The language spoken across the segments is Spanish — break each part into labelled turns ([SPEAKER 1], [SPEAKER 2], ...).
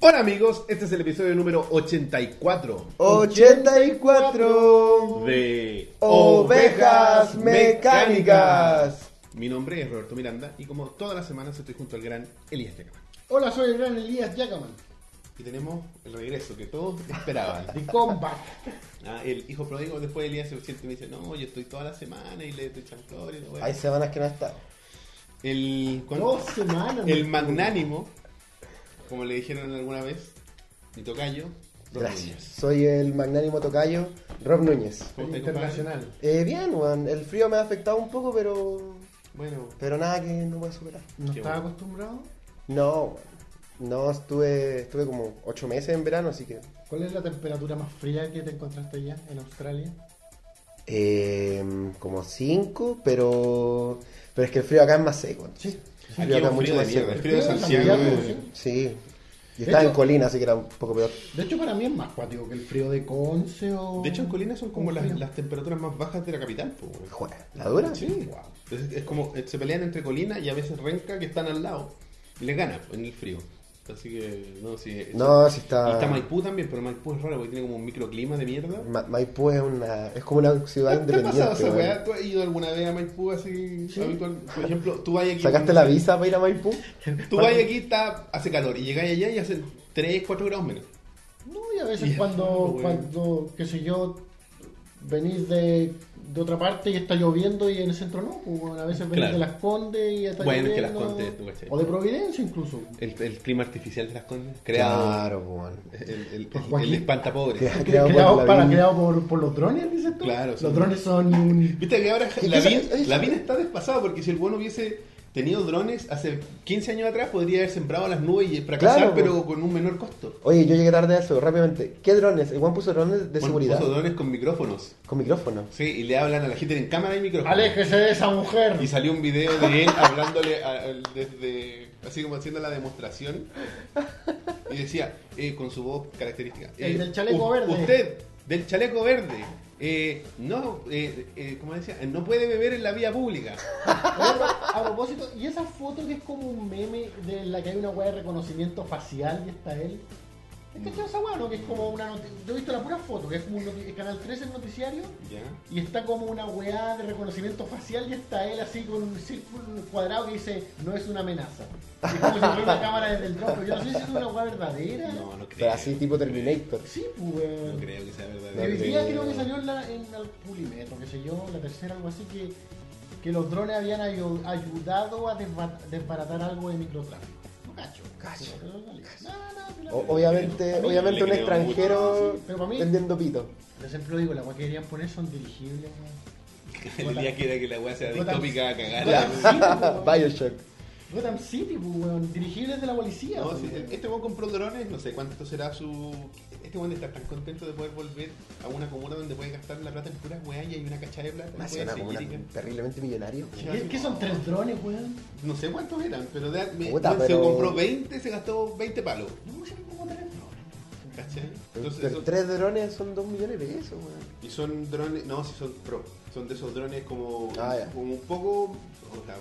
[SPEAKER 1] Hola amigos, este es el episodio número 84
[SPEAKER 2] 84
[SPEAKER 1] de
[SPEAKER 2] Ovejas Mecánicas.
[SPEAKER 1] Mi nombre es Roberto Miranda y como todas las semanas estoy junto al gran Elías Yacaman.
[SPEAKER 3] Hola, soy el gran Elías Jackman.
[SPEAKER 1] Y tenemos el regreso que todos esperaban.
[SPEAKER 3] The Comeback.
[SPEAKER 1] Ah, el hijo pródigo después Elías se siente y me dice, no, yo estoy toda la semana y le estoy chanclor y todo eso".
[SPEAKER 2] Hay semanas que no está.
[SPEAKER 1] El, ¿cuál-
[SPEAKER 3] Dos semanas.
[SPEAKER 1] el
[SPEAKER 3] ¿no?
[SPEAKER 1] magnánimo, como le dijeron alguna vez, mi tocayo, Rob
[SPEAKER 2] Gracias.
[SPEAKER 1] Núñez.
[SPEAKER 2] Soy el magnánimo tocayo Rob Núñez.
[SPEAKER 1] ¿Cómo te, compadre?
[SPEAKER 3] Internacional.
[SPEAKER 2] Eh, bien, weón. El frío me ha afectado un poco, pero.
[SPEAKER 1] Bueno,
[SPEAKER 2] Pero nada que no pueda superar.
[SPEAKER 3] ¿No
[SPEAKER 1] Qué
[SPEAKER 3] estaba
[SPEAKER 1] bueno.
[SPEAKER 3] acostumbrado?
[SPEAKER 2] No, weón. No, estuve, estuve como 8 meses en verano, así que.
[SPEAKER 3] ¿Cuál es la temperatura más fría que te encontraste allá en Australia?
[SPEAKER 2] eh, como 5, pero. Pero es que el frío acá es más seco.
[SPEAKER 3] Sí.
[SPEAKER 1] aquí
[SPEAKER 2] El
[SPEAKER 1] es un frío de mierda, el frío de
[SPEAKER 3] Frío de
[SPEAKER 1] Santiago.
[SPEAKER 3] Santiago,
[SPEAKER 1] eh,
[SPEAKER 3] sí.
[SPEAKER 2] Sí. Y estaba
[SPEAKER 3] hecho-
[SPEAKER 2] en colina, así que era un poco peor.
[SPEAKER 3] De hecho, para mí es más cuático que el frío de Conce o.
[SPEAKER 1] De hecho, en Colina son como
[SPEAKER 3] o
[SPEAKER 1] las,
[SPEAKER 3] frío.
[SPEAKER 1] las temperaturas más bajas de la capital. po, güey.
[SPEAKER 2] Joder, ¿la dura?
[SPEAKER 1] Sí, guau. Entonces, es como eh, se pelean entre Colina y a veces Renca que están al lado y les gana pues, en el frío. Así que, no, sí. es-
[SPEAKER 2] No, sí está-
[SPEAKER 1] Y está Maipú también, pero Maipú es raro porque tiene como un microclima de mierda.
[SPEAKER 2] Ma- Maipú es una. es como una ciudad
[SPEAKER 1] ¿Te ha
[SPEAKER 2] independiente.
[SPEAKER 1] pasado esa
[SPEAKER 2] weón.
[SPEAKER 1] weá? ¿Tú has ido alguna vez a Maipú así habitual? Por ejemplo, tú vas aquí.
[SPEAKER 2] ¿Sacaste la visa para ir a Maipú?
[SPEAKER 1] Tú vas aquí, está, hace calor y llegáis allá y hacen 3, 4 grados menos.
[SPEAKER 3] No, y a veces
[SPEAKER 1] Y es raro,
[SPEAKER 3] cuando,
[SPEAKER 1] güey.
[SPEAKER 3] cuando, qué sé yo, venís de, de otra parte y está lloviendo y en el centro no. pues, bueno, a veces venís
[SPEAKER 1] Claro.
[SPEAKER 3] de Las Condes y está
[SPEAKER 1] Bueno, es que
[SPEAKER 3] lloviendo.
[SPEAKER 1] Las Condes, tú cachai.
[SPEAKER 3] O de Providencia incluso.
[SPEAKER 1] El, el clima artificial de las condes, creado.
[SPEAKER 2] Claro, weón.
[SPEAKER 1] El, el, el,
[SPEAKER 3] Juan Gil.
[SPEAKER 1] espanta pobre.
[SPEAKER 2] Creado.
[SPEAKER 3] Creado,
[SPEAKER 2] por la
[SPEAKER 3] para,
[SPEAKER 2] Bing.
[SPEAKER 3] creado por, por los drones, dices tú.
[SPEAKER 1] Claro, sí.
[SPEAKER 3] Los drones son un.
[SPEAKER 1] Viste que ahora
[SPEAKER 2] ¿Qué
[SPEAKER 1] la
[SPEAKER 2] cosa?
[SPEAKER 1] mina
[SPEAKER 2] Oye,
[SPEAKER 1] la mina está despasada porque si el bueno hubiese tenido drones hace 15 años atrás podría haber sembrado las nubes y fracasar,
[SPEAKER 2] Claro,
[SPEAKER 1] pero con un menor costo.
[SPEAKER 2] Oye, yo llegué tarde a eso, rápidamente. ¿Qué drones? El Juan puso drones de
[SPEAKER 1] Bueno,
[SPEAKER 2] seguridad.
[SPEAKER 1] Puso drones con micrófonos.
[SPEAKER 2] Con micrófono.
[SPEAKER 1] Sí, y le hablan a la gente en cámara y micrófono.
[SPEAKER 3] Aléjese de esa mujer.
[SPEAKER 1] Y salió un video de él hablándole a- al- desde, así como haciendo la demostración. Y decía, eh, con su voz característica.
[SPEAKER 3] El
[SPEAKER 1] eh,
[SPEAKER 3] del chaleco
[SPEAKER 1] "U-
[SPEAKER 3] verde".
[SPEAKER 1] Usted, del chaleco verde, eh, no, eh, eh, ¿cómo decía? No puede beber en la vía pública.
[SPEAKER 3] Oye, A propósito, y esa foto que es como un meme de la que hay una weá de reconocimiento facial y está él. ¿Es
[SPEAKER 1] Mm.
[SPEAKER 3] que esa weá, no? Que es como una noti- Yo he visto la pura foto, que es como un noti- el Canal 13 el noticiario,
[SPEAKER 1] Ya.
[SPEAKER 3] y está como una weá de reconocimiento facial y está él así con un círculo un cuadrado que dice, no es una amenaza. Y Es como si fuera una cámara desde el dron, pero yo no sé si es una weá verdadera.
[SPEAKER 1] No, no creo.
[SPEAKER 2] Pero así tipo Terminator.
[SPEAKER 3] Sí, pues.
[SPEAKER 1] No creo que sea
[SPEAKER 3] Y hoy
[SPEAKER 1] verdadero.
[SPEAKER 3] día creo que salió en, la, en el pulimetro, que sé yo, la tercera, algo así, que, que los drones habían ayu- ayudado a desba- desbaratar algo de microtráfico. No cacho.
[SPEAKER 2] Cacho.
[SPEAKER 3] Pero no salió. No, no, pero-
[SPEAKER 2] O- obviamente,
[SPEAKER 1] A mí
[SPEAKER 2] obviamente
[SPEAKER 1] yo
[SPEAKER 2] un
[SPEAKER 1] le creo
[SPEAKER 2] extranjero
[SPEAKER 3] mucho, sí, pero para mí-
[SPEAKER 2] vendiendo pito.
[SPEAKER 3] Yo siempre lo digo, la weá que querían poner son dirigibles.
[SPEAKER 1] El día que era que la weá sea
[SPEAKER 3] Puta.
[SPEAKER 1] distópica a cagar.
[SPEAKER 3] Puta. Sí, weón.
[SPEAKER 2] Bioshock.
[SPEAKER 3] Gotham City, pues, weón, dirigibles de la policía.
[SPEAKER 1] No,
[SPEAKER 3] pues,
[SPEAKER 1] sí,
[SPEAKER 2] eh,
[SPEAKER 3] weón.
[SPEAKER 1] este weón compró drones, no sé cuánto será su. Este weón está tan contento de poder volver a una comuna donde puede gastar la plata en puras weá y hay una cachada de plata.
[SPEAKER 2] Más
[SPEAKER 1] puede
[SPEAKER 2] Ah, una
[SPEAKER 1] seguir y-
[SPEAKER 2] comuna terriblemente millonario.
[SPEAKER 3] ¿Qué, qué son tres drones, weón?
[SPEAKER 1] No sé cuántos eran, pero de, me-
[SPEAKER 2] Puta,
[SPEAKER 1] weón, se
[SPEAKER 2] pero-
[SPEAKER 1] compró 20, se gastó 20 palos.
[SPEAKER 3] No, pues, son como tres drones.
[SPEAKER 1] ¿Cachai?
[SPEAKER 2] Pero
[SPEAKER 1] Entonces, son-
[SPEAKER 2] Tres drones son dos millones de pesos, weón.
[SPEAKER 1] y son drones, no, si son pro, son de esos drones como,
[SPEAKER 2] Ah, ya.
[SPEAKER 1] como un poco, o sea,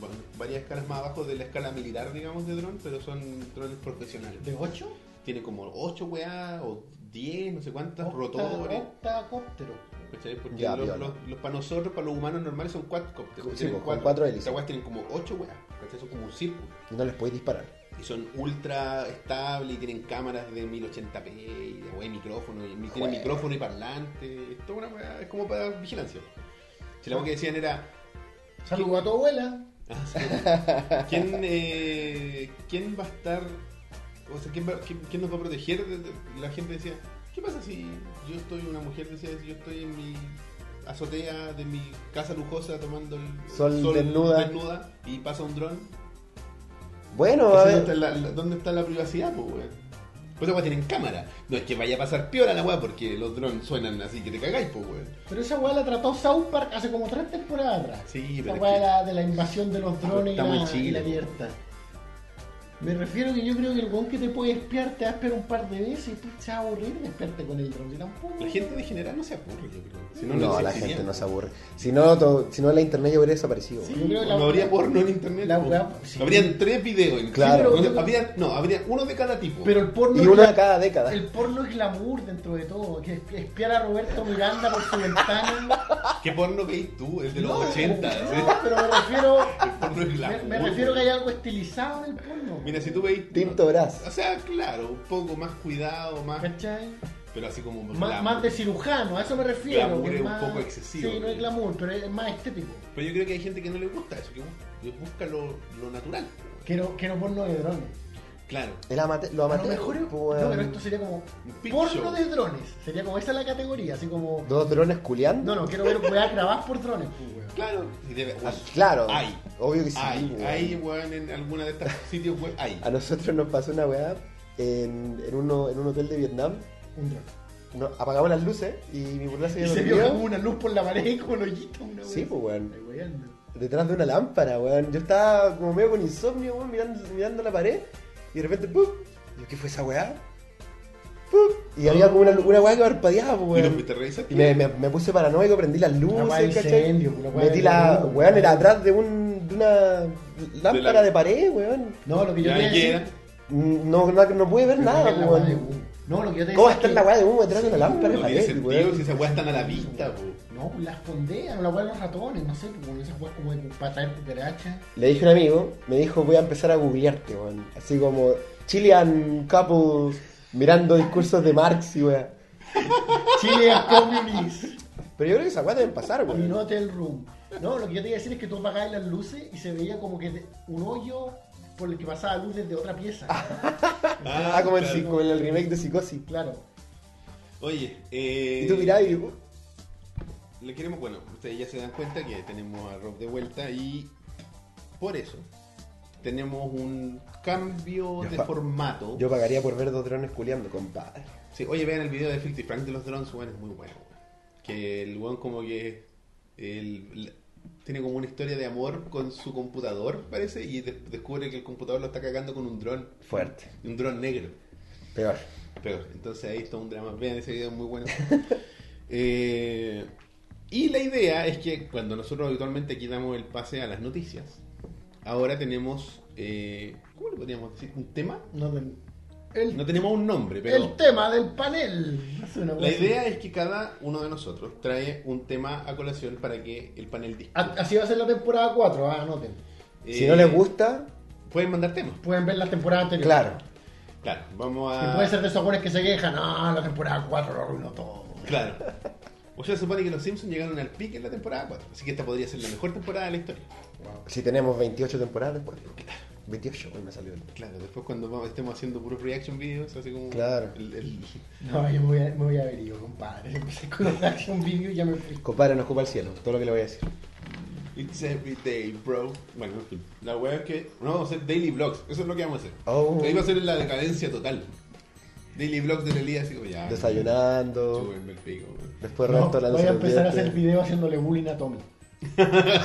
[SPEAKER 1] va- varias escalas más abajo de la escala militar, digamos, de dron, pero son drones profesionales.
[SPEAKER 3] ¿De ocho?
[SPEAKER 1] Tiene como 8 weá o 10, no sé cuántas,
[SPEAKER 3] Octa-
[SPEAKER 1] rotores.
[SPEAKER 3] Octacóptero.
[SPEAKER 1] ¿Cachai? Porque
[SPEAKER 2] Ya,
[SPEAKER 1] los,
[SPEAKER 2] piola.
[SPEAKER 1] los- los- para nosotros, para los humanos normales, son cuadcópteros.
[SPEAKER 2] Sí,
[SPEAKER 1] tienen
[SPEAKER 2] pues, con cuatro hélices.
[SPEAKER 1] Estas weas tienen como 8 weas. ¿Cachai? Son como un círculo.
[SPEAKER 2] Y no les podéis disparar.
[SPEAKER 1] Y son ultra estables y tienen cámaras de 1080p y de wea, y micrófono. Y mi- tienen
[SPEAKER 2] Jue-
[SPEAKER 1] micrófono y parlante. Es toda una wea, Es como para vigilancia. Si la wea que decían era.
[SPEAKER 3] Saludo a tu abuela.
[SPEAKER 1] ¿Quién, eh, ¿Quién va a estar.? O sea, ¿quién, va- quién- quién nos va a proteger? De- de- La gente decía, ¿qué pasa si yo estoy, una mujer decía, si yo estoy en mi azotea de mi casa lujosa tomando el
[SPEAKER 2] Sol desnuda.
[SPEAKER 1] desnuda y pasa un dron?
[SPEAKER 2] Bueno, a
[SPEAKER 1] Entonces, ¿dónde,
[SPEAKER 2] ver.
[SPEAKER 1] está la, la- dónde está la privacidad, pues, weón? Pues, weón, tienen cámara. No es que vaya a pasar piola la weá porque los drones suenan así que te cagáis, pues, weón.
[SPEAKER 3] Pero esa weá la trató South Park hace como tres temporadas atrás.
[SPEAKER 1] Sí,
[SPEAKER 3] Esa
[SPEAKER 1] pero es
[SPEAKER 3] weá
[SPEAKER 1] que-
[SPEAKER 3] de la, de la invasión de los drones y
[SPEAKER 1] Estamos
[SPEAKER 3] la,
[SPEAKER 1] en Chile,
[SPEAKER 3] y la
[SPEAKER 1] weón.
[SPEAKER 3] abierta. Me refiero que yo creo que el weón que te puede espiar te va a espiar un par de veces y tú te vas a aburrir de espiarte con el dron. que tampoco.
[SPEAKER 1] La gente de general no se aburre, yo creo. Si
[SPEAKER 2] No,
[SPEAKER 1] no
[SPEAKER 2] la
[SPEAKER 1] existiría.
[SPEAKER 2] gente no se aburre. Si no, to- si no la internet ya hubiera desaparecido.
[SPEAKER 3] Sí,
[SPEAKER 2] weón.
[SPEAKER 3] yo creo que la-
[SPEAKER 1] no habría porno en internet.
[SPEAKER 3] la
[SPEAKER 1] po.
[SPEAKER 3] weá- sí.
[SPEAKER 1] Habrían tres videos. en-
[SPEAKER 2] Claro.
[SPEAKER 1] No, habría, no, habría uno de cada tipo.
[SPEAKER 3] Pero el porno
[SPEAKER 2] Y
[SPEAKER 3] es
[SPEAKER 2] una
[SPEAKER 3] gla-
[SPEAKER 2] cada década.
[SPEAKER 3] El porno es glamour dentro de todo. Que espi- espiar a Roberto Miranda por su ventana.
[SPEAKER 1] Ah, ¿Qué porno veis tú? El de los
[SPEAKER 3] No,
[SPEAKER 1] 80. ¿sí?
[SPEAKER 3] no, pero me refiero.
[SPEAKER 1] El porno es
[SPEAKER 3] Me,
[SPEAKER 1] glamour,
[SPEAKER 3] me refiero que
[SPEAKER 1] güey.
[SPEAKER 3] hay algo estilizado en el porno.
[SPEAKER 1] Mira, si tú veis.
[SPEAKER 2] Tinto Brass.
[SPEAKER 1] O sea, claro, un poco más cuidado, más.
[SPEAKER 3] ¿Cachai?
[SPEAKER 1] Pero así como.
[SPEAKER 3] Más,
[SPEAKER 1] glamour.
[SPEAKER 3] más de cirujano, a eso me refiero.
[SPEAKER 1] Glamour
[SPEAKER 3] que
[SPEAKER 1] es un
[SPEAKER 3] más-
[SPEAKER 1] poco excesivo,
[SPEAKER 3] Sí, no
[SPEAKER 1] creo.
[SPEAKER 3] es glamour, pero es más estético.
[SPEAKER 1] Pero yo creo que hay gente que no le gusta eso, que bus- que busca lo, lo natural.
[SPEAKER 3] Quiero, quiero porno de drones.
[SPEAKER 1] Claro.
[SPEAKER 2] El amate- lo
[SPEAKER 3] A lo
[SPEAKER 2] amateur. pues,
[SPEAKER 3] mejor.
[SPEAKER 2] po,
[SPEAKER 3] No,
[SPEAKER 2] weón.
[SPEAKER 3] pero esto sería como.
[SPEAKER 1] Un peep
[SPEAKER 3] Porno
[SPEAKER 1] show.
[SPEAKER 3] de drones. Sería como esa la categoría, así como.
[SPEAKER 2] Dos drones culiando.
[SPEAKER 3] No, no, quiero ver weas grabadas por drones,
[SPEAKER 1] Uh,
[SPEAKER 3] pues, weón.
[SPEAKER 1] Claro. Y debe-
[SPEAKER 2] Ah,
[SPEAKER 1] uy,
[SPEAKER 2] claro.
[SPEAKER 1] Hay.
[SPEAKER 2] Obvio que sí.
[SPEAKER 1] hay,
[SPEAKER 2] weón.
[SPEAKER 1] hay, weón, en alguna de estos sitios web. Hay.
[SPEAKER 2] A nosotros nos pasó una weá en, en, uno, en un hotel de Vietnam.
[SPEAKER 3] Un dron.
[SPEAKER 2] No, apagamos las luces y mi burla se
[SPEAKER 3] Y
[SPEAKER 2] había
[SPEAKER 3] se vio
[SPEAKER 2] dormido
[SPEAKER 3] como una luz por la pared y como un hoyito, una
[SPEAKER 2] Sí, pues, weón.
[SPEAKER 3] Ay, weón.
[SPEAKER 2] detrás de una lámpara, weón. Yo estaba como medio con insomnio, weón, mirando, mirando la pared y de repente, ¡pum! Yo, ¿qué fue esa weá? ¡Pum! Y había como una, una weá que parpadeaba, pues,
[SPEAKER 1] Ah. Y lo
[SPEAKER 2] weón.
[SPEAKER 1] fuiste a revisar.
[SPEAKER 2] Y me, me, me puse paranoico, prendí las
[SPEAKER 3] Una weá
[SPEAKER 2] luces,
[SPEAKER 3] de
[SPEAKER 2] ¿cachai?
[SPEAKER 3] incendio, una weá
[SPEAKER 2] Metí
[SPEAKER 3] de
[SPEAKER 2] la.
[SPEAKER 3] incendio,
[SPEAKER 2] Weón, era
[SPEAKER 3] weón.
[SPEAKER 2] atrás de, un, de una lámpara de,
[SPEAKER 1] la-
[SPEAKER 2] pared, weón.
[SPEAKER 3] No, lo que yo
[SPEAKER 1] Ya,
[SPEAKER 3] te
[SPEAKER 1] ¿qué
[SPEAKER 3] decía.
[SPEAKER 1] era?
[SPEAKER 2] No, no, no pude ver nada,
[SPEAKER 3] Pero también la weá de
[SPEAKER 2] weón.
[SPEAKER 3] humo. No, lo que yo te
[SPEAKER 2] ¿Cómo va a
[SPEAKER 3] decía
[SPEAKER 2] estar
[SPEAKER 3] es
[SPEAKER 2] la
[SPEAKER 3] que-
[SPEAKER 2] weá de humo detrás de una lámpara de
[SPEAKER 1] No tiene
[SPEAKER 2] pared,
[SPEAKER 1] sentido si
[SPEAKER 2] weón?
[SPEAKER 1] esas weas están a la vista, weón.
[SPEAKER 3] No, pues las pondean, la weá de los ratones, no sé, como esas weas como de, para traer cucarachas.
[SPEAKER 2] Le dije a un amigo, me dijo, voy a empezar a googlearte, weón. Así como Chilean Capo mirando discursos de Marx y weón.
[SPEAKER 3] Chile a communis.
[SPEAKER 2] Pero yo creo que esas weas deben pasar,
[SPEAKER 3] Un
[SPEAKER 2] weón.
[SPEAKER 3] hotel room. No, lo que yo te iba a decir es que tú apagabas las luces y se veía como que de- un hoyo por el que pasaba luz desde otra pieza.
[SPEAKER 2] Ah, como, el,
[SPEAKER 1] claro.
[SPEAKER 2] como en el remake de Psicosis.
[SPEAKER 3] Claro.
[SPEAKER 1] Oye, eh.
[SPEAKER 2] Y tú mirás y uh,
[SPEAKER 1] Le queremos, bueno, ustedes ya se dan cuenta que tenemos a Rob de vuelta y por eso tenemos un cambio
[SPEAKER 2] Yo
[SPEAKER 1] de
[SPEAKER 2] pa-
[SPEAKER 1] formato.
[SPEAKER 2] "Uh, yo pagaría por ver dos drones culeando, compadre.
[SPEAKER 1] Sí, oye, vean el video de Filthy Frank de los drones, bueno, es muy bueno. weón. Que el weón como que el- la- tiene como una historia de amor con su computador, parece, y de- descubre que el computador lo está cagando con un dron,
[SPEAKER 2] Fuerte.
[SPEAKER 1] un dron negro.
[SPEAKER 2] Peor.
[SPEAKER 1] Pero entonces ahí está un drama. Vean ese video, es muy bueno. Eh, y la idea es que cuando nosotros habitualmente aquí damos el pase a las noticias, ahora tenemos, eh, ¿cómo le podríamos decir? ¿Un tema?
[SPEAKER 3] No, del- el,
[SPEAKER 1] No tenemos un nombre,
[SPEAKER 3] el
[SPEAKER 1] pero
[SPEAKER 3] tema del panel. No sé, una
[SPEAKER 1] la
[SPEAKER 3] wea así.
[SPEAKER 1] idea es que cada uno de nosotros trae un tema a colación para que el panel
[SPEAKER 3] A-
[SPEAKER 1] discuta.
[SPEAKER 3] Así va a ser la temporada 4, ah, anoten.
[SPEAKER 2] Si
[SPEAKER 1] Eh,
[SPEAKER 2] no les gusta,
[SPEAKER 1] Pueden mandar temas.
[SPEAKER 3] Pueden ver las temporadas anteriores.
[SPEAKER 2] claro.
[SPEAKER 1] Claro, vamos
[SPEAKER 3] Que
[SPEAKER 1] a...
[SPEAKER 3] puede ser de esos buenos que se quejan. Ah, la temporada 4 lo arruinó todo.
[SPEAKER 1] Claro. O sea, se supone que los Simpsons llegaron al pique en la temporada 4. Así que esta podría ser la mejor temporada de la historia.
[SPEAKER 2] Si tenemos 28 temporadas después. pues, 28, hoy me salió el.
[SPEAKER 1] Claro, después cuando vamos- estemos haciendo puros reaction videos, así como.
[SPEAKER 2] Claro.
[SPEAKER 1] el- el-
[SPEAKER 3] No, yo me voy a, me voy a ver yo, compadre. Empecé con los action video y ya me fui.
[SPEAKER 2] Compadre, nos ocupa el cielo, todo lo que le voy a decir.
[SPEAKER 1] It's every day, bro. Bueno, en fin. La wea es que. No, vamos a hacer daily vlogs. Eso es lo que vamos a hacer.
[SPEAKER 2] Oh.
[SPEAKER 1] Ahí va a ser la decadencia total. Daily vlogs de la liga, así como ya.
[SPEAKER 2] Desayunando.
[SPEAKER 1] Súbeme el pico, weón.
[SPEAKER 2] Después
[SPEAKER 3] No,
[SPEAKER 2] resto la
[SPEAKER 3] voy a empezar a hacer videos haciéndole bullying a Tommy.
[SPEAKER 1] Grabándolo. así.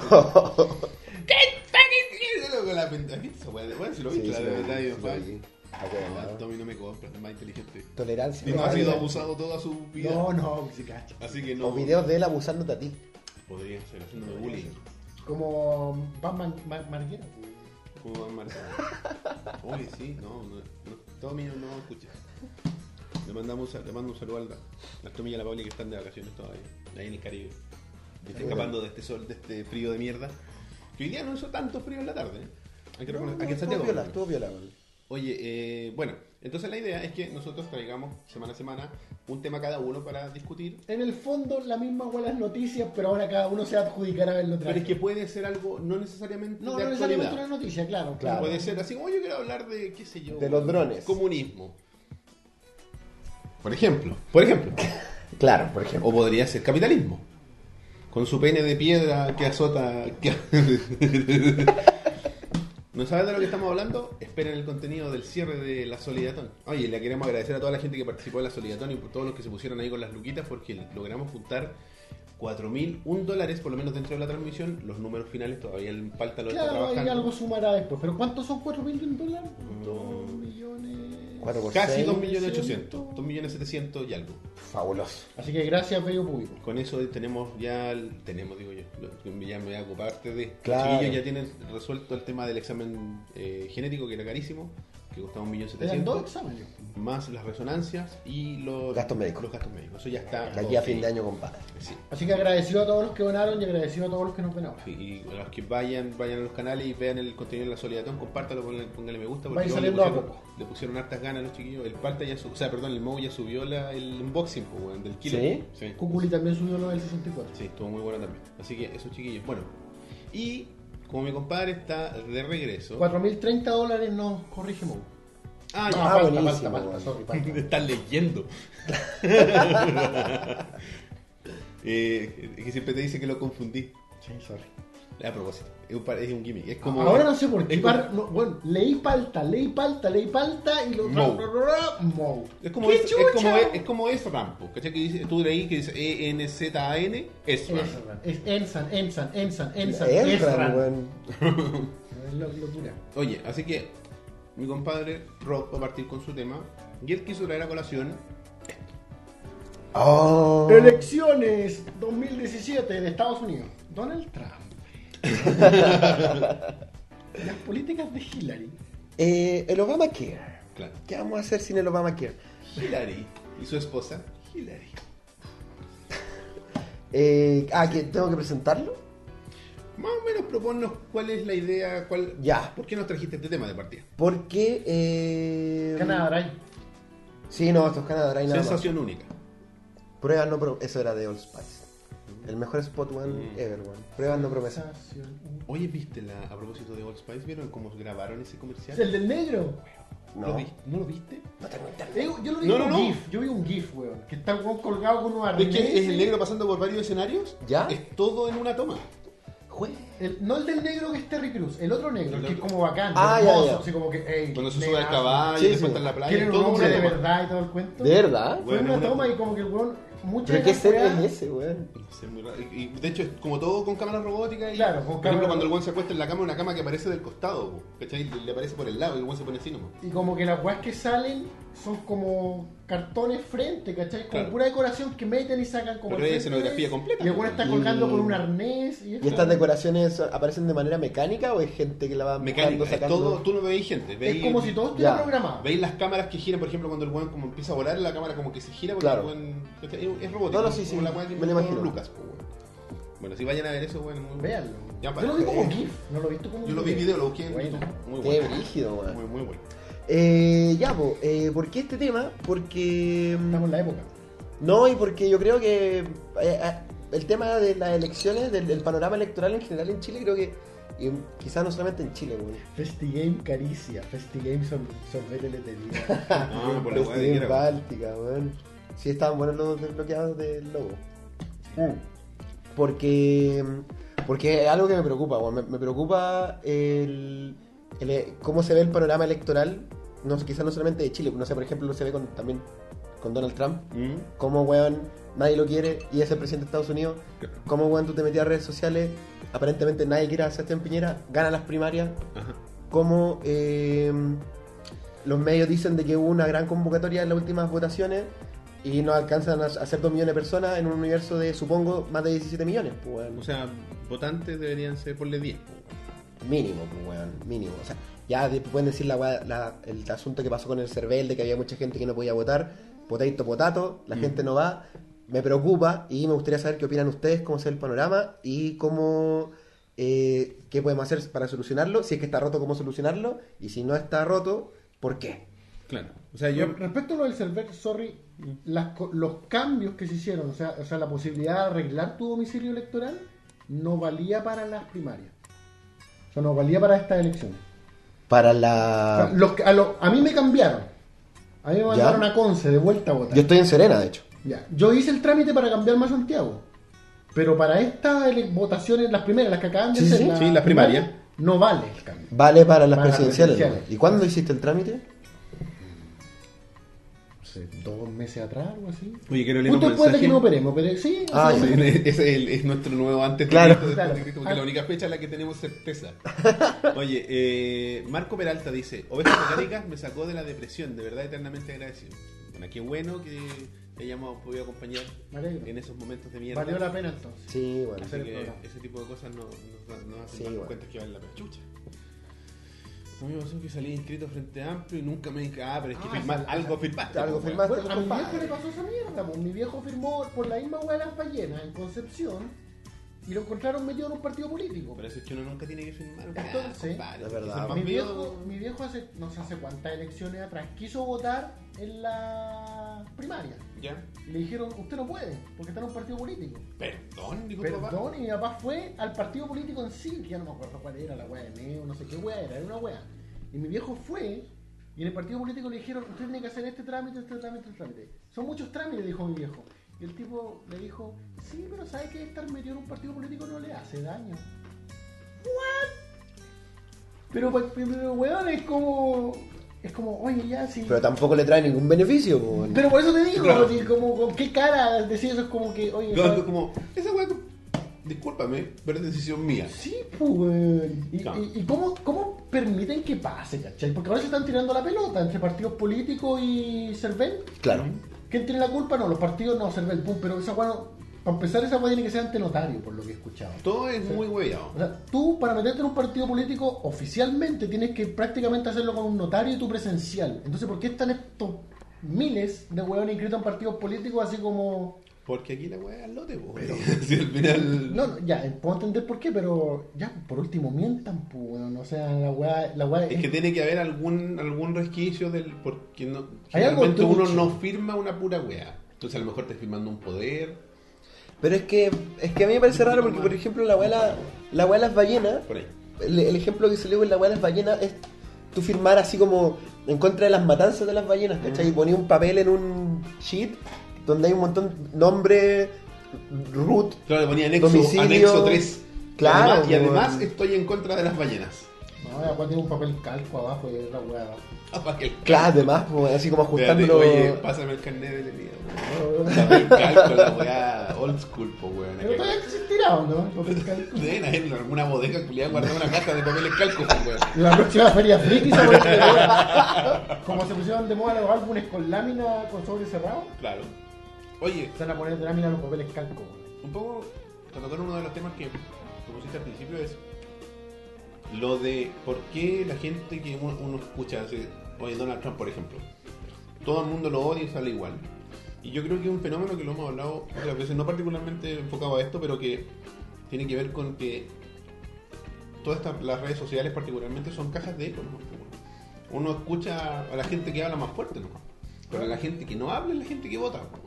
[SPEAKER 1] ¿Qué fucking- qué loco, la pen- ¿Has visto esa wea? Bueno, si lo viste, la de verdad, y papá.
[SPEAKER 2] Ah,
[SPEAKER 1] No, Tommy no me compra, es más inteligente.
[SPEAKER 2] Tolerancia.
[SPEAKER 1] Y no ha sido
[SPEAKER 2] Tolerancia.
[SPEAKER 1] abusado toda su vida.
[SPEAKER 3] No, no, se cacha.
[SPEAKER 1] Así que no.
[SPEAKER 2] O videos de él abusándote a ti.
[SPEAKER 1] Podría ser, haciéndome bullying.
[SPEAKER 3] Como Batman Mar Marguera.
[SPEAKER 1] ¿Cómo van marcando? Oye, sí, no, no, no, Tommy no, no escucha. Le, mandamos, un sal- le mando un saludo a la- las Tommy y a la Pauli que están de vacaciones todavía, ahí en el Caribe. Y está escapando de este sol, de este frío de mierda. Que hoy día no hizo tanto frío en la tarde. ¿eh? Hay que
[SPEAKER 2] No,
[SPEAKER 1] reconocer-
[SPEAKER 2] no,
[SPEAKER 1] aquí en
[SPEAKER 2] Estuvo
[SPEAKER 1] Santiago.
[SPEAKER 2] viola,
[SPEAKER 1] ¿no?
[SPEAKER 2] estuvo viola, weón.
[SPEAKER 1] Oye, eh, bueno, entonces la idea es que nosotros traigamos semana a semana un tema cada uno para discutir.
[SPEAKER 3] En el fondo, la misma buenas noticias, pero ahora cada uno se adjudicará a verlo otra
[SPEAKER 1] Pero es
[SPEAKER 3] vez.
[SPEAKER 1] que puede ser algo no necesariamente
[SPEAKER 3] No,
[SPEAKER 1] de
[SPEAKER 3] no necesariamente una
[SPEAKER 1] actualidad.
[SPEAKER 3] noticia, claro.
[SPEAKER 2] Claro.
[SPEAKER 1] Puede ser así como yo quiero hablar de, qué sé yo,
[SPEAKER 2] De los drones.
[SPEAKER 1] Comunismo. Por ejemplo, por ejemplo.
[SPEAKER 2] Claro, por ejemplo.
[SPEAKER 1] O podría ser capitalismo. Con su pene de piedra que azota. que- ¿No sabes de lo que estamos hablando? Esperen el contenido del cierre de la Solidatón. Oye, le queremos agradecer a toda la gente que participó de la Solidatón y por todos los que se pusieron ahí con las luquitas porque logramos juntar 4.001 dólares, por lo menos dentro de la transmisión. Los números finales todavía el falta lo está
[SPEAKER 3] Claro, ahí
[SPEAKER 1] trabajando.
[SPEAKER 3] algo sumará después. ¿Pero cuántos son 4 mil dólares?
[SPEAKER 1] Mm.
[SPEAKER 3] 2 millones.
[SPEAKER 2] Cuatro por
[SPEAKER 1] Casi
[SPEAKER 2] seis.
[SPEAKER 1] 2.800.000, 2.700.000 y algo.
[SPEAKER 2] Fabuloso.
[SPEAKER 3] Así que gracias, bello público.
[SPEAKER 1] Con eso tenemos ya, el- tenemos digo yo, lo- ya me voy a ocuparte de...
[SPEAKER 2] Claro.
[SPEAKER 1] Chiquillos ya tienen resuelto el tema del examen eh, genético que era carísimo, que costaba
[SPEAKER 3] Eran dos
[SPEAKER 1] 1.700.000,
[SPEAKER 3] exámenes.
[SPEAKER 1] más las resonancias y los
[SPEAKER 2] Gastos médicos.
[SPEAKER 1] Los gastos médicos, eso ya está...
[SPEAKER 2] De aquí a
[SPEAKER 1] ok.
[SPEAKER 2] fin de año, compadre.
[SPEAKER 1] Sí.
[SPEAKER 3] Así que agradecido a todos los que donaron y agradecido a todos los que nos ven ahora.
[SPEAKER 1] Y- Y los que vayan, vayan a los canales y vean el contenido de la Solidatón, compártalo, ponle- póngale me gusta.
[SPEAKER 3] Vayan
[SPEAKER 1] yo
[SPEAKER 3] saliendo a
[SPEAKER 1] le, pusieron,
[SPEAKER 3] poco.
[SPEAKER 1] le pusieron hartas ganas a los chiquillos. El Palta ya su- o sea, perdón, el Mou ya subió la- el unboxing pues, weón, del kilo.
[SPEAKER 2] ¿Sí?
[SPEAKER 1] Sí.
[SPEAKER 3] Cuculi también subió lo del 64.
[SPEAKER 1] Sí, estuvo muy bueno también. Así que esos chiquillos. Bueno, y como mi compadre está de regreso.
[SPEAKER 3] 4.030 dólares nos corrigimos.
[SPEAKER 1] Ah,
[SPEAKER 3] No,
[SPEAKER 1] ya,
[SPEAKER 2] Ah,
[SPEAKER 3] falta,
[SPEAKER 2] buenísimo,
[SPEAKER 3] falta, falta,
[SPEAKER 2] bueno.
[SPEAKER 3] sorry, falta.
[SPEAKER 1] Están leyendo. Eh, que siempre te dice que lo confundí.
[SPEAKER 3] Sí, sorry.
[SPEAKER 1] A propósito, es un, par- es un gimmick. Es como.
[SPEAKER 3] Ahora no sé por qué.
[SPEAKER 1] es como-
[SPEAKER 3] par- no, bueno, leí palta, leí palta, leí palta y lo.
[SPEAKER 1] Mou.
[SPEAKER 3] Mou.
[SPEAKER 1] Es como,
[SPEAKER 3] ¡Qué
[SPEAKER 1] es, es
[SPEAKER 3] chucha!
[SPEAKER 1] como es, es como Ezram, po, ¿cachai? Que dice, tú leí que E dice E-N-Z-A-N, Ezram.
[SPEAKER 3] Es Ensan, Ensan, Ensan, Ensan.
[SPEAKER 2] Entra,
[SPEAKER 3] Ensan.
[SPEAKER 2] weón.
[SPEAKER 3] Es lo- locura.
[SPEAKER 1] Oye, así que mi compadre Rob va a partir con su tema y él quiso traer a colación
[SPEAKER 2] Oh.
[SPEAKER 3] Elecciones 2017 de Estados Unidos. Donald Trump. Las políticas de Hillary.
[SPEAKER 2] Eh, el Obamacare.
[SPEAKER 1] claro,
[SPEAKER 2] ¿Qué vamos a hacer sin el Obamacare?
[SPEAKER 1] Hillary y su esposa Hillary.
[SPEAKER 2] Eh, ah, que tengo que presentarlo.
[SPEAKER 1] Más o menos proponnos cuál es la idea, cuál,
[SPEAKER 2] Ya.
[SPEAKER 1] ¿por qué nos trajiste este tema de partida?
[SPEAKER 2] Porque. Eh...
[SPEAKER 3] Canadá, Brian.
[SPEAKER 2] Sí, no, esto es Canadá, Dry nada más.
[SPEAKER 1] Sensación única.
[SPEAKER 2] Pruebas no promesas. Eso era de Old Spice. El mejor spot one
[SPEAKER 1] Mm.
[SPEAKER 2] ever, weón. Pruebas no promesas.
[SPEAKER 1] Oye, ¿viste la, a propósito de Old Spice? ¿Vieron cómo grabaron ese comercial?
[SPEAKER 3] ¿Es el del negro? Eh,
[SPEAKER 1] ¿Lo
[SPEAKER 2] No.
[SPEAKER 1] vi- ¿No lo viste?
[SPEAKER 2] No tengo internet.
[SPEAKER 3] Yo, yo lo vi
[SPEAKER 1] No,
[SPEAKER 3] en
[SPEAKER 1] no,
[SPEAKER 3] un
[SPEAKER 1] no.
[SPEAKER 3] GIF. Yo vi un GIF, weón. Que está el weón colgado con un
[SPEAKER 1] ¿Ves
[SPEAKER 3] arnés.
[SPEAKER 1] que es el negro pasando por varios escenarios?
[SPEAKER 2] ¿Ya?
[SPEAKER 1] Es todo en una toma.
[SPEAKER 2] Jue-
[SPEAKER 3] El- no el del negro que es Terry Cruz, el otro negro,
[SPEAKER 1] El
[SPEAKER 3] que es
[SPEAKER 1] otro.
[SPEAKER 3] como bacán,
[SPEAKER 2] Ah, ya,
[SPEAKER 3] hermoso,
[SPEAKER 2] ya.
[SPEAKER 3] así como que, ey,
[SPEAKER 1] Cuando se sube
[SPEAKER 3] negrazo.
[SPEAKER 1] al caballo,
[SPEAKER 2] Sí,
[SPEAKER 1] y
[SPEAKER 2] sí.
[SPEAKER 1] después está en la playa.
[SPEAKER 3] Quieren
[SPEAKER 1] y
[SPEAKER 3] un
[SPEAKER 1] todo
[SPEAKER 3] hombre
[SPEAKER 1] se
[SPEAKER 3] de
[SPEAKER 1] toma.
[SPEAKER 3] verdad y todo el cuento.
[SPEAKER 2] ¿De verdad?
[SPEAKER 1] Bueno,
[SPEAKER 3] Fue una
[SPEAKER 1] una-
[SPEAKER 3] toma y como que el weón, muchas
[SPEAKER 2] ¿Pero qué set
[SPEAKER 3] weas-
[SPEAKER 2] es ese, weón?
[SPEAKER 1] No sé, muy raro. Y, y, de hecho, es como todo con cámaras robóticas. Y,
[SPEAKER 3] Claro, con
[SPEAKER 1] por
[SPEAKER 3] cámaras-
[SPEAKER 1] ejemplo, cuando el guan se acuesta en la cama, una cama que aparece del costado, po, ¿cachai? Le le aparece por el lado y el guan se pone así nomás.
[SPEAKER 3] Y como que las weas que salen son como cartones frente, ¿cachai? Como
[SPEAKER 1] Claro.
[SPEAKER 3] pura decoración que meten y sacan como.
[SPEAKER 1] Pero
[SPEAKER 3] el
[SPEAKER 1] hay
[SPEAKER 3] frente.
[SPEAKER 1] escenografía completa.
[SPEAKER 3] Y el weón está colgando
[SPEAKER 2] Y-
[SPEAKER 3] con un arnés. Y,
[SPEAKER 2] Mm. ¿Y estas decoraciones son- aparecen de manera mecánica o es gente que la va
[SPEAKER 1] Mecánica,
[SPEAKER 2] buscando,
[SPEAKER 1] es eh, todo, tú no veis gente. Veis,
[SPEAKER 3] Es como si todo estuviera
[SPEAKER 2] Ya.
[SPEAKER 3] programado.
[SPEAKER 1] veis las cámaras que giran, por ejemplo, cuando el guan como empieza a volar, la cámara como que se gira porque
[SPEAKER 2] Claro.
[SPEAKER 1] el guan- ¿cachai? es, es robótico.
[SPEAKER 2] No, no, sí, sí,
[SPEAKER 1] como la guan que
[SPEAKER 2] me lo
[SPEAKER 1] inventó
[SPEAKER 2] imagino.
[SPEAKER 1] Lucas, po, weón. Bueno, si vayan a ver eso, bueno, muy
[SPEAKER 3] Véanlo.
[SPEAKER 1] Ya,
[SPEAKER 3] Yo lo vi
[SPEAKER 1] para-
[SPEAKER 3] como GIF, no lo he visto como
[SPEAKER 1] Yo lo vi en video, lo busqué en
[SPEAKER 3] Bueno.
[SPEAKER 1] YouTube. Muy
[SPEAKER 2] Qué
[SPEAKER 1] bueno.
[SPEAKER 2] brígido, weón.
[SPEAKER 1] Muy, muy bueno.
[SPEAKER 2] Eh, ya, po, eh, ¿por qué este tema? Porque... mm,
[SPEAKER 3] Estamos en la época.
[SPEAKER 2] No, y porque yo creo que eh, eh, el tema de las elecciones, del, del panorama electoral en general en Chile, creo que, y quizás no solamente en Chile, weón.
[SPEAKER 3] Festigame caricia, Festigame son sorbete letería.
[SPEAKER 1] Ah, por la weá
[SPEAKER 2] Pero estoy
[SPEAKER 1] que
[SPEAKER 2] en
[SPEAKER 1] era, weón.
[SPEAKER 2] Báltica, weón. Sí, estaban buenos los desbloqueados del lobo. Porque. Porque es algo que me preocupa, weón. Me, me preocupa el, el- eh, cómo se ve el panorama electoral. No, quizás no solamente de Chile, no sé, por ejemplo, se ve con, también con Donald Trump.
[SPEAKER 1] Mm.
[SPEAKER 2] Cómo, weón, nadie lo quiere y es el presidente de Estados Unidos. Cómo, weón, tú te metías a redes sociales. Aparentemente nadie quiere a Sebastián Piñera. Gana las primarias
[SPEAKER 1] Ajá.
[SPEAKER 2] como eh, los medios dicen de que hubo una gran convocatoria en las últimas votaciones y no alcanzan a hacer 2 millones de personas en un universo de, supongo, más de 17 millones, pues, weón.
[SPEAKER 1] O sea, votantes deberían ser por 10. po, weón.
[SPEAKER 2] mínimo, pues, weón, mínimo. O sea, ya después pueden decir la, weá- la- el asunto que pasó con el CERVEL, de que había mucha gente que no podía votar, potato, potato, la gente no va, me preocupa y me gustaría saber qué opinan ustedes, cómo se ve el panorama y cómo... eh, ¿Qué podemos hacer para solucionarlo? Si es que está roto, ¿cómo solucionarlo? Y si no está roto, ¿por qué?
[SPEAKER 1] Claro. O sea, yo.
[SPEAKER 3] Re- Respecto a lo del server, sorry, las co- los cambios que se hicieron, o sea, o sea, la posibilidad de arreglar tu domicilio electoral, no valía para las primarias. O sea, no valía para estas elecciones.
[SPEAKER 2] Para
[SPEAKER 3] O sea,
[SPEAKER 2] la.
[SPEAKER 3] los que- a, lo- a mí me cambiaron. A mí me mandaron
[SPEAKER 2] Ah. ¿Ya?
[SPEAKER 3] a Conce de vuelta a votar.
[SPEAKER 2] Yo estoy en Serena, de hecho.
[SPEAKER 3] Ya, Yo hice el trámite para cambiarme a Santiago. Pero para estas ele- votaciones, las primeras, las que acaban de
[SPEAKER 2] Sí,
[SPEAKER 3] hacer,
[SPEAKER 2] sí.
[SPEAKER 3] la
[SPEAKER 1] Sí, las primarias.
[SPEAKER 3] primaria, no vale el cambio.
[SPEAKER 2] Vale para las
[SPEAKER 3] Para las
[SPEAKER 2] presidenciales.
[SPEAKER 3] presidenciales.
[SPEAKER 2] ¿no? ¿Y cuándo hiciste el trámite?
[SPEAKER 3] sé, dos meses atrás, algo así.
[SPEAKER 1] Oye, quiero leer un
[SPEAKER 3] Justo después de
[SPEAKER 1] mensaje.
[SPEAKER 3] que nos operemos, pero sí. hace
[SPEAKER 2] Ah,
[SPEAKER 3] dos
[SPEAKER 2] sí.
[SPEAKER 3] meses.
[SPEAKER 1] Ese es, el- es nuestro nuevo antes de
[SPEAKER 2] Claro.
[SPEAKER 1] Cristo, después de
[SPEAKER 3] Claro.
[SPEAKER 1] Cristo, porque es la única fecha en la que tenemos certeza. Oye, eh, Marco Peralta dice, Ovejas Mecánicas me sacó de la depresión, de verdad eternamente agradecido. Bueno, qué bueno que hayamos podido acompañar
[SPEAKER 3] Me alegro.
[SPEAKER 1] en esos momentos de mierda.
[SPEAKER 3] Valió la pena entonces.
[SPEAKER 2] Sí,
[SPEAKER 1] Así
[SPEAKER 2] bueno.
[SPEAKER 3] hacer el
[SPEAKER 1] que
[SPEAKER 3] programa.
[SPEAKER 1] ese tipo de cosas nos, nos, nos hacen
[SPEAKER 2] Sí,
[SPEAKER 1] dar
[SPEAKER 2] bueno.
[SPEAKER 1] cuenta que vale la pena. Chucha. A mí me pasó que salí inscrito frente a amplio y nunca me dije, ah, pero es que
[SPEAKER 3] Ah,
[SPEAKER 1] firma-
[SPEAKER 3] sí,
[SPEAKER 1] algo firmaste.
[SPEAKER 2] Algo
[SPEAKER 1] pues, weón.
[SPEAKER 2] firmaste,
[SPEAKER 3] Bueno, a mi viejo le
[SPEAKER 2] compadre.
[SPEAKER 3] pasó esa mierda, pues. mi viejo firmó por la misma hueá de las ballenas en Concepción y lo encontraron metido en un partido político.
[SPEAKER 1] Pero eso es que uno nunca tiene que firmar.
[SPEAKER 3] Entonces,
[SPEAKER 1] Entonces, compadre,
[SPEAKER 2] es
[SPEAKER 1] porque
[SPEAKER 2] verdad.
[SPEAKER 1] son más
[SPEAKER 3] mi,
[SPEAKER 1] viejos.
[SPEAKER 3] viejo, mi viejo hace no sé hace cuántas elecciones atrás quiso votar en la primaria.
[SPEAKER 1] Ya.
[SPEAKER 3] Y le dijeron, usted no puede, porque está en un partido político.
[SPEAKER 1] Perdón, dijo tu papá.
[SPEAKER 3] Perdón, y mi papá fue al partido político en sí, que ya no me acuerdo cuál era, la wea de Neo, no sé qué wea era, era una wea. Y mi viejo fue, y en el partido político le dijeron, usted tiene que hacer este trámite, este trámite, este trámite. Son muchos trámites, dijo mi viejo. Y el tipo le dijo, sí, pero sabe que estar metido en un partido político no le hace daño. ¿What? Pero, pa- pero weón, es como, es como, oye, ya, sí.
[SPEAKER 2] Pero tampoco le trae ningún beneficio, po, weón.
[SPEAKER 3] Pero por eso te digo,
[SPEAKER 1] Claro.
[SPEAKER 3] así como, con qué cara decir eso es como que, oye,
[SPEAKER 1] Yo
[SPEAKER 3] ¿sabes?
[SPEAKER 1] ando como, esa weá, discúlpame, pero es decisión mía.
[SPEAKER 3] Sí, pues, weón. ¿Y,
[SPEAKER 1] Claro.
[SPEAKER 3] y- y cómo, cómo permiten que pase, cachai? Porque ahora se están tirando la pelota entre partidos políticos y Cervel.
[SPEAKER 2] Claro.
[SPEAKER 3] ¿Quién tiene la culpa? No, los partidos no, Cervel, pum. Pero esa weá, no- para empezar, esa weá tiene que ser ante notario, por lo que he escuchado.
[SPEAKER 1] Todo es muy hueveado.
[SPEAKER 3] O sea, tú para meterte en un partido político oficialmente tienes que prácticamente hacerlo con un notario y tu presencial. Entonces, ¿por qué están estos miles de weones inscritos en partidos políticos así como...
[SPEAKER 1] Porque aquí la weá es al lote, po. Si al final.
[SPEAKER 3] No, no, ya, eh, puedo entender por qué, pero ya, por último, mientan, pues, weón. O sea, la weá, la weá
[SPEAKER 1] Es que tiene que haber algún algún resquicio del. Porque no,
[SPEAKER 3] Hay algo
[SPEAKER 1] generalmente uno
[SPEAKER 3] trucho.
[SPEAKER 1] no firma una pura weá. Entonces a lo mejor te firmando un poder.
[SPEAKER 2] Pero es que, es que a mí me parece raro porque, por ejemplo, la abuela, la abuela de las ballenas,
[SPEAKER 1] Por ahí.
[SPEAKER 2] el, el ejemplo que se dio con la abuela de las ballenas es tú firmar así como en contra de las matanzas de las ballenas, ¿cachai? Y ponía un papel en un sheet donde hay un montón de nombre, root,
[SPEAKER 1] Claro, le ponía anexo,
[SPEAKER 2] Domicilio.
[SPEAKER 1] anexo 3.
[SPEAKER 2] Claro,
[SPEAKER 1] y
[SPEAKER 2] weón.
[SPEAKER 1] además estoy en contra de las ballenas.
[SPEAKER 3] No, la weá tiene un papel calco abajo y es la weá abajo.
[SPEAKER 1] Ah, pa' que-
[SPEAKER 2] claro, además, pues, así como
[SPEAKER 1] Espérate,
[SPEAKER 2] ajustándolo.
[SPEAKER 1] Oye, pásame el carnet de Elías, weón. Papel calco, la weá old school, po, weón.
[SPEAKER 3] Pero todavía existirá, ¿o no? El papel calco.
[SPEAKER 1] Deben haber en alguna bodega que le han guardado una caja de papeles calco, weón.
[SPEAKER 3] La próxima feria friki se pone de moda. Como se pusieron de moda los álbumes con lámina, con sobre cerrado,
[SPEAKER 1] Claro. Oye,
[SPEAKER 3] se van a poner de lámina los papeles calco, weón.
[SPEAKER 1] un poco tratando uno de los temas que pusiste al principio es lo de por qué la gente que uno, uno escucha, así, oye Donald Trump por ejemplo, todo el mundo lo odia y sale igual. Y yo creo que es un fenómeno que lo hemos hablado otras veces, no particularmente enfocado a esto, pero que tiene que ver con que todas estas, las redes sociales particularmente son cajas de eco. ¿no? Uno escucha a la gente que habla más fuerte, ¿no? pero a la gente que no habla es la gente que vota. ¿no?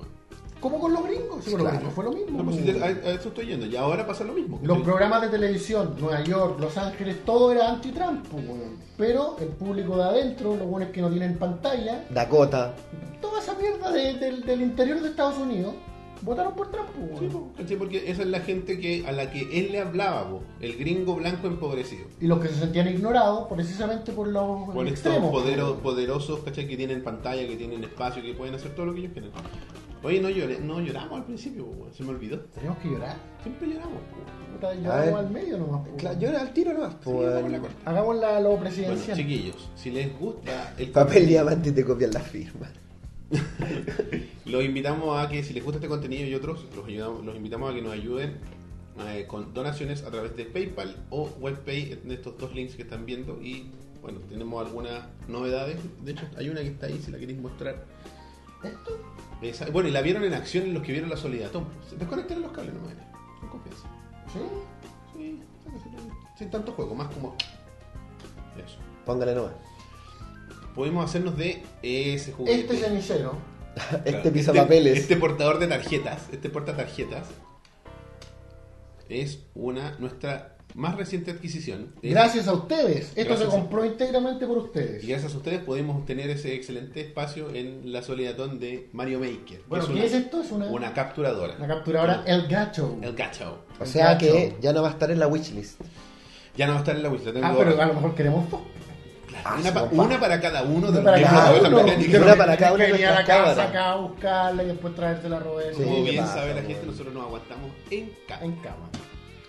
[SPEAKER 3] Como con los gringos, sí, con los
[SPEAKER 2] Claro.
[SPEAKER 3] gringos fue lo mismo.
[SPEAKER 1] No, pues,
[SPEAKER 3] weón.
[SPEAKER 1] a, a eso estoy yendo. Y ahora pasa lo mismo.
[SPEAKER 3] Los
[SPEAKER 1] Sí.
[SPEAKER 3] programas de televisión, Nueva York, Los Ángeles, todo era anti-Trump, pues, weón. Pero el público de adentro, los buenos que no tienen pantalla,
[SPEAKER 2] Dakota.
[SPEAKER 3] toda esa mierda de- del, del interior de Estados Unidos, votaron por Trump, pues,
[SPEAKER 1] Sí,
[SPEAKER 3] weón.
[SPEAKER 1] po, ¿cachai? porque esa es la gente que a la que él le hablaba, po, el gringo blanco empobrecido.
[SPEAKER 3] Y los que se sentían ignorados, precisamente por los
[SPEAKER 1] Por estos
[SPEAKER 3] extremos.
[SPEAKER 1] podero- poderosos ¿cachai? que tienen pantalla, que tienen espacio, que pueden hacer todo lo que ellos quieren. Oye, no, lloré, no lloramos al principio, po, weón, se me olvidó.
[SPEAKER 3] Tenemos que llorar.
[SPEAKER 1] Siempre lloramos. po.
[SPEAKER 3] Puta,
[SPEAKER 2] ver.
[SPEAKER 3] Lloramos al medio nomás. po.
[SPEAKER 2] Claro, yo era al tiro nomás,
[SPEAKER 1] Sí,
[SPEAKER 2] pues.
[SPEAKER 1] vamos a la corte.
[SPEAKER 3] Hagamos la, lo
[SPEAKER 1] Bueno,
[SPEAKER 3] presidencial.
[SPEAKER 1] chiquillos, si les gusta el
[SPEAKER 2] papel diamante y te copian la firma.
[SPEAKER 1] Los invitamos a que si les gusta este contenido y otros, los, ayudamos, los invitamos a que nos ayuden eh, con donaciones a través de PayPal o WebPay en estos dos links que están viendo. Y bueno, tenemos algunas novedades. De hecho, hay una que está ahí si la queréis mostrar.
[SPEAKER 3] ¿Esto?
[SPEAKER 1] Esa- bueno, y la vieron en acción en los que vieron la soledad. Tom, desconectaron los cables nomás. era. Con confianza.
[SPEAKER 3] ¿Sí?
[SPEAKER 1] Sí, sin tanto juego, más como. Eso.
[SPEAKER 2] Póngale nomás.
[SPEAKER 1] Podemos hacernos de ese juguete.
[SPEAKER 3] Este cenicero.
[SPEAKER 2] Este
[SPEAKER 1] Claro,
[SPEAKER 2] pisa papeles.
[SPEAKER 1] Este portador de tarjetas, este porta tarjetas, es una nuestra más reciente adquisición. Es-
[SPEAKER 3] Gracias a ustedes. Esto
[SPEAKER 1] Gracias.
[SPEAKER 3] se compró íntegramente por
[SPEAKER 1] y
[SPEAKER 3] ustedes.
[SPEAKER 1] gracias a ustedes podemos tener ese excelente espacio en la solidatón de Mario Maker. que
[SPEAKER 3] Bueno,
[SPEAKER 1] es
[SPEAKER 3] ¿qué
[SPEAKER 1] una,
[SPEAKER 3] es esto? Es una,
[SPEAKER 1] una capturadora.
[SPEAKER 3] una capturadora El Gacho.
[SPEAKER 1] El gacho.
[SPEAKER 2] O sea
[SPEAKER 3] Gacho.
[SPEAKER 2] que ya no va a estar en la wishlist.
[SPEAKER 1] Ya no va a estar en la Wii, la tengo
[SPEAKER 3] Ah,
[SPEAKER 1] ahora.
[SPEAKER 3] pero a lo mejor queremos dos.
[SPEAKER 2] Ah,
[SPEAKER 1] Una, pa-
[SPEAKER 2] su papá.
[SPEAKER 1] una para cada uno de
[SPEAKER 3] Una
[SPEAKER 1] los
[SPEAKER 3] para
[SPEAKER 1] miembros
[SPEAKER 2] cada
[SPEAKER 1] de la
[SPEAKER 2] uno.
[SPEAKER 1] mecánica.
[SPEAKER 2] Una para cada una
[SPEAKER 3] que
[SPEAKER 2] de
[SPEAKER 3] venir a la
[SPEAKER 2] nuestras
[SPEAKER 3] casa
[SPEAKER 2] cámaras.
[SPEAKER 3] acá a buscarla y después traérsela a Roberto.
[SPEAKER 2] Sí,
[SPEAKER 1] Como
[SPEAKER 2] ¿qué
[SPEAKER 1] bien
[SPEAKER 2] pasa,
[SPEAKER 1] sabe la
[SPEAKER 2] weón?
[SPEAKER 1] gente, nosotros nos aguantamos en casa.
[SPEAKER 3] En cama.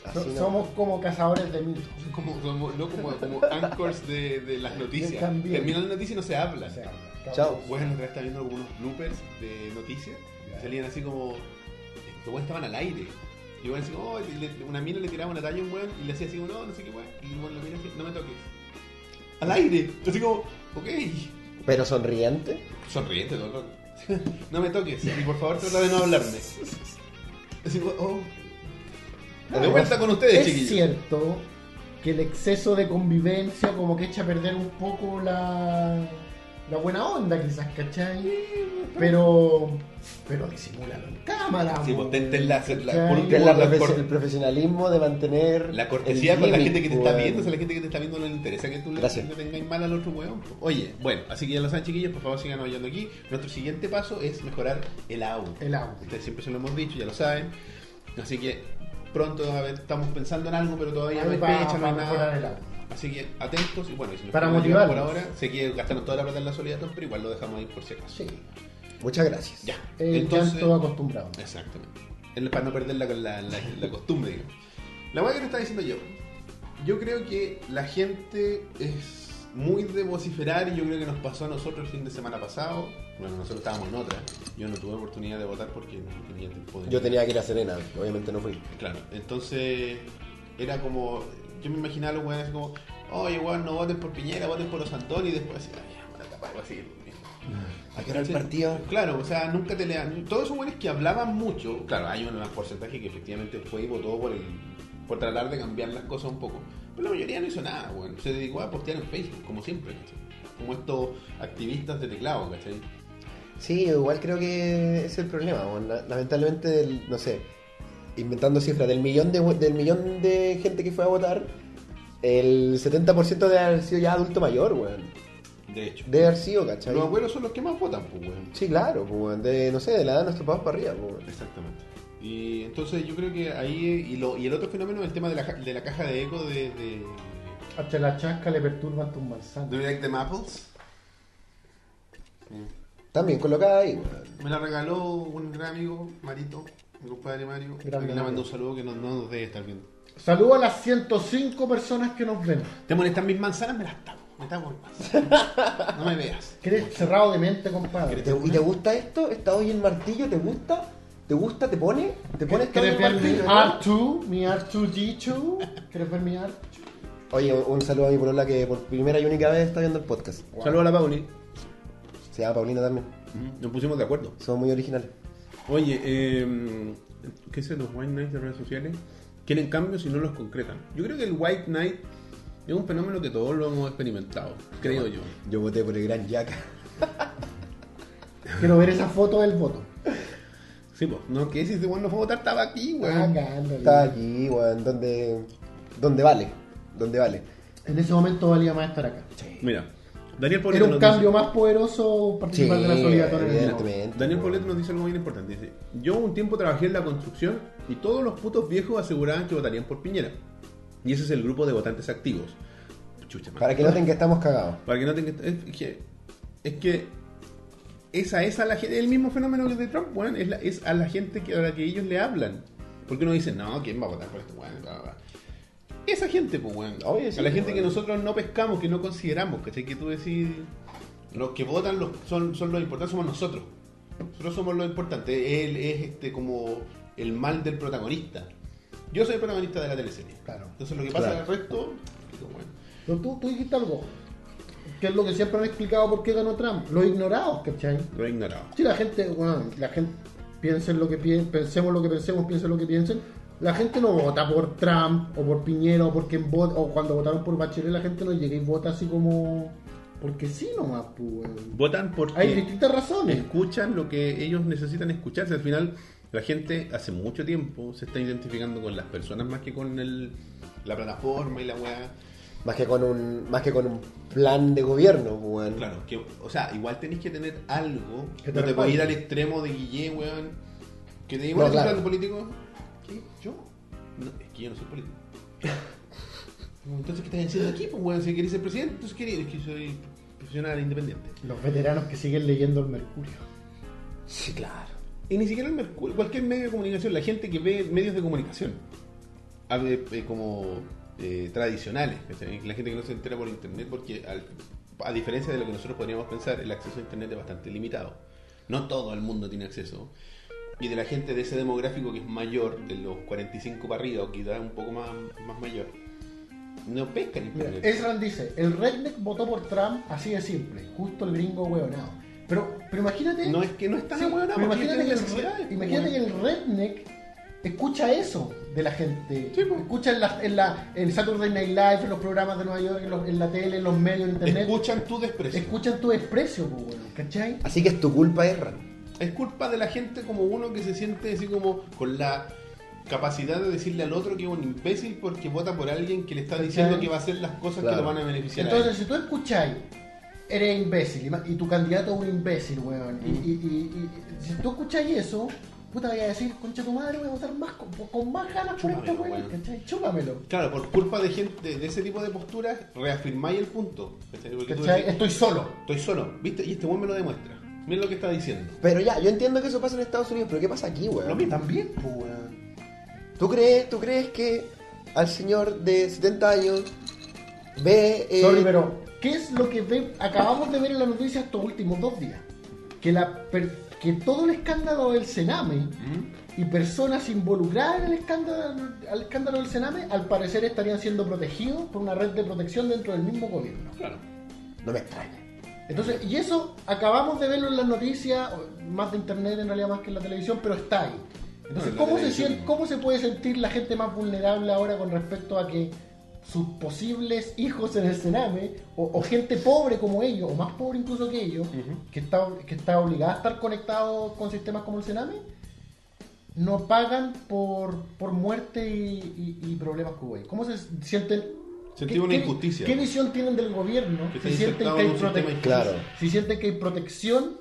[SPEAKER 2] Así
[SPEAKER 3] So-
[SPEAKER 2] no-
[SPEAKER 3] Somos como cazadores de mitos.
[SPEAKER 1] Como, como, no, como, como anchors de, de las noticias.
[SPEAKER 3] también.
[SPEAKER 1] Termina la noticia y no se habla.
[SPEAKER 3] O sea,
[SPEAKER 2] Chao.
[SPEAKER 3] cabrón.
[SPEAKER 1] Bueno, otra vez estaba viendo algunos bloopers de noticias. y Salían así como. Los weones estaban al aire. Y bueno, así como. oh, y le- una mina le tiraba una talla a un weón y le hacía así como, no, no sé qué weón. Y bueno, lo mira así, no me toques. Al aire. Así como, ok.
[SPEAKER 2] Pero sonriente.
[SPEAKER 1] Sonriente todo el rato. no me toques. Y por favor, trata de no hablarme. Así como, oh. De vuelta con ustedes,
[SPEAKER 3] Ah, Es
[SPEAKER 1] chiquillos.
[SPEAKER 3] cierto que el exceso de convivencia como que echa a perder un poco la, la buena onda, quizás, ¿cachai? Pero, pero disimúlalo en cámara.
[SPEAKER 1] pues. Sí,
[SPEAKER 3] po,
[SPEAKER 1] pues, ten- ten la- la-
[SPEAKER 3] ¿cachai?
[SPEAKER 1] por
[SPEAKER 2] Que es la
[SPEAKER 1] La
[SPEAKER 2] profe-
[SPEAKER 1] cor-
[SPEAKER 2] el profesionalismo de mantener.
[SPEAKER 1] La cortesía
[SPEAKER 2] el
[SPEAKER 1] con la
[SPEAKER 2] gimmick,
[SPEAKER 1] gente que te está
[SPEAKER 2] weón.
[SPEAKER 1] viendo, o sea, la gente que te está viendo no le interesa que tú le,
[SPEAKER 2] Gracias.
[SPEAKER 1] le tengáis mal al otro weón. po. Oye, bueno, así que ya lo saben, chiquillos, por favor sigan apoyando aquí. Nuestro siguiente paso es mejorar el audio.
[SPEAKER 3] El audio.
[SPEAKER 1] Ustedes siempre se lo hemos dicho, ya lo saben. Así que pronto a ver, estamos pensando en algo, pero todavía no hay
[SPEAKER 3] Para-
[SPEAKER 1] fecha, no hay
[SPEAKER 3] para mejorar el
[SPEAKER 1] nada.
[SPEAKER 3] audio.
[SPEAKER 1] Así que atentos y bueno, y si nos
[SPEAKER 3] Para
[SPEAKER 1] pueden ayudar por
[SPEAKER 3] motivarlos.
[SPEAKER 1] ahora, sé que gastaron toda la plata en la solidaridad, pero igual lo dejamos ahí por si acaso.
[SPEAKER 3] Sí,
[SPEAKER 2] Muchas gracias.
[SPEAKER 1] Ya.
[SPEAKER 3] el llanto acostumbrado.
[SPEAKER 1] Exactamente. El- para no perder la, la- la- la costumbre, digamos. La weá que te estaba diciendo yo. Yo creo que la gente es muy de vociferar y yo creo que nos pasó a nosotros el fin de semana pasado. Bueno, nosotros estábamos en otra. Yo no tuve oportunidad de votar porque no tenía tiempo de...
[SPEAKER 2] Yo tenía que ir a Serena, obviamente no fui.
[SPEAKER 1] Claro, entonces era como... Yo me imaginaba a los weones como... Oye, weón, no voten por Piñera, voten por los Antonio y después así... Ay, ya, puta, voy a seguir durmiendo".
[SPEAKER 2] ¿A qué hora Mm. el
[SPEAKER 1] Sí.
[SPEAKER 2] partido?
[SPEAKER 1] Claro, o sea, nunca te lean. Todos esos güeyes que hablaban mucho, claro, hay un porcentaje que efectivamente fue y votó por el por tratar de cambiar las cosas un poco. Pero la mayoría no hizo nada, güey. Se dedicó a postear en Facebook, como siempre, ¿cachai? Como estos activistas de teclado, ¿cachai?
[SPEAKER 2] Sí, igual creo que ese es el problema. weón. La- Lamentablemente, el- no sé, inventando cifras, del millón de, we- del millón de gente que fue a votar, el 70% debe haber sido ya adulto mayor, weón.
[SPEAKER 1] De hecho.
[SPEAKER 2] Debe haber sido, ¿cachai?
[SPEAKER 1] Los abuelos son los que más votan, pues, güey.
[SPEAKER 2] Sí, claro, pues, weón. De, no sé, de la edad de nuestros papás para arriba, pues, weón.
[SPEAKER 1] Exactamente. Y entonces yo creo que ahí. Y, lo, y el otro fenómeno es el tema de la, ja- de la caja de eco de. de
[SPEAKER 3] Hasta la chasca le perturban tus
[SPEAKER 1] ¿Do
[SPEAKER 3] manzanas.
[SPEAKER 1] you like them apples?
[SPEAKER 2] Están bien colocadas ahí, weón.
[SPEAKER 1] Me la regaló un gran amigo, Marito, mi compadre Mario.
[SPEAKER 3] Grande
[SPEAKER 1] que le mando
[SPEAKER 3] Mario.
[SPEAKER 1] un saludo que no, no nos debe estar viendo.
[SPEAKER 3] Saludo a las 105 personas que nos ven.
[SPEAKER 1] ¿Te molestan mis manzanas? Me las tapo. Me tapo el No me veas.
[SPEAKER 3] Que eres cerrado de mente, compadre.
[SPEAKER 2] ¿Y te- ¿Y te gusta esto? ¿Está hoy en martillo? ¿Te gusta? ¿Te gusta? ¿Te pone? ¿Te pone esta hoy en
[SPEAKER 3] ¿Quieres ver mi
[SPEAKER 2] martillo? no?
[SPEAKER 1] Ah.
[SPEAKER 3] R2? ¿Mi R2D2? ¿Quieres ver mi R2?
[SPEAKER 2] Oye, un saludo a mi polola que por primera y única vez está viendo el podcast.
[SPEAKER 1] Saludos a la Pauli.
[SPEAKER 2] Se llama Paulina también.
[SPEAKER 1] Nos pusimos de acuerdo.
[SPEAKER 2] Somos muy originales.
[SPEAKER 1] Oye, eh, ¿qué es los White Knights de redes sociales? Quieren cambios y no los concretan. Yo creo que el White Knight es un fenómeno que todos lo hemos experimentado, creo yo.
[SPEAKER 2] Yo voté por el gran Jack.
[SPEAKER 3] Quiero ver esa foto del voto.
[SPEAKER 1] Sí, pues. No, que si este weón no fue a votar, estaba aquí, weón.
[SPEAKER 2] Está
[SPEAKER 3] Acá,
[SPEAKER 2] aquí, weón, donde, donde vale. Donde vale.
[SPEAKER 3] en ese momento valía más estar acá.
[SPEAKER 4] Mira, Daniel Poblete
[SPEAKER 3] Era un
[SPEAKER 4] nos dice-
[SPEAKER 3] cambio más poderoso participar de la solidaridad en el
[SPEAKER 2] evidentemente,
[SPEAKER 3] mundo.
[SPEAKER 4] Daniel
[SPEAKER 2] weón.
[SPEAKER 4] Poblete nos dice algo bien importante. Dice, yo un tiempo trabajé en la construcción y todos los putos viejos aseguraban que votarían por Piñera. Y ese es el grupo de votantes activos. Chucha, man.
[SPEAKER 2] Para que noten que estamos cagados.
[SPEAKER 4] Para que no tenga... Es que... Es que esa es a la gente... El mismo fenómeno que de Trump, weón. Es, la- es a la gente que, a la que ellos le hablan. Porque uno dice, no, ¿quién va a votar por este weón? Bla, bla, bla. Esa gente, pues, weón.
[SPEAKER 2] Oye, sí,
[SPEAKER 4] a la gente
[SPEAKER 2] weón.
[SPEAKER 4] que nosotros no pescamos, que no consideramos,
[SPEAKER 1] ¿Cachai? Que tú decís, los que votan los, son, son los importantes, somos nosotros. Nosotros somos los importantes. Él es este como el mal del protagonista. Yo soy el protagonista de la teleserie.
[SPEAKER 3] Claro.
[SPEAKER 1] Entonces lo que pasa
[SPEAKER 2] Claro.
[SPEAKER 1] al resto, digo, bueno,
[SPEAKER 3] Pero tú, tú dijiste algo, que es lo que siempre han explicado por qué ganó Trump. Los ignorados, ¿cachai?
[SPEAKER 4] lo he ignorado.
[SPEAKER 3] Sí, la gente, bueno, la gente piensen lo que pien- pensemos lo que pensemos, piensen lo que piensen. La gente no vota por Trump o por Piñera o por quien vota, o cuando votaron por Bachelet la gente no llega y vota así como porque sí nomás, pues. weón.
[SPEAKER 4] Votan porque...
[SPEAKER 3] Hay distintas razones.
[SPEAKER 4] escuchan lo que ellos necesitan escucharse. Al final, la gente hace mucho tiempo se está identificando con las personas más que con el.
[SPEAKER 1] la plataforma y la weá.
[SPEAKER 2] Más que con un, más que con un plan de gobierno, pues, weón.
[SPEAKER 1] Claro, que, o sea, igual tenés que tener algo.
[SPEAKER 3] Que
[SPEAKER 1] no
[SPEAKER 3] te
[SPEAKER 1] te
[SPEAKER 3] respalde.
[SPEAKER 1] podés ir al extremo de Guillén, weón. Que te digan,
[SPEAKER 2] No,
[SPEAKER 1] "Bueno, ¿es un
[SPEAKER 2] claro.
[SPEAKER 1] plan político? ¿Qué? ¿Yo? No, es que yo no soy político. Entonces, ¿qué estás haciendo aquí? Pues, weón, si querés ser presidente, entonces querés. Es que soy profesional independiente.
[SPEAKER 3] Los veteranos que siguen leyendo el Mercurio.
[SPEAKER 2] Sí, claro.
[SPEAKER 1] Y ni siquiera el Mercurio, cualquier medio de comunicación, la gente que ve medios de comunicación, a ver, eh, como eh, tradicionales, ¿cachai? la gente que no se entera por internet, porque al- a diferencia de lo que nosotros podríamos pensar, el acceso a internet es bastante limitado. No todo el mundo tiene acceso. Y de la gente de ese demográfico que es mayor, de los 45 para arriba, o quizás un poco más, más mayor, no pescan
[SPEAKER 3] Mira,
[SPEAKER 1] internet.
[SPEAKER 3] Ezran dice, el redneck votó por Trump así de simple, justo el gringo hueonado. Pero, pero imagínate,
[SPEAKER 1] No es que no es tan
[SPEAKER 3] sí,
[SPEAKER 1] ahueonado,
[SPEAKER 3] pero
[SPEAKER 1] porque
[SPEAKER 3] imagínate, que
[SPEAKER 1] tienen
[SPEAKER 3] el,
[SPEAKER 1] necesidades,
[SPEAKER 3] re-
[SPEAKER 1] pues,
[SPEAKER 3] imagínate que
[SPEAKER 1] weón.
[SPEAKER 3] el redneck escucha eso de la gente.
[SPEAKER 1] Sí, pues.
[SPEAKER 3] escucha en, la, en, la, en Saturday Night Live, en los programas de Nueva York, en, los- en la tele, en los medios, en internet.
[SPEAKER 1] Escuchan tu desprecio.
[SPEAKER 3] Escuchan tu desprecio, pues, weón, ¿cachai?
[SPEAKER 2] Así que es tu culpa, Erran.
[SPEAKER 1] Es culpa de la gente como uno que se siente así como con la capacidad de decirle al otro que es un imbécil porque vota por alguien que le está diciendo que va a hacer las cosas
[SPEAKER 2] Claro.
[SPEAKER 1] que lo van a beneficiar. a él.
[SPEAKER 3] Entonces, si tú escucháis, eres imbécil, y ma- y tu candidato es un imbécil, weón, y, y- y- y- si tú escucháis eso, puta, voy a decir, concha tu madre, voy a votar más, con, con más ganas por esta
[SPEAKER 1] Chúpamelo,
[SPEAKER 3] weón,
[SPEAKER 1] weón.
[SPEAKER 3] ¿cachai? Chúpamelo.
[SPEAKER 1] Claro, por culpa de gente de ese tipo de posturas, reafirmáis el punto. ¿cachai? Porque tú
[SPEAKER 3] ¿Cachai?
[SPEAKER 1] decís,
[SPEAKER 3] Estoy solo.
[SPEAKER 1] Estoy solo, ¿viste? Y este buen me lo demuestra. Mira lo que está diciendo.
[SPEAKER 2] Pero ya, yo entiendo que eso pasa en Estados Unidos, pero ¿qué pasa aquí, weón?
[SPEAKER 1] Lo mismo.
[SPEAKER 3] También, pues, weón.
[SPEAKER 2] ¿Tú crees, ¿Tú crees que al señor de 70 años ve... eh,
[SPEAKER 3] Sorry, pero, ¿qué es lo que ve- acabamos de ver en las noticias estos últimos dos días? Que, la per- que todo el escándalo del Sename y personas involucradas en el escándalo, al escándalo del Sename, al parecer estarían siendo protegidos por una red de protección dentro del mismo gobierno.
[SPEAKER 1] Claro.
[SPEAKER 2] No me extraña.
[SPEAKER 3] Entonces, y eso acabamos de verlo en las noticias, o más de internet en realidad más que en la televisión, pero está ahí.
[SPEAKER 1] No,
[SPEAKER 3] Entonces,
[SPEAKER 1] en la
[SPEAKER 3] ¿cómo se,
[SPEAKER 1] televisión.
[SPEAKER 3] sien- ¿cómo se puede sentir la gente más vulnerable ahora con respecto a que sus posibles hijos en el Sename, o, o gente pobre como ellos, o más pobre incluso que ellos, que, está, que está obligada a estar conectado con sistemas como el Sename, no pagan por, por muerte y, y- y problemas que hubo ahí? ¿Cómo se sienten?
[SPEAKER 1] Sentimos una
[SPEAKER 3] qué-
[SPEAKER 1] injusticia.
[SPEAKER 3] ¿Qué visión tienen del gobierno?
[SPEAKER 1] Que
[SPEAKER 3] Si
[SPEAKER 1] está
[SPEAKER 3] sienten
[SPEAKER 1] insertado
[SPEAKER 3] que hay
[SPEAKER 1] en un sistema
[SPEAKER 3] prote-
[SPEAKER 2] Claro.
[SPEAKER 3] si sientes que hay protección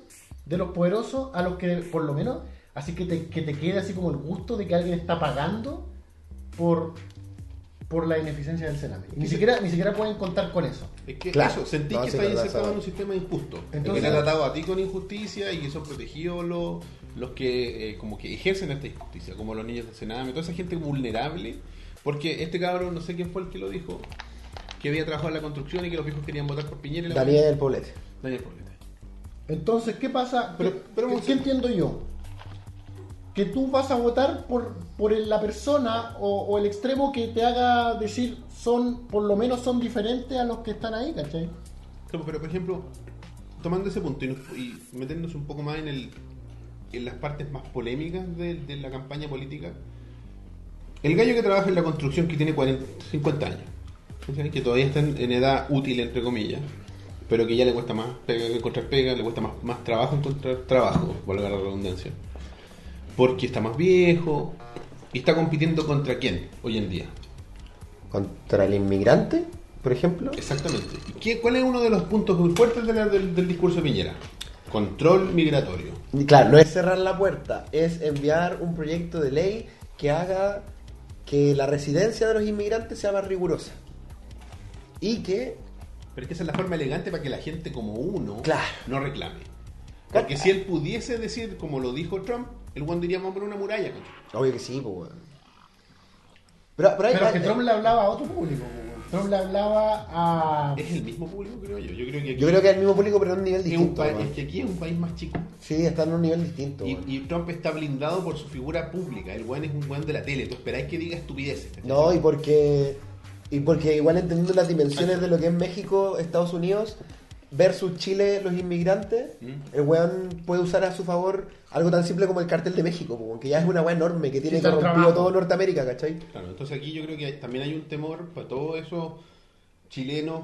[SPEAKER 3] de los poderosos a los que, por lo menos, así que te, que te quede así como el gusto de que alguien está pagando por, por la ineficiencia del Sename. Ni siquiera, ni siquiera pueden contar con eso.
[SPEAKER 1] Es que
[SPEAKER 2] Claro.
[SPEAKER 1] eso, sentís
[SPEAKER 2] No,
[SPEAKER 1] que
[SPEAKER 2] sí,
[SPEAKER 1] estás
[SPEAKER 2] verdad,
[SPEAKER 1] insertado
[SPEAKER 2] sabe.
[SPEAKER 1] en un sistema injusto.
[SPEAKER 3] Entonces-
[SPEAKER 1] que te han atado a ti con injusticia y que son protegidos los, los que eh, como que ejercen esta injusticia, como los niños de Sename, toda esa gente vulnerable. Porque este cabrón, no sé quién fue el que lo dijo, que había trabajado en la construcción y que los viejos querían votar por Piñera. y la-
[SPEAKER 2] Daniel Poblete.
[SPEAKER 1] Daniel Poblete.
[SPEAKER 3] Entonces, ¿qué pasa?
[SPEAKER 1] Pero-
[SPEAKER 3] ¿Qué-
[SPEAKER 1] pero
[SPEAKER 3] ¿Qué,
[SPEAKER 1] un
[SPEAKER 3] qué entiendo yo? Que tú vas a votar por, por el- la persona o, o el extremo que te haga decir son, por lo menos son diferentes a los que están ahí, ¿cachai?
[SPEAKER 1] Claro, pero por ejemplo, tomando ese punto y, nos- y metiéndonos un poco más en, el, en las partes más polémicas de, de la campaña política, el gallo que trabaja en la construcción que tiene 40, 50 años, ¿cachai? que todavía está en, en edad útil, entre comillas, pero que ya le cuesta más pega, encontrar pega, le cuesta más, más trabajo encontrar trabajo, valga la redundancia, porque está más viejo y está compitiendo contra quién hoy en día.
[SPEAKER 2] ¿Contra el inmigrante, por ejemplo?
[SPEAKER 1] Exactamente. ¿Y qué- ¿Cuál es uno de los puntos muy fuertes de la- del, del discurso de Piñera? Control migratorio.
[SPEAKER 2] Y Claro, no es cerrar la puerta, es enviar un proyecto de ley que haga que la residencia de los inmigrantes sea más rigurosa. Y que,
[SPEAKER 1] Pero es que esa es la forma elegante para que la gente como uno
[SPEAKER 2] Claro.
[SPEAKER 1] no reclame. Porque
[SPEAKER 2] Claro.
[SPEAKER 1] si él pudiese decir, como lo dijo Trump, el one diría, vamos a poner una muralla. concha".
[SPEAKER 2] obvio que sí, pues, weón. Pero, pero hay-
[SPEAKER 3] Pero es que
[SPEAKER 2] hay-
[SPEAKER 3] Trump le hablaba a otro público. po, weón. Trump le hablaba a.
[SPEAKER 1] Es el mismo público, creo yo. Yo creo que aquí,
[SPEAKER 2] yo creo que es el mismo público, pero en un nivel
[SPEAKER 1] es, un
[SPEAKER 2] distinto.
[SPEAKER 1] pa-
[SPEAKER 2] weón.
[SPEAKER 1] es que aquí es un país más chico.
[SPEAKER 2] Sí, está en un nivel distinto.
[SPEAKER 1] Y,
[SPEAKER 2] weón.
[SPEAKER 1] y Trump está blindado por su figura pública. El one es un one de la tele. Tú esperáis que diga estupideces. ¿cachai?
[SPEAKER 2] No, y porque, y porque igual entendiendo las dimensiones de lo que es México, Estados Unidos versus Chile, los inmigrantes,
[SPEAKER 1] Mm.
[SPEAKER 2] el weón puede usar a su favor algo tan simple como el cartel de México, po, que ya es una weá enorme que tiene
[SPEAKER 3] Sí, está
[SPEAKER 2] corrompido
[SPEAKER 3] trabajo.
[SPEAKER 2] todo Norteamérica, ¿cachai?
[SPEAKER 1] Claro, entonces aquí yo creo que hay- también hay un temor para todos esos chilenos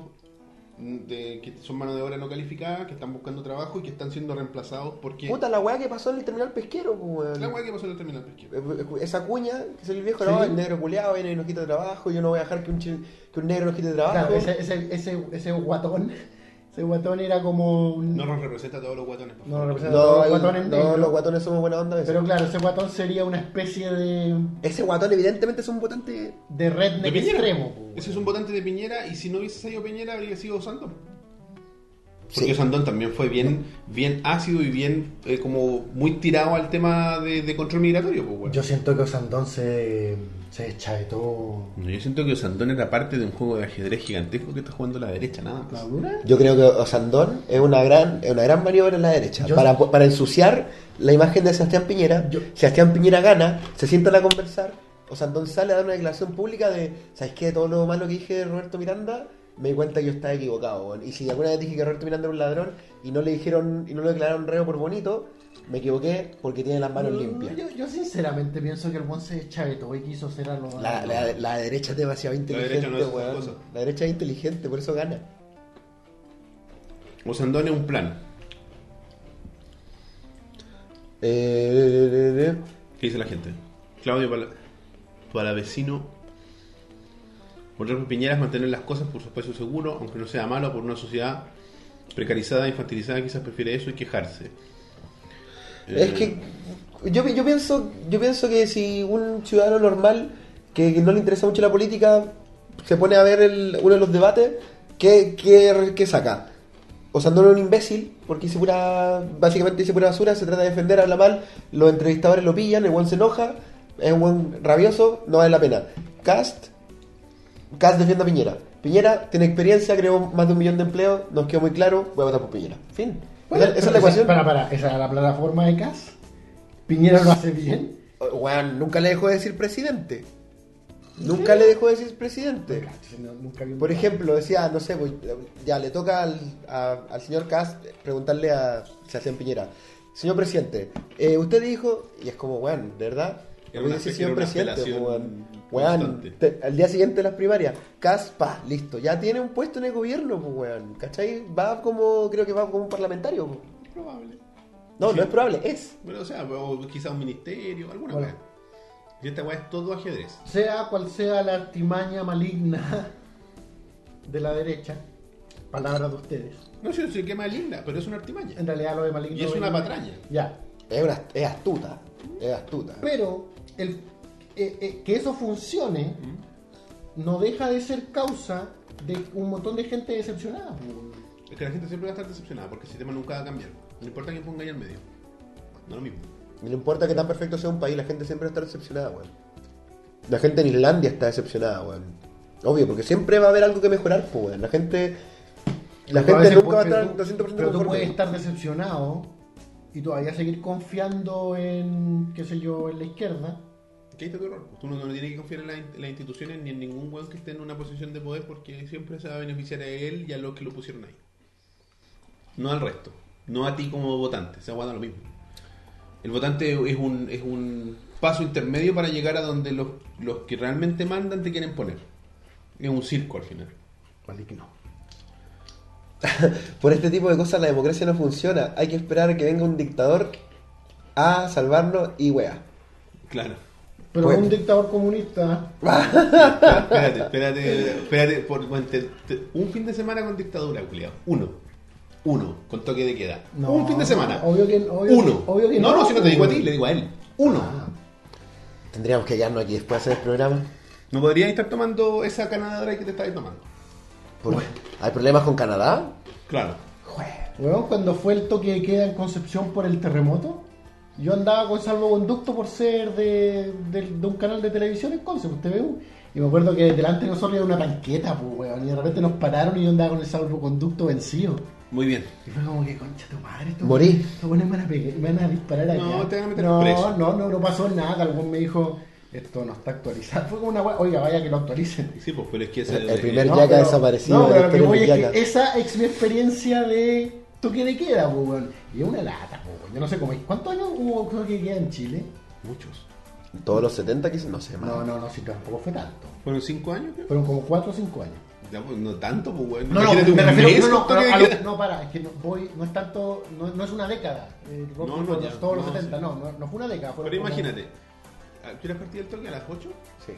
[SPEAKER 1] mm, de, que son mano de obra no calificada, que están buscando trabajo y que están siendo reemplazados porque...
[SPEAKER 2] Puta la weá que pasó en el terminal pesquero, po, weón.
[SPEAKER 1] La weá que pasó en el terminal pesquero.
[SPEAKER 2] Eh, Esa cuña que se el viejo,
[SPEAKER 3] Sí.
[SPEAKER 2] no, el negro culeado viene y nos quita el trabajo, yo no voy a dejar que un, chi- que un negro nos quite el trabajo.
[SPEAKER 3] Claro, ese, ese, ese, ese guatón Ese guatón era como un.
[SPEAKER 1] No nos representa a todos los guatones. pues. por
[SPEAKER 3] No
[SPEAKER 1] favor.
[SPEAKER 3] representa-
[SPEAKER 2] No,
[SPEAKER 3] los guatones
[SPEAKER 2] no,
[SPEAKER 3] negros.
[SPEAKER 2] los guatones somos buena onda a veces.
[SPEAKER 3] Pero claro, ese guatón sería una especie de.
[SPEAKER 2] Ese guatón evidentemente es un votante...
[SPEAKER 3] de redneck
[SPEAKER 1] De Piñera.
[SPEAKER 3] extremo. pues, po,
[SPEAKER 1] Ese es un votante de Piñera y si no hubiese salido Piñera habría sido Sandón. Porque
[SPEAKER 2] Sí.
[SPEAKER 1] Sandón también fue bien, bien ácido y bien eh, como muy tirado al tema de, de control migratorio. Pues, weón.
[SPEAKER 5] Yo siento que Osandón se, se deschavetó.
[SPEAKER 4] No, Yo siento que Osandón era parte de un juego de ajedrez gigantesco que está jugando la derecha, nada más.
[SPEAKER 3] ¿Madura?
[SPEAKER 2] Yo creo que Osandón es una gran, es una gran maniobra en la derecha.
[SPEAKER 5] Yo-
[SPEAKER 2] Para, para ensuciar la imagen de Sebastián Piñera,
[SPEAKER 5] Yo-
[SPEAKER 2] Sebastián Piñera gana, se sientan a conversar, Osandón sale a dar una declaración pública de, ¿sabes qué? Todo lo malo que dije de Roberto Miranda, me di cuenta que yo estaba equivocado. weón. Y si alguna vez dije que Roberto Miranda era un ladrón y no le dijeron y no lo declararon reo por bonito, me equivoqué porque tiene las manos
[SPEAKER 3] No,
[SPEAKER 2] limpias.
[SPEAKER 3] Yo, yo sinceramente pienso que el buen se deschavetó y quiso ser a lo.
[SPEAKER 2] La, la- la derecha es demasiado inteligente,
[SPEAKER 1] derecha no es
[SPEAKER 2] weón.
[SPEAKER 1] cosa.
[SPEAKER 2] La derecha es inteligente, por eso gana.
[SPEAKER 1] Osandón es un plan.
[SPEAKER 2] Eh,
[SPEAKER 1] ¿Qué dice la gente? Claudio Pala- Palavecino. Por Piñera Piñeras mantener las cosas por su espacio seguro, aunque no sea malo, por una sociedad precarizada, infantilizada, quizás prefiere eso y quejarse.
[SPEAKER 2] Es
[SPEAKER 1] Eh,
[SPEAKER 2] que yo, pi- yo pienso yo pienso que si un ciudadano normal que, que no le interesa mucho la política se pone a ver el- uno de los debates, ¿qué, qué, qué saca? Osandón es un imbécil, porque dice pura, básicamente dice pura basura, se trata de defender, habla mal, los entrevistadores lo pillan, el buen se enoja, es un buen rabioso, no vale la pena. Cast, Cast defiende a Piñera. Piñera tiene experiencia, creó más de un millón de empleos, nos quedó muy claro, voy a votar por Piñera. Fin.
[SPEAKER 3] Bueno,
[SPEAKER 2] esa, esa
[SPEAKER 3] pero
[SPEAKER 2] es la ecuación.
[SPEAKER 3] Para, para, esa era la plataforma de CAS. Piñera lo hace bien.
[SPEAKER 2] Weón, nunca le dejó de decir presidente. Nunca le dejó de decir presidente.
[SPEAKER 3] No, nunca vi un-
[SPEAKER 2] Por ejemplo, decía, no sé, pues, ya le toca al, a- al señor Cast preguntarle a Sebastián Piñera, señor presidente, eh, usted dijo, y es como, weón, de verdad,
[SPEAKER 1] Era
[SPEAKER 2] Voy a
[SPEAKER 1] una-
[SPEAKER 2] decir
[SPEAKER 1] era
[SPEAKER 2] señor
[SPEAKER 1] una
[SPEAKER 2] presidente,
[SPEAKER 1] apelación
[SPEAKER 2] weón.
[SPEAKER 1] constante.
[SPEAKER 2] Weón, te- al día siguiente de las primarias, Cast, pa, listo, ya tiene un puesto en el gobierno, pues, weón, ¿cachai? Va como, creo que va como un parlamentario, pues.
[SPEAKER 1] Probable.
[SPEAKER 2] No,
[SPEAKER 1] Sí.
[SPEAKER 2] no es probable, es.
[SPEAKER 1] Bueno, o sea, o quizás un ministerio, alguna
[SPEAKER 3] Bueno.
[SPEAKER 1] weá. Y esta weá es todo ajedrez.
[SPEAKER 3] Sea cual sea la artimaña maligna de la derecha, palabras de ustedes.
[SPEAKER 1] No, yo sé que más linda, pero es una artimaña.
[SPEAKER 3] En realidad lo de maligno.
[SPEAKER 1] Y es una
[SPEAKER 3] venía-
[SPEAKER 1] patraña.
[SPEAKER 3] Ya.
[SPEAKER 2] Es, una, es astuta, es astuta.
[SPEAKER 3] Pero el, eh, eh, que eso funcione no deja de ser causa de un montón de gente decepcionada.
[SPEAKER 1] Es que la gente siempre va a estar decepcionada porque el sistema nunca va a cambiar. No importa quién ponga ahí al medio. No lo mismo.
[SPEAKER 2] Y no importa que tan perfecto sea un país, la gente siempre va a estar decepcionada, weón. La gente en Islandia está decepcionada, weón. Obvio, porque siempre va a haber algo que mejorar, pues, weón. La gente. La
[SPEAKER 3] Pero
[SPEAKER 2] gente
[SPEAKER 3] veces
[SPEAKER 2] nunca va a
[SPEAKER 3] puede-
[SPEAKER 2] estar 200%
[SPEAKER 3] Pero tú
[SPEAKER 2] conforme.
[SPEAKER 3] puedes estar decepcionado y todavía seguir confiando en, qué sé yo, en la izquierda.
[SPEAKER 1] ¿Qué está tu error? pues. Tú no, no tienes que confiar en, la- en las instituciones ni en ningún weón que esté en una posición de poder porque siempre se va a beneficiar a él y a los que lo pusieron ahí. No al resto. No a ti como votante. Se aguanta lo mismo. El votante es un, es un paso intermedio para llegar a donde los, los que realmente mandan te quieren poner. Es un circo al final.
[SPEAKER 5] Maligno.
[SPEAKER 2] Por este tipo de cosas la democracia no funciona. Hay que esperar a que venga un dictador a salvarnos y weá.
[SPEAKER 1] Claro.
[SPEAKER 3] Pero
[SPEAKER 2] Pues-
[SPEAKER 3] un dictador comunista,
[SPEAKER 1] espérate, espérate, espérate. por- bueno, te- te- un fin de semana con dictadura, culiao. Uno. Uno, con toque de queda.
[SPEAKER 3] No,
[SPEAKER 1] un fin de semana.
[SPEAKER 3] obvio que- obvio
[SPEAKER 1] Uno.
[SPEAKER 3] que- obvio Ah. que
[SPEAKER 1] no,
[SPEAKER 3] no,
[SPEAKER 1] no, si no te digo a ti,
[SPEAKER 3] güey.
[SPEAKER 1] le digo a él. Uno.
[SPEAKER 2] Ah. Tendríamos que quedarnos aquí después de hacer el programa.
[SPEAKER 1] No podrías estar tomando esa Canadá Dry que te estabas tomando.
[SPEAKER 2] Por- ¿Hay problemas con Canadá?
[SPEAKER 1] Claro.
[SPEAKER 3] weón, cuando fue el toque de queda en Concepción por el terremoto, yo andaba con salvoconducto por ser de, de- de un canal de televisión en pues, Concepción, TVU. Y me acuerdo que delante de nosotros había una tanqueta, pues, weón, y de repente nos pararon y yo andaba con el salvoconducto vencido.
[SPEAKER 1] Muy bien.
[SPEAKER 3] Y fue como que, concha tu madre, esto
[SPEAKER 2] Morí.
[SPEAKER 3] Estos buenos me van a, pegar- me van a disparar allá.
[SPEAKER 1] No, te van a meter
[SPEAKER 3] no,
[SPEAKER 1] preso.
[SPEAKER 3] no, no, no pasó nada. Algún me dijo, esto no está actualizado. Fue como una wea, oiga, vaya que lo actualicen.
[SPEAKER 1] Sí, pues, pero es que ese,
[SPEAKER 2] El- el primer-
[SPEAKER 3] No,
[SPEAKER 2] Yaca
[SPEAKER 3] pero-
[SPEAKER 2] desaparecido,
[SPEAKER 3] No,
[SPEAKER 2] la
[SPEAKER 3] pero lo que
[SPEAKER 2] historia
[SPEAKER 3] voy
[SPEAKER 2] del
[SPEAKER 3] es
[SPEAKER 2] Yaca.
[SPEAKER 3] que esa es mi experiencia de toque de queda, po, weón. Y es una lata, po, weón. Yo no sé cómo es. ¿Cuántos años hubo toque de queda en Chile?
[SPEAKER 1] Muchos.
[SPEAKER 2] Todos los 70 quizás, no sé más.
[SPEAKER 3] No, no, no, sí, tampoco fue tanto.
[SPEAKER 1] Fueron cinco años, creo.
[SPEAKER 3] Fueron como 4 o 5 años.
[SPEAKER 1] Ya, pues, No tanto, pues, bueno.
[SPEAKER 3] No, no,
[SPEAKER 1] Imagínate
[SPEAKER 3] me
[SPEAKER 1] un mes
[SPEAKER 3] refiero, no,
[SPEAKER 1] con
[SPEAKER 3] no,
[SPEAKER 1] toque de
[SPEAKER 3] a lo-
[SPEAKER 1] queda.
[SPEAKER 3] no, para, es que no, voy, no es tanto, no, no es una década, eh, Rocky,
[SPEAKER 1] No, no,
[SPEAKER 3] fue
[SPEAKER 1] ya,
[SPEAKER 3] todos los
[SPEAKER 1] no,
[SPEAKER 3] 70,
[SPEAKER 1] sí.
[SPEAKER 3] no, no, no fue una década. fueron
[SPEAKER 1] Pero
[SPEAKER 3] como-
[SPEAKER 1] imagínate. ¿a- ¿Quieres partir el toque a las 8?
[SPEAKER 2] Sí.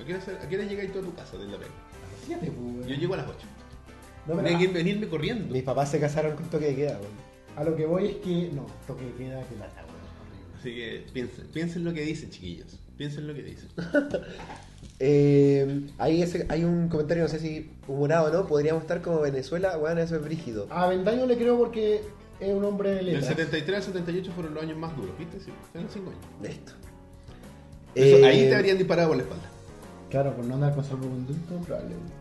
[SPEAKER 1] ¿A qué hora, se- a qué hora llegáis tú a tu casa de la pega?
[SPEAKER 3] Siete, pues,
[SPEAKER 1] Yo
[SPEAKER 3] weón.
[SPEAKER 1] llego a las 8.
[SPEAKER 3] No, pero
[SPEAKER 1] Tenía que
[SPEAKER 3] a,
[SPEAKER 1] venirme corriendo.
[SPEAKER 2] Mis papás se casaron con toque de queda, weón.
[SPEAKER 3] a lo que voy es que. No, toque de queda que la weón. horrible.
[SPEAKER 1] Así que piensen, piensen lo que dicen, chiquillos. Piensen lo que dicen.
[SPEAKER 2] Eh, ahí ese- hay un comentario, no sé si humorado o no, podríamos estar como Venezuela, weón, eso es brígido.
[SPEAKER 3] A Vendaño le creo porque es un hombre de
[SPEAKER 1] Del
[SPEAKER 3] letras.
[SPEAKER 1] 73 al 78 fueron los años más duros, ¿viste? Sí, fueron 5 años.
[SPEAKER 2] Listo.
[SPEAKER 1] Eso, ahí
[SPEAKER 2] Eh,
[SPEAKER 1] te habrían disparado por la espalda.
[SPEAKER 3] Claro, por no andar con salvoconducto, probablemente.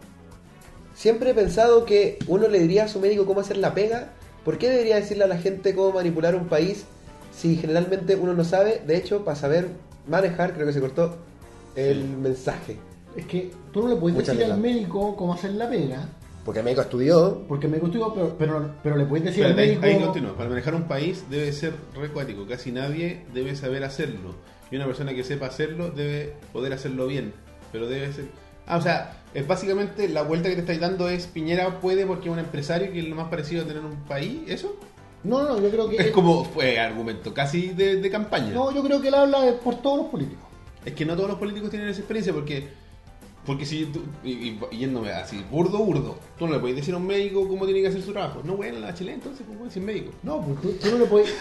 [SPEAKER 2] Siempre he pensado que uno le diría a su médico cómo hacer la pega. ¿Por qué debería decirle a la gente cómo manipular un país si generalmente uno no sabe? De hecho, para saber manejar, creo que se cortó el mensaje.
[SPEAKER 3] Es que tú no le puedes
[SPEAKER 2] Muchas
[SPEAKER 3] decir al
[SPEAKER 2] letras.
[SPEAKER 3] médico cómo hacer la pega,
[SPEAKER 2] Porque el médico estudió.
[SPEAKER 3] porque me gustó, pero, pero, pero le puedes decir
[SPEAKER 1] Espérate,
[SPEAKER 3] al
[SPEAKER 1] ahí,
[SPEAKER 3] médico.
[SPEAKER 1] ahí continúa. Para manejar un país debe ser recuático. Casi nadie debe saber hacerlo. Y una persona que sepa hacerlo debe poder hacerlo bien. Pero debe ser. Ah, o sea, es básicamente la vuelta que te estáis dando es Piñera puede porque es un empresario que es lo más parecido a tener un país. ¿Eso?
[SPEAKER 3] No, no, yo creo que.
[SPEAKER 1] Es como fue argumento casi de, de campaña.
[SPEAKER 3] No, yo creo que él habla de- por todos los políticos.
[SPEAKER 1] Es que no todos los políticos tienen esa experiencia porque. Porque si tú, y, y- y yéndome así, burdo, burdo, tú no le puedes decir a un médico cómo tiene que hacer su trabajo. No, bueno, la chilena entonces, ¿cómo sin médico?
[SPEAKER 3] No, pues tú, tú no le puedes.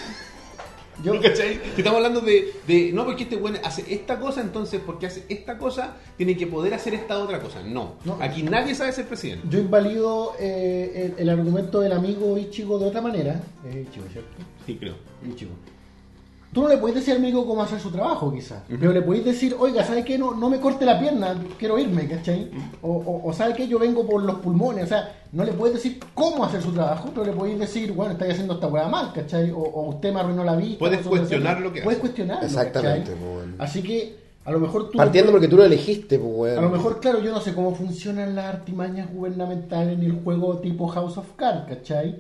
[SPEAKER 3] Yo,
[SPEAKER 1] ¿No cachai? Que Estamos hablando de, de, no, porque este bueno hace esta cosa, entonces porque hace esta cosa, tiene que poder hacer esta otra cosa. No,
[SPEAKER 3] No.
[SPEAKER 1] aquí nadie sabe ser presidente.
[SPEAKER 3] yo invalido eh, el, el argumento del amigo Ichigo de otra manera. Es Ichigo, ¿cierto?
[SPEAKER 1] Sí, creo.
[SPEAKER 3] Ichigo. Tú no le puedes decir al médico cómo hacer su trabajo, quizás. Pero le puedes decir, oiga, ¿sabes qué? No, no me corte la pierna, quiero irme, ¿cachai? O, o, o ¿sabes qué? Yo vengo por los pulmones. O sea, no le puedes decir cómo hacer su trabajo, pero le puedes decir, bueno, estáis haciendo esta hueá mal, ¿cachai? O, o usted me arruinó la vista.
[SPEAKER 1] Puedes
[SPEAKER 3] cosas
[SPEAKER 1] cuestionar
[SPEAKER 3] así.
[SPEAKER 1] lo que
[SPEAKER 3] Puedes
[SPEAKER 1] hace.
[SPEAKER 3] cuestionarlo,
[SPEAKER 2] Exactamente,
[SPEAKER 3] ¿cachai?
[SPEAKER 2] pues, bueno.
[SPEAKER 3] Así que, a lo mejor tú...
[SPEAKER 2] Partiendo porque tú lo elegiste, pues, weón.
[SPEAKER 3] A lo mejor, claro, yo no sé cómo funcionan las artimañas gubernamentales en el juego tipo House of Cards, ¿cachai?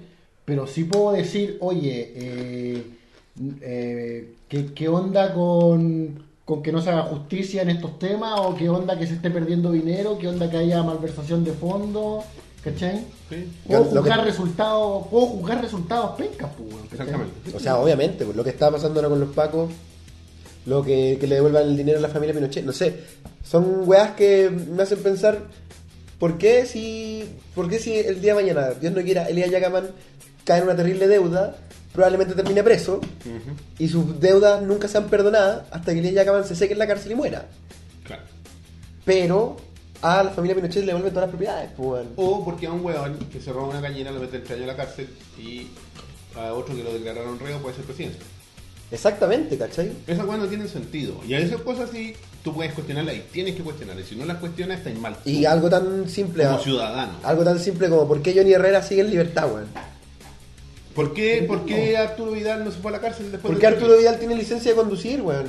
[SPEAKER 3] Pero sí puedo decir, oye, eh, eh, ¿qué, qué onda con, con que no se haga justicia en estos temas? ¿O qué onda que se esté perdiendo dinero? ¿Qué onda que haya malversación de fondos? ¿Cachai?
[SPEAKER 1] Sí.
[SPEAKER 3] Puedo
[SPEAKER 2] Lo que-
[SPEAKER 3] juzgar resultados, puedo juzgar resultados pencas, pues, weón, ¿cachai?
[SPEAKER 1] Exactamente.
[SPEAKER 2] O sea, obviamente, pues, lo que está pasando ahora con los pacos, lo que, que le devuelvan el dinero a la familia Pinochet, no sé. Son weas que me hacen pensar, ¿por qué si, por qué si el día de mañana, Dios no quiera, Elías Yacaman cae en una terrible deuda, probablemente termine preso, y sus deudas nunca sean perdonadas hasta que Elías Yacaman se seque en la cárcel y muera?
[SPEAKER 1] Claro.
[SPEAKER 2] Pero a la familia Pinochet le devuelven todas las propiedades, pues, weón.
[SPEAKER 1] O porque a un hueón que se roba una cañera lo meten tres años a la cárcel y a otro que lo declararon reo puede ser presidente.
[SPEAKER 2] Exactamente, ¿cachai?
[SPEAKER 1] Esas cosas no tienen sentido. Y a esas cosas sí tú puedes cuestionarlas y tienes que cuestionarlas. Y si no las cuestionas, estáis mal.
[SPEAKER 2] Y algo tan simple,
[SPEAKER 1] como
[SPEAKER 2] ah,
[SPEAKER 1] ciudadano.
[SPEAKER 2] algo tan simple como ¿por qué Johnny Herrera sigue en libertad, weón?
[SPEAKER 1] ¿Por qué, por qué Arturo Vidal no se fue a la cárcel después
[SPEAKER 2] ¿Por
[SPEAKER 1] de
[SPEAKER 2] qué Arturo Vidal tiene licencia de conducir, weón?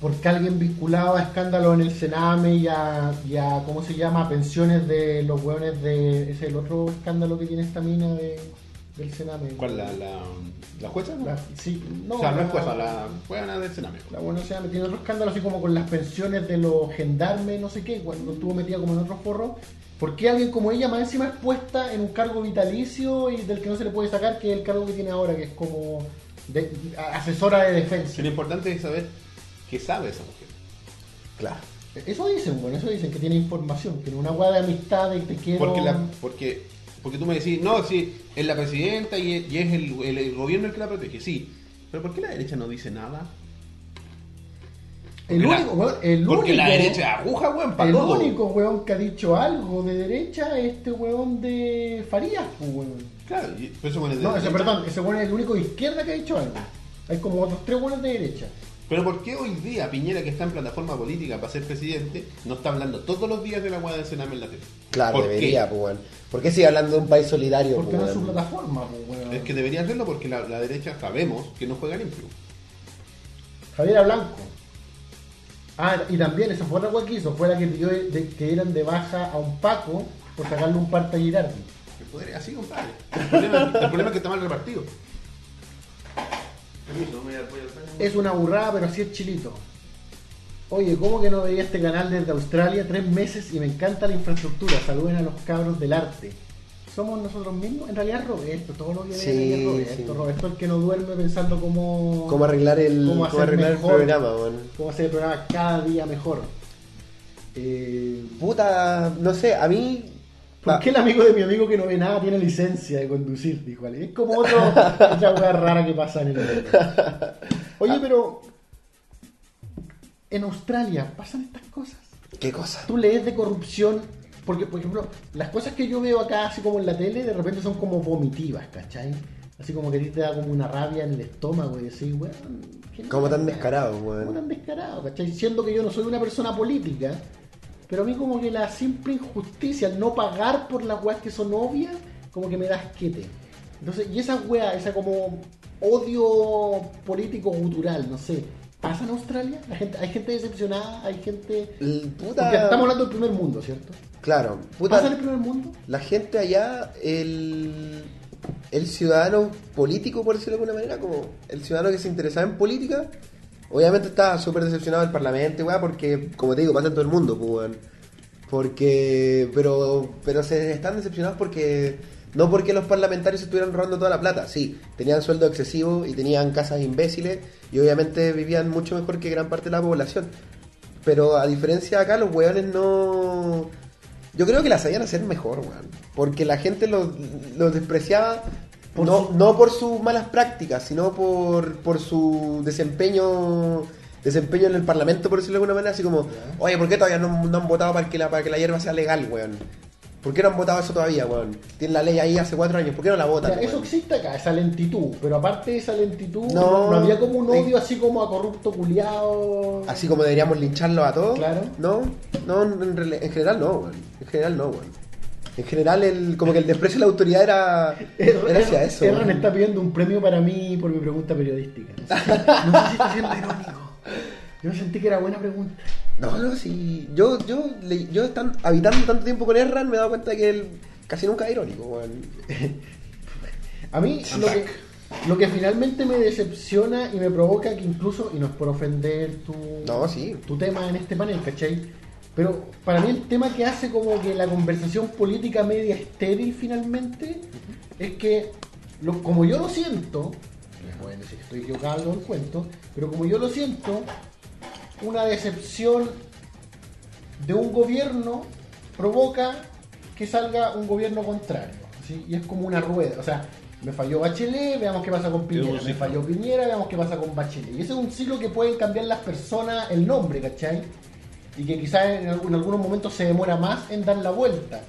[SPEAKER 3] porque alguien vinculado a escándalos en el Sename y a, y a, ¿cómo se llama? A pensiones de los hueones de... Es el otro escándalo que tiene esta mina de, del Sename.
[SPEAKER 1] ¿Cuál? ¿La, la, la jueza?
[SPEAKER 3] La- sí, no,
[SPEAKER 1] o sea, no es
[SPEAKER 3] la-
[SPEAKER 1] jueza, la jueza del Sename.
[SPEAKER 3] La buena se metida en otro escándalo, así como con las pensiones de los gendarmes, no sé qué, cuando estuvo metida como en otros forros. ¿Por qué alguien como ella, más encima, expuesta en un cargo vitalicio y del que no se le puede sacar, que es el cargo que tiene ahora, que es como de- a- asesora de defensa?
[SPEAKER 1] Lo importante es saber qué sabe esa mujer.
[SPEAKER 2] Claro.
[SPEAKER 3] Eso dicen, bueno, eso dicen, que tiene información, que en una hueá de amistad de te quiero...
[SPEAKER 1] Porque, la, porque, porque tú me decís, no, sí, es la presidenta y es, y es el, el- el gobierno el que la protege. Sí, pero ¿por qué la derecha no dice nada?
[SPEAKER 3] El
[SPEAKER 1] Porque
[SPEAKER 3] único,
[SPEAKER 1] la-
[SPEAKER 3] weón, el
[SPEAKER 1] porque
[SPEAKER 3] único,
[SPEAKER 1] la derecha aguja, weón, para
[SPEAKER 3] el
[SPEAKER 1] todo.
[SPEAKER 3] único weón que ha dicho algo de derecha es este weón de Farías, pues, weón.
[SPEAKER 1] Claro, y- pero eso con el de
[SPEAKER 3] No, ese,
[SPEAKER 1] derecha.
[SPEAKER 3] perdón, ese weón es el único de izquierda que ha dicho algo. Hay como otros tres weones de derecha.
[SPEAKER 1] Pero ¿por qué hoy día Piñera, que está en plataforma política para ser presidente, no está hablando todos los días de la hueá del Sename en la tele?
[SPEAKER 2] Claro,
[SPEAKER 1] ¿Por
[SPEAKER 2] debería, pues, weón. ¿Por qué sigue hablando de un país solidario,
[SPEAKER 3] Porque
[SPEAKER 2] pues,
[SPEAKER 3] no es su
[SPEAKER 2] weón?
[SPEAKER 3] plataforma, pues, weón.
[SPEAKER 1] Es que debería hacerlo porque la, la derecha sabemos que no juega limpio.
[SPEAKER 3] Javiera Blanco. Ah, y también esa fue la weá que hizo, fue la que pidió de- que eran de baja a un Paco por sacarle un parte a Girardi.
[SPEAKER 1] El poder es así, compadre. El problema, el problema es que está mal repartido.
[SPEAKER 3] Es una burrada, pero así es chilito. Oye, ¿cómo que no veía este canal desde Australia? Tres meses y me encanta la infraestructura. Saluden a los cabros del arte. Somos nosotros mismos. En realidad es Roberto, todo lo que
[SPEAKER 2] Sí,
[SPEAKER 3] ven es Roberto.
[SPEAKER 2] sí.
[SPEAKER 3] Roberto es el que no duerme pensando cómo,
[SPEAKER 2] ¿Cómo arreglar el,
[SPEAKER 3] cómo
[SPEAKER 2] cómo
[SPEAKER 3] hacer
[SPEAKER 2] arreglar el
[SPEAKER 3] mejor.
[SPEAKER 2] programa, weón?
[SPEAKER 3] cómo hacer el programa cada día mejor. Eh,
[SPEAKER 2] Puta, no sé, a mí
[SPEAKER 3] ¿Por qué el amigo de mi amigo que no ve nada tiene licencia de conducir? Dijo Ale. Es como otro, otra hueá rara que pasa en el mundo.
[SPEAKER 2] Ah.
[SPEAKER 3] Oye, pero en Australia pasan estas cosas.
[SPEAKER 2] ¿Qué cosa?
[SPEAKER 3] Tú lees de corrupción, porque por ejemplo, las cosas que yo veo acá, así como en la tele, de repente son como vomitivas, ¿cachai? Así como que a ti te da como una rabia en el estómago y decís, weón. ¿qué
[SPEAKER 2] Como
[SPEAKER 3] mierda?
[SPEAKER 2] tan descarado,
[SPEAKER 3] Como
[SPEAKER 2] weón.
[SPEAKER 3] tan descarado, ¿cachai? Siendo que yo no soy una persona política, pero a mí como que la simple injusticia, el no pagar por las weas que son obvias, como que me da asquete. Entonces, y esa wea, esa como odio político gutural, no sé. ¿Pasa en Australia? La gente, hay gente decepcionada, hay gente...
[SPEAKER 2] L-
[SPEAKER 3] Porque
[SPEAKER 2] Puta.
[SPEAKER 3] estamos hablando del primer mundo, ¿cierto?
[SPEAKER 2] Claro,
[SPEAKER 3] ¿Pasa en el
[SPEAKER 2] puta.
[SPEAKER 3] primer mundo?
[SPEAKER 2] La gente allá, el. El ciudadano político, por decirlo de alguna manera, como el ciudadano que se interesaba en política, obviamente está súper decepcionado del parlamento, weón, porque, como te digo, pasa en todo el mundo, pues, weón. Porque. Pero. Pero se están decepcionados porque. No porque los parlamentarios estuvieran robando toda la plata, sí, tenían sueldo excesivo y tenían casas imbéciles y obviamente vivían mucho mejor que gran parte de la población. Pero a diferencia de acá, los weones no. Yo creo que la sabían hacer mejor, weón. Porque la gente los los despreciaba.
[SPEAKER 3] Por
[SPEAKER 2] no,
[SPEAKER 3] su-
[SPEAKER 2] no por sus malas prácticas, sino por, por su desempeño desempeño en el parlamento, por decirlo de alguna manera. Así como, oye, ¿por qué todavía no, no han votado para que, la, para que la hierba sea legal, weón? ¿Por qué no han votado eso todavía, weón? Tienen la ley ahí hace cuatro años, ¿por qué no la
[SPEAKER 3] O sea,
[SPEAKER 2] votan?
[SPEAKER 3] eso
[SPEAKER 2] weón?
[SPEAKER 3] existe acá, esa lentitud, pero aparte de esa lentitud,
[SPEAKER 2] No.
[SPEAKER 3] no, no había como un
[SPEAKER 2] Sí.
[SPEAKER 3] odio así como a corrupto culiado.
[SPEAKER 2] Así como deberíamos lincharlos a todos.
[SPEAKER 3] Claro.
[SPEAKER 2] No, no, en, rel- en general no, weón. En general no, weón. En general, el, como que el desprecio de la autoridad era, era hacia eso.
[SPEAKER 3] Erron
[SPEAKER 2] weón.
[SPEAKER 3] está pidiendo un premio para mí por mi pregunta periodística. No sé, no sé si está siendo irónico. Yo sentí que era buena pregunta.
[SPEAKER 2] No, no, sí. Yo, yo, le- yo están, habitando tanto tiempo con Erran, me he dado cuenta de que él casi nunca es irónico, weón.
[SPEAKER 3] A mí lo que, lo que finalmente me decepciona y me provoca que incluso, y no es por ofender tu,
[SPEAKER 2] No, sí.
[SPEAKER 3] tu tema en este panel, ¿cachai? Pero para mí el tema que hace como que la conversación política media estéril finalmente es que, lo- como yo lo siento, les pueden decir que estoy equivocado en el cuento, pero como yo lo siento, una decepción de un gobierno provoca que salga un gobierno contrario. ¿sí? Y es como una rueda. O sea, me falló Bachelet, veamos qué pasa con Piñera. Me falló Piñera, veamos qué pasa con Bachelet. Y ese es un ciclo que pueden cambiar las personas el nombre, ¿cachai? Y que quizás en, algún- en algunos momentos se demora más en dar la vuelta.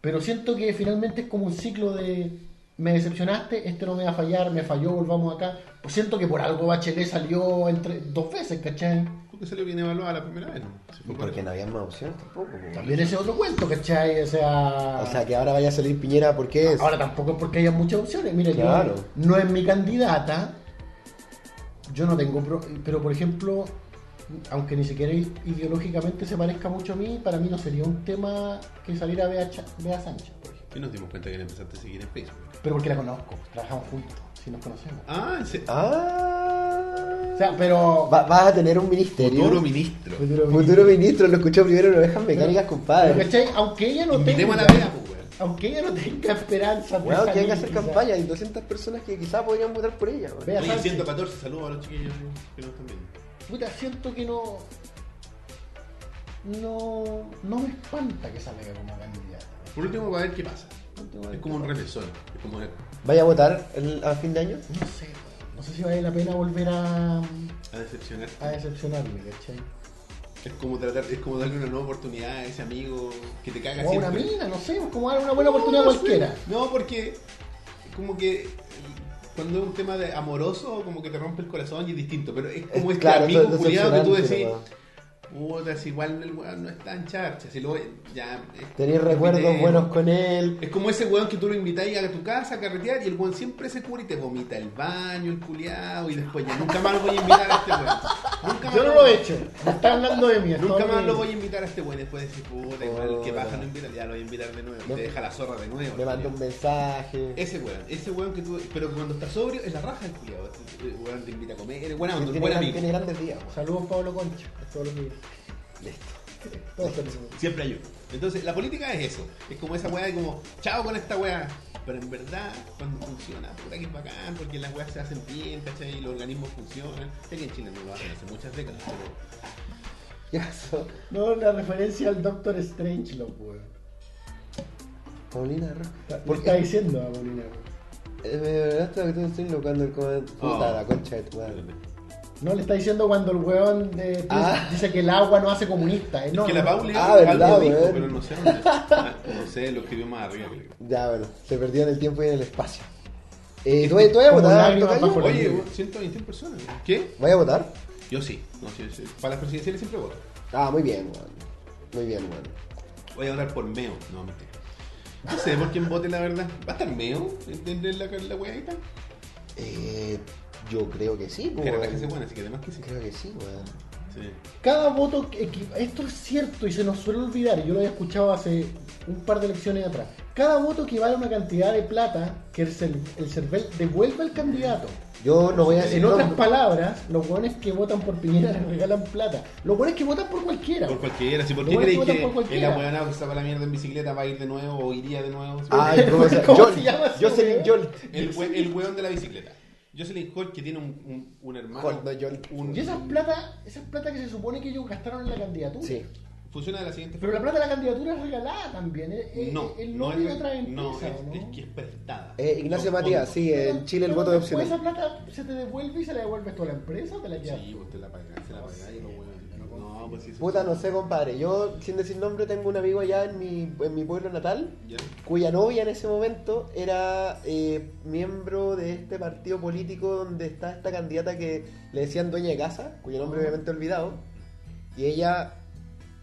[SPEAKER 3] Pero siento que finalmente es como un ciclo de me decepcionaste, este no me va a fallar, me falló, volvamos acá. Pues siento que por algo Bachelet salió entre dos veces, ¿cachai?
[SPEAKER 1] Porque salió bien evaluada la primera vez, ¿no? Se fue por
[SPEAKER 2] Porque
[SPEAKER 1] eso.
[SPEAKER 2] no había más opciones tampoco, weón.
[SPEAKER 3] También ese es otro cuento, ¿cachai? O sea,
[SPEAKER 2] O sea, que ahora vaya a salir Piñera, ¿por qué es?
[SPEAKER 3] ahora tampoco es porque haya muchas opciones. Mira, yo-
[SPEAKER 2] Claro.
[SPEAKER 3] no es mi candidata. Yo no tengo. pro- pero, por ejemplo, aunque ni siquiera i- ideológicamente se parezca mucho a mí, para mí no sería un tema que saliera Bea, Cha- Bea Sánchez, por ejemplo.
[SPEAKER 1] Y nos dimos cuenta que le empezaste a seguir en Facebook.
[SPEAKER 3] Pero porque la conozco, trabajamos juntos, si nos conocemos.
[SPEAKER 1] Ah, ese
[SPEAKER 2] Ah.
[SPEAKER 3] O sea, pero.
[SPEAKER 2] Va- vas a tener un ministerio.
[SPEAKER 1] futuro ministro.
[SPEAKER 3] Futuro
[SPEAKER 2] Futuro ministro, lo escuchó primero en ovejas mecánicas,
[SPEAKER 3] Pero,
[SPEAKER 2] compadre.
[SPEAKER 3] ¿cachai? Aunque ella no
[SPEAKER 1] Invitemos
[SPEAKER 3] tenga.
[SPEAKER 1] a la Bea, pues, weón.
[SPEAKER 3] Aunque ella no tenga esperanza. de
[SPEAKER 2] Weón, que hay
[SPEAKER 3] salir,
[SPEAKER 2] que hacer
[SPEAKER 3] quizá.
[SPEAKER 2] campaña. Hay 200 personas que quizás podrían votar por ella, weón.
[SPEAKER 3] Vea
[SPEAKER 1] Oye,
[SPEAKER 3] Sánchez.
[SPEAKER 1] 114, saludos a los chiquillos que nos están viendo.
[SPEAKER 3] Puta, siento que no. No. No me espanta que salga como candidata.
[SPEAKER 1] Por último, va a ver qué pasa.
[SPEAKER 3] No tengo
[SPEAKER 1] Es
[SPEAKER 3] el-
[SPEAKER 1] como un remesón. Es como el-
[SPEAKER 2] ¿Vaya a votar el- a fin de año?
[SPEAKER 3] No sé, no sé si vale la pena volver a,
[SPEAKER 1] a decepcionar.
[SPEAKER 3] a decepcionarme, ¿cachai?
[SPEAKER 1] Es como tratar, es como darle una nueva oportunidad a ese amigo que te caga
[SPEAKER 3] O a una
[SPEAKER 1] siempre.
[SPEAKER 3] mina, no sé, pues, como dar una buena oportunidad a
[SPEAKER 1] No, sí.
[SPEAKER 3] cualquiera.
[SPEAKER 1] No, porque como que cuando es un tema de amoroso, como que te rompe el corazón y es distinto. Pero es como
[SPEAKER 2] Es
[SPEAKER 1] este
[SPEAKER 2] claro,
[SPEAKER 1] amigo
[SPEAKER 2] es
[SPEAKER 1] culiado que tú
[SPEAKER 2] decepcionante,
[SPEAKER 1] decís,
[SPEAKER 2] nomás.
[SPEAKER 1] puta, si igual el weón no está en charcha, si lo ya. es-
[SPEAKER 2] Tenés recuerdos
[SPEAKER 1] invitemos".
[SPEAKER 2] buenos con él.
[SPEAKER 1] Es como ese weón que tú lo invitáis a tu casa a carretear y el weón siempre se cura y te vomita el baño, el culiado y después ya nunca más lo voy a invitar a este weón. Nunca más
[SPEAKER 3] Yo no lo he hecho, no está hablando de mí. es
[SPEAKER 1] Nunca
[SPEAKER 3] todo
[SPEAKER 1] más
[SPEAKER 3] mi-
[SPEAKER 1] lo voy a invitar a este weón. Después decís, puta, igual, ¿qué
[SPEAKER 2] Puta.
[SPEAKER 1] pasa? Lo invitar, ya lo voy a invitar de nuevo. y
[SPEAKER 2] Me-
[SPEAKER 1] te deja la zorra de nuevo.
[SPEAKER 2] Me mandó un mensaje.
[SPEAKER 1] Ese weón, ese weón que tú. Pero cuando está sobrio, es la raja del culiado. El weón te invita a comer, es buena onda,
[SPEAKER 2] tiene,
[SPEAKER 1] un buen
[SPEAKER 2] gran-
[SPEAKER 1] amigo.
[SPEAKER 2] tiene grandes días, weón.
[SPEAKER 3] Saludos, Pablo Concha, a todos los míos. Listo. Todos son míos.
[SPEAKER 1] Siempre hay uno. Entonces, la política es eso. Es como esa weá de como, chao con esta weá. Pero en verdad, cuando funciona, puta que es bacán, porque las weas se hacen bien, ¿cachai? Y los organismos funcionan. Sé que en Chile no lo hacen hace muchas décadas, pero.
[SPEAKER 2] Ya, eso.
[SPEAKER 3] No, la referencia al Doctor Strange, lo puedo.
[SPEAKER 2] Paulina Herrera.
[SPEAKER 3] ¿Por
[SPEAKER 2] ¿Por
[SPEAKER 3] qué
[SPEAKER 2] qué?
[SPEAKER 3] está diciendo a Paulina?
[SPEAKER 2] Eh, me verdad que estoy locando el comentario. Puta,
[SPEAKER 1] Oh.
[SPEAKER 2] la concha de tu madre.
[SPEAKER 3] No, le está diciendo cuando el weón de-
[SPEAKER 2] Ah.
[SPEAKER 3] dice que el agua no hace comunista. eh,
[SPEAKER 1] Es
[SPEAKER 3] no,
[SPEAKER 1] que la
[SPEAKER 3] no.
[SPEAKER 1] Pauli
[SPEAKER 2] Ah,
[SPEAKER 1] algo
[SPEAKER 2] verdad,
[SPEAKER 1] dijo,
[SPEAKER 2] weón.
[SPEAKER 1] pero no sé dónde. Ah, No sé, lo escribió más arriba. creo.
[SPEAKER 2] Ya, bueno, se perdió en el tiempo y en el espacio. Eh, ¿Tú, tú vas a
[SPEAKER 3] Como
[SPEAKER 2] votar?
[SPEAKER 3] lágrimas
[SPEAKER 2] tocayo?
[SPEAKER 3] bajo la-
[SPEAKER 1] Oye, weón, 121 personas. weón. ¿Qué?
[SPEAKER 2] ¿Voy a votar?
[SPEAKER 1] Yo sí. No, sí, sí. Para las presidenciales siempre voto.
[SPEAKER 2] Ah, muy bien, weón. Muy bien, weón.
[SPEAKER 1] Voy a votar por Meo. No, mentira. No sé por quién vote, la verdad. ¿Va a estar Meo en, en- en la, en la weá esta?
[SPEAKER 2] Eh, yo creo que sí, pues,
[SPEAKER 1] Pero la
[SPEAKER 2] weón.
[SPEAKER 1] gente es buena, así que además que sí.
[SPEAKER 2] Creo que sí, weón.
[SPEAKER 1] Sí.
[SPEAKER 3] Cada voto, equi- esto es cierto y se nos suele olvidar, y yo lo había escuchado hace un par de elecciones atrás. Cada voto equivale a una cantidad de plata que el, cer- el CERVEL devuelve al candidato.
[SPEAKER 2] Yo no voy a decir
[SPEAKER 3] En otras
[SPEAKER 2] nombre.
[SPEAKER 3] palabras, los hueones que votan por Piñera le regalan plata. Los hueones que votan por cualquiera.
[SPEAKER 1] Por cualquiera, sí, ¿por
[SPEAKER 3] Lo
[SPEAKER 1] qué
[SPEAKER 3] bueno es que
[SPEAKER 1] creéis
[SPEAKER 3] votan por
[SPEAKER 1] que el
[SPEAKER 3] cualquiera.
[SPEAKER 1] abuelonado que estaba la mierda en bicicleta va a ir de nuevo o iría de nuevo? Sí,
[SPEAKER 2] Ay, ¿cómo se-
[SPEAKER 3] ¿Cómo
[SPEAKER 2] Jol-
[SPEAKER 3] se llama ese
[SPEAKER 2] Jocelyn
[SPEAKER 3] weón?
[SPEAKER 2] Jolt.
[SPEAKER 1] El, hue- el weón de la bicicleta. Jocelyn Holt que tiene un, un, un hermano.
[SPEAKER 2] Holt, no, Jolt.
[SPEAKER 1] un-
[SPEAKER 3] Y esas plata, esas plata que se supone que ellos gastaron en la candidatura.
[SPEAKER 2] Sí.
[SPEAKER 1] Funciona de la siguiente
[SPEAKER 3] Pero la plata de la candidatura es regalada también. Es, es-
[SPEAKER 1] No,
[SPEAKER 3] es
[SPEAKER 1] no,
[SPEAKER 3] lobby de otra
[SPEAKER 1] es,
[SPEAKER 3] empresa,
[SPEAKER 1] no, es,
[SPEAKER 3] ¿o no?
[SPEAKER 1] es que es prestada.
[SPEAKER 2] Eh, Ignacio
[SPEAKER 1] Son
[SPEAKER 2] Matías,
[SPEAKER 1] fondos.
[SPEAKER 2] sí, en Chile el
[SPEAKER 3] Pero
[SPEAKER 2] voto es
[SPEAKER 3] después
[SPEAKER 2] opcional.
[SPEAKER 3] Esa plata se te devuelve y se la devuelves tú a la empresa, te la quedas.
[SPEAKER 1] Sí, usted la paga, se la paga y los weones. No, pues sí. eso-
[SPEAKER 2] Puta, no sé, compadre. Yo, sin decir nombre, tengo un amigo allá en mi, en mi pueblo natal,
[SPEAKER 1] Ya.
[SPEAKER 2] cuya novia en ese momento era eh, miembro de este partido político donde está esta candidata que le decían dueña de casa, cuyo nombre obviamente he olvidado. Y ella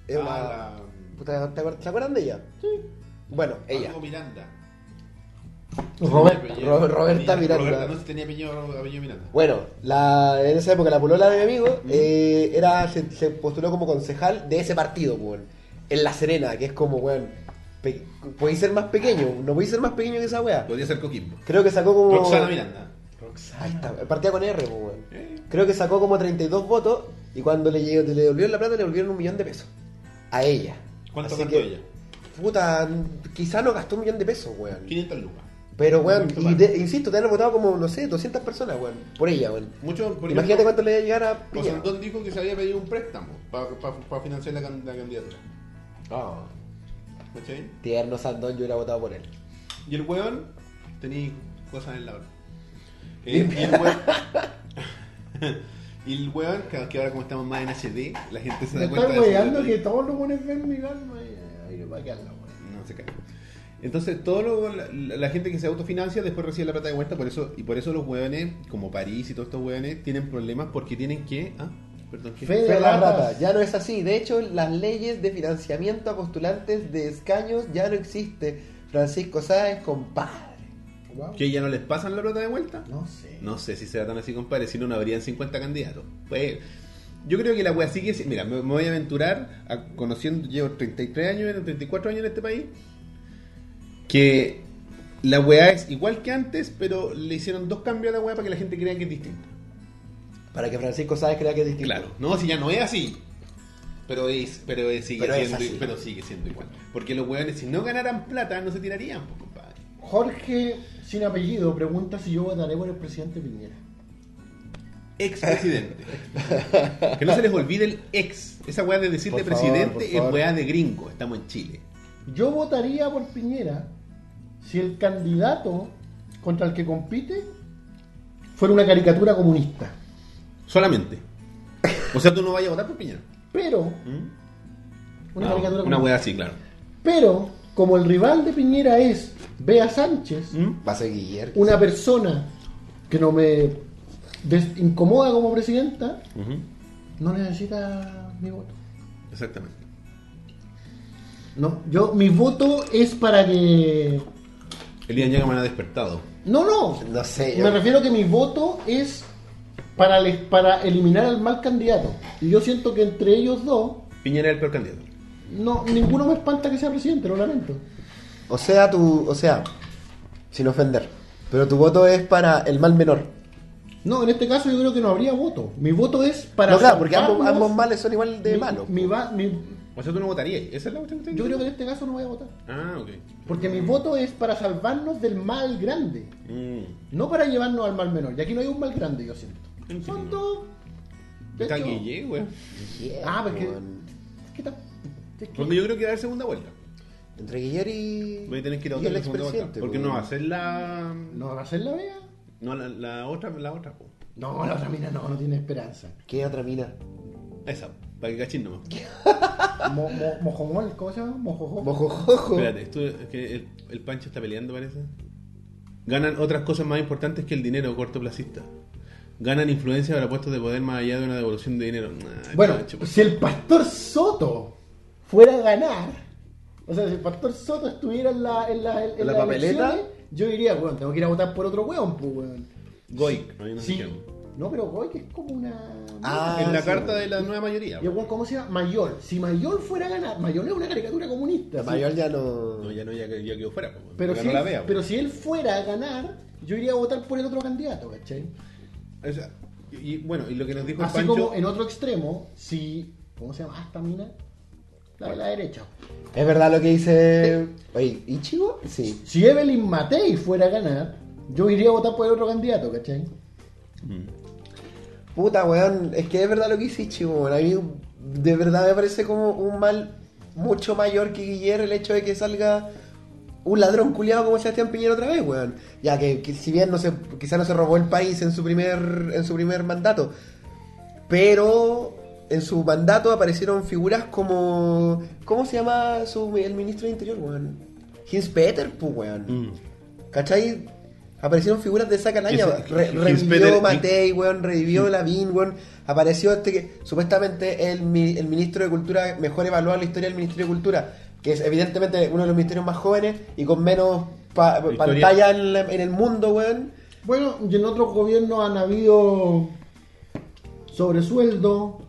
[SPEAKER 2] es
[SPEAKER 1] Ah,
[SPEAKER 2] una-
[SPEAKER 1] la-
[SPEAKER 2] Puta, ¿te, acuer- ¿Se acuerdan de ella? Sí. Bueno, ella.
[SPEAKER 1] Algo Miranda.
[SPEAKER 3] Roberta.
[SPEAKER 1] Tenía apellido-
[SPEAKER 2] Ro- Roberta
[SPEAKER 1] tenía-
[SPEAKER 2] Miranda.
[SPEAKER 1] Roberta, no tenía apellido, apellido Miranda.
[SPEAKER 2] Bueno, la, en esa época la polola de mi amigo eh, era, se, se postuló como concejal de ese partido, pues, weón. En La Serena, que es como, weón, pe- podéis ser más pequeño, no podéis ser más pequeño que esa weá.
[SPEAKER 1] Podría ser Coquimbo.
[SPEAKER 2] Creo que sacó como...
[SPEAKER 1] Roxana Miranda.
[SPEAKER 2] Ahí está, partía con R, pues, weón.
[SPEAKER 1] Eh.
[SPEAKER 2] Creo que sacó como 32 votos y cuando le, llegó- le devolvieron la plata le devolvieron un millón de pesos. A ella.
[SPEAKER 1] ¿Cuánto
[SPEAKER 2] Así
[SPEAKER 1] gastó
[SPEAKER 2] que,
[SPEAKER 1] ella?
[SPEAKER 2] Puta, quizá no gastó un millón de pesos, weón.
[SPEAKER 1] 500 lucas.
[SPEAKER 2] Pero, weón,
[SPEAKER 1] Mucho
[SPEAKER 2] y
[SPEAKER 1] más.
[SPEAKER 2] de- insisto, te han votado como, no sé, 200 personas, weón. Por ella, weón.
[SPEAKER 1] Mucho, por
[SPEAKER 2] Imagínate
[SPEAKER 1] ejemplo,
[SPEAKER 2] cuánto le iba a llegar a Piñera.
[SPEAKER 1] Osandón dijo que se había pedido un préstamo para financiar la, can- la candidatura.
[SPEAKER 2] Oh,
[SPEAKER 1] ¿Cachai?
[SPEAKER 2] tierno Sandón, yo hubiera votado por él.
[SPEAKER 1] Y el weón tenía cosas en la hora. Eh, y el weón. y el weón, que, que ahora como estamos más en HD, la gente se
[SPEAKER 3] Me
[SPEAKER 1] da cuenta.
[SPEAKER 3] estás
[SPEAKER 1] de eso.
[SPEAKER 3] weyando que todos los buenos ven mi alma y eh, ahí va a quedar la wea.
[SPEAKER 1] No se cae. Entonces, todo lo- la, la gente que se autofinancia después recibe la plata de vuelta, por eso y por eso los weones, como París y todos estos weones, tienen problemas porque tienen que. Ah, perdón, ¿qué?
[SPEAKER 3] Fe- de
[SPEAKER 2] Pero la
[SPEAKER 3] ratas.
[SPEAKER 2] rata, ya no es así. De hecho, las leyes de financiamiento a postulantes de escaños ya no existe. Francisco Sáenz, compadre.
[SPEAKER 3] Guau.
[SPEAKER 1] ¿Que ya no les pasan la plata de vuelta?
[SPEAKER 3] No sé.
[SPEAKER 1] No sé si será tan así, compadre, si no, no habrían 50 candidatos. Pues, yo creo que la wea sigue si- Mira, me, me voy a aventurar, a- conociendo, llevo 33 años, en- 34 años en este país, que la wea es igual que antes, pero le hicieron dos cambios a la wea para que la gente crea que es distinta.
[SPEAKER 2] Para que Francisco Sáenz crea que es distinto.
[SPEAKER 1] Claro, no, si ya no es así. Pero es, pero es- sigue
[SPEAKER 2] Pero es
[SPEAKER 1] siendo,
[SPEAKER 2] así.
[SPEAKER 1] pero sigue siendo igual. Porque los weones, si no ganaran plata, no se tirarían, pues, compadre.
[SPEAKER 3] Jorge, sin apellido, pregunta si yo votaré por el presidente Piñera.
[SPEAKER 1] Expresidente. que no se les olvide el ex. Esa weá de decirle
[SPEAKER 2] Por favor, por
[SPEAKER 1] presidente
[SPEAKER 2] favor.
[SPEAKER 1] es weá de gringo. Estamos en Chile.
[SPEAKER 3] Yo votaría por Piñera si el candidato contra el que compite fuera una caricatura comunista.
[SPEAKER 1] Solamente. O sea, tú no vayas a votar por Piñera.
[SPEAKER 3] Pero,
[SPEAKER 1] ¿Mm?
[SPEAKER 3] una
[SPEAKER 1] Ah,
[SPEAKER 3] caricatura
[SPEAKER 1] una
[SPEAKER 3] comunista.
[SPEAKER 1] weá así, claro.
[SPEAKER 3] Pero, como el rival de Piñera es Bea Sánchez,
[SPEAKER 1] ¿Mm?
[SPEAKER 2] Va a ser Guillermo.
[SPEAKER 3] una persona que no me des- incomoda como presidenta,
[SPEAKER 1] Ujú.
[SPEAKER 3] no necesita mi voto.
[SPEAKER 1] Exactamente.
[SPEAKER 3] No, yo, mi voto es para que.
[SPEAKER 1] El día llega me ha despertado.
[SPEAKER 3] No, no.
[SPEAKER 2] No sé, yo.
[SPEAKER 3] Me refiero que mi voto es para, les- para eliminar al mal candidato. Y yo siento que entre ellos dos,
[SPEAKER 1] Piñera es el peor candidato.
[SPEAKER 3] no, ninguno me espanta que sea presidente, lo lamento.
[SPEAKER 2] O sea, tu. O sea, sin ofender. Pero tu voto es para el mal menor.
[SPEAKER 3] No, en este caso yo creo que no habría voto. Mi voto es para.
[SPEAKER 2] no, claro, porque ambos,
[SPEAKER 3] salvarnos-
[SPEAKER 2] ambos males son igual de
[SPEAKER 3] mi-
[SPEAKER 2] malos.
[SPEAKER 3] mi va- mi-
[SPEAKER 1] O sea, tú no votarías. Esa es la cuestión que
[SPEAKER 3] yo creo que en este caso no voy a votar.
[SPEAKER 1] Ah, ok.
[SPEAKER 3] Porque mi voto es para salvarnos del mal grande,
[SPEAKER 1] Mm.
[SPEAKER 3] no para llevarnos al mal menor. Y aquí no hay un mal grande, yo siento. Son dos. de
[SPEAKER 1] Está
[SPEAKER 3] hecho,
[SPEAKER 1] Guille, weón.
[SPEAKER 2] Guillermo,
[SPEAKER 3] Ah, porque-
[SPEAKER 2] weón.
[SPEAKER 3] ¿qué tal? Es que-
[SPEAKER 1] Porque yo creo que va a haber segunda vuelta.
[SPEAKER 2] Entre Guillier y.
[SPEAKER 1] Voy a tener que ir a
[SPEAKER 2] y
[SPEAKER 1] votar
[SPEAKER 2] el
[SPEAKER 1] la segunda vuelta.
[SPEAKER 2] expresidente.
[SPEAKER 1] Porque
[SPEAKER 2] pues.
[SPEAKER 1] no va a ser la.
[SPEAKER 3] ¿No va a hacer la vea?
[SPEAKER 1] No, la, la otra, la otra, po.
[SPEAKER 3] No, la otra mina no, no tiene esperanza.
[SPEAKER 2] ¿Qué otra mina?
[SPEAKER 1] Esa, para que cachín nomás.
[SPEAKER 3] Mo, mo, mojomol, ¿cómo se llama? Mojojo.
[SPEAKER 2] Mojojojo.
[SPEAKER 1] Espérate, esto es que el, el Pancho está peleando, parece. Ganan otras cosas más importantes que el dinero cortoplacista. Ganan influencia para puestos de poder más allá de una devolución de dinero. Ay,
[SPEAKER 3] Bueno,
[SPEAKER 1] Pancho, pues.
[SPEAKER 3] si el pastor Soto fuera a ganar, o sea, si el pastor Soto estuviera en la, en la, en
[SPEAKER 2] ¿En la
[SPEAKER 3] las
[SPEAKER 2] papeleta?
[SPEAKER 3] elecciones, yo diría, bueno, tengo que ir a votar por otro weón, pues, weón.
[SPEAKER 1] Goic, no hay no sé
[SPEAKER 3] Sí.
[SPEAKER 1] quién.
[SPEAKER 3] No, pero Goy que es como una.
[SPEAKER 2] Ah,
[SPEAKER 1] En la
[SPEAKER 2] sí.
[SPEAKER 1] carta de la nueva mayoría. pues.
[SPEAKER 3] Y el weón, ¿Cómo se llama? Mayol. Si Mayol fuera a ganar, Mayol es una caricatura comunista.
[SPEAKER 2] La
[SPEAKER 3] ¿sí?
[SPEAKER 2] mayor ya no.
[SPEAKER 1] No, ya no, ya, ya quedó fuera. po.
[SPEAKER 3] Pero,
[SPEAKER 1] Ya
[SPEAKER 3] si
[SPEAKER 1] no la
[SPEAKER 3] él,
[SPEAKER 1] vea. pues. po.
[SPEAKER 3] pero si él fuera a ganar, yo iría a votar por el otro candidato, ¿cachai?
[SPEAKER 1] O sea, y, y bueno, y lo que nos dijo el
[SPEAKER 3] Así
[SPEAKER 1] Pancho.
[SPEAKER 3] como en otro extremo, si. ¿Cómo se llama? Hasta mina. La de la derecha.
[SPEAKER 2] Es verdad lo que dice. Oye, ¿Ichigo? Sí.
[SPEAKER 3] Si Evelyn Matei fuera a ganar, yo iría a votar por el otro candidato, ¿cachai?
[SPEAKER 2] Puta, weón. Es que es verdad lo que dice Ichigo, weón. A mí de verdad me parece como un mal mucho mayor que Guillermo el hecho de que salga un ladrón culiado como Sebastián Piñera otra vez, weón. Ya que, que si bien no se, quizá no se robó el país en su primer, en su primer mandato, pero en su mandato aparecieron figuras como. ¿Cómo se llama su, el ministro de Interior, weón? Hins Peter, pues, weón.
[SPEAKER 1] Mm.
[SPEAKER 2] ¿Cachai? Aparecieron figuras de esa calaña.
[SPEAKER 1] Ese- eh,
[SPEAKER 2] Re-
[SPEAKER 1] His-
[SPEAKER 2] revivió
[SPEAKER 1] Peter-
[SPEAKER 2] Matei, weón, revivió Lavín, weón. Apareció este que supuestamente el, mi- el ministro de Cultura mejor evaluado en la historia del Ministerio de Cultura, que es evidentemente uno de los ministerios más jóvenes y con menos pa-
[SPEAKER 1] Historia.
[SPEAKER 2] pantalla en, la- en el mundo, weón.
[SPEAKER 3] Bueno, y en otros gobiernos han habido sobresueldo,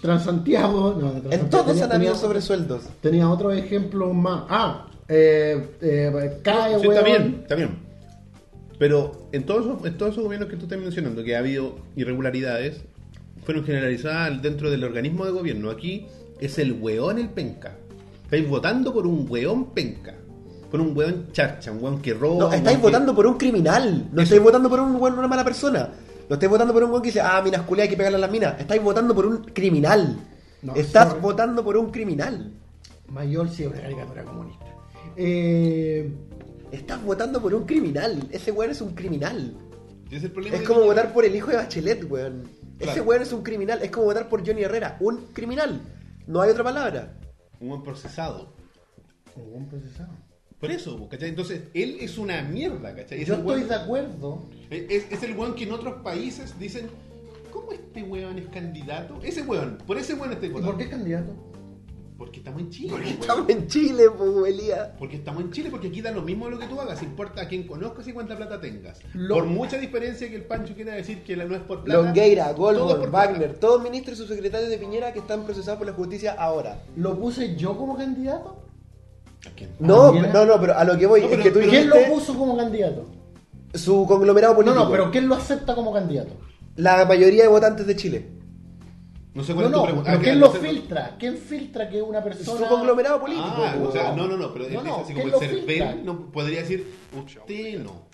[SPEAKER 3] Transantiago. No, Transantiago
[SPEAKER 2] En todos
[SPEAKER 3] tenía-
[SPEAKER 2] han habido
[SPEAKER 3] tenía-
[SPEAKER 2] sobresueldos.
[SPEAKER 3] Tenía otro ejemplo más. Ah, eh, eh, cae,
[SPEAKER 2] Ah,
[SPEAKER 1] Sí,
[SPEAKER 3] weón.
[SPEAKER 1] está bien, está bien. Pero en todos, esos- en todos esos gobiernos que tú estás mencionando, que ha habido irregularidades, fueron generalizadas dentro del organismo de gobierno. Aquí es el weón el penca. Estáis votando por un weón penca. Por un weón charcha, un weón que
[SPEAKER 3] Oh,
[SPEAKER 1] roba.
[SPEAKER 2] No,
[SPEAKER 1] un
[SPEAKER 2] estáis
[SPEAKER 1] weón
[SPEAKER 2] votando por un criminal. No estáis votando por un weón, una mala persona. No estáis votando por un weón que dice, ah, minas culiadas hay que pegarle a las minas. Estáis votando por un criminal.
[SPEAKER 3] No,
[SPEAKER 2] Estás
[SPEAKER 3] sorry.
[SPEAKER 2] votando por un criminal.
[SPEAKER 3] Mayor sí, una caricatura comunista. Eh,
[SPEAKER 2] Estás votando por un criminal. Ese weón es un criminal.
[SPEAKER 6] Ese Es el problema.
[SPEAKER 2] Es
[SPEAKER 6] de-
[SPEAKER 2] como votar por el hijo de Bachelet, weón. Ese
[SPEAKER 6] Claro.
[SPEAKER 2] weón es un criminal. Es como votar por Johnny Herrera. Un criminal. No hay otra palabra.
[SPEAKER 1] que- Un weón procesado.
[SPEAKER 3] un buen procesado.
[SPEAKER 1] Por eso, ¿cachai? Entonces, él es una mierda, ¿cachai? Es
[SPEAKER 3] Yo
[SPEAKER 1] el
[SPEAKER 3] estoy
[SPEAKER 1] weón-
[SPEAKER 3] de acuerdo.
[SPEAKER 1] Es, es el weón que en otros países dicen, ¿cómo este weón es candidato? Ese weón, por ese weón estoy
[SPEAKER 3] ¿Y
[SPEAKER 1] votando.
[SPEAKER 3] por qué candidato?
[SPEAKER 1] Porque estamos en Chile.
[SPEAKER 2] Porque
[SPEAKER 1] weón.
[SPEAKER 2] estamos en Chile, pues, Elías.
[SPEAKER 1] Porque estamos en Chile, porque aquí da lo mismo lo que tú hagas, importa a quién conozcas y cuánta plata tengas.
[SPEAKER 3] Lo-
[SPEAKER 1] Por mucha diferencia que el Pancho quiera decir que la- no es por plata.
[SPEAKER 2] Longueira,
[SPEAKER 1] todo
[SPEAKER 2] Goldberg,
[SPEAKER 1] por
[SPEAKER 2] Wagner, todos ministros y subsecretarios de Piñera que están procesados por la justicia ahora.
[SPEAKER 3] ¿Lo puse yo como candidato?
[SPEAKER 1] plata. ¿A quién?
[SPEAKER 2] No,
[SPEAKER 3] Piñera?
[SPEAKER 2] no, no, pero a lo que voy
[SPEAKER 1] No,
[SPEAKER 2] es
[SPEAKER 1] pero-
[SPEAKER 2] que tú
[SPEAKER 1] pero
[SPEAKER 2] dijiste
[SPEAKER 3] ¿Quién lo puso como candidato?
[SPEAKER 2] su conglomerado
[SPEAKER 3] No,
[SPEAKER 2] político.
[SPEAKER 3] no, pero ¿quién lo acepta como candidato?
[SPEAKER 2] La mayoría de votantes de Chile.
[SPEAKER 1] No sé cuál
[SPEAKER 3] No,
[SPEAKER 1] es tu
[SPEAKER 3] no,
[SPEAKER 1] pregunta.
[SPEAKER 3] pero
[SPEAKER 1] Ah,
[SPEAKER 3] ¿quién
[SPEAKER 1] claro,
[SPEAKER 3] lo
[SPEAKER 1] no sé-
[SPEAKER 3] filtra? ¿Quién filtra que una persona...
[SPEAKER 2] Su conglomerado político.
[SPEAKER 1] Ah,
[SPEAKER 2] pues,
[SPEAKER 1] o sea,
[SPEAKER 2] weón.
[SPEAKER 1] no, no, no, pero
[SPEAKER 3] No,
[SPEAKER 1] es
[SPEAKER 3] no,
[SPEAKER 1] así
[SPEAKER 3] ¿quién
[SPEAKER 1] como el
[SPEAKER 3] lo filtra?
[SPEAKER 1] CERVEL no podría decir, usted no.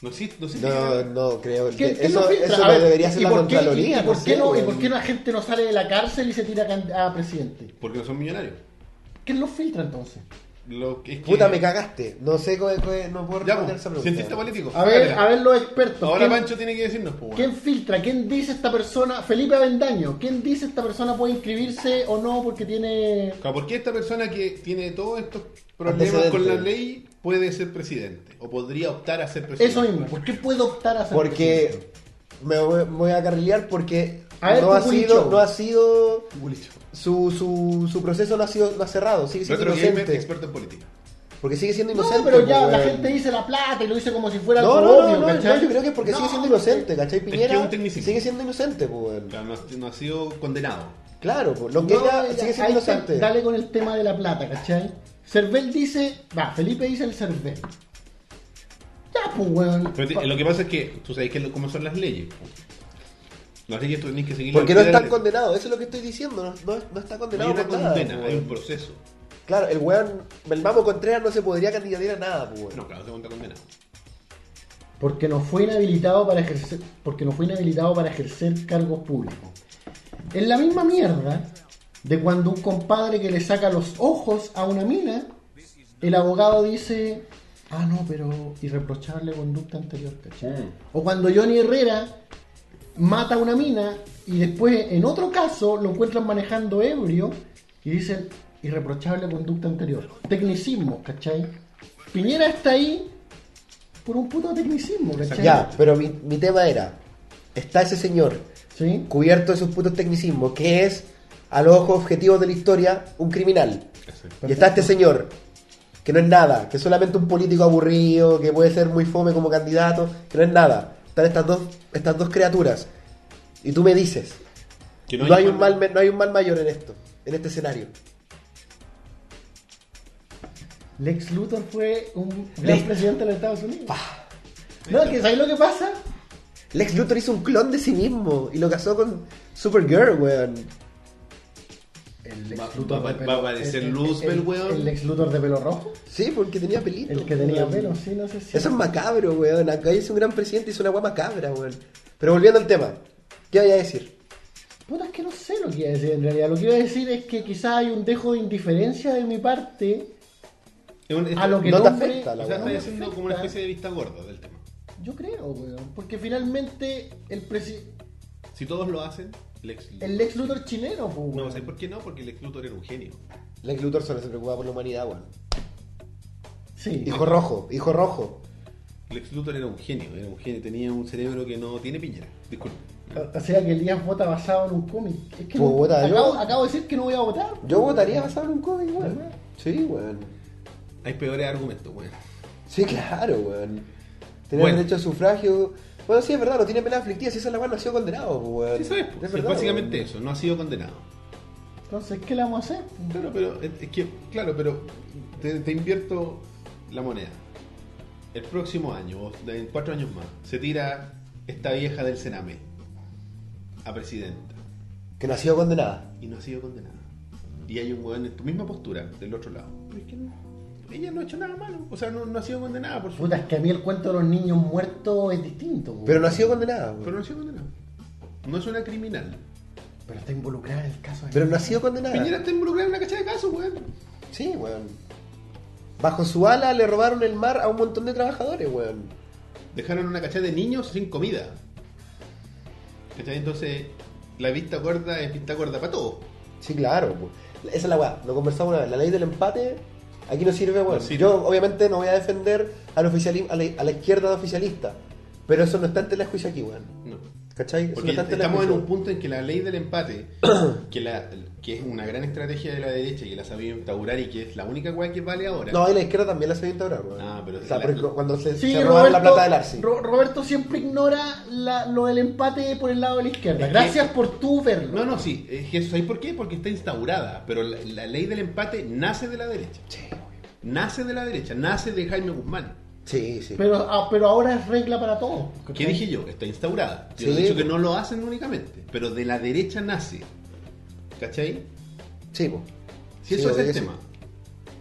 [SPEAKER 1] No existe, no existe.
[SPEAKER 2] No, no creo.
[SPEAKER 3] ¿Quién, quién
[SPEAKER 2] eso
[SPEAKER 3] lo filtra?
[SPEAKER 2] eso
[SPEAKER 3] A
[SPEAKER 2] lo
[SPEAKER 3] ver,
[SPEAKER 2] debería ser
[SPEAKER 3] ¿y
[SPEAKER 2] la
[SPEAKER 3] por qué-
[SPEAKER 2] Contraloría.
[SPEAKER 3] ¿Y por,
[SPEAKER 2] no
[SPEAKER 3] qué
[SPEAKER 2] sé,
[SPEAKER 3] no, y
[SPEAKER 2] weón.
[SPEAKER 3] por qué la gente no sale de la cárcel y se tira can- a presidente?
[SPEAKER 1] Porque no son millonarios.
[SPEAKER 3] ¿Quién lo filtra entonces?
[SPEAKER 1] Lo que es que-
[SPEAKER 2] Puta, me cagaste. No sé, cómo- cómo- no puedo
[SPEAKER 1] Ya,
[SPEAKER 2] responder
[SPEAKER 1] pues,
[SPEAKER 2] esa pregunta.
[SPEAKER 1] cientista político.
[SPEAKER 3] A ver,
[SPEAKER 1] sácala.
[SPEAKER 3] a ver los expertos.
[SPEAKER 1] Ahora
[SPEAKER 3] ¿Quién-
[SPEAKER 1] Pancho tiene que decirnos, pues, weón.
[SPEAKER 3] ¿Quién filtra? ¿Quién dice esta persona? Felipe Avendaño, ¿quién dice esta persona puede inscribirse o no porque tiene...
[SPEAKER 1] Claro, ¿Por qué esta persona que tiene todos estos problemas con la
[SPEAKER 2] Antecedentes.
[SPEAKER 1] ley puede ser presidente? ¿O podría optar a ser presidente?
[SPEAKER 3] Eso mismo, ¿por qué puede optar a ser
[SPEAKER 2] Porque me voy, me voy a carrilear porque
[SPEAKER 3] A ver,
[SPEAKER 2] no, ha
[SPEAKER 3] Cuculi
[SPEAKER 2] sido,
[SPEAKER 3] Show.
[SPEAKER 2] no ha sido.
[SPEAKER 1] Bulicho.
[SPEAKER 2] Su, su, su proceso no ha sido no ha cerrado. Sigue siendo
[SPEAKER 1] Retro gamer,
[SPEAKER 2] inocente.
[SPEAKER 1] experto en política.
[SPEAKER 2] Porque sigue siendo
[SPEAKER 3] No,
[SPEAKER 2] inocente.
[SPEAKER 3] pero ya
[SPEAKER 2] pues,
[SPEAKER 3] la
[SPEAKER 2] weón.
[SPEAKER 3] gente dice la plata y lo dice como si fuera
[SPEAKER 2] No,
[SPEAKER 3] algo
[SPEAKER 2] no, no,
[SPEAKER 3] obvio,
[SPEAKER 2] no,
[SPEAKER 3] ¿cachai?
[SPEAKER 2] no, yo creo que es porque
[SPEAKER 3] No,
[SPEAKER 2] sigue siendo inocente, ¿cachai?
[SPEAKER 1] que
[SPEAKER 2] Piñera
[SPEAKER 1] es un tecnicismo.
[SPEAKER 2] sigue siendo inocente, pues.
[SPEAKER 1] O
[SPEAKER 2] weón.
[SPEAKER 1] sea, no, no ha sido condenado.
[SPEAKER 2] Claro, pues.
[SPEAKER 3] no,
[SPEAKER 2] Longueira
[SPEAKER 3] ya,
[SPEAKER 2] sigue siendo
[SPEAKER 3] ahí está,
[SPEAKER 2] inocente.
[SPEAKER 3] Dale con el tema de la plata, ¿cachai? Cervel dice, va, Felipe dice el Cervel. Ya, pues, weón.
[SPEAKER 1] Pero te- lo que pasa es que tú sabes que lo- cómo son las leyes. po. Las leyes tú tenés que seguir.
[SPEAKER 2] Porque no
[SPEAKER 1] la-
[SPEAKER 2] está condenado, eso es lo que estoy diciendo. No, no- no está
[SPEAKER 1] No hay
[SPEAKER 2] condenado
[SPEAKER 1] una
[SPEAKER 2] por nada,
[SPEAKER 1] condena,
[SPEAKER 2] pues,
[SPEAKER 1] hay
[SPEAKER 2] weón.
[SPEAKER 1] un proceso.
[SPEAKER 2] Claro, el weón, el mamo Contreras no se podría candidatear a nada, pues. weón.
[SPEAKER 1] No, claro, se cuenta condenado.
[SPEAKER 3] Porque no fue inhabilitado para ejercer, porque no fue inhabilitado para ejercer cargos públicos. Es la misma mierda de cuando un compadre que le saca los ojos a una mina el abogado dice, ah, no, pero irreprochable conducta anterior, ¿cachai? O cuando Johnny Herrera mata a una mina y después en otro caso lo encuentran manejando ebrio y dicen irreprochable conducta anterior. Tecnicismo, ¿cachai? Piñera está ahí por un puto tecnicismo, ¿cachai?
[SPEAKER 2] Ya, pero mi, mi tema era, está ese señor
[SPEAKER 3] ¿Sí?
[SPEAKER 2] cubierto de sus putos tecnicismos, que es, a los ojos objetivos de la historia, un criminal. Y está este señor, que no es nada, que es solamente un político aburrido, que puede ser muy fome como candidato, que no es nada. Están estas dos, estas dos criaturas. Y tú me dices,
[SPEAKER 4] Que
[SPEAKER 2] no, hay un mal, me- no hay un mal mayor en esto, en este escenario.
[SPEAKER 3] Lex Luthor fue un gran presidente de los Estados Unidos. No, que ¿sabes lo que pasa?
[SPEAKER 2] Lex Luthor hizo un clon de sí mismo y lo casó con Supergirl, weón.
[SPEAKER 3] El
[SPEAKER 1] Va-
[SPEAKER 3] Lex Luthor
[SPEAKER 1] va-
[SPEAKER 3] de pelo-
[SPEAKER 1] va a aparecer
[SPEAKER 3] el- el-
[SPEAKER 1] Luzbel,
[SPEAKER 3] el-
[SPEAKER 1] weón.
[SPEAKER 3] El Lex Luthor de pelo rojo.
[SPEAKER 2] Sí, porque tenía pelito.
[SPEAKER 3] El que tenía
[SPEAKER 2] weón.
[SPEAKER 3] pelo, sí, no sé si.
[SPEAKER 2] Eso es macabro, weón. Acá hizo un gran presidente, hizo una weá macabra, weón. Pero volviendo al tema, ¿qué voy a decir?
[SPEAKER 3] Puta, es que no sé lo que iba a decir en realidad. Lo que iba a decir es que quizás hay un dejo de indiferencia de mi parte
[SPEAKER 1] Es un- es-
[SPEAKER 3] a lo que
[SPEAKER 2] no
[SPEAKER 3] el
[SPEAKER 2] te
[SPEAKER 3] hombre-
[SPEAKER 2] afecta la
[SPEAKER 1] o sea,
[SPEAKER 2] weá.
[SPEAKER 1] está
[SPEAKER 3] me
[SPEAKER 1] haciendo como una
[SPEAKER 3] afecta.
[SPEAKER 1] especie de vista gorda del tema.
[SPEAKER 3] Yo creo, weón. Porque finalmente el, presi-
[SPEAKER 1] Si todos lo hacen, Lex Luthor.
[SPEAKER 3] el Lex Luthor chileno, pues, weón.
[SPEAKER 1] No, ¿sabes por qué no? Porque Lex Luthor era un genio.
[SPEAKER 2] Lex Luthor solo se preocupaba por la humanidad, weón.
[SPEAKER 3] Sí.
[SPEAKER 2] Hijo rojo, hijo rojo.
[SPEAKER 1] Lex Luthor era un genio, era un genio, tenía un cerebro que no tiene piñera. Disculpe.
[SPEAKER 3] O- O sea que el día vota basado en un cómic. Es que
[SPEAKER 2] Pues,
[SPEAKER 3] no-
[SPEAKER 2] puta, yo-
[SPEAKER 3] acabo, acabo de decir que no voy a votar.
[SPEAKER 2] Yo votaría basado en un código, weón. Sí, weón.
[SPEAKER 1] Hay peores argumentos, weón.
[SPEAKER 2] Sí, claro, weón. Tener
[SPEAKER 1] Bueno.
[SPEAKER 2] derecho a sufragio. Bueno, sí, es verdad, no tiene pena aflictiva. Si esa es la weá, no ha sido condenado, weón.
[SPEAKER 1] Sí, sabes,
[SPEAKER 2] Es
[SPEAKER 1] pues, es
[SPEAKER 2] verdad,
[SPEAKER 1] básicamente
[SPEAKER 2] weón.
[SPEAKER 1] eso, no ha sido condenado.
[SPEAKER 3] Entonces, ¿qué le vamos a hacer?
[SPEAKER 1] Claro, pero eh, es es que, claro, pero te, te invierto la moneda. El próximo año, o en cuatro años más, se tira esta vieja del Sename a presidenta
[SPEAKER 2] Que no ha sido condenada.
[SPEAKER 1] y no ha sido condenada. Y hay un weón en tu misma postura del otro lado. Pero es que no- ella no ha hecho nada malo, o sea, no, no ha sido condenada por su.
[SPEAKER 3] Puta, es que a mí el cuento de los niños muertos es distinto, weón.
[SPEAKER 2] Pero no ha sido condenada, weón.
[SPEAKER 1] Pero
[SPEAKER 2] Pero,
[SPEAKER 1] no ha sido condenada. No es una criminal.
[SPEAKER 3] Pero está involucrada en el caso de.
[SPEAKER 2] no ha sido condenada.
[SPEAKER 1] Piñera está involucrada en una cacha de casos, weón.
[SPEAKER 2] Sí, weón. Bajo su ala le robaron el mar a un montón de trabajadores, weón.
[SPEAKER 1] dejaron una cachada de niños sin comida. ¿Cachai? Entonces, la vista gorda es vista gorda para todos.
[SPEAKER 2] Sí, claro. po. Esa es la weá. Lo conversamos una vez. La ley del empate aquí no sirve, weón.
[SPEAKER 1] sirve.
[SPEAKER 2] Yo obviamente no voy a defender al oficiali- a, la, a la izquierda de oficialista. Pero eso no está ante la juicio aquí, weón.
[SPEAKER 1] No.
[SPEAKER 2] ¿Cachai? Eso no
[SPEAKER 1] Porque
[SPEAKER 2] está ante la
[SPEAKER 1] estamos en
[SPEAKER 2] juicio.
[SPEAKER 1] un punto en que la ley del empate, que, la, que es una gran estrategia de la derecha y que la sabía instaurar y que es la única weá que vale ahora.
[SPEAKER 2] No, y la izquierda también la se instaurar, weón.
[SPEAKER 1] Ah, pero
[SPEAKER 2] o sea,
[SPEAKER 1] la-
[SPEAKER 2] porque cuando se,
[SPEAKER 3] Sí,
[SPEAKER 2] se robaron
[SPEAKER 3] Roberto,
[SPEAKER 2] la plata del Arce.
[SPEAKER 3] Ro- Roberto siempre ignora la- lo del empate por el lado de la izquierda. Gracias por tú verlo.
[SPEAKER 1] No, no, sí, es que eso, ¿y por qué? Porque está instaurada, pero la, la ley del empate nace de la derecha. Nace de la derecha, nace de Jaime Guzmán.
[SPEAKER 2] Sí, sí.
[SPEAKER 3] Pero, ah, pero ahora es regla para todos.
[SPEAKER 1] ¿Qué dije yo? Está instaurada. Yo no
[SPEAKER 2] Sí.
[SPEAKER 1] he dicho que no lo hacen únicamente, pero de la derecha nace. ¿Cachai?
[SPEAKER 2] Sí, po.
[SPEAKER 1] Si
[SPEAKER 2] Sí,
[SPEAKER 1] eso es el
[SPEAKER 2] obvio que
[SPEAKER 1] tema.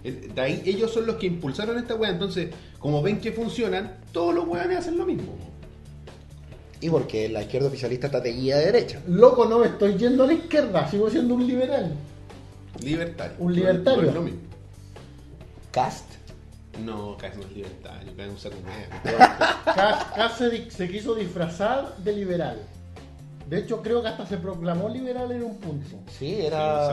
[SPEAKER 1] El- De ahí ellos son los que impulsaron esta weá. Entonces, como ven que funcionan, todos los weones hacen lo mismo.
[SPEAKER 2] Y porque la izquierda oficialista está teñida de derecha.
[SPEAKER 3] Loco, no me estoy yendo a la izquierda, sigo siendo un liberal.
[SPEAKER 1] Libertario.
[SPEAKER 3] Un libertario.
[SPEAKER 1] No es lo mismo.
[SPEAKER 2] Cast.
[SPEAKER 1] No, Cas no es libertario, Cas es un saco de mierda.
[SPEAKER 3] Cas- Cas se, di- se quiso disfrazar de liberal. De hecho, creo que hasta se proclamó liberal en un punto.
[SPEAKER 2] Sí,
[SPEAKER 1] Sí, no
[SPEAKER 2] era.
[SPEAKER 1] se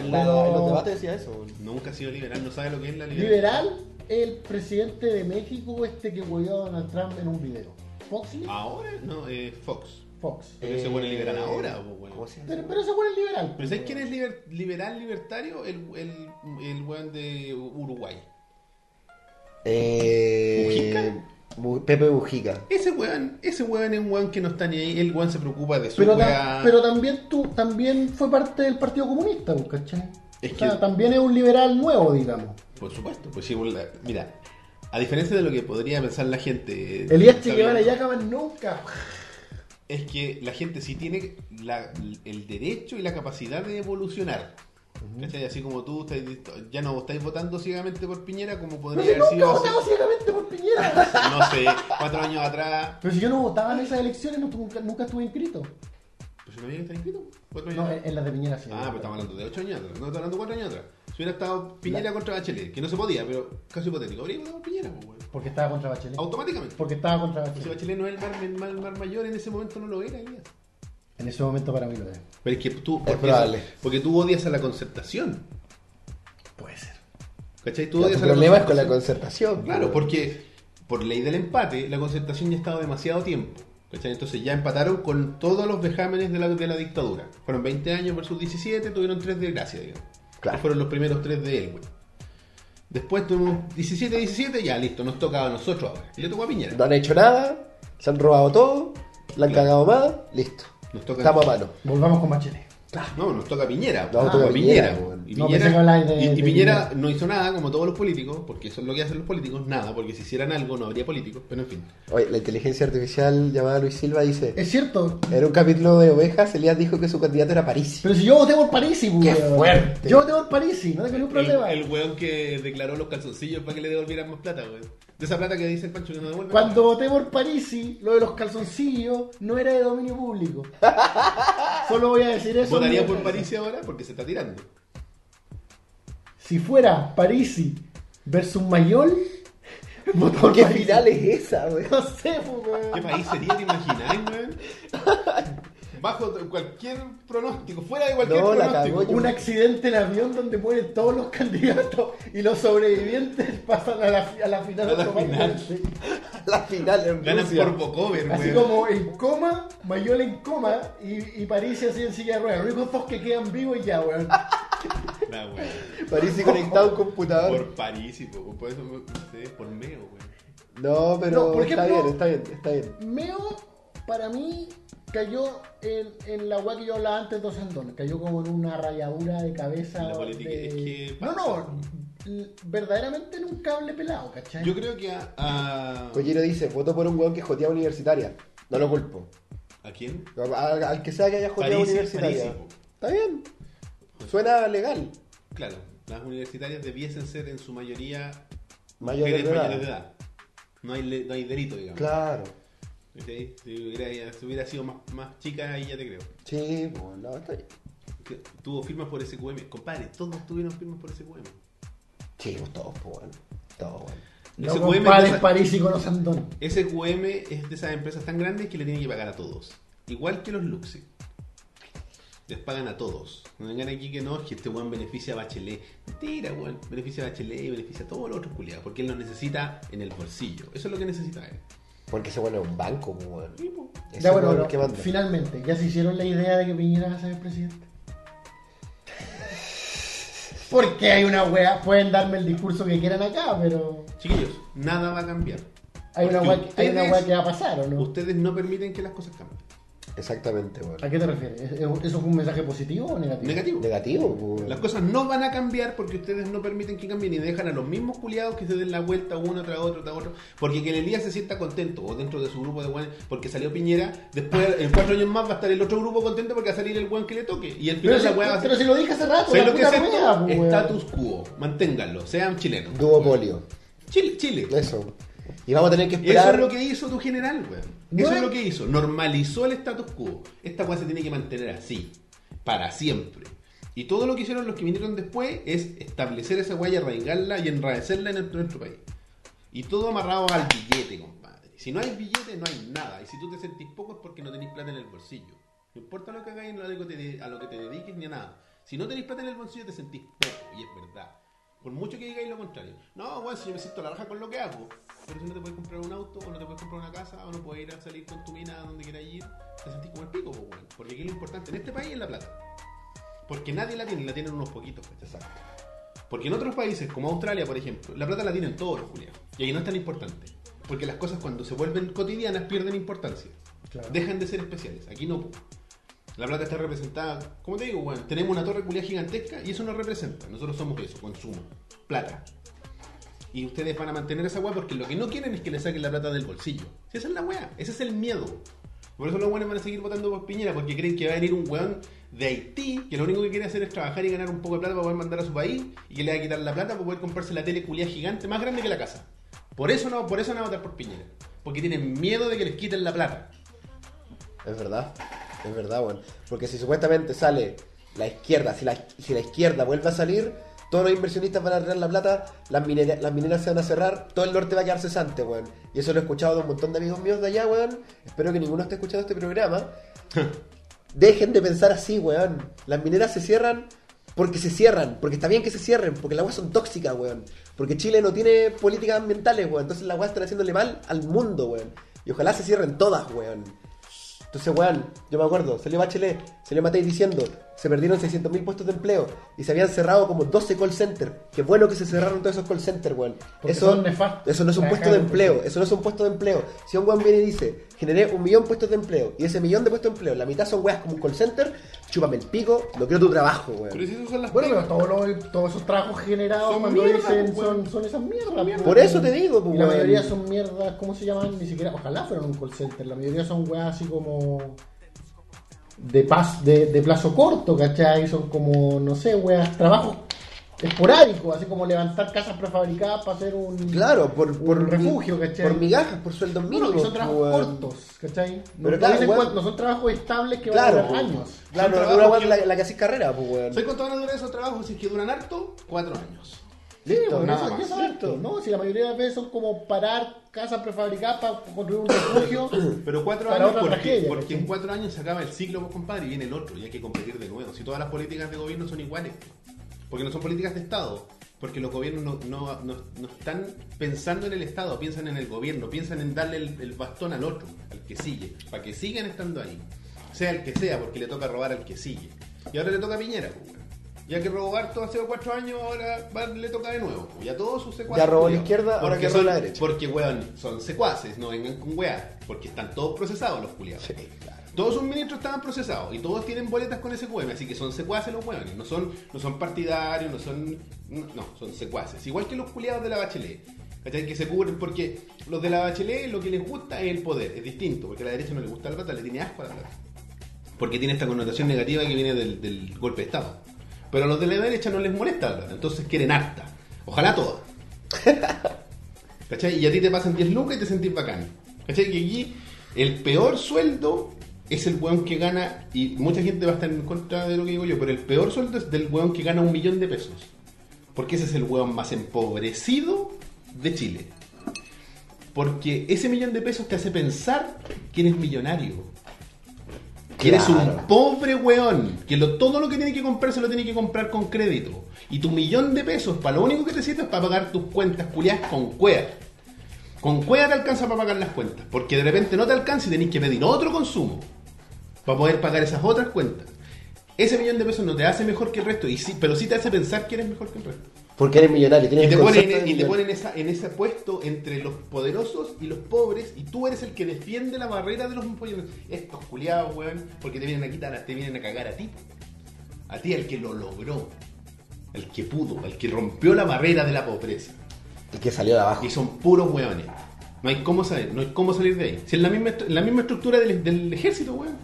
[SPEAKER 2] en,
[SPEAKER 1] juega.
[SPEAKER 2] la- en los debates decía eso, weón.
[SPEAKER 1] Nunca ha sido liberal, no sabe lo que es la libertad.
[SPEAKER 3] Liberal es el presidente de México, este que huevió a Donald Trump en un video. Fox, ¿sí?
[SPEAKER 1] Ahora, no, eh, Fox.
[SPEAKER 3] Fox.
[SPEAKER 1] Pero ese weón es liberal ahora, po, weón.
[SPEAKER 2] ¿Cómo se llama?
[SPEAKER 3] Pero, pero ese güey es liberal.
[SPEAKER 1] ¿Pero sabes quién es liber- liberal, libertario? El, el, el weón de Uruguay.
[SPEAKER 2] Eh, Mu- Pepe Mujica.
[SPEAKER 1] Ese weón, ese weón es un weón que no está ni ahí. El weón se preocupa de su
[SPEAKER 3] Pero, tam-
[SPEAKER 1] weá.
[SPEAKER 3] pero también tú también fue parte del Partido Comunista, ¿no? ¿cachai?
[SPEAKER 1] Es
[SPEAKER 3] O sea,
[SPEAKER 1] que-
[SPEAKER 3] también es un liberal nuevo, digamos.
[SPEAKER 1] Por supuesto, pues sí, la- mira, a diferencia de lo que podría pensar la gente,
[SPEAKER 3] Elías
[SPEAKER 1] está
[SPEAKER 3] Cheguevara
[SPEAKER 1] bien,
[SPEAKER 3] ya acaban nunca. pues.
[SPEAKER 1] es que la gente sí tiene la- el derecho y la capacidad de evolucionar. ¿Cachai? Así como tú estáis- ya no estáis votando ciegamente por Piñera, como
[SPEAKER 3] Pero
[SPEAKER 1] podría
[SPEAKER 3] si
[SPEAKER 1] haber
[SPEAKER 3] nunca
[SPEAKER 1] sido hace,
[SPEAKER 3] votaba ciegamente por Piñera.
[SPEAKER 1] no sé, cuatro años atrás.
[SPEAKER 3] Pero si yo no votaba en esas elecciones, no, nunca, nunca estuve inscrito.
[SPEAKER 1] Pues yo no había que estar inscrito. Cuatro años
[SPEAKER 3] No, eh,
[SPEAKER 1] atrás.
[SPEAKER 3] en, en las de Piñera sí.
[SPEAKER 1] pues Ah, pero estamos hablando de ocho años atrás. No, estamos hablando de cuatro años atrás. Si Si hubiera estado Piñera contra Bachelet, que no se podía, pero caso hipotético, habría votado Piñera, pues, weón.
[SPEAKER 3] Porque estaba contra Bachelet.
[SPEAKER 1] Automáticamente.
[SPEAKER 3] Porque estaba contra
[SPEAKER 1] Si
[SPEAKER 3] Bachelet.
[SPEAKER 1] Bachelet no es el mar, el mar- el mar mayor, en ese momento no lo era, Elías.
[SPEAKER 3] En ese momento para mí lo era.
[SPEAKER 1] Pero es que tú. porque-
[SPEAKER 2] probable.
[SPEAKER 1] Porque tú odias a la concertación.
[SPEAKER 3] Puede ser.
[SPEAKER 1] ¿Cachai? Tú
[SPEAKER 2] Tu
[SPEAKER 1] odias a
[SPEAKER 2] problema es con la concertación.
[SPEAKER 1] Claro, porque por ley del empate, la concertación ya ha estado demasiado tiempo. ¿cachai? Entonces ya empataron con todos los vejámenes de la, de la dictadura. Fueron 20 años versus 17, tuvieron 3 de gracia, digamos.
[SPEAKER 2] Claro.
[SPEAKER 1] Fueron los primeros 3 de él, güey. Después tuvimos 17, 17, ya listo, nos tocaba a nosotros ahora. Y le tocó a Piñera.
[SPEAKER 2] No han hecho nada, se han robado todo, la han cagado más, listo.
[SPEAKER 1] Nos toca-
[SPEAKER 2] Estamos a mano.
[SPEAKER 3] Volvamos con Bachelet.
[SPEAKER 1] No, nos toca a Piñera.
[SPEAKER 2] No,
[SPEAKER 1] nos
[SPEAKER 2] toca
[SPEAKER 1] a
[SPEAKER 2] Piñera,
[SPEAKER 1] weón. Y
[SPEAKER 3] No,
[SPEAKER 1] Piñera,
[SPEAKER 3] pensé que hablabas de-
[SPEAKER 1] y- y
[SPEAKER 3] de
[SPEAKER 1] Piñera
[SPEAKER 3] Piñera.
[SPEAKER 1] no hizo nada, como todos los políticos, porque eso es lo que hacen los políticos, nada, porque si hicieran algo no habría políticos, pero en fin.
[SPEAKER 2] Oye, la inteligencia artificial llamada Luis Silva dice:
[SPEAKER 3] Es cierto.
[SPEAKER 2] En un capítulo de ovejas, Elías dijo que su candidato era París.
[SPEAKER 3] Pero si yo voté por Parisi, pues, weón.
[SPEAKER 2] fuerte.
[SPEAKER 3] Yo voté por Parisi, no tengo ningún
[SPEAKER 1] El,
[SPEAKER 3] problema.
[SPEAKER 1] el weón que declaró los calzoncillos para que le devolvieran más plata, weón. De esa plata que dice el Pancho que no devuelve.
[SPEAKER 3] Cuando voté por Parisi, lo de los calzoncillos no era de dominio público. Solo voy a decir eso.
[SPEAKER 1] ¿Votaría
[SPEAKER 3] amigo.
[SPEAKER 1] por París ahora? Porque se está tirando.
[SPEAKER 3] Si fuera Parisi versus Mayol, voto por
[SPEAKER 2] ¿Qué
[SPEAKER 3] Parisi.
[SPEAKER 2] final es esa, güey?
[SPEAKER 3] No sé, pues, weón.
[SPEAKER 1] ¿Qué país sería? ¿Te imagináis, weón? Bajo cualquier pronóstico, fuera de cualquier
[SPEAKER 2] No, la
[SPEAKER 1] pronóstico.
[SPEAKER 2] cagó, yo-
[SPEAKER 3] Un accidente en avión donde mueren todos los candidatos y los sobrevivientes pasan a la, fi- a la final
[SPEAKER 1] A la
[SPEAKER 3] automáticamente.
[SPEAKER 2] La final en
[SPEAKER 1] Ganan
[SPEAKER 2] Rusia.
[SPEAKER 1] por Bocover, weón.
[SPEAKER 3] Así como en coma, Mayol en coma y, y París así en silla de ruedas. Los únicos dos que quedan vivos y ya, weón.
[SPEAKER 1] Nah, weón.
[SPEAKER 2] París y conectado a un computador.
[SPEAKER 1] Por París y por, por eso ustedes por meo, weón.
[SPEAKER 2] No, pero
[SPEAKER 3] No, por
[SPEAKER 2] está
[SPEAKER 3] ejemplo-
[SPEAKER 2] bien, está bien, está bien.
[SPEAKER 3] Meo, para mí, cayó en, en la weá que yo hablaba antes dos en dos. Cayó como en una rayadura de cabeza.
[SPEAKER 1] La política
[SPEAKER 3] de-
[SPEAKER 1] es que
[SPEAKER 3] No,
[SPEAKER 1] pasa.
[SPEAKER 3] no. l- Verdaderamente en un cable pelado, ¿cachai?
[SPEAKER 1] Yo creo que a. ¿A,
[SPEAKER 2] Collero dice: Voto por un weón que jotea universitaria. No lo culpo.
[SPEAKER 1] ¿a quién?
[SPEAKER 2] Al, al que sea que haya joteado
[SPEAKER 1] París,
[SPEAKER 2] universitaria.
[SPEAKER 1] París, po.
[SPEAKER 2] Está bien. Suena legal.
[SPEAKER 1] Claro, las universitarias debiesen ser en su mayoría
[SPEAKER 2] Mayores
[SPEAKER 1] mujeres
[SPEAKER 2] de
[SPEAKER 1] mayores de
[SPEAKER 2] edad.
[SPEAKER 1] edad. No hay, le- no hay delito, digamos.
[SPEAKER 2] Claro.
[SPEAKER 1] ¿Ok? Si, hubiera, si hubiera sido más, más chica, ahí ya te creo.
[SPEAKER 2] Sí, pues, no, está bien.
[SPEAKER 1] Que Tuvo firmas por SQM. Compadre, todos tuvieron firmas por SQM.
[SPEAKER 2] Sí, pues todos, pues, bueno. Todos, bueno.
[SPEAKER 3] No
[SPEAKER 1] SQM,
[SPEAKER 3] compares
[SPEAKER 1] cosa-
[SPEAKER 3] París y con los Andón.
[SPEAKER 1] SQM es de esas empresas tan grandes que le tienen que pagar a todos. Igual que los Luxe. Les pagan a todos. No vengan aquí que no, es que este weón beneficia a Bachelet. Mentira, weón. Beneficia a Bachelet y beneficia a todos los otros culiados. Porque él los necesita en el bolsillo. Eso es lo que necesita él.
[SPEAKER 2] Porque ese bueno es un banco, pues, bueno.
[SPEAKER 1] Sí, po.
[SPEAKER 2] Ese
[SPEAKER 3] Ya, bueno,
[SPEAKER 2] weón
[SPEAKER 3] bueno,
[SPEAKER 2] que manda.
[SPEAKER 3] finalmente, ya se hicieron la idea de que Piñera va a ser el presidente. Porque hay una weá, pueden darme el discurso que quieran acá, pero
[SPEAKER 1] Chiquillos, nada va a cambiar.
[SPEAKER 3] hay una
[SPEAKER 1] Porque
[SPEAKER 3] weá que, hay una
[SPEAKER 1] ustedes-
[SPEAKER 3] weá que va a pasar, ¿o no?
[SPEAKER 1] Ustedes no permiten que las cosas cambien.
[SPEAKER 2] Exactamente, bueno.
[SPEAKER 3] ¿A qué te refieres? ¿Es- es- ¿Eso fue un mensaje positivo o negativo?
[SPEAKER 1] Negativo.
[SPEAKER 2] Negativo, pues.
[SPEAKER 1] Las cosas no van a cambiar porque ustedes no permiten que cambien y dejan a los mismos culiados que se den la vuelta uno tras otro, tras otro. Porque que el Elías se sienta contento o dentro de su grupo de guanes porque salió Piñera, después
[SPEAKER 3] Ah.
[SPEAKER 1] en cuatro años más va a estar el otro grupo contento porque va a salir el guan que le toque. Y al
[SPEAKER 3] Pero,
[SPEAKER 1] final
[SPEAKER 3] si,
[SPEAKER 1] la weá va a
[SPEAKER 3] pero si lo dije hace rato,
[SPEAKER 1] ¿Sabes
[SPEAKER 3] la
[SPEAKER 1] lo que
[SPEAKER 3] puta
[SPEAKER 1] es esto?
[SPEAKER 3] weá, pues, weón.
[SPEAKER 1] Status quo. Manténganlo, sean chilenos.
[SPEAKER 2] Duopolio.
[SPEAKER 1] Chile, Chile.
[SPEAKER 2] Eso. Y vamos a tener que
[SPEAKER 1] Y Eso
[SPEAKER 2] esperar.
[SPEAKER 1] es lo que hizo tu general, weón.
[SPEAKER 3] No
[SPEAKER 1] Eso
[SPEAKER 3] es-
[SPEAKER 1] es lo que hizo. Normalizó el status quo. Esta weá se tiene que mantener así. Para siempre. Y todo lo que hicieron los que vinieron después es establecer esa weá y arraigarla y enradecerla en el- nuestro país. Y todo amarrado al billete, compadre. Si no hay billete, no hay nada. Y si tú te sentís poco es porque no tenés plata en el bolsillo. No importa lo que hagáis, no a lo que te, de- a lo que te dediques ni a nada. Si no tenés plata en el bolsillo, te sentís poco. Y es verdad. Por mucho que digáis lo contrario. No, bueno, si yo me siento a la raja con lo que hago. Pero si no te puedes comprar un auto, o no te puedes comprar una casa, o no puedes ir a salir con tu mina a donde quieras ir, te sentís como el pico, pues, weón. Porque aquí lo importante en este país es la plata. Porque nadie la tiene, la tienen unos poquitos, ¿cachai? Porque en otros países, como Australia, por ejemplo, la plata la tienen todos los culiados. Y aquí no es tan importante. Porque las cosas cuando se vuelven cotidianas pierden importancia. Dejan de ser especiales. Aquí no. po. La plata está representada, como te digo, bueno, tenemos una torre culiada gigantesca y eso nos representa. Nosotros somos eso, consumo, plata. Y ustedes van a mantener esa weá porque lo que no quieren es que le saquen la plata del bolsillo. Si esa es la weá, ese es el miedo. Por eso los weones van a seguir votando por Piñera porque creen que va a venir un weón de Haití que lo único que quiere hacer es trabajar y ganar un poco de plata para poder mandar a su país y que le va a quitar la plata para poder comprarse la tele culiada gigante más grande que la casa. Por eso no, por eso no van a votar por Piñera. Porque tienen miedo de que les quiten la plata.
[SPEAKER 2] Es verdad, es verdad, bueno. Porque si supuestamente sale la izquierda, si la, si la izquierda vuelve a salir, Todos los inversionistas van a arreglar la plata, las, minera- las mineras se van a cerrar, todo el norte va a quedar cesante, weón. Y eso lo he escuchado de un montón de amigos míos de allá, weón. Espero que ninguno esté escuchando este programa. Dejen de pensar así, weón. Las mineras se cierran porque se cierran, porque está bien que se cierren, porque las aguas son tóxicas, weón. Porque Chile no tiene políticas ambientales, weón. Entonces las aguas están haciéndole mal al mundo, weón. Y ojalá se cierren todas, weón. Entonces, weón, yo me acuerdo, salió Bachelet, salió Matei diciendo, se perdieron 600.000 puestos de empleo y se habían cerrado como 12 call centers. Qué bueno que se cerraron todos esos call centers, weón.
[SPEAKER 3] Porque
[SPEAKER 2] Eso,
[SPEAKER 3] son nefastos.
[SPEAKER 2] eso no es un
[SPEAKER 3] Trabajar
[SPEAKER 2] puesto de
[SPEAKER 3] en
[SPEAKER 2] empleo,
[SPEAKER 3] empresa.
[SPEAKER 2] eso no es un puesto de empleo. Si un weón viene y dice, generé un millón de puestos de empleo y ese millón de puestos de empleo, la mitad son weas como un call center, chúpame el pico, no quiero tu trabajo,
[SPEAKER 1] Pero
[SPEAKER 2] weón.
[SPEAKER 1] si esos son las
[SPEAKER 3] Bueno, pero
[SPEAKER 1] pegas.
[SPEAKER 3] todos, los- todos esos trabajos generados
[SPEAKER 1] Son
[SPEAKER 3] cuando
[SPEAKER 1] mierda,
[SPEAKER 3] dicen
[SPEAKER 1] pues,
[SPEAKER 3] son, son esas mierdas. pues,
[SPEAKER 2] Por
[SPEAKER 3] weón.
[SPEAKER 2] eso te digo, pues,
[SPEAKER 3] Y la
[SPEAKER 2] weón.
[SPEAKER 3] mayoría son mierdas, ¿cómo se llaman? Ni siquiera, ojalá fueran un call center. La mayoría son weas así como. De, pas, de, de plazo corto, ¿cachai? Son como, no sé, weas, trabajos esporádicos, así como levantar casas prefabricadas para hacer un.
[SPEAKER 2] Claro, por,
[SPEAKER 3] Un
[SPEAKER 2] por mi-
[SPEAKER 3] refugio, ¿cachai?
[SPEAKER 2] Por migajas, por sueldos
[SPEAKER 3] Bueno,
[SPEAKER 2] mínimos.
[SPEAKER 3] que son trabajos
[SPEAKER 2] weón.
[SPEAKER 3] cortos, ¿cachai? No,
[SPEAKER 2] Pero
[SPEAKER 3] no
[SPEAKER 2] claro,
[SPEAKER 3] dicen
[SPEAKER 2] weón.
[SPEAKER 3] cuánto, no son trabajos estables que van a
[SPEAKER 2] Claro,
[SPEAKER 3] durar
[SPEAKER 2] pues,
[SPEAKER 3] años.
[SPEAKER 2] Claro,
[SPEAKER 1] Son
[SPEAKER 2] una
[SPEAKER 1] trabajos
[SPEAKER 2] weá
[SPEAKER 1] que-
[SPEAKER 2] la, la que haces carrera, pues, weón.
[SPEAKER 1] ¿Sabes cuánto van a durar esos trabajos? Si es que duran harto, cuatro años.
[SPEAKER 2] Listo,
[SPEAKER 3] Bueno,
[SPEAKER 2] nada
[SPEAKER 3] eso-
[SPEAKER 2] más.
[SPEAKER 3] eso es harto, ¿no? Si la mayoría de las veces son como parar casas prefabricadas para construir un refugio.
[SPEAKER 1] Pero cuatro
[SPEAKER 3] Para
[SPEAKER 1] años,
[SPEAKER 3] otra
[SPEAKER 1] porque,
[SPEAKER 3] tragedia,
[SPEAKER 1] porque en
[SPEAKER 3] ¿cachai?
[SPEAKER 1] cuatro años se acaba el ciclo, pues, compadre, y viene el otro, y hay que competir de nuevo. Si todas las políticas de gobierno son iguales, porque no son políticas de Estado, porque los gobiernos no, no- no- no están pensando en el Estado, piensan en el gobierno, piensan en darle el, el bastón al otro, al que sigue, para que sigan estando ahí. Sea el que sea, porque le toca robar al que sigue. Y ahora le toca a Piñera, pues, weón. ya que robó harto hace cuatro años, ahora va- le toca de nuevo. pues. Ya todos sus secuaces.
[SPEAKER 2] robó la
[SPEAKER 1] culiados.
[SPEAKER 2] izquierda, ahora
[SPEAKER 1] Porque
[SPEAKER 2] que roba
[SPEAKER 1] son-
[SPEAKER 2] la derecha.
[SPEAKER 1] porque, weón, son secuaces, no vengan con weá. Porque están todos procesados los culiados. Todos sus ministros estaban procesados y todos tienen boletas con ese SQM, así que son secuaces los weones. No son, no son partidarios, no son. No, no, son secuaces. Igual que los culiados de la Bachelet. ¿Cachai? Que se cubren porque los de la Bachelet lo que les gusta es el poder. Es distinto, porque a la derecha no le gusta la plata, le tiene asco a la plata. Porque tiene esta connotación negativa que viene del, del golpe de Estado. Pero a los de la derecha no les molesta la plata, entonces quieren harta. Ojalá todas. ¿Cachai? Y a ti te pasan 10 lucas y te sentís bacán. ¿Cachai? Y allí el peor sueldo es el weón que gana, y mucha gente va a estar en contra de lo que digo yo, pero el peor sueldo es del weón que gana un millón de pesos. Porque ese es el weón más empobrecido de Chile. Porque ese millón de pesos te hace pensar que eres millonario. Que eres
[SPEAKER 2] Claro.
[SPEAKER 1] un pobre weón. Que lo- todo lo que tiene que comprar se lo tiene que comprar con crédito. Y tu millón de pesos, para lo único que te sirve es para pagar tus cuentas culiadas con cuea. Con cueva te alcanza para pagar las cuentas, porque de repente no te alcanza y tenés que pedir otro consumo para poder pagar esas otras cuentas. Ese millón de pesos no te hace mejor que el resto, y sí, pero sí te hace pensar que eres mejor que el resto.
[SPEAKER 2] Porque eres millonario, tienes
[SPEAKER 1] Y te
[SPEAKER 2] el
[SPEAKER 1] ponen,
[SPEAKER 2] concepto de
[SPEAKER 1] y te
[SPEAKER 2] millonario.
[SPEAKER 1] ponen esa, en ese puesto entre los poderosos y los pobres, y tú eres el que defiende la barrera de los empleados. Estos culiados, weón, porque te vienen a quitar, te vienen a cagar a ti. A ti, el que lo logró, el que pudo, el que rompió la barrera de la pobreza.
[SPEAKER 2] Y que salió de abajo.
[SPEAKER 1] Y son puros hueones. No hay cómo salir, no hay cómo salir de ahí. Si es la misma, est- la misma estructura del, del ejército, weón.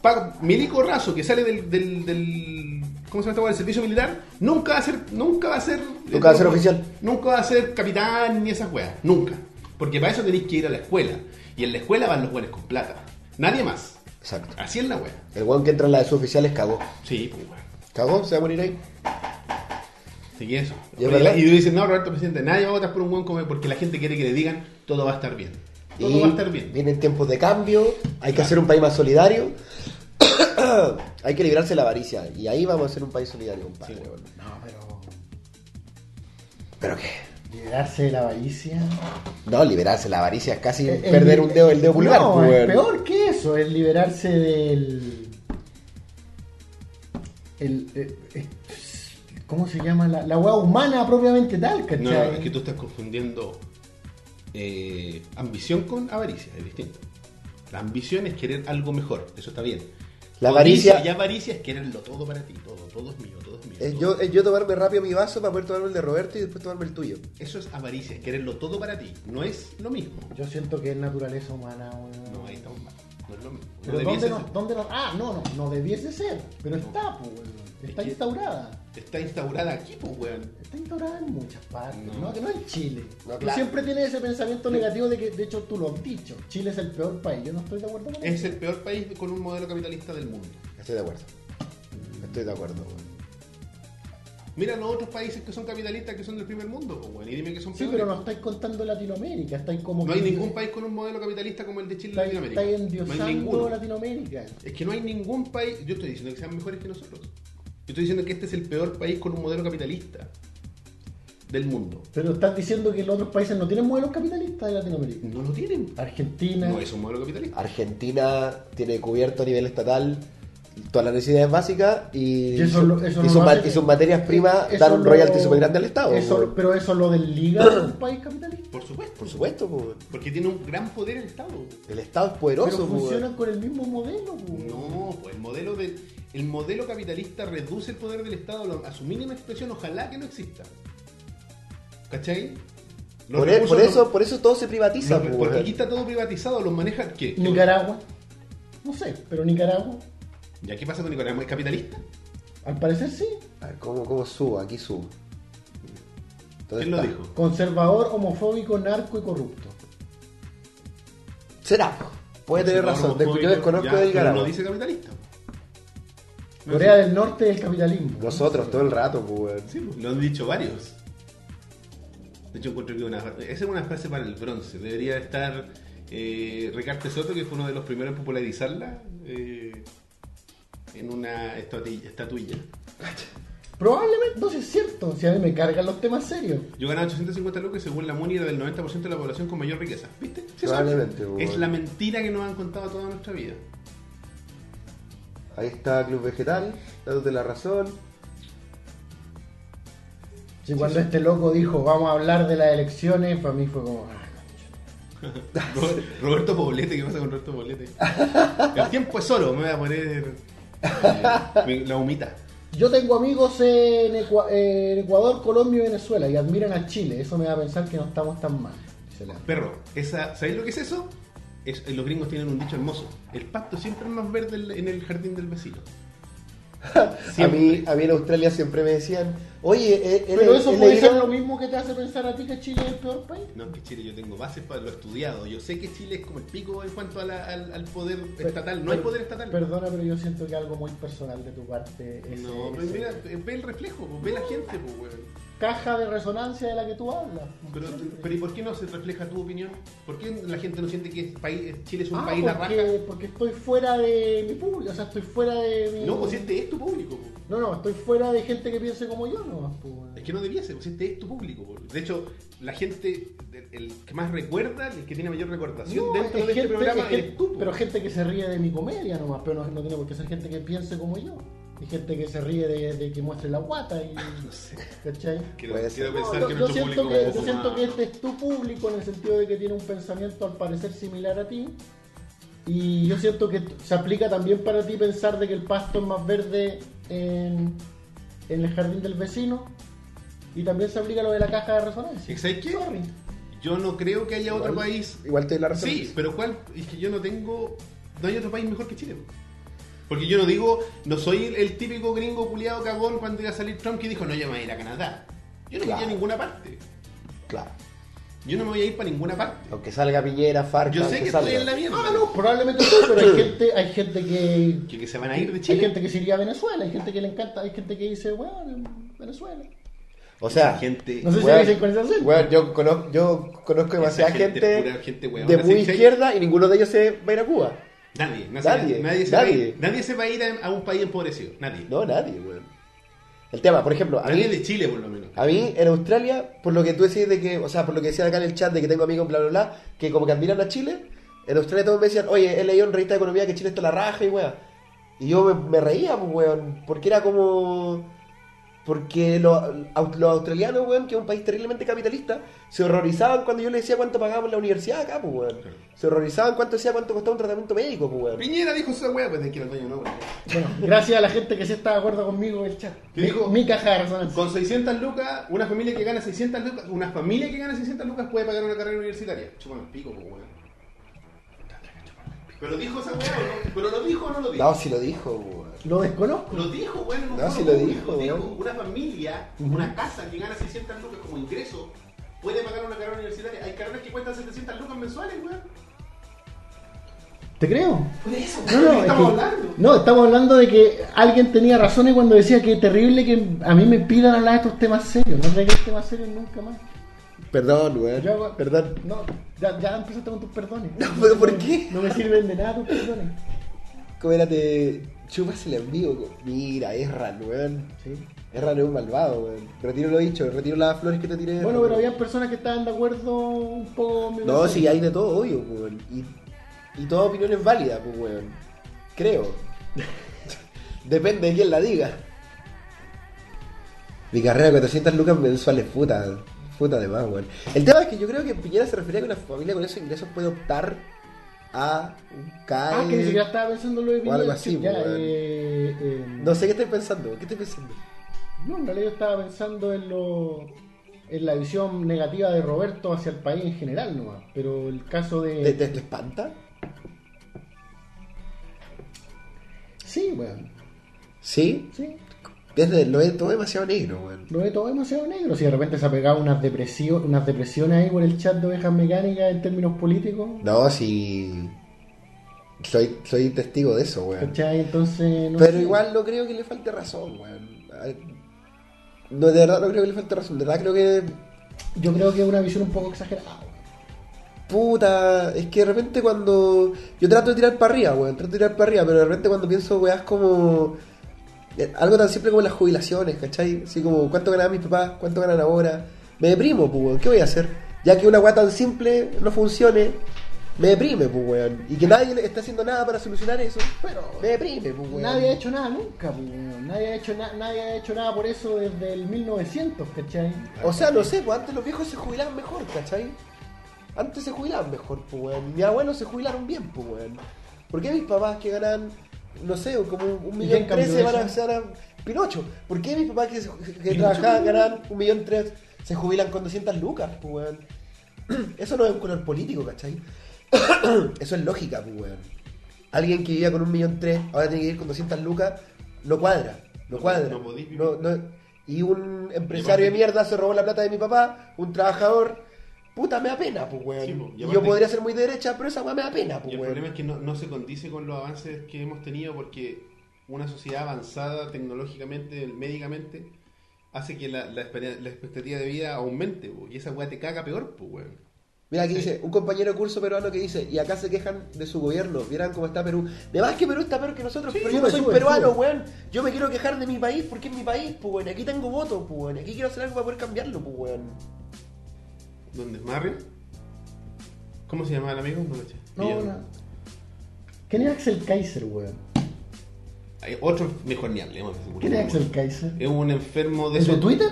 [SPEAKER 1] Pa- Milico Razo, que sale del, del, del- ¿cómo se llama esta weá? Del servicio militar, nunca va a ser, nunca va a ser. eh,
[SPEAKER 2] Nunca va a ser oficial.
[SPEAKER 1] Nunca va a ser capitán ni esas weas. Nunca. Porque para eso tenéis que ir a la escuela. Y en la escuela van los hueones con plata. Nadie más.
[SPEAKER 2] Exacto.
[SPEAKER 1] Así es la wea.
[SPEAKER 2] El weón que entra en la de sus oficiales cagó.
[SPEAKER 1] Sí, pues weón.
[SPEAKER 2] ¿Cagó? ¿Se va a morir ahí?
[SPEAKER 1] Así que eso.
[SPEAKER 2] Y es verdad.
[SPEAKER 1] Y dicen, no, Roberto Presidente, nadie va a votar por un buen comer porque la gente quiere que le digan, todo va a estar bien. Todo
[SPEAKER 2] Y
[SPEAKER 1] va a estar bien.
[SPEAKER 2] Vienen tiempos de cambio, hay que hacer un país más solidario. hay que librarse de la avaricia. Y ahí vamos a ser un país solidario, compadre.
[SPEAKER 1] Sí,
[SPEAKER 2] weón.
[SPEAKER 3] No, pero.
[SPEAKER 2] ¿Pero qué?
[SPEAKER 3] Liberarse de la avaricia.
[SPEAKER 2] No, liberarse de la avaricia es casi
[SPEAKER 3] Es- es
[SPEAKER 2] perder
[SPEAKER 3] li-
[SPEAKER 2] un dedo, el dedo pulgar.
[SPEAKER 3] No,
[SPEAKER 2] pues,
[SPEAKER 3] es
[SPEAKER 2] weón.
[SPEAKER 3] peor que eso, es liberarse del. El, eh, eh, ¿Cómo se llama? La, la hueá humana propiamente tal, ¿cachai?
[SPEAKER 1] No, no, es que tú estás confundiendo eh, ambición con avaricia, es distinto. La ambición es querer algo mejor, eso está bien.
[SPEAKER 2] La avaricia-
[SPEAKER 1] Y avaricia es quererlo todo para ti, todo, todo es mío, todo es mío.
[SPEAKER 3] Eh,
[SPEAKER 2] Es
[SPEAKER 1] todo
[SPEAKER 2] yo,
[SPEAKER 1] es mío.
[SPEAKER 2] es yo tomarme rápido mi vaso para poder tomarme el de Roberto y después tomarme el tuyo.
[SPEAKER 1] Eso es avaricia, es quererlo todo para ti, no es lo mismo.
[SPEAKER 3] Yo siento que es naturaleza humana. weón.
[SPEAKER 1] No, ahí estamos mal, no es lo mismo. No
[SPEAKER 3] Pero
[SPEAKER 1] debiese
[SPEAKER 3] ¿dónde no,
[SPEAKER 1] ser.
[SPEAKER 3] dónde no- Ah, no, no, no debiese ser. Pero está, pues, weón. Está
[SPEAKER 1] Es que-
[SPEAKER 3] instaurada.
[SPEAKER 1] Está instaurada aquí, pues, weón.
[SPEAKER 3] Está instaurada en muchas partes,
[SPEAKER 1] No.
[SPEAKER 3] ¿no? Que no en Chile.
[SPEAKER 2] No,
[SPEAKER 3] Tú
[SPEAKER 2] claro.
[SPEAKER 3] siempre tienes ese pensamiento negativo de que, de hecho, tú lo has dicho. Chile es el peor país. Yo no estoy de acuerdo con
[SPEAKER 1] Es
[SPEAKER 3] eso.
[SPEAKER 1] el peor país con un modelo capitalista del mundo.
[SPEAKER 2] Estoy de acuerdo. Estoy de acuerdo, weón.
[SPEAKER 1] Mira los otros países que son capitalistas, que son del primer mundo, pues, weón, y dime que son
[SPEAKER 3] Sí,
[SPEAKER 1] peores.
[SPEAKER 3] pero no estáis contando Latinoamérica, estáis como.
[SPEAKER 1] No hay
[SPEAKER 3] que-
[SPEAKER 1] ningún país con un modelo capitalista como el de Chile y
[SPEAKER 3] Estáis
[SPEAKER 1] Latinoamérica.
[SPEAKER 3] estáis
[SPEAKER 1] No hay
[SPEAKER 3] endiosando
[SPEAKER 1] ninguno.
[SPEAKER 3] Latinoamérica.
[SPEAKER 1] Es que no hay ningún país, yo estoy diciendo que sean mejores que nosotros. Yo estoy diciendo que este es el peor país con un modelo capitalista del mundo.
[SPEAKER 3] Pero estás diciendo que los otros países no tienen modelos capitalistas de Latinoamérica.
[SPEAKER 1] No lo tienen.
[SPEAKER 3] Argentina.
[SPEAKER 1] No es un modelo capitalista.
[SPEAKER 2] Argentina tiene cubierto a nivel estatal todas las necesidades básicas y,
[SPEAKER 3] Y eso lo- eso
[SPEAKER 2] y
[SPEAKER 3] no
[SPEAKER 2] sus
[SPEAKER 3] lo
[SPEAKER 2] ma-
[SPEAKER 3] hace-
[SPEAKER 2] y sus materias primas
[SPEAKER 3] eso
[SPEAKER 2] dan un
[SPEAKER 3] lo-
[SPEAKER 2] royalty súper grande al Estado.
[SPEAKER 3] eso-
[SPEAKER 2] por,
[SPEAKER 3] pero eso lo desliga de un país capitalista.
[SPEAKER 1] Por supuesto.
[SPEAKER 2] por supuesto, pues, po.
[SPEAKER 1] Porque tiene un gran poder el Estado.
[SPEAKER 2] el Estado es
[SPEAKER 3] Pero
[SPEAKER 2] poderoso. pues, po.
[SPEAKER 3] funcionan con el mismo modelo. po.
[SPEAKER 1] No, pues el modelo de, el modelo capitalista reduce el poder del Estado a lo- a su mínima expresión, ojalá que no exista. ¿Cachai? Los
[SPEAKER 2] Por, e-
[SPEAKER 1] recursos
[SPEAKER 2] por
[SPEAKER 1] los-
[SPEAKER 2] eso, por eso todo se
[SPEAKER 1] los-
[SPEAKER 2] privatiza. po,
[SPEAKER 1] porque
[SPEAKER 2] weón.
[SPEAKER 1] aquí está todo privatizado, los maneja ¿qué?
[SPEAKER 3] Nicaragua. No sé, pero Nicaragua,
[SPEAKER 1] ¿Y aquí pasa con Nicaragua? ¿Es capitalista?
[SPEAKER 3] al parecer sí.
[SPEAKER 2] A ver, ¿cómo, cómo subo? Aquí subo. ¿Dónde
[SPEAKER 1] ¿Quién lo
[SPEAKER 2] está?
[SPEAKER 1] dijo?
[SPEAKER 3] Conservador, homofóbico, narco y corrupto.
[SPEAKER 2] Será. pues. Puede tener razón. de- Yo desconozco de
[SPEAKER 1] No
[SPEAKER 2] Nicaragua.
[SPEAKER 1] dice capitalista.
[SPEAKER 3] Corea del Norte del capitalismo.
[SPEAKER 2] Nosotros todo el rato, po, weón.
[SPEAKER 1] Sí, pues, lo han dicho varios. De hecho, encuentro que una, esa es una frase para el bronce. Debería estar eh, Ricardo Soto, que fue uno de los primeros en popularizarla, eh, en una estatuilla, estatuilla.
[SPEAKER 3] Probablemente, no sé, es cierto. Si a mí me cargan los temas serios.
[SPEAKER 1] Yo ganaba 850 lucas y según la MUNI era del 90% de la población con mayor riqueza. ¿Viste? Sí, eso
[SPEAKER 2] Probablemente,
[SPEAKER 1] es.
[SPEAKER 2] bueno.
[SPEAKER 1] es la mentira que nos han contado toda nuestra vida.
[SPEAKER 2] Ahí está Club Vegetal, dándote la razón.
[SPEAKER 3] Si cuando este loco dijo, vamos a hablar de las elecciones, para mí fue como. "Ah,
[SPEAKER 1] Robert- Roberto Poblete, ¿qué pasa con Roberto Poblete? El tiempo es oro, me voy a poner eh, mi- la humita.
[SPEAKER 3] Yo tengo amigos en, Ecua- eh, en Ecuador, Colombia y Venezuela y admiran a Chile. Eso me da a pensar que no estamos tan mal. dice la-
[SPEAKER 1] Perro, esa, ¿sabéis lo que es eso? Es- eh, los gringos tienen un dicho hermoso. El pasto siempre es más verde en- en el jardín del vecino.
[SPEAKER 2] A
[SPEAKER 1] Siempre.
[SPEAKER 2] mí, a mí en Australia siempre me decían, oye, eh, él
[SPEAKER 3] Pero
[SPEAKER 2] es-
[SPEAKER 3] eso
[SPEAKER 2] él
[SPEAKER 3] puede
[SPEAKER 2] es
[SPEAKER 3] ser
[SPEAKER 2] Irán".
[SPEAKER 3] lo mismo que te hace pensar a ti que Chile es el peor país.
[SPEAKER 1] No, es que Chile, yo tengo bases para lo estudiado. Yo sé que Chile es como el pico en cuanto a la- al, al poder estatal. No hay
[SPEAKER 3] per-
[SPEAKER 1] poder estatal.
[SPEAKER 3] Perdona, pero yo siento que algo muy personal de tu parte. es-
[SPEAKER 1] no, pero
[SPEAKER 3] es-
[SPEAKER 1] mira, ve el reflejo, pues, ve la gente, pues, weón.
[SPEAKER 3] Caja de resonancia de la que tú hablas.
[SPEAKER 1] Pero, pero ¿y por qué no se refleja tu opinión? ¿Por qué la gente no siente que es país- Chile es un
[SPEAKER 3] Ah,
[SPEAKER 1] país la raja?
[SPEAKER 3] porque, porque estoy fuera de mi público, o sea, estoy fuera de mi.
[SPEAKER 1] No, pues si este es tu público. pues.
[SPEAKER 3] No, no, estoy fuera de gente que piense como yo, no. pues, bueno.
[SPEAKER 1] Es que no debiese, pues este es tu público. pues. De hecho, la gente, el, el que más recuerda, el que tiene mayor recordación
[SPEAKER 3] No,
[SPEAKER 1] dentro
[SPEAKER 3] es
[SPEAKER 1] de este
[SPEAKER 3] gente-
[SPEAKER 1] programa
[SPEAKER 3] es gente-
[SPEAKER 1] eres tú. pues.
[SPEAKER 3] Pero gente que se ríe de mi comedia nomás, pero no, no tiene por qué ser gente que piense como yo. Hay gente que se ríe de, de que muestre la guata y.
[SPEAKER 1] No sé,
[SPEAKER 3] ¿Cachai?
[SPEAKER 1] quiero,
[SPEAKER 2] Puede
[SPEAKER 1] quiero
[SPEAKER 2] ser.
[SPEAKER 1] pensar
[SPEAKER 3] No,
[SPEAKER 1] que
[SPEAKER 3] yo, yo
[SPEAKER 1] nuestro
[SPEAKER 3] siento
[SPEAKER 1] público
[SPEAKER 3] que,
[SPEAKER 1] es
[SPEAKER 3] yo
[SPEAKER 1] un
[SPEAKER 3] siento
[SPEAKER 1] poco
[SPEAKER 3] que
[SPEAKER 1] más-
[SPEAKER 3] este es tu público en el sentido de que tiene un pensamiento al parecer similar a ti. Y yo siento que se aplica también para ti pensar de que el pasto es más verde en, en el jardín del vecino. Y también se aplica lo de la caja de resonancia.
[SPEAKER 1] ¿Sabes qué?
[SPEAKER 3] Sorry.
[SPEAKER 1] Yo no creo que haya otro
[SPEAKER 2] Igual-
[SPEAKER 1] país.
[SPEAKER 2] Igual te doy la razón.
[SPEAKER 1] Sí, pero ¿cuál? Es que yo no tengo. No hay otro país mejor que Chile. pues. Porque yo no digo, no soy el, el típico gringo culiado cagón cuando iba a salir Trump que dijo, no, yo me voy a ir a Canadá. Yo no me voy a ir a
[SPEAKER 2] Claro.
[SPEAKER 1] ninguna parte.
[SPEAKER 2] Claro.
[SPEAKER 1] Yo no me voy a ir para ninguna parte.
[SPEAKER 2] Aunque salga Piñera, Farca,
[SPEAKER 1] Yo sé
[SPEAKER 2] aunque
[SPEAKER 1] que
[SPEAKER 2] salga.
[SPEAKER 1] estoy en la mierda.
[SPEAKER 3] Ah, no, probablemente sí, pero hay gente, hay gente que.
[SPEAKER 1] Que, que se van a ir de
[SPEAKER 3] Hay
[SPEAKER 1] Chile.
[SPEAKER 3] gente que se iría a Venezuela, hay gente que le encanta, hay gente que dice, bueno, Venezuela.
[SPEAKER 2] O sea,
[SPEAKER 1] Esa gente.
[SPEAKER 3] No sé si lo
[SPEAKER 2] weón,
[SPEAKER 3] dicen con ese acento.
[SPEAKER 2] weón, yo, conozco, yo conozco demasiada
[SPEAKER 1] gente
[SPEAKER 2] gente,
[SPEAKER 1] es pura gente weona,
[SPEAKER 2] de
[SPEAKER 1] ¿sí?
[SPEAKER 2] muy
[SPEAKER 1] ¿Sí?
[SPEAKER 2] izquierda y ninguno de ellos se va a ir a Cuba.
[SPEAKER 1] Nadie, nadie,
[SPEAKER 2] Nadie,
[SPEAKER 1] nadie, se va a
[SPEAKER 2] nadie.
[SPEAKER 1] ir- nadie se va a ir a, a un país empobrecido. Nadie.
[SPEAKER 2] No, nadie, weón. El tema, por ejemplo, a mí,
[SPEAKER 1] Nadie de Chile, por lo menos.
[SPEAKER 2] a mí en Australia, por lo que tú decís de que, o sea, por lo que decían acá en el chat de que tengo amigos, bla, bla, bla, que como que admiran a Chile, en Australia todos me decían, oye, he leído en revista de economía que Chile está a la raja y weón. Y yo me, me reía, pues, weón, porque era como... Porque lo- au- los australianos, weón, que es un país terriblemente capitalista, se horrorizaban cuando yo les decía cuánto pagábamos en la universidad acá, pues, weón.
[SPEAKER 1] Claro.
[SPEAKER 2] Se horrorizaban cuánto decía cuánto costaba un tratamiento médico, pues, weón.
[SPEAKER 1] Piñera dijo esa weá, pues de que era el dueño, no, weón.
[SPEAKER 3] Bueno, gracias a la gente que sí está de acuerdo conmigo en el chat.
[SPEAKER 1] ¿Qué
[SPEAKER 3] Mi,
[SPEAKER 1] dijo?
[SPEAKER 3] mi caja de resonancia.
[SPEAKER 1] Con 600 lucas, una familia que gana 600 lucas, una familia que gana 600 lucas puede pagar una carrera universitaria. Chúpame el pico, pues, weón. Pero dijo esa weá, ¿o ¿no? Pero lo dijo o no lo dijo.
[SPEAKER 2] No, si lo dijo, weón.
[SPEAKER 3] Lo desconozco.
[SPEAKER 1] Lo dijo, weón. en un
[SPEAKER 2] No,
[SPEAKER 1] foro
[SPEAKER 2] sí lo
[SPEAKER 1] público,
[SPEAKER 2] dijo, weón.
[SPEAKER 1] Una familia, una casa que gana 600 lucas como ingreso, puede pagar una carrera universitaria. Hay carreras que cuentan 700 lucas mensuales, weón.
[SPEAKER 3] Te creo.
[SPEAKER 1] Por eso,
[SPEAKER 3] No, no,
[SPEAKER 1] ¿de qué
[SPEAKER 3] es
[SPEAKER 1] estamos
[SPEAKER 3] que-
[SPEAKER 1] hablando.
[SPEAKER 3] no, estamos hablando de que alguien tenía razones cuando decía que es terrible que a mí me pidan hablar de estos temas serios. No traigas temas serios nunca más.
[SPEAKER 2] Perdón, weón.
[SPEAKER 3] Yo hago-
[SPEAKER 2] Perdón.
[SPEAKER 3] No, ya, ya empezaste con tus perdones.
[SPEAKER 2] No, pero ¿por qué?
[SPEAKER 3] No me sirven de nada tus perdones.
[SPEAKER 2] Cómérate. Chupas el en vivo. co- Mira, Erran, weón.
[SPEAKER 3] Sí.
[SPEAKER 2] Erran es un malvado, weón. Retiro lo dicho, retiro las flores que te tiré.
[SPEAKER 3] Bueno, pero había personas que estaban de acuerdo un poco. me
[SPEAKER 2] No,
[SPEAKER 3] parece.
[SPEAKER 2] sí, hay de todo, obvio, weón. Y, y toda opinión es válida, pues, weón. Creo. Depende de quién la diga. Mi carrera, 400 lucas mensuales, puta. Puta de más, weón. El tema es que yo creo que Piñera se refería a que una familia con esos ingresos puede optar a un
[SPEAKER 3] Ah,
[SPEAKER 2] CAE.
[SPEAKER 3] que ni siquiera estaba pensando en lo de Piñera.
[SPEAKER 2] algo así,
[SPEAKER 3] Ya,
[SPEAKER 2] weón.
[SPEAKER 3] eh, eh,
[SPEAKER 2] No sé qué estoy pensando, ¿qué estoy pensando?
[SPEAKER 3] No, en realidad yo estaba pensando en lo en la visión negativa de Roberto hacia el país en general nomás, pero el caso de...
[SPEAKER 2] ¿Te, te- te espanta?
[SPEAKER 3] Sí, weón,
[SPEAKER 2] Sí.
[SPEAKER 3] sí.
[SPEAKER 2] Desde, lo es todo demasiado negro, weón.
[SPEAKER 3] Lo ve todo demasiado negro. Si de repente se ha pegado unas, depresio- unas depresiones ahí por el chat de ovejas mecánicas en términos políticos,
[SPEAKER 2] No, sí. Soy, soy testigo de eso, weón.
[SPEAKER 3] ¿cachai? Entonces... no
[SPEAKER 2] Pero
[SPEAKER 3] sé.
[SPEAKER 2] igual no creo que le falte razón, weón. No, de verdad no creo que le falte razón. De verdad creo que.
[SPEAKER 3] Yo creo que es una visión un poco exagerada, weón.
[SPEAKER 2] Puta, es que de repente cuando. Yo trato de tirar para arriba, weón. Trato de tirar para arriba, pero de repente cuando pienso, weón, es como. eh, Algo tan simple como las jubilaciones, ¿cachai? Así como, ¿cuánto ganaban mis papás? ¿Cuánto ganan ahora? Me deprimo, pues, weón. ¿Qué voy a hacer? Ya que una weá tan simple no funcione, me deprime, pues, weón. Y que nadie le- está haciendo nada para solucionar eso,
[SPEAKER 3] Pero...
[SPEAKER 2] me deprime, pues, weón.
[SPEAKER 3] Nadie ha hecho nada nunca, pues, weón. Nadie ha, hecho na- nadie ha hecho nada por eso desde el 1900, ¿cachai?
[SPEAKER 2] O sea, no sé, pues antes los viejos se jubilaban mejor, ¿cachai? Antes se jubilaban mejor, pues, weón. Mis abuelos se jubilaron bien, pues, weón. ¿Por qué mis papás que ganan, no sé, como un
[SPEAKER 3] ¿Y
[SPEAKER 2] millón
[SPEAKER 3] quién cambió
[SPEAKER 2] tres se van a
[SPEAKER 3] eso?
[SPEAKER 2] ser Pinocho? ¿Por qué mis papás que, se- que trabajaban ganan un millón tres se jubilan con 200 lucas, pues, weón? Eso no es un color político, ¿cachai? Eso es lógica, pues, weón. Alguien que vivía con un millón tres, ahora tiene que vivir con 200 lucas, no cuadra, no
[SPEAKER 1] No,
[SPEAKER 2] cuadra.
[SPEAKER 1] no podís vivir.
[SPEAKER 2] No- no- y un empresario de mierda se robó la plata de mi papá, un trabajador, puta, me da pena, pues, weón.
[SPEAKER 1] Sí, pues, y
[SPEAKER 2] Y Yo
[SPEAKER 1] aparte-
[SPEAKER 2] podría ser muy de derecha, pero esa weá me da pena,
[SPEAKER 1] Y
[SPEAKER 2] pues,
[SPEAKER 1] el
[SPEAKER 2] weón.
[SPEAKER 1] problema es que no, no se condice con los avances que hemos tenido porque una sociedad avanzada tecnológicamente, médicamente, hace que la, la espe- la expectativa de vida aumente, po, y esa weá te caga peor, pues, weón.
[SPEAKER 2] Mira, aquí dice, un compañero de curso peruano que dice, y acá se quejan de su gobierno, vieran cómo está Perú. De más que Perú está peor que nosotros, pero yo no
[SPEAKER 3] sube,
[SPEAKER 2] soy
[SPEAKER 3] sube,
[SPEAKER 2] peruano,
[SPEAKER 3] sube.
[SPEAKER 2] weón. Yo me quiero quejar de mi país porque es mi país, pues, weón. Aquí tengo voto, pues, weón. Aquí quiero hacer algo para poder cambiarlo, pues, weón.
[SPEAKER 1] ¿Dónde es Mario? ¿Cómo se llama el amigo? No lo sé.
[SPEAKER 3] No,
[SPEAKER 1] Villano.
[SPEAKER 3] no. ¿Quién es Axel Kaiser, weón?
[SPEAKER 1] Hay otro, mejor ni hablemos. de ese
[SPEAKER 3] ¿Quién
[SPEAKER 1] culo,
[SPEAKER 3] es Axel
[SPEAKER 1] weón.
[SPEAKER 3] Kaiser?
[SPEAKER 1] Es un enfermo de
[SPEAKER 3] Uh. ¿Es de
[SPEAKER 1] esos-
[SPEAKER 3] Twitter?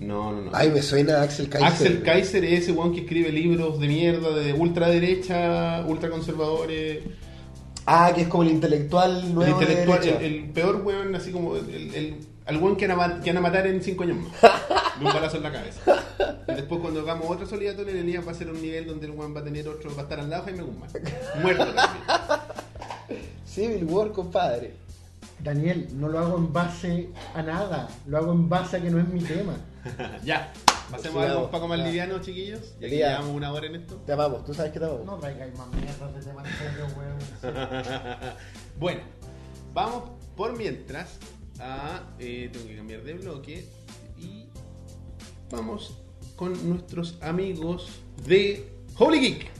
[SPEAKER 1] No, no, no.
[SPEAKER 2] Ay, me suena Axel Kaiser.
[SPEAKER 1] Axel Kaiser es ese weón que escribe libros de mierda, de ultraderecha, ultraconservadores.
[SPEAKER 2] Ah, que es como el intelectual
[SPEAKER 1] El
[SPEAKER 2] nuevo
[SPEAKER 1] intelectual,
[SPEAKER 2] de derecha.
[SPEAKER 1] el, el peor weón, así como el, el, al weón que van, a, ma- que van a matar en 5 años más. De un balazo en la cabeza. Y después cuando hagamos otra solidatoria, el Elías va a ser un nivel donde el weón va a tener otro, va a estar al lado de Jaime Guzmán. Muerto también.
[SPEAKER 2] Civil War, compadre.
[SPEAKER 3] Daniel, no lo hago en base a nada. Lo hago en base a que no es mi tema.
[SPEAKER 1] ya. Pasemos
[SPEAKER 2] Sigamos,
[SPEAKER 1] algo un poco más
[SPEAKER 2] ya.
[SPEAKER 1] liviano, chiquillos. Ya que
[SPEAKER 2] Elías.
[SPEAKER 1] llevamos una hora en esto.
[SPEAKER 2] Te amamos, tú sabes que te amamos.
[SPEAKER 3] No traigáis más mierdas de temas serios, weón.
[SPEAKER 1] Bueno, vamos por mientras a. eh, tengo que cambiar de bloque. Y vamos con nuestros amigos de Holy Geek.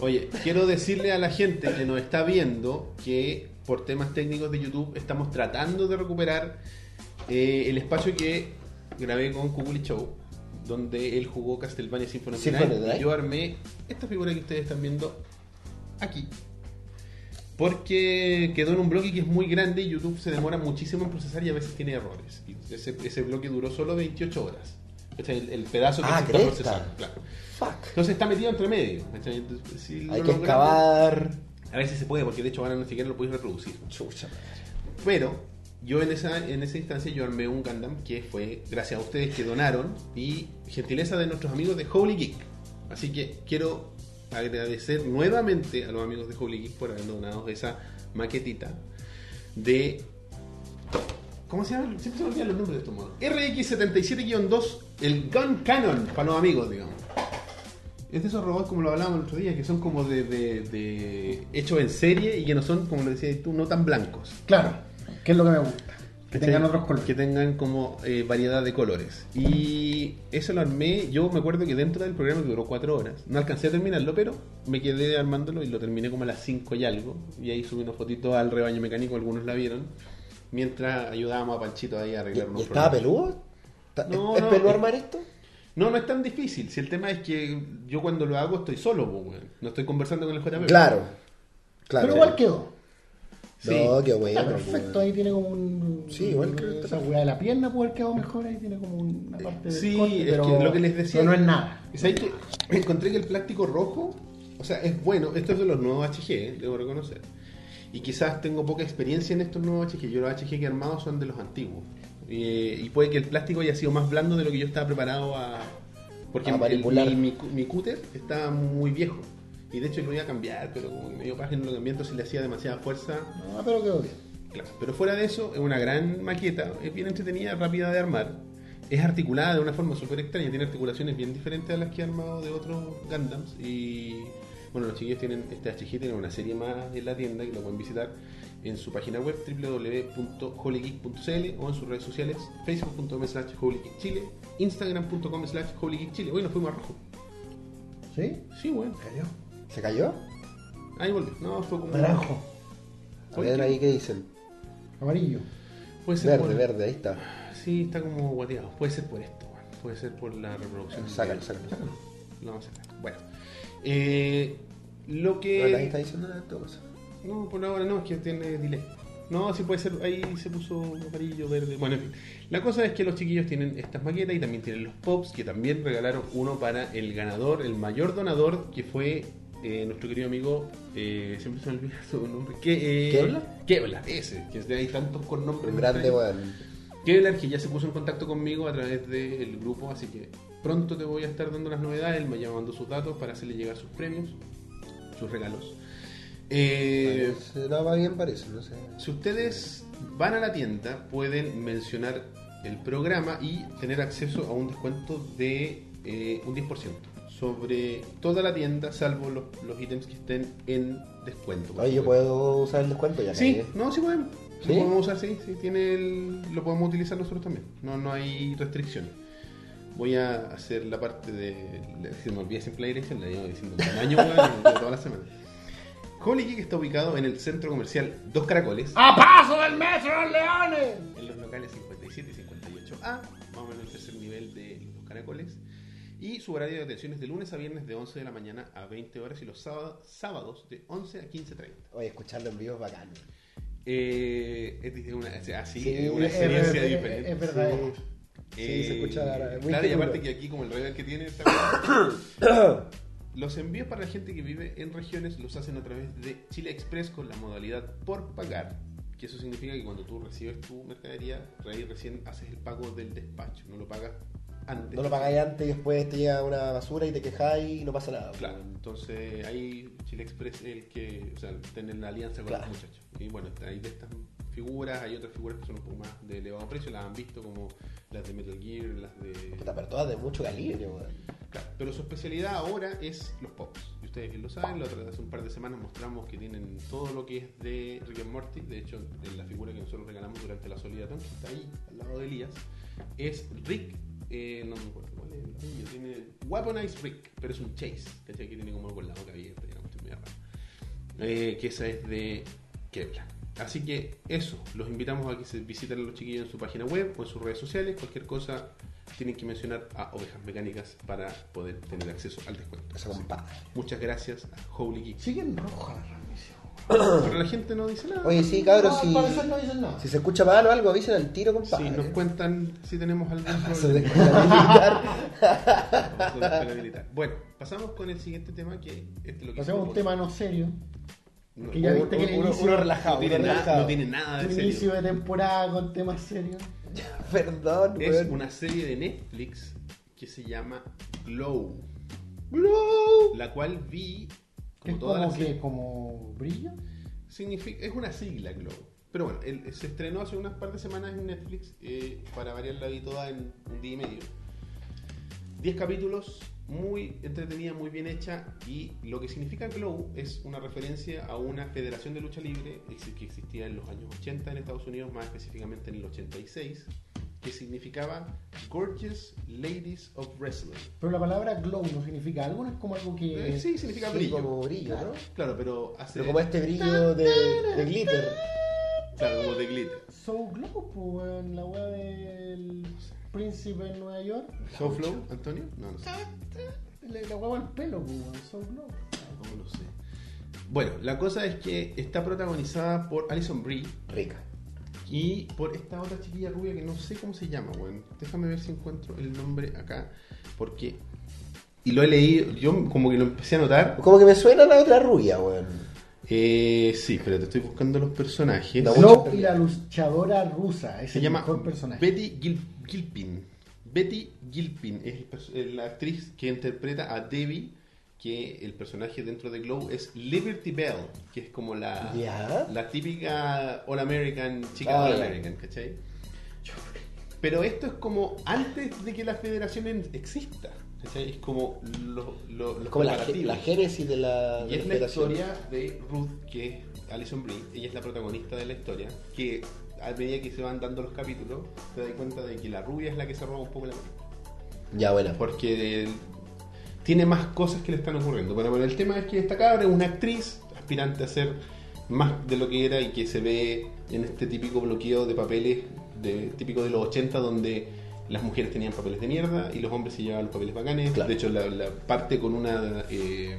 [SPEAKER 1] Oye, quiero decirle a la gente que nos está viendo que por temas técnicos de YouTube estamos tratando de recuperar eh, el espacio que grabé con Kukuli Show, donde él jugó Castlevania Symphony of the
[SPEAKER 2] Symphony of the
[SPEAKER 1] Night,
[SPEAKER 2] Night.
[SPEAKER 1] y Yo armé esta figura que ustedes están viendo aquí. Porque quedó en un bloque que es muy grande y YouTube se demora muchísimo en procesar y a veces tiene errores. Y ese, ese bloque duró solo 28 horas. Este es el, el pedazo que
[SPEAKER 2] Ah,
[SPEAKER 1] se está
[SPEAKER 2] cresta.
[SPEAKER 1] procesando. claro.
[SPEAKER 2] Fuck.
[SPEAKER 1] Entonces está metido entre medio. ¿cachai? Entonces, si lo
[SPEAKER 2] Hay que
[SPEAKER 1] logramos-
[SPEAKER 2] excavar.
[SPEAKER 1] A ver si se puede, porque de hecho ahora ni siquiera lo puedes reproducir.
[SPEAKER 2] Chucha, madre.
[SPEAKER 1] Pero yo en esa, en esa instancia yo armé un Gundam que fue gracias a ustedes que donaron y gentileza de nuestros amigos de Holy Geek. Así que quiero agradecer nuevamente a los amigos de Holy Geek por haber donado esa maquetita de... ¿Cómo se llama? Siempre se me olvidan los nombres de estos modos. RX77-2, el Gun Cannon, para los amigos, digamos. Es de esos robots como lo hablábamos el otro día, que son como de, de, de hechos en serie y que no son, como lo decías tú, no tan blancos.
[SPEAKER 3] Claro, que es lo que me gusta. Que tengan
[SPEAKER 1] ¿Cachai?
[SPEAKER 3] otros colores.
[SPEAKER 1] Que tengan como eh, variedad de colores. Y eso lo armé. Yo me acuerdo que dentro del programa que duró cuatro horas, no alcancé a terminarlo, pero me quedé armándolo y lo terminé como a las 5 y algo. Y ahí subí unos fotitos al rebaño mecánico, algunos la vieron. Mientras ayudábamos a Panchito ahí a
[SPEAKER 2] ¿Y,
[SPEAKER 1] arreglar
[SPEAKER 2] y
[SPEAKER 1] unos
[SPEAKER 2] estaba
[SPEAKER 1] problemas.
[SPEAKER 2] peludo? ¿Está-
[SPEAKER 1] No,
[SPEAKER 2] ¿Es, es
[SPEAKER 1] no,
[SPEAKER 2] peludo
[SPEAKER 1] es-
[SPEAKER 2] armar esto?
[SPEAKER 1] No, no es tan difícil. Si el tema es que yo cuando lo hago estoy solo, po, weón. No estoy conversando con el JP.
[SPEAKER 2] Claro. Claro.
[SPEAKER 3] Pero igual quedó.
[SPEAKER 1] Sí.
[SPEAKER 2] No, qué
[SPEAKER 3] Está
[SPEAKER 2] bueno.
[SPEAKER 3] perfecto,
[SPEAKER 2] weón.
[SPEAKER 3] ahí tiene como un.
[SPEAKER 2] Sí, igual creo que está
[SPEAKER 3] Esa weá de la pierna puede haber quedado mejor, ahí tiene como una parte de.
[SPEAKER 1] Sí, es que lo que les decía-
[SPEAKER 3] no es nada.
[SPEAKER 1] ¿Sabes qué? Encontré que el plástico rojo, o sea, es bueno. Esto es de los nuevos HG, eh, debo reconocer. Y quizás tengo poca experiencia en estos nuevos HG. Yo los HG que he armado son de los antiguos. Eh, y puede que el plástico haya sido más blando de lo que yo estaba preparado a. Porque
[SPEAKER 2] A
[SPEAKER 1] el-
[SPEAKER 2] manipular.
[SPEAKER 1] mi, mi cu- mi cúter estaba muy viejo. Y de hecho lo iba a cambiar, pero como que me dio paja en lo cambié, entonces le hacía demasiada fuerza.
[SPEAKER 3] No, pero quedó bien.
[SPEAKER 1] Claro, pero fuera de eso, es una gran maqueta, es bien entretenida, rápida de armar. Es articulada de una forma súper extraña, tiene articulaciones bien diferentes a las que he armado de otros Gundams. Y bueno, los chiquillos tienen este HG, tienen una serie más en la tienda que lo pueden visitar en su página web www.holygeek.cl o en sus redes sociales facebook.com slash holygeekchile, instagram.com slash holygeekchile. Hoy nos fuimos a rojo.
[SPEAKER 3] ¿Sí?
[SPEAKER 1] Sí, bueno,
[SPEAKER 7] Cayó.
[SPEAKER 2] ¿Se cayó?
[SPEAKER 1] ahí volvió. No, fue como.
[SPEAKER 7] Naranjo.
[SPEAKER 2] A ver ahí qué dicen.
[SPEAKER 3] Amarillo.
[SPEAKER 1] Puede ser
[SPEAKER 2] Verde,
[SPEAKER 1] por-
[SPEAKER 2] verde, ahí está.
[SPEAKER 1] Sí, está como guateado. Puede ser por esto, bueno. puede ser por la reproducción.
[SPEAKER 2] Sácalo, sácalo. sácalo.
[SPEAKER 1] Lo vamos a sacar. Bueno, eh, lo
[SPEAKER 2] No, nadie está
[SPEAKER 1] que.
[SPEAKER 2] diciendo nada de todo eso.
[SPEAKER 1] No, por ahora no, es que tiene delay. No, sí puede ser, ahí se puso amarillo, verde. Bueno, en fin. La cosa es que los chiquillos tienen estas maquetas y también tienen los pops, que también regalaron uno para el ganador, el mayor donador, que fue eh, nuestro querido amigo, eh, siempre se me olvida su nombre, que, eh,
[SPEAKER 2] ¿Kevlar?
[SPEAKER 1] Kevlar, ese, que hay tantos con nombres.
[SPEAKER 2] Un grande,
[SPEAKER 1] extraños.
[SPEAKER 2] weón.
[SPEAKER 1] Kevlar, que ya se puso en contacto conmigo a través del grupo, así que pronto te voy a estar dando las novedades. Él me va mandando sus datos para hacerle llegar sus premios, sus regalos. Eh,
[SPEAKER 2] No, va bien parece, no sé.
[SPEAKER 1] si ustedes van a la tienda, pueden mencionar el programa y tener acceso a un descuento de eh, un 10% sobre toda la tienda, salvo los, los ítems que estén en descuento. por
[SPEAKER 2] Oye, yo
[SPEAKER 1] supuesto.
[SPEAKER 2] puedo usar el descuento ya.
[SPEAKER 1] Sí,
[SPEAKER 2] cagué.
[SPEAKER 1] no, sí podemos. Lo
[SPEAKER 2] ¿Sí?
[SPEAKER 1] podemos usar, sí, sí, tiene el- lo podemos utilizar nosotros también. No, no hay restricciones. Voy a hacer la parte de. le- Se me olvida siempre la dirección, la llevo diciendo un año, weón, de toda la semana. Holy Geek está ubicado en el centro comercial Dos Caracoles,
[SPEAKER 3] ¡A paso del metro de Leones!
[SPEAKER 1] en los locales 57 y 58A, vamos en el tercer nivel de los Dos Caracoles. Y su horario de atención es de lunes a viernes de 11 de la mañana a 20 horas y los sábados, sábados de 11 a 15.30.
[SPEAKER 2] Oye, escucharlo en vivo es bacán.
[SPEAKER 1] Eh, es de una, o sea, sí,
[SPEAKER 2] Sí,
[SPEAKER 1] es una
[SPEAKER 2] es
[SPEAKER 1] experiencia
[SPEAKER 3] verdad,
[SPEAKER 1] diferente. Eh,
[SPEAKER 3] es verdad. eh.
[SPEAKER 2] Sí. sí, se escucha ahora, es muy
[SPEAKER 1] Claro, y
[SPEAKER 2] seguro.
[SPEAKER 1] aparte que aquí, como el rever que tiene, está- los envíos para la gente que vive en regiones los hacen a través de Chile Express con la modalidad por pagar. Que eso significa que cuando tú recibes tu mercadería, ahí recién haces el pago del despacho, no lo pagas antes.
[SPEAKER 2] No lo pagáis antes y después te llega una basura y te quejáis y no pasa nada.
[SPEAKER 1] Claro,
[SPEAKER 2] weón.
[SPEAKER 1] entonces ahí Chile Express es el que, o sea, tener la alianza con
[SPEAKER 2] Claro.
[SPEAKER 1] los muchachos. Y bueno, está- hay de estas figuras, hay otras figuras que son un poco más de elevado precio, las han visto como las de Metal Gear, las de...
[SPEAKER 2] Puta, pero todas de mucho calibre, weón.
[SPEAKER 1] Claro, pero su especialidad ahora es los pops. Y ustedes bien lo saben, la otra hace un par de semanas mostramos que tienen todo lo que es de Rick and Morty. De hecho, en la figura que nosotros regalamos durante la Solidatón, que está ahí al lado de Elías, es Rick, eh, no me acuerdo cuál es el apellido, tiene Weaponized Rick, pero es un Chase, ¿cachai? Que tiene como con la boca abierta, y una cuestión media rara. Eh, que esa es de Kevlar. Así que eso, los invitamos a que se visiten a los chiquillos en su página web o en sus redes sociales. Cualquier cosa tienen que mencionar a Ovejas Mecánicas para poder tener acceso al descuento.
[SPEAKER 2] Eso, compadre.
[SPEAKER 1] Muchas gracias a Holy Geek.
[SPEAKER 3] Sigue en roja la transmisión.
[SPEAKER 1] Pero la gente no dice nada.
[SPEAKER 2] Oye, sí, cabrón,
[SPEAKER 3] no,
[SPEAKER 2] si,
[SPEAKER 3] Al parecer no dicen nada.
[SPEAKER 2] si se escucha mal o algo, avisen al tiro, compadre. Ah,
[SPEAKER 1] si nos cuentan si tenemos algún problema.
[SPEAKER 2] Eso de escuela militar.
[SPEAKER 1] con la escuela militar. Bueno, pasamos con el siguiente tema que este es lo que
[SPEAKER 3] Pasemos a un
[SPEAKER 1] hicimos.
[SPEAKER 3] tema no serio.
[SPEAKER 1] No,
[SPEAKER 3] que ya viste que el
[SPEAKER 2] uno,
[SPEAKER 3] inicio-
[SPEAKER 2] uno relajado,
[SPEAKER 1] no, tiene
[SPEAKER 2] uno
[SPEAKER 1] nada,
[SPEAKER 2] relajado.
[SPEAKER 1] no tiene
[SPEAKER 3] Ah,
[SPEAKER 1] nada de serio.
[SPEAKER 3] Inicio de temporada con temas serios.
[SPEAKER 2] Perdón,
[SPEAKER 1] Es
[SPEAKER 2] weón.
[SPEAKER 1] una serie de Netflix que se llama Glow,
[SPEAKER 2] No.
[SPEAKER 1] la cual vi
[SPEAKER 3] Que
[SPEAKER 1] como
[SPEAKER 3] es
[SPEAKER 1] todas las
[SPEAKER 3] como que, como brillo.
[SPEAKER 1] significa es una sigla Glow. Pero bueno, el- se estrenó hace unas par de semanas en Netflix, eh, para variar la vi toda en un día y medio. 10 capítulos, muy entretenida, muy bien hecha y lo que significa Glow es una referencia a una federación de lucha libre ex- que existía en los años 80 en Estados Unidos, más específicamente en el 86, que significaba Gorgeous Ladies of Wrestling.
[SPEAKER 3] Pero la palabra glow no significa algo, no es como algo que.
[SPEAKER 1] Eh, sí, significa
[SPEAKER 2] sí,
[SPEAKER 1] brillo.
[SPEAKER 2] como brillo,
[SPEAKER 1] claro,
[SPEAKER 2] ¿no?
[SPEAKER 1] Claro, pero hace
[SPEAKER 2] Pero como este brillo de, de glitter.
[SPEAKER 1] claro, como de glitter.
[SPEAKER 3] So glow, pues, en la weá del príncipe en Nueva York.
[SPEAKER 1] Show flow, Antonio? No, no sé.
[SPEAKER 3] Le, le huevo el pelo, pues, weón. So glow.
[SPEAKER 1] No lo sé. Bueno, la cosa es que está protagonizada por Alison Brie
[SPEAKER 2] Rica.
[SPEAKER 1] y por esta otra chiquilla rubia que no sé cómo se llama, weón. Déjame ver si encuentro el nombre acá, porque... Y lo he leído, yo como que lo empecé a notar.
[SPEAKER 2] Como que me suena la otra rubia, weón.
[SPEAKER 1] Eh, sí, pero te estoy buscando los personajes.
[SPEAKER 2] No,
[SPEAKER 3] Glow
[SPEAKER 2] mucho
[SPEAKER 3] y la luchadora rusa. Es
[SPEAKER 1] se
[SPEAKER 3] el
[SPEAKER 1] llama
[SPEAKER 3] mejor personaje.
[SPEAKER 1] Betty Gil- Gilpin. Betty Gilpin es el pers- eh, la actriz que interpreta a Debbie, que el personaje dentro de Glow es Liberty Bell, que es como la,
[SPEAKER 2] Ya.
[SPEAKER 1] Ah. la típica All American, chica
[SPEAKER 2] Ah,
[SPEAKER 1] All
[SPEAKER 2] ya.
[SPEAKER 1] American, ¿cachai? Pero esto es como antes de que la federación en- exista, ¿cachai? Es como lo- lo- los
[SPEAKER 2] Es como la, ge-
[SPEAKER 1] preparativos.
[SPEAKER 2] la génesis de la,
[SPEAKER 1] Y
[SPEAKER 2] de
[SPEAKER 1] es la
[SPEAKER 2] federación.
[SPEAKER 1] historia de Ruth, que es Alison Brie, ella es la protagonista de la historia, que a medida que se van dando los capítulos, te das cuenta de que la rubia es la que se roba un poco la película.
[SPEAKER 2] Ya, buena.
[SPEAKER 1] Porque de- tiene más cosas que le están ocurriendo. Bueno, pero el tema es que esta cabra es una actriz aspirante a ser más de lo que era y que se ve en este típico bloqueo de papeles de, típico de los 80 donde las mujeres tenían papeles de mierda y los hombres se llevaban los papeles bacanes.
[SPEAKER 2] Claro.
[SPEAKER 1] De hecho, la, la parte con una... eh,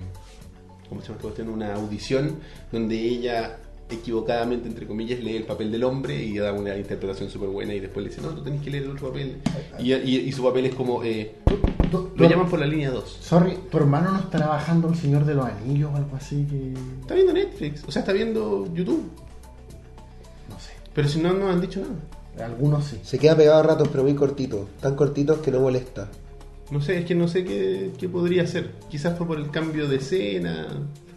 [SPEAKER 1] ¿Cómo se llama esta cuestión? Una audición donde ella equivocadamente, entre comillas, lee el papel del hombre y da una interpretación súper buena y después le dice, no, tú tenés que leer el otro papel. Y, y- y su papel es como... eh,
[SPEAKER 3] Tu- tu-
[SPEAKER 1] lo llaman por la línea 2.
[SPEAKER 3] Sorry, tu hermano no estará bajando el Señor de los Anillos o algo así que.
[SPEAKER 1] Está viendo Netflix, o sea, está viendo YouTube.
[SPEAKER 3] No sé.
[SPEAKER 1] Pero si no, no han dicho nada.
[SPEAKER 3] Algunos sí.
[SPEAKER 2] Se queda pegado a ratos, pero muy cortito. Tan cortitos que no molesta.
[SPEAKER 1] No sé, es que no sé qué, qué podría ser. Quizás fue por el cambio de escena,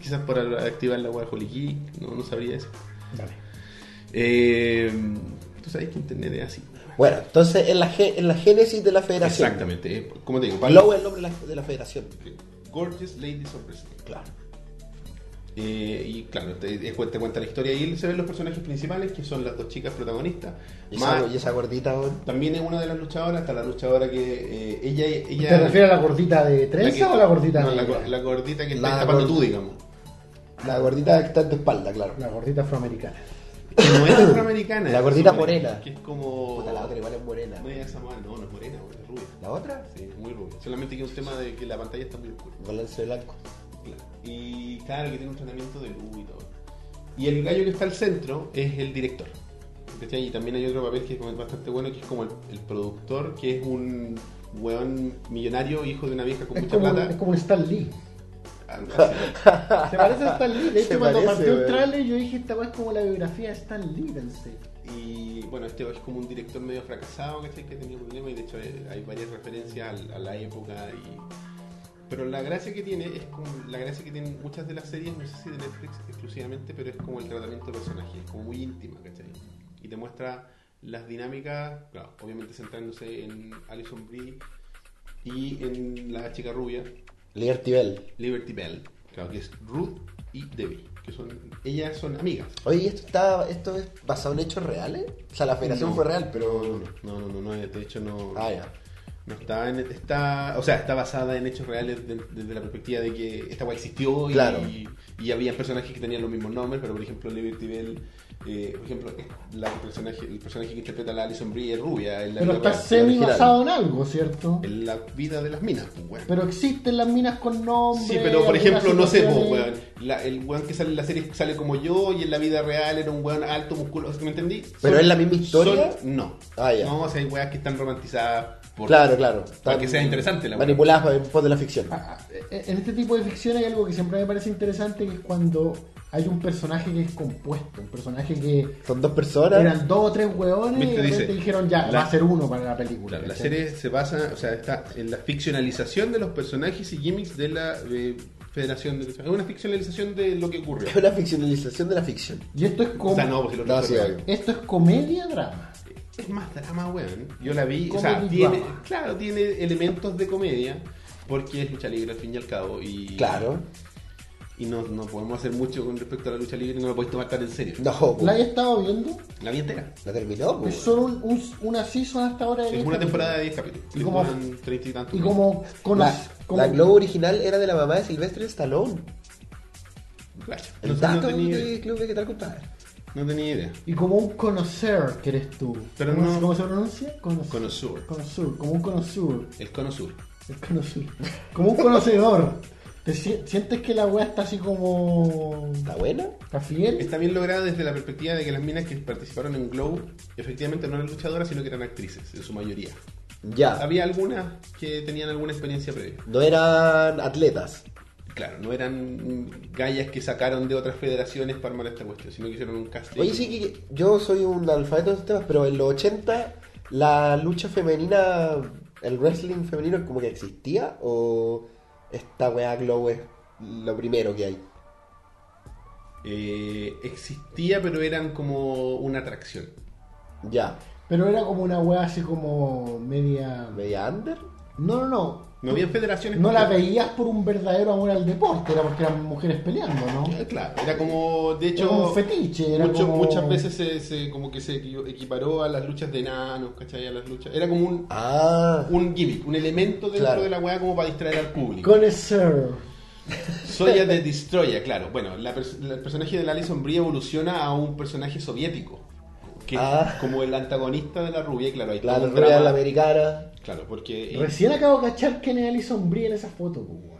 [SPEAKER 1] quizás por al- activar la web Holy Geek, no, no sabría eso.
[SPEAKER 3] Dale.
[SPEAKER 1] Eh, tú sabes que Internet es así.
[SPEAKER 2] Bueno, entonces es la, ge- es la génesis de la federación.
[SPEAKER 1] Exactamente, eh, como te digo, para-
[SPEAKER 2] Glow es el nombre de la, de la federación.
[SPEAKER 1] Gorgeous Ladies of Wrestling.
[SPEAKER 2] Claro.
[SPEAKER 1] Eh, y claro, te, te cuenta, cuenta la historia y se ven los personajes principales, que son las dos chicas protagonistas.
[SPEAKER 2] Y
[SPEAKER 1] Más-
[SPEAKER 2] esa, y esa gordita, weón.
[SPEAKER 1] también es una de las luchadoras, está la luchadora que eh, ella, ella...
[SPEAKER 3] ¿Te refieres a la gordita de trenza
[SPEAKER 1] que-
[SPEAKER 3] o la gordita
[SPEAKER 1] no,
[SPEAKER 3] de
[SPEAKER 1] la, go- la gordita que
[SPEAKER 2] La
[SPEAKER 1] está tapando
[SPEAKER 2] gor-
[SPEAKER 1] tú, digamos.
[SPEAKER 2] La gordita que está en tu espalda, claro.
[SPEAKER 3] la gordita afroamericana?
[SPEAKER 1] Que no es afroamericana.
[SPEAKER 2] La gordita
[SPEAKER 1] es-
[SPEAKER 2] morena.
[SPEAKER 1] Que es como.
[SPEAKER 2] Puta, la otra igual es morena.
[SPEAKER 1] No es Samoa, no, no es morena, güey, es rubia.
[SPEAKER 2] ¿La otra?
[SPEAKER 1] Sí, es muy rubia. Solamente que es un tema de que la pantalla está muy oscura.
[SPEAKER 2] Balance blanco.
[SPEAKER 1] Claro. Y claro, que tiene un tratamiento de luz y todo. Y el gallo que está al centro es el director. ¿Cachai? Y también hay otro papel que es como bastante bueno, que es como el, el productor, que es un weón millonario, hijo de una vieja con
[SPEAKER 3] Es
[SPEAKER 1] mucha
[SPEAKER 3] como,
[SPEAKER 1] plata. Ah,
[SPEAKER 3] es como un Stan Lee.
[SPEAKER 1] Algo así.
[SPEAKER 3] Se parece a Stan Lee. De
[SPEAKER 2] Se
[SPEAKER 3] hecho, cuando
[SPEAKER 2] parece,
[SPEAKER 3] partió el
[SPEAKER 2] weón.
[SPEAKER 3] trailer, yo dije: Esta weá es como la biografía de Stan Lee, pensé.
[SPEAKER 1] Y bueno, este es como un director medio fracasado, ¿cachai? Que tenía problemas y de hecho eh, hay varias referencias al- a, la época. y Pero la gracia que tiene es como la gracia que tienen muchas de las series, no sé si de Netflix exclusivamente, pero es como el tratamiento de personaje, es como muy íntima, ¿cachai? Y te muestra las dinámicas, claro, obviamente centrándose en Alison Brie y en la chica rubia,
[SPEAKER 2] Liberty Bell.
[SPEAKER 1] Liberty Bell, claro, que es Ruth y Debbie, que son, ellas son amigas.
[SPEAKER 2] Oye, ¿y ¿esto, está, ¿esto es basado en hechos reales? O sea, la federación
[SPEAKER 1] No.
[SPEAKER 2] fue real, pero...
[SPEAKER 1] No, no, no, no, de hecho no...
[SPEAKER 2] Ah, ya.
[SPEAKER 1] No está, en- está, o sea, está basada en hechos reales de- desde la perspectiva de que esta guay existió y,
[SPEAKER 2] Claro.
[SPEAKER 1] y, había personajes que tenían los mismos nombres, pero por ejemplo Liberty Bell, eh, por ejemplo, la personaje, el personaje que interpreta a la Alison Brie es rubia, en la,
[SPEAKER 3] Pero
[SPEAKER 1] vida
[SPEAKER 3] está
[SPEAKER 1] real,
[SPEAKER 3] semi
[SPEAKER 2] original.
[SPEAKER 3] basado en algo, ¿cierto?
[SPEAKER 1] en la vida de las minas, pues, weón.
[SPEAKER 3] Pero existen las minas con nombre.
[SPEAKER 1] Sí, pero por ejemplo, no sé,
[SPEAKER 3] algunas
[SPEAKER 1] pues,
[SPEAKER 3] situaciones-
[SPEAKER 1] weón, la- el weón que sale en la serie sale como yo y en la vida real era un weón alto, musculoso, ¿me entendí?
[SPEAKER 2] ¿Pero es la misma historia?
[SPEAKER 1] son- no.
[SPEAKER 2] Ah, ya.
[SPEAKER 1] No, o sea, hay weas que están romantizadas por...
[SPEAKER 2] Claro, claro.
[SPEAKER 1] Para que sea interesante la wea.
[SPEAKER 2] Manipuladas en pos de la ficción.
[SPEAKER 3] Ah, ah, En este tipo de ficción hay algo que siempre me parece interesante, que es cuando hay un personaje que es compuesto, un personaje que
[SPEAKER 2] Son dos personas.
[SPEAKER 3] eran dos o tres hueones
[SPEAKER 1] Viste,
[SPEAKER 3] y de
[SPEAKER 1] dice,
[SPEAKER 3] repente dijeron ya,
[SPEAKER 1] la-
[SPEAKER 3] va a ser uno para la película.
[SPEAKER 1] Claro, la
[SPEAKER 3] ¿cachai?
[SPEAKER 1] serie se basa, o sea, está en la ficcionalización de los personajes y gimmicks de la eh, Federación de Lucha. Es una ficcionalización de lo que ocurrió.
[SPEAKER 2] Es una ficcionalización de la ficción.
[SPEAKER 3] Y esto es como...
[SPEAKER 1] O sea, no, porque lo
[SPEAKER 2] No,
[SPEAKER 1] otro
[SPEAKER 2] sí,
[SPEAKER 1] fue-
[SPEAKER 2] obvio.
[SPEAKER 3] Esto es comedia drama.
[SPEAKER 1] es más drama, weón. Yo la vi, o sea,
[SPEAKER 3] Comedy
[SPEAKER 1] tiene,
[SPEAKER 3] drama.
[SPEAKER 1] claro, tiene elementos de comedia, Porque es lucha libre al fin y al cabo. Y,
[SPEAKER 2] Claro.
[SPEAKER 1] Y no, no podemos hacer mucho con respecto a la lucha libre, no lo podéis tomar tan en serio.
[SPEAKER 2] No, pues,
[SPEAKER 3] ¿La he estado viendo?
[SPEAKER 1] La vida entera.
[SPEAKER 2] la terminó,
[SPEAKER 3] Es
[SPEAKER 2] pues.
[SPEAKER 3] solo un, un- una season hasta ahora. de
[SPEAKER 1] Oh, Es
[SPEAKER 3] diez
[SPEAKER 1] una
[SPEAKER 3] capítulos.
[SPEAKER 1] temporada de 10 capítulos.
[SPEAKER 3] Y
[SPEAKER 1] Le
[SPEAKER 3] como-
[SPEAKER 1] ponen 30 y tantos.
[SPEAKER 3] Y como con
[SPEAKER 2] La,
[SPEAKER 3] las- como-
[SPEAKER 2] la Glow original era de la mamá de Silvestre Stallone.
[SPEAKER 1] Claro.
[SPEAKER 2] El
[SPEAKER 1] No, sé, no
[SPEAKER 2] dato
[SPEAKER 1] tenía,
[SPEAKER 2] de Club de qué tal compadre.
[SPEAKER 1] no tenía idea.
[SPEAKER 3] Y como un conocer que eres tú.
[SPEAKER 1] Pero
[SPEAKER 3] ¿Cómo,
[SPEAKER 1] no-
[SPEAKER 3] se- ¿Cómo se pronuncia? Conocer.
[SPEAKER 1] Conosur.
[SPEAKER 3] Conocer, como un conocer.
[SPEAKER 1] El cono sur.
[SPEAKER 3] El conocer. Como un conocedor. Te si- sientes que la wea está así como.
[SPEAKER 2] ¿Está buena?
[SPEAKER 3] ¿Está fiel?
[SPEAKER 1] Está bien lograda desde la perspectiva de que las minas que participaron en Glow efectivamente no eran luchadoras, sino que eran actrices, en su mayoría.
[SPEAKER 2] Ya.
[SPEAKER 1] Había algunas que tenían alguna experiencia previa.
[SPEAKER 2] No eran atletas.
[SPEAKER 1] Claro, no eran mm, gallas que sacaron de otras federaciones para armar esta cuestión, sino que hicieron un casting.
[SPEAKER 2] Oye, sí, que yo soy un alfabeto de esos temas, pero en los 80 la lucha femenina, el wrestling femenino como que existía o esta weá Glow es lo primero que hay.
[SPEAKER 1] Eh, existía, pero eran como una atracción.
[SPEAKER 2] Ya.
[SPEAKER 3] Pero era como una wea así como media.
[SPEAKER 2] ¿Media under?
[SPEAKER 3] No, no, no.
[SPEAKER 1] No había federaciones.
[SPEAKER 3] No la
[SPEAKER 1] completas.
[SPEAKER 3] veías por un verdadero amor al deporte, era porque eran mujeres peleando, ¿no?
[SPEAKER 1] Eh, Claro, era como, de
[SPEAKER 3] Era como
[SPEAKER 1] hecho,
[SPEAKER 3] un fetiche, era
[SPEAKER 1] mucho-
[SPEAKER 3] como-
[SPEAKER 1] muchas veces se, se- como que se equi- equiparó a las luchas de enanos, ¿cachai? A las luchas. Era como un,
[SPEAKER 2] Ah.
[SPEAKER 1] un gimmick, un elemento dentro
[SPEAKER 2] Claro.
[SPEAKER 1] de la weá como para distraer al público.
[SPEAKER 3] Conocer.
[SPEAKER 1] Soya de Destroya, claro. Bueno, la pers- la- el personaje de la Alison Brie evoluciona a un personaje soviético, que
[SPEAKER 2] Ah.
[SPEAKER 1] es como el antagonista de la rubia, y claro. Hay
[SPEAKER 2] La
[SPEAKER 1] todo un
[SPEAKER 2] rubia
[SPEAKER 1] drama.
[SPEAKER 2] la americana.
[SPEAKER 1] Claro, porque...
[SPEAKER 3] Recién acabo de cachar que es Alison Brie en esa foto, pues, weón.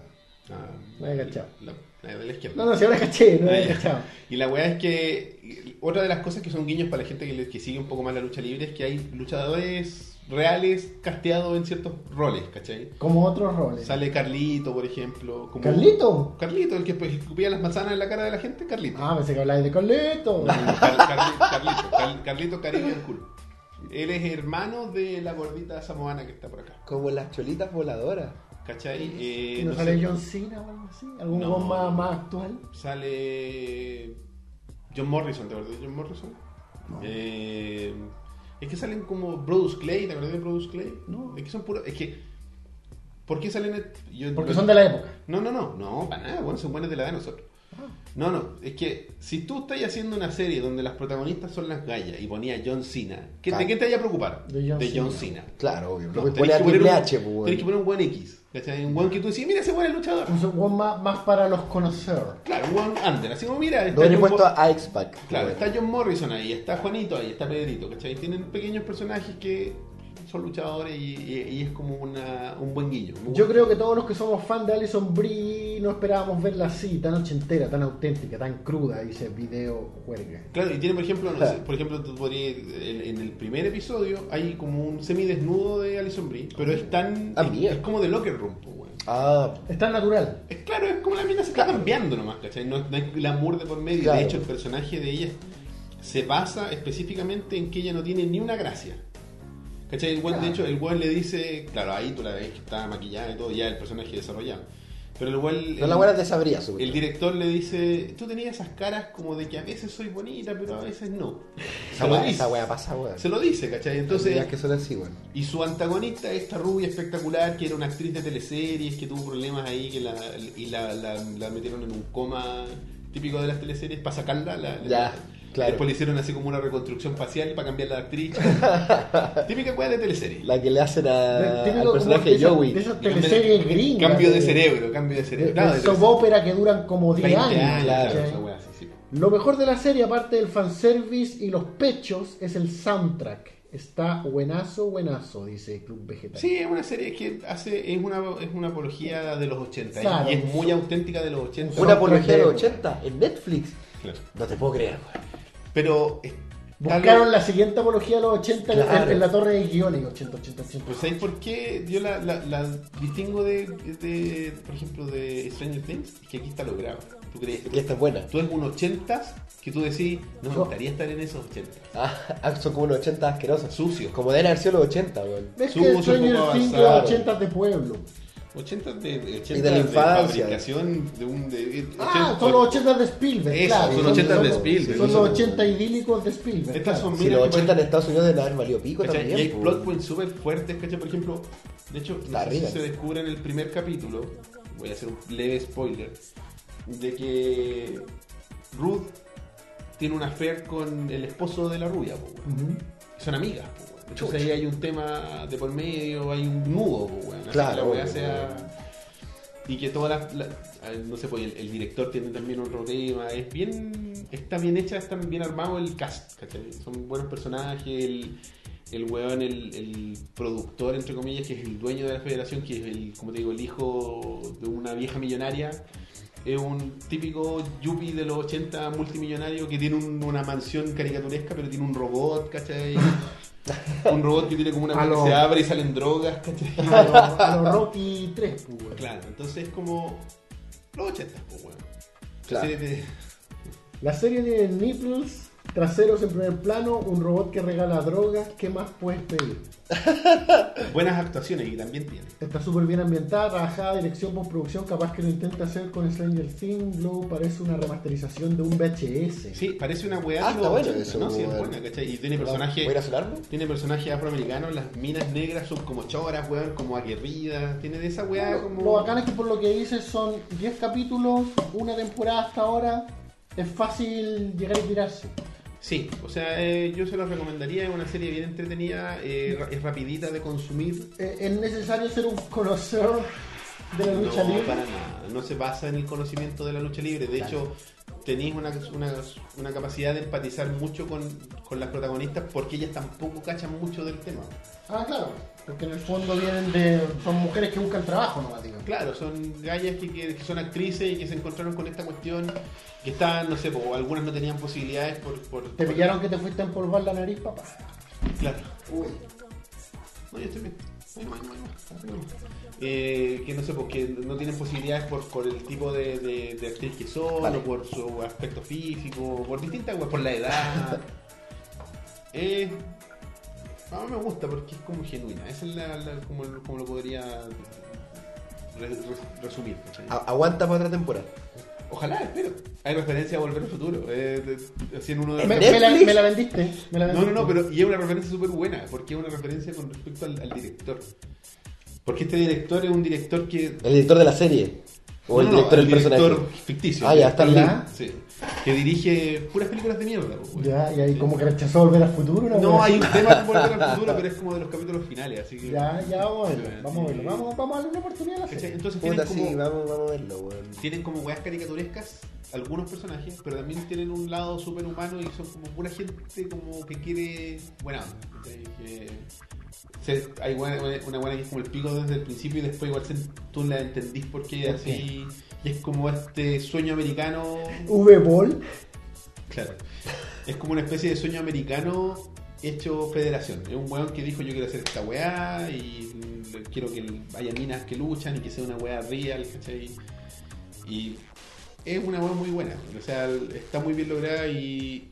[SPEAKER 1] Ah,
[SPEAKER 3] No había cachado.
[SPEAKER 1] La, la de la izquierda.
[SPEAKER 3] No, no, si ahora caché, no
[SPEAKER 1] Ah,
[SPEAKER 3] había
[SPEAKER 1] ya.
[SPEAKER 3] cachado.
[SPEAKER 1] Y la weá es que y- otra de las cosas que son guiños para la gente que, le- que sigue un poco más la lucha libre es que hay luchadores reales casteados en ciertos roles, ¿cachai?
[SPEAKER 3] Como otros roles.
[SPEAKER 1] Sale Carlito, por ejemplo. Como
[SPEAKER 3] ¿Carlito?
[SPEAKER 1] Carlito, el que pues, escupía las manzanas en la cara de la gente, Carlito.
[SPEAKER 3] Ah, pensé que habláis de Carlito.
[SPEAKER 1] Car- Carli- Carlito, Car- Carlito Caribbean Cool. Él es hermano de la gordita samoana que está por acá.
[SPEAKER 2] Como las cholitas voladoras.
[SPEAKER 1] ¿Cachai? Eh,
[SPEAKER 3] ¿No
[SPEAKER 1] no
[SPEAKER 3] sale
[SPEAKER 1] sé,
[SPEAKER 3] John Cena o algo así? ¿Algún
[SPEAKER 1] No.
[SPEAKER 3] weón más, más actual?
[SPEAKER 1] sale John Morrison, ¿te acuerdas de John Morrison? Eh, es que salen como Bruce Clay, ¿te acuerdas de Bruce Clay?
[SPEAKER 3] No.
[SPEAKER 1] Es que son puros. Es que. ¿Por qué salen.? Yo,
[SPEAKER 3] Porque son de la época.
[SPEAKER 1] No, no, no, no, para nada, bueno, son buenos de la edad de nosotros.
[SPEAKER 2] Ah.
[SPEAKER 1] No, no, es que si tú estás haciendo una serie donde las protagonistas son las gallas y ponía John Cena, ¿qué-
[SPEAKER 2] Claro.
[SPEAKER 1] ¿de qué te vaya a preocupar?
[SPEAKER 3] De John Cena.
[SPEAKER 1] Cena.
[SPEAKER 2] Claro, obvio.
[SPEAKER 1] No,
[SPEAKER 2] No, me
[SPEAKER 1] tenés
[SPEAKER 2] pone a
[SPEAKER 1] que poner
[SPEAKER 2] triple
[SPEAKER 1] un-
[SPEAKER 2] H, pues, weón.
[SPEAKER 1] Tenés que poner un buen X, ¿cachai? Un buen que tú decís, mira ese buen es luchador.
[SPEAKER 3] Un weón más, más para los conocer.
[SPEAKER 1] Claro, un buen under, así como mira.
[SPEAKER 2] No hubiera
[SPEAKER 1] John
[SPEAKER 2] puesto
[SPEAKER 1] Mo-
[SPEAKER 2] a X-Pac. pues,
[SPEAKER 1] Claro,
[SPEAKER 2] weón.
[SPEAKER 1] está John Morrison ahí, está Juanito ahí, está Pedrito, ¿cachai? Tienen pequeños personajes que son luchadores y, y- y es como una, un buen guiño. Me
[SPEAKER 3] Yo
[SPEAKER 1] gusta.
[SPEAKER 3] creo que todos los que somos fan de Alison Brie no esperábamos verla así, tan ochentera, tan auténtica, tan cruda, dice video juerga.
[SPEAKER 1] Claro, y tiene, por ejemplo, no sé, por ejemplo, tú podrías- en, en el primer episodio hay como un semidesnudo de Alison Brie, pero es tan.
[SPEAKER 2] Ah,
[SPEAKER 1] es,
[SPEAKER 2] mía.
[SPEAKER 1] es como de locker room, pues, weón.
[SPEAKER 2] Ah,
[SPEAKER 3] Es tan natural.
[SPEAKER 1] Es claro, es como la mina se está cambiando nomás, ¿cachai? No, no hay glamour de por medio.
[SPEAKER 2] Claro.
[SPEAKER 1] De hecho, el personaje de ella se basa específicamente en que ella no tiene ni una gracia. ¿Cachai? El weón, de hecho, el weón le dice, claro, ahí tú la ves que está maquillada y todo, ya el personaje desarrollado. Pero el weón.
[SPEAKER 2] no
[SPEAKER 1] el-
[SPEAKER 2] la buena te sabría, supongo.
[SPEAKER 1] el director le dice, tú tenías esas caras como de que a veces soy bonita, pero a veces no.
[SPEAKER 2] Esa weá, esa weá pasa, weón.
[SPEAKER 1] Se lo dice, ¿cachai? Entonces,
[SPEAKER 2] Las que son así, weón.
[SPEAKER 1] y su antagonista, esta rubia espectacular, que era una actriz de teleseries, que tuvo problemas ahí, que la, y la, la- la metieron en un coma típico de las teleseries para sacarla. la- la-
[SPEAKER 2] Ya, claro.
[SPEAKER 1] Después le hicieron así como una reconstrucción facial para cambiar la actriz. Típica cual de teleseries.
[SPEAKER 2] La que le hacen a,
[SPEAKER 3] Típico
[SPEAKER 2] al
[SPEAKER 3] como
[SPEAKER 2] personaje
[SPEAKER 3] de
[SPEAKER 2] de
[SPEAKER 3] esas-
[SPEAKER 2] Joey.
[SPEAKER 3] De esas
[SPEAKER 1] Cambio Ah, de-
[SPEAKER 3] teleseries gringas.
[SPEAKER 1] Cambio de cerebro, cambio de
[SPEAKER 3] De,
[SPEAKER 1] cerebro. Claro, de
[SPEAKER 3] soap opera que duran como 10
[SPEAKER 1] 20
[SPEAKER 3] años.
[SPEAKER 1] años, claro,
[SPEAKER 3] ¿cachai?
[SPEAKER 1] esa wea, sí, sí.
[SPEAKER 3] Lo mejor de la serie, aparte del fanservice y los pechos, es el soundtrack. Está buenazo, buenazo, dice Club Vegetal.
[SPEAKER 1] Sí, es una serie que hace es una, es una apología de los 80 y-
[SPEAKER 3] Claro.
[SPEAKER 1] y es muy auténtica de los 80.
[SPEAKER 2] Una
[SPEAKER 3] Son
[SPEAKER 2] apología de los
[SPEAKER 3] tres, weón.
[SPEAKER 2] 80 en Netflix.
[SPEAKER 1] Claro.
[SPEAKER 2] No te puedo creer, weón.
[SPEAKER 1] Pero eh, tal
[SPEAKER 3] Buscaron
[SPEAKER 1] vez-
[SPEAKER 3] la siguiente apología de los 80 en-
[SPEAKER 2] Claro.
[SPEAKER 3] en, la torre de guiones. 80, 80, 80.
[SPEAKER 1] Pues ¿sabes por qué yo la, la- la distingo de, de, por ejemplo, de Stranger Things? Es que aquí está logrado. ¿Tú crees?
[SPEAKER 2] Que esta es buena.
[SPEAKER 1] Tú eres un 80 que tú decís, no me
[SPEAKER 3] No.
[SPEAKER 1] gustaría estar en esos 80.
[SPEAKER 2] Ah, ah, son como unos 80 asquerosos.
[SPEAKER 1] Sucios.
[SPEAKER 2] Como deben haber sido los 80, weón.
[SPEAKER 3] Es
[SPEAKER 1] Subo,
[SPEAKER 3] que
[SPEAKER 1] soy un
[SPEAKER 3] Stranger
[SPEAKER 1] poco
[SPEAKER 3] Things de los
[SPEAKER 1] avanzado.
[SPEAKER 3] 80 de pueblo.
[SPEAKER 1] 80 de, de 80
[SPEAKER 2] Y de
[SPEAKER 1] de,
[SPEAKER 2] la infancia.
[SPEAKER 1] fabricación de un... De,
[SPEAKER 3] Ah,
[SPEAKER 1] 80
[SPEAKER 3] son los 80 de Spielberg.
[SPEAKER 1] Eso,
[SPEAKER 3] claro,
[SPEAKER 1] son los 80 de
[SPEAKER 3] los-
[SPEAKER 1] Spielberg.
[SPEAKER 3] Son los
[SPEAKER 1] Son-
[SPEAKER 3] 80 idílicos de Spielberg.
[SPEAKER 1] Estas
[SPEAKER 3] claro.
[SPEAKER 1] son
[SPEAKER 2] Si
[SPEAKER 1] mira,
[SPEAKER 2] los
[SPEAKER 1] que
[SPEAKER 2] 80 en Estados Unidos deben haber valido pico
[SPEAKER 1] ¿Cachai?
[SPEAKER 2] también.
[SPEAKER 1] Y hay
[SPEAKER 2] po.
[SPEAKER 1] plot points súper fuertes, ¿cachai? Por ejemplo, de hecho, no sé
[SPEAKER 2] Arriba.
[SPEAKER 1] si se descubre en el primer capítulo, voy a hacer un leve spoiler, de que Ruth tiene una affair con el esposo de la rubia, po, weón.
[SPEAKER 3] Ujú.
[SPEAKER 1] son amigas, po, weón. Entonces ahí hay un tema de por medio, hay un nudo, po, weón. Así
[SPEAKER 2] Claro,
[SPEAKER 1] que la weá
[SPEAKER 2] obvio,
[SPEAKER 1] sea... Y que todas las... la- ah, no sé, pues el, el director tiene también otro tema. Es bien... Está bien hecha, está bien armado el cast, ¿cachai? Son buenos personajes, el el weón, el, el productor, entre comillas, que es el dueño de la federación, que es el, como te digo, el hijo de una vieja millonaria, es un típico yuppie de los 80 multimillonario que tiene un- una mansión caricaturesca, pero tiene un robot, ¿cachai? un robot que tiene como
[SPEAKER 2] Ah,
[SPEAKER 1] una
[SPEAKER 3] A
[SPEAKER 1] que
[SPEAKER 3] lo-
[SPEAKER 1] se abre y salen drogas, ¿cachai?
[SPEAKER 3] A los- a los Rocky 3, pues, weón.
[SPEAKER 1] Claro, entonces es como los 80, pues, weón.
[SPEAKER 2] Claro.
[SPEAKER 1] Sí, sí.
[SPEAKER 3] La serie de nipples, traseros en primer plano, un robot que regala drogas, ¿qué más puedes pedir?
[SPEAKER 1] Buenas actuaciones y también tiene.
[SPEAKER 3] Está súper bien ambientada, trabajada, dirección, postproducción, capaz que lo intenta hacer con Stranger Things, Glow parece una remasterización de un VHS.
[SPEAKER 1] Sí, parece una weá
[SPEAKER 2] Ah,
[SPEAKER 1] de
[SPEAKER 2] está
[SPEAKER 1] los
[SPEAKER 2] bueno
[SPEAKER 1] 80,
[SPEAKER 2] eso,
[SPEAKER 1] ¿no? Sí, es
[SPEAKER 2] weón.
[SPEAKER 1] buena, ¿cachai? Y tiene personajes...
[SPEAKER 2] ¿Voy a ir a sonarlo?
[SPEAKER 1] Tiene personajes afroamericanos, las minas negras son como choras, weón, como aguerridas. Tiene de esa weá
[SPEAKER 3] Lo,
[SPEAKER 1] Ah, como.
[SPEAKER 3] lo bacán es que por lo que dices son 10 capítulos, una temporada hasta ahora, es fácil llegar y tirarse.
[SPEAKER 1] Sí, o sea, eh, yo se los recomendaría. Es una serie bien entretenida, eh, ra- es rapidita de consumir.
[SPEAKER 3] Eh, es necesario ser un conocedor de la
[SPEAKER 1] No,
[SPEAKER 3] lucha libre.
[SPEAKER 1] para nada. No se basa en el conocimiento de la lucha libre. De hecho, tenéis una, una, una capacidad de empatizar mucho con, con las protagonistas porque ellas tampoco cachan mucho del tema.
[SPEAKER 3] Ah, claro, porque en el fondo vienen de. son mujeres que buscan trabajo nomás, digamos.
[SPEAKER 1] Claro, son gallas que, que- que son actrices y que se encontraron con esta cuestión. Que estaban, no sé, po, algunas no tenían posibilidades por. por
[SPEAKER 3] Te
[SPEAKER 1] por-
[SPEAKER 3] pillaron que te fuiste a empolvar la nariz, papá.
[SPEAKER 1] Claro.
[SPEAKER 3] Uy.
[SPEAKER 1] No, yo estoy bien. Ay, no, ay, no, ay, no. Eh, que no sé, porque no tienen posibilidades por, por el tipo de, de, de actriz que son,
[SPEAKER 2] Vale.
[SPEAKER 1] o por su aspecto físico, por distintas weas, por la edad. eh, a mí me gusta porque es como genuina, esa es la, la- como, como lo podría re- re- resumir. ¿cachai?
[SPEAKER 2] A- aguanta para otra temporada.
[SPEAKER 1] Ojalá, espero. Hay referencia a Volver al Futuro, eh, de- así en uno de
[SPEAKER 3] Me,
[SPEAKER 2] ¿Netflix?
[SPEAKER 3] me la, me la vendiste. Me la
[SPEAKER 1] no,
[SPEAKER 3] vendiste.
[SPEAKER 1] no, no, pero y es una referencia súper buena, porque es una referencia con respecto al, al director. Porque este director es un director que.
[SPEAKER 2] El director de la serie. O el
[SPEAKER 1] No, no,
[SPEAKER 2] director
[SPEAKER 1] no,
[SPEAKER 2] del personaje.
[SPEAKER 1] director ficticio.
[SPEAKER 2] Ah, ya, está
[SPEAKER 1] Director
[SPEAKER 2] bien.
[SPEAKER 1] de- Sí. Que dirige puras películas de mierda. po, güey.
[SPEAKER 3] Pues, Ya, y ahí como que rechazó volver al futuro. una
[SPEAKER 1] No,
[SPEAKER 3] wea
[SPEAKER 1] hay
[SPEAKER 3] así.
[SPEAKER 1] un tema con volver al futuro, pero es como de los capítulos finales, así que.
[SPEAKER 3] Ya, ya, vamos a verlo.
[SPEAKER 1] Sí.
[SPEAKER 3] Vamos a verlo. Vamos, vamos a darle una oportunidad a la
[SPEAKER 1] ¿Cachai?
[SPEAKER 3] serie.
[SPEAKER 1] Entonces
[SPEAKER 2] Puta,
[SPEAKER 1] tienen
[SPEAKER 2] sí,
[SPEAKER 1] como,
[SPEAKER 2] vamos, vamos a verlo, weón.
[SPEAKER 1] tienen como weas caricaturescas algunos personajes, pero también tienen un lado súper humano y son como pura gente como que quiere. Bueno, se- hay buena- una buena que es como el pico desde el principio y después igual se- tú la entendís porque
[SPEAKER 3] ¿Por
[SPEAKER 1] así y es como este sueño americano
[SPEAKER 3] Uh, V-Ball.
[SPEAKER 1] claro es como una especie de sueño americano hecho federación es un weón que dijo yo quiero hacer esta weá y mm, quiero que haya minas que luchan y que sea una weá real ¿cachai? y es una weá muy buena o sea está muy bien lograda y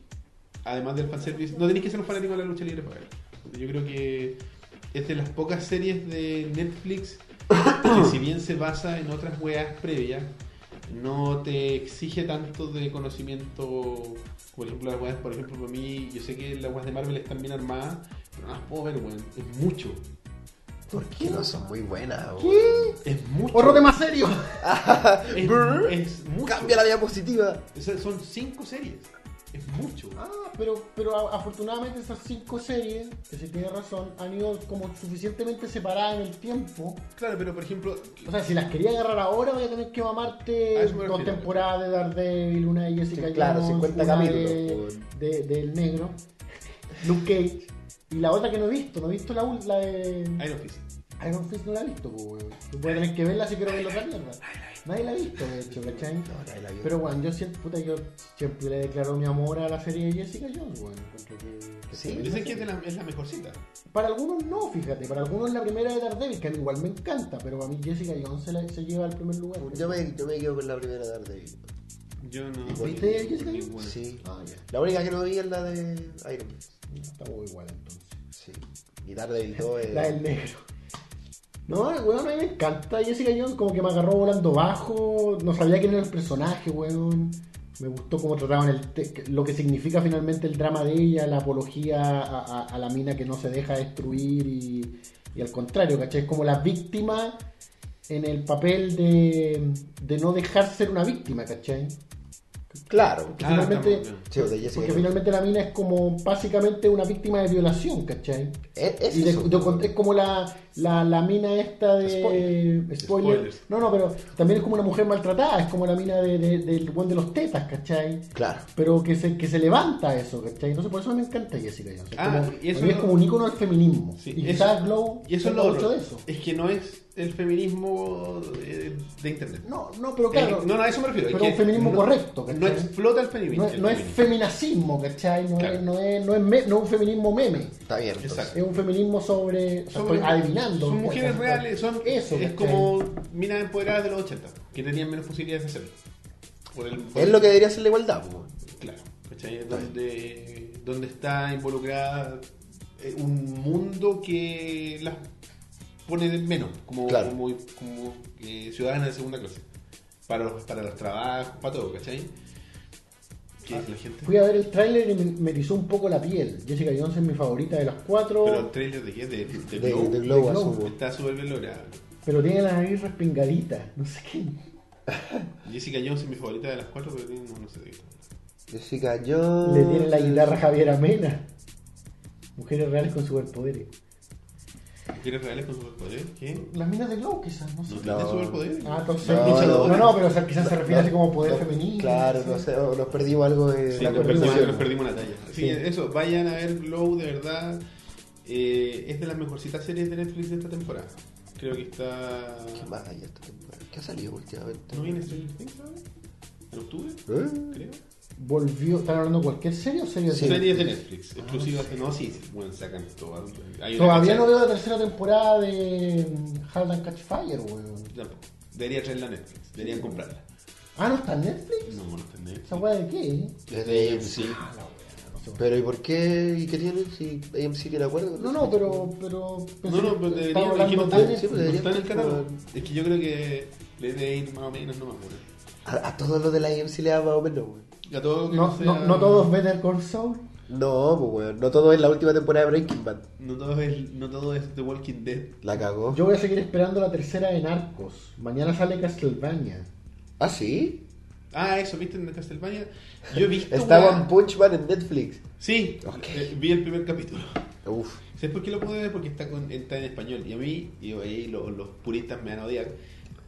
[SPEAKER 1] además del fanservice no tenéis que ser un fanático de la lucha libre para verla. yo creo que es de las pocas series de Netflix que si bien se basa en otras weas previas, no te exige tanto de conocimiento. Por ejemplo, las weas, por ejemplo, para mí, yo sé que las weas de Marvel están bien armadas, pero no las puedo ver, weón. Es mucho.
[SPEAKER 2] ¿Por qué no son muy buenas, weón?
[SPEAKER 1] Es mucho.
[SPEAKER 3] Otro tema serio.
[SPEAKER 1] Es,
[SPEAKER 2] Brr.
[SPEAKER 1] es mucho.
[SPEAKER 2] Cambia la diapositiva.
[SPEAKER 1] O sea, son cinco series. Es mucho.
[SPEAKER 3] Ah, pero, pero a- afortunadamente esas cinco series, que si tiene razón, han ido como suficientemente separadas en el tiempo.
[SPEAKER 1] Claro, pero por ejemplo,
[SPEAKER 3] O sea, si las quería agarrar ahora, voy a tener que
[SPEAKER 1] A
[SPEAKER 3] mamarte
[SPEAKER 1] eso me
[SPEAKER 3] dos
[SPEAKER 1] refiero.
[SPEAKER 3] temporadas de Daredevil, una de Jessica
[SPEAKER 2] Sí, claro,
[SPEAKER 3] Jones,
[SPEAKER 2] 50
[SPEAKER 3] una
[SPEAKER 2] capítulos,
[SPEAKER 3] de,
[SPEAKER 2] weón.
[SPEAKER 3] de- del negro, Luke Cage, y la otra que no he visto, no he visto la, ul- la de
[SPEAKER 1] Iron Fist.
[SPEAKER 3] Iron Fist, no la he visto, pues, weón. Voy a tener que verla si quiero ver la otra mierda. Nadie la ha visto, de hecho, ¿cachai?
[SPEAKER 2] nadie la vio.
[SPEAKER 3] Pero, weón, yo siento, puta, yo siempre le declaro mi amor a la serie de Jessica Jones, weón. Encuentro que- que
[SPEAKER 2] Sí,
[SPEAKER 3] se ve
[SPEAKER 1] Dicen
[SPEAKER 3] la
[SPEAKER 1] que es,
[SPEAKER 3] serie.
[SPEAKER 1] de la, es la mejor cita.
[SPEAKER 3] Para algunos no, fíjate, para algunos la primera de Daredevil, que a mí igual me encanta, pero a mí Jessica Jones se, la- se lleva al primer lugar.
[SPEAKER 2] Yo me, yo me quedo con la primera tarde.
[SPEAKER 1] Yo no.
[SPEAKER 3] ¿Viste Jessica Jones?
[SPEAKER 1] Ninguna.
[SPEAKER 2] Sí.
[SPEAKER 3] Ah, ya.
[SPEAKER 2] La única que no vi es la de Iron Man.
[SPEAKER 3] Estamos igual entonces.
[SPEAKER 2] Sí. Y Daredevil 2 es...
[SPEAKER 3] La del negro. No, weón, a mí me encanta Jessica Jones, como que me agarró volando bajo, no sabía quién era el personaje, weón. Me gustó cómo trataban el te- lo que significa finalmente el drama de ella, la apología a, a- a la mina que no se deja destruir y, y al contrario, ¿cachai? Es como la víctima en el papel de, de no dejar ser una víctima, ¿cachai?
[SPEAKER 2] Claro.
[SPEAKER 3] Que finalmente,
[SPEAKER 1] estamos,
[SPEAKER 2] Sí, de Jessica
[SPEAKER 3] porque
[SPEAKER 2] Jones.
[SPEAKER 3] finalmente la mina es como básicamente una víctima de violación, ¿cachai?
[SPEAKER 2] Es, E, es
[SPEAKER 3] Y de-
[SPEAKER 2] eso.
[SPEAKER 3] de- es como la, la, la mina esta de. Spoiler.
[SPEAKER 1] Spoilers.
[SPEAKER 3] No, no, pero también es como una mujer maltratada, es como la mina de, de- del buen de los tetas, ¿cachai?
[SPEAKER 2] Claro.
[SPEAKER 3] Pero que se, que se levanta eso, ¿cachai? Entonces por eso me encanta Jessica Jones. Es,
[SPEAKER 1] Ah,
[SPEAKER 3] como,
[SPEAKER 1] y eso
[SPEAKER 3] para mí es
[SPEAKER 1] lo-
[SPEAKER 3] como un ícono del feminismo.
[SPEAKER 1] Sí,
[SPEAKER 3] y
[SPEAKER 1] eso-
[SPEAKER 3] quizás Glow
[SPEAKER 1] Y eso es
[SPEAKER 3] tenga
[SPEAKER 1] lo
[SPEAKER 3] mucho
[SPEAKER 1] otro.
[SPEAKER 3] de eso.
[SPEAKER 1] Es que no es el feminismo eh, de internet.
[SPEAKER 3] No, no, pero
[SPEAKER 1] Eh,
[SPEAKER 3] claro.
[SPEAKER 1] no, no, a eso me refiero. es
[SPEAKER 3] pero
[SPEAKER 1] que
[SPEAKER 3] un feminismo
[SPEAKER 1] no-
[SPEAKER 3] correcto, ¿cachai?
[SPEAKER 1] No explota el feminismo.
[SPEAKER 3] No es,
[SPEAKER 1] el
[SPEAKER 3] no es
[SPEAKER 1] feminismo.
[SPEAKER 3] feminacismo, ¿cachai? No,
[SPEAKER 1] Claro.
[SPEAKER 3] es, no, es, no, es me- no es un feminismo meme.
[SPEAKER 2] Está bien. entonces.
[SPEAKER 1] Exacto.
[SPEAKER 3] Es un feminismo sobre. o sea, estoy adivinando.
[SPEAKER 1] Son mujeres
[SPEAKER 3] ¿cachai?
[SPEAKER 1] reales, son
[SPEAKER 3] Eso,
[SPEAKER 1] es
[SPEAKER 3] ¿cachai?
[SPEAKER 1] como minas empoderadas de los 80, que tenían menos posibilidades de hacerlo. Por el- por
[SPEAKER 2] Es
[SPEAKER 1] el-
[SPEAKER 2] lo que debería ser la igualdad. po.
[SPEAKER 1] Claro, ¿cachai? Es Donde, donde está involucrada eh, un mundo que las pone de menos, como,
[SPEAKER 2] Claro.
[SPEAKER 1] como, como, eh, ciudadanas de segunda clase. Para los, para los trabajos, para todo, ¿cachai? Que la gente...
[SPEAKER 3] Fui a ver el tráiler y me, me erizó un poco la piel. Jessica Jones es mi favorita de las cuatro,
[SPEAKER 1] Pero el
[SPEAKER 3] pero,
[SPEAKER 1] trailer de qué? De, de,
[SPEAKER 2] De,
[SPEAKER 1] Glow.
[SPEAKER 2] de Glow,
[SPEAKER 3] de Glow.
[SPEAKER 2] asumo.
[SPEAKER 1] Está súper bien logrado.
[SPEAKER 3] tiene la nariz respingadita. No sé qué.
[SPEAKER 1] Jessica Jones es mi favorita de las cuatro, pero tiene- no, no sé de qué.
[SPEAKER 2] Jessica Jones.
[SPEAKER 3] Le tiene la guitarra a Javier Amena. Mujeres reales con superpoderes.
[SPEAKER 1] ¿Quieres reales con superpoderes? ¿Qué?
[SPEAKER 3] Las minas de Glow quizás, no sé.
[SPEAKER 1] ¿No tienes superpoderes?
[SPEAKER 3] Ah, entonces
[SPEAKER 2] No,
[SPEAKER 3] no,
[SPEAKER 2] no.
[SPEAKER 3] no, pero o sea, quizás se refiere así como poder
[SPEAKER 2] no,
[SPEAKER 3] femenino.
[SPEAKER 2] Claro, no sé, o nos perdimos algo de
[SPEAKER 1] Sí,
[SPEAKER 2] la
[SPEAKER 1] nos perdimos,
[SPEAKER 2] conversación.
[SPEAKER 1] nos perdimos la talla. Sí,
[SPEAKER 3] Sí.
[SPEAKER 1] eso, vayan a ver Glow, de verdad. eh, es de las mejorcitas series de Netflix de esta temporada. Creo que está.
[SPEAKER 2] ¿Qué más hay esta temporada? ¿Qué ha salido últimamente?
[SPEAKER 1] ¿No viene Stranger Things ahora? ¿En octubre?
[SPEAKER 2] ¿Eh?
[SPEAKER 1] Creo.
[SPEAKER 3] Volvió, ¿están hablando de cualquier serie o serie de
[SPEAKER 2] Ah, Sí.
[SPEAKER 1] Series de Netflix, exclusivas. de- No, sí, sí, bueno, sacan todo. Hay una
[SPEAKER 3] Todavía no
[SPEAKER 1] cacha-
[SPEAKER 3] veo la tercera temporada de mm, Hard and Catch Fire, weón.
[SPEAKER 1] Tampoco. Debería traerla a Netflix, deberían comprarla.
[SPEAKER 3] Ah, no está en Netflix.
[SPEAKER 1] No, no está en Netflix.
[SPEAKER 3] ¿Esa weá de qué? eh?
[SPEAKER 2] Desde AMC.
[SPEAKER 3] Ah, la weá, no sé.
[SPEAKER 2] Pero ¿y por qué? ¿Y qué tiene? Si AMC tiene acuerdo.
[SPEAKER 3] No, no, pero. pero
[SPEAKER 1] No, no, pues pero debería.
[SPEAKER 3] estaba
[SPEAKER 1] Es que no
[SPEAKER 3] hablando
[SPEAKER 1] está,
[SPEAKER 3] de-
[SPEAKER 2] sí, pues
[SPEAKER 1] no está en el
[SPEAKER 2] debería-
[SPEAKER 1] catálogo. Es que yo creo que le debe ir más o menos, no me acuerdo.
[SPEAKER 2] A, a todos los de la AMC le da más o menos, weón.
[SPEAKER 1] A todo lo que
[SPEAKER 3] no, no,
[SPEAKER 1] sea-
[SPEAKER 3] no todos Better Call Saul.
[SPEAKER 2] No, pues weón. No todo es la última temporada de Breaking Bad.
[SPEAKER 1] No todo es, no todo es The Walking Dead.
[SPEAKER 2] La cagó.
[SPEAKER 3] Yo voy a seguir esperando la tercera de Narcos. Mañana sale Castlevania.
[SPEAKER 2] ¿Ah, sí?
[SPEAKER 1] Ah, eso, ¿viste en Castlevania? Yo he visto.
[SPEAKER 2] Está
[SPEAKER 1] weá.
[SPEAKER 2] One Punch Man en Netflix.
[SPEAKER 1] Sí,
[SPEAKER 2] Ok.
[SPEAKER 1] eh, vi el primer capítulo.
[SPEAKER 2] Uf.
[SPEAKER 1] ¿Sabes por qué lo pude ver? Porque está, con, está en español. Y a mí, y ahí lo- los puristas me van a odiar.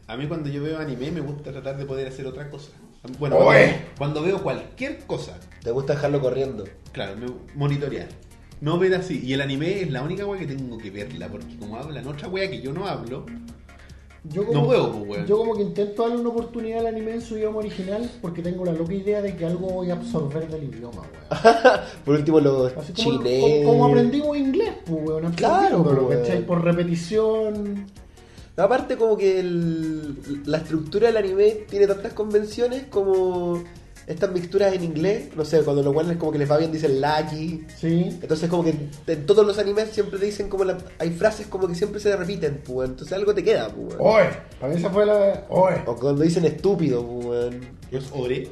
[SPEAKER 1] A mí, cuando yo veo anime, me gusta tratar de poder hacer otra cosa. Bueno,
[SPEAKER 2] Oe.
[SPEAKER 1] cuando veo cualquier cosa,
[SPEAKER 2] Te gusta dejarlo corriendo.
[SPEAKER 1] Claro, me- monitorear. No ver así. Y el anime es la única wea que tengo que verla, porque como hablan otra wea que yo no hablo,
[SPEAKER 3] Yo
[SPEAKER 1] No puedo, pues, weón.
[SPEAKER 3] Yo como que intento darle una oportunidad al anime en su idioma original porque tengo la loca idea de que algo voy a absorber del idioma, weón.
[SPEAKER 2] Por último, los
[SPEAKER 3] Así como, como,
[SPEAKER 2] chilenos.
[SPEAKER 3] como aprendimos inglés, pues, weón.
[SPEAKER 2] Claro,
[SPEAKER 3] absorbiéndolo,
[SPEAKER 2] pues,
[SPEAKER 3] ¿cachai?
[SPEAKER 2] weón.
[SPEAKER 3] Por repetición.
[SPEAKER 2] No, Aparte como que el- la estructura del anime tiene tantas convenciones como estas mixturas en inglés, no sé, cuando los guanes como que les va bien dicen lucky.
[SPEAKER 3] Sí.
[SPEAKER 2] Entonces como que en- en todos los animes siempre te dicen como la- hay frases como que siempre se repiten, pues, weón. entonces algo te queda, pues, weón.
[SPEAKER 8] ¡Oe!
[SPEAKER 3] Para mí esa fue la...
[SPEAKER 8] ¡Oe!
[SPEAKER 2] O cuando dicen estúpido, pues, weón.
[SPEAKER 1] yo oré.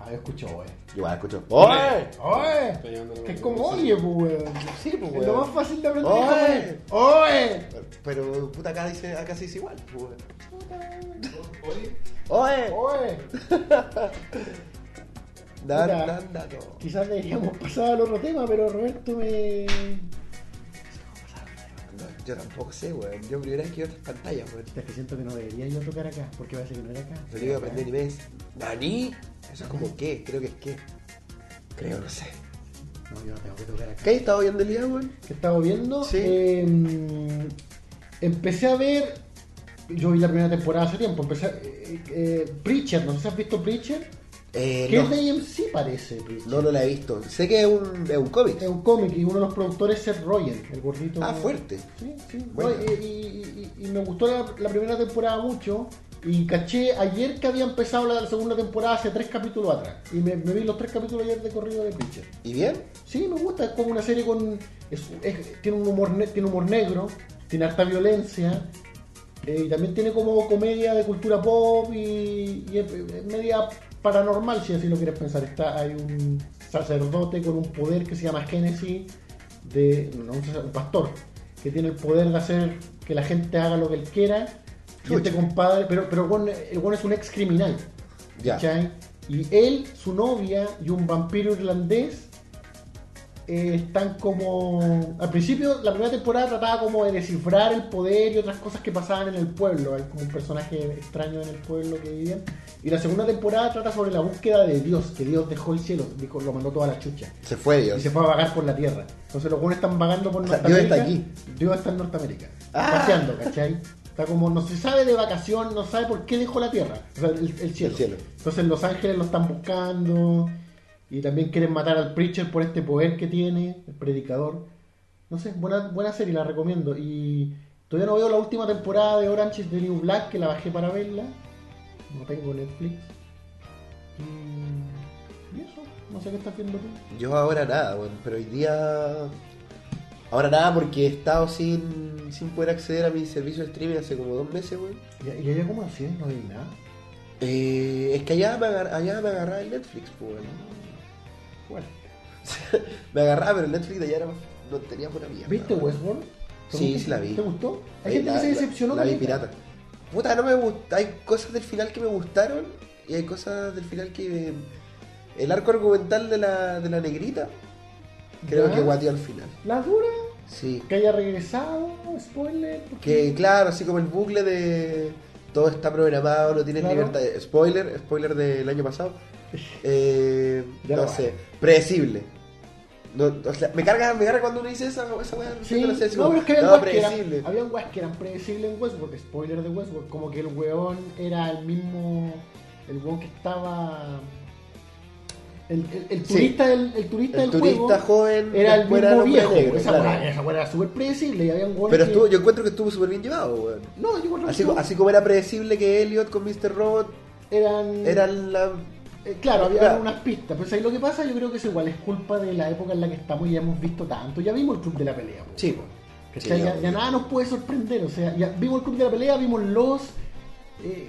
[SPEAKER 3] Ah, escucho, weón.
[SPEAKER 2] yo igual escucho. ¡Oye!
[SPEAKER 3] ¡Oe! Que es como oye, pues, weón.
[SPEAKER 2] Sí, pues,
[SPEAKER 3] Es lo más
[SPEAKER 2] weón.
[SPEAKER 3] fácil de aprender
[SPEAKER 2] Oe.
[SPEAKER 3] japonés. ¡Oe!
[SPEAKER 2] Pero puta acá dice, acá se dice igual, pues, weón.
[SPEAKER 1] Oré.
[SPEAKER 2] ¡Oye!
[SPEAKER 3] ¡Oe!
[SPEAKER 2] Dan,
[SPEAKER 3] Puta.
[SPEAKER 2] dan, dan, no.
[SPEAKER 3] Quizás deberíamos pasar al otro tema, pero Roberto me.
[SPEAKER 2] No, Yo tampoco sé, weón. Yo primera vez que veo estas pantallas, weón.
[SPEAKER 3] Es que siento que no debería yo tocar acá, porque parece que no era acá.
[SPEAKER 2] Lo que iba a aprender anime es ¿Nani? Eso es como qué, creo que es qué. Creo, no sé.
[SPEAKER 3] No, yo no tengo que tocar acá.
[SPEAKER 2] ¿Qué has estado viendo el día, weón?
[SPEAKER 3] ¿Qué estaba viendo?
[SPEAKER 2] Sí.
[SPEAKER 3] Eh, empecé a ver. Yo vi la primera temporada hace tiempo. Empecé a, eh, eh, Preacher, no sé si has visto Preacher.
[SPEAKER 2] Eh,
[SPEAKER 3] Que
[SPEAKER 2] no,
[SPEAKER 3] es de AMC parece, Preacher.
[SPEAKER 2] no, no la he visto. Sé que es un, es un cómic.
[SPEAKER 3] Es un cómic y uno de los productores es Seth Rogen, el gordito.
[SPEAKER 2] Ah, fuerte.
[SPEAKER 3] Sí, sí.
[SPEAKER 2] Bueno.
[SPEAKER 3] No, y, y- y- y me gustó la, la primera temporada mucho. Y caché ayer que había empezado la segunda temporada hace tres capítulos atrás. Y me, me vi los tres capítulos ayer de corrido de Preacher.
[SPEAKER 2] ¿Y bien?
[SPEAKER 3] Sí, me gusta, es como una serie con. es- es- tiene, un humor ne- tiene humor negro, tiene harta violencia, Eh, y también tiene como comedia de cultura pop y, y es, es media paranormal, si así lo quieres pensar. Está, hay un sacerdote con un poder que se llama Génesis, de, no, un sacer- un pastor, que tiene el poder de hacer que la gente haga lo que él quiera. Y este compadre, pero, pero bueno, el bueno es un ex criminal.
[SPEAKER 2] Ya.
[SPEAKER 3] ¿cachai? Y él, su novia y un vampiro irlandés eh, están como. Al principio, la primera temporada trataba como de descifrar el poder y otras cosas que pasaban en el pueblo. Hay como un personaje extraño en el pueblo que vivían. Y la segunda temporada trata sobre la búsqueda de Dios, que Dios dejó el cielo, dijo, lo mandó toda la chucha.
[SPEAKER 2] Se fue
[SPEAKER 3] Y
[SPEAKER 2] Dios.
[SPEAKER 3] se fue a vagar por la tierra. Entonces los buenos están vagando por
[SPEAKER 2] O sea,
[SPEAKER 3] Norteamérica.
[SPEAKER 2] Dios está
[SPEAKER 3] Dios está en Norteamérica.
[SPEAKER 2] Ah.
[SPEAKER 3] Paseando, ¿cachai? Está como, no se sabe de vacación, no sabe por qué dejó la tierra. O sea, el, el cielo.
[SPEAKER 2] El cielo.
[SPEAKER 3] Entonces Los Ángeles lo están buscando. Y también quieren matar al preacher por este poder que tiene, el predicador. No sé, buena, buena serie, la recomiendo. Y todavía no veo la última temporada de Orange is the New Black, que la bajé para verla. No tengo Netflix. Y, y eso, no sé qué estás viendo tú.
[SPEAKER 2] Yo ahora nada, weón, pero hoy día. Ahora nada porque he estado sin, sin poder acceder a mi servicio de streaming hace como dos meses, weón.
[SPEAKER 3] ¿Y y allá cómo así? No hay nada.
[SPEAKER 2] Eh, es que allá me, agar- allá me agarraba el Netflix, pues, weón.
[SPEAKER 3] Bueno.
[SPEAKER 2] Me agarraba, pero el Netflix de allá era más- no tenía buena mierda.
[SPEAKER 3] ¿Viste
[SPEAKER 2] weón.
[SPEAKER 3] Westworld? ¿Te
[SPEAKER 2] Sí,
[SPEAKER 3] gustó?
[SPEAKER 2] sí la vi.
[SPEAKER 3] ¿Te gustó? Hay
[SPEAKER 2] Eh,
[SPEAKER 3] gente
[SPEAKER 2] la-
[SPEAKER 3] que se
[SPEAKER 2] la-
[SPEAKER 3] decepcionó.
[SPEAKER 2] La, vi
[SPEAKER 3] con ella.
[SPEAKER 2] pirata. Puta, no me gusta. Hay cosas del final que me gustaron y hay cosas del final que. eh, el arco argumental de la, de la negrita. Creo
[SPEAKER 3] Ya.
[SPEAKER 2] que guateó al final.
[SPEAKER 3] La dura,
[SPEAKER 2] Sí.
[SPEAKER 3] que haya regresado, spoiler. porque-
[SPEAKER 2] Que claro, así como el bucle de todo está programado, no tienes
[SPEAKER 3] Claro.
[SPEAKER 2] libertad. Spoiler, spoiler del año pasado. Eh,
[SPEAKER 3] Ya
[SPEAKER 2] no
[SPEAKER 3] lo
[SPEAKER 2] sé, predecible. No, o sea, me carga, me carga cuando uno dice esa, esa weá.
[SPEAKER 3] Sí,
[SPEAKER 2] no, sé, así
[SPEAKER 3] no,
[SPEAKER 2] como,
[SPEAKER 3] pero es que había
[SPEAKER 2] no,
[SPEAKER 3] un que
[SPEAKER 2] predecible.
[SPEAKER 3] eran, había weas que eran predecibles en Westworld, spoiler de Westworld, como que el weón era el mismo, el weón que estaba, el, el, el
[SPEAKER 2] Sí.
[SPEAKER 3] turista, del, el turista
[SPEAKER 2] El
[SPEAKER 3] del
[SPEAKER 2] turista
[SPEAKER 3] juego
[SPEAKER 2] joven
[SPEAKER 3] era el
[SPEAKER 2] después era el
[SPEAKER 3] mismo
[SPEAKER 2] hombre
[SPEAKER 3] viejo,
[SPEAKER 2] negro,
[SPEAKER 3] esa,
[SPEAKER 2] claro.
[SPEAKER 3] wea, esa wea era súper predecible y había un weón
[SPEAKER 2] Pero
[SPEAKER 3] que-
[SPEAKER 2] estuvo, yo encuentro que estuvo súper bien llevado, weón.
[SPEAKER 3] no, yo creo que
[SPEAKER 2] Así,
[SPEAKER 3] estuvo-
[SPEAKER 2] así como era predecible que Elliot con Mr. Robot
[SPEAKER 3] eran,
[SPEAKER 2] eran la.
[SPEAKER 3] Eh, Claro, había
[SPEAKER 2] Claro.
[SPEAKER 3] unas pistas, pero ¿sabes lo que pasa? Yo creo que eso igual es culpa de la época en la que estamos y ya hemos visto tanto. Ya vimos el club de la pelea. po.
[SPEAKER 2] Sí, weón.
[SPEAKER 3] O sea, ya, ya nada nos puede sorprender. O sea, ya vimos el club de la pelea, vimos los. eh,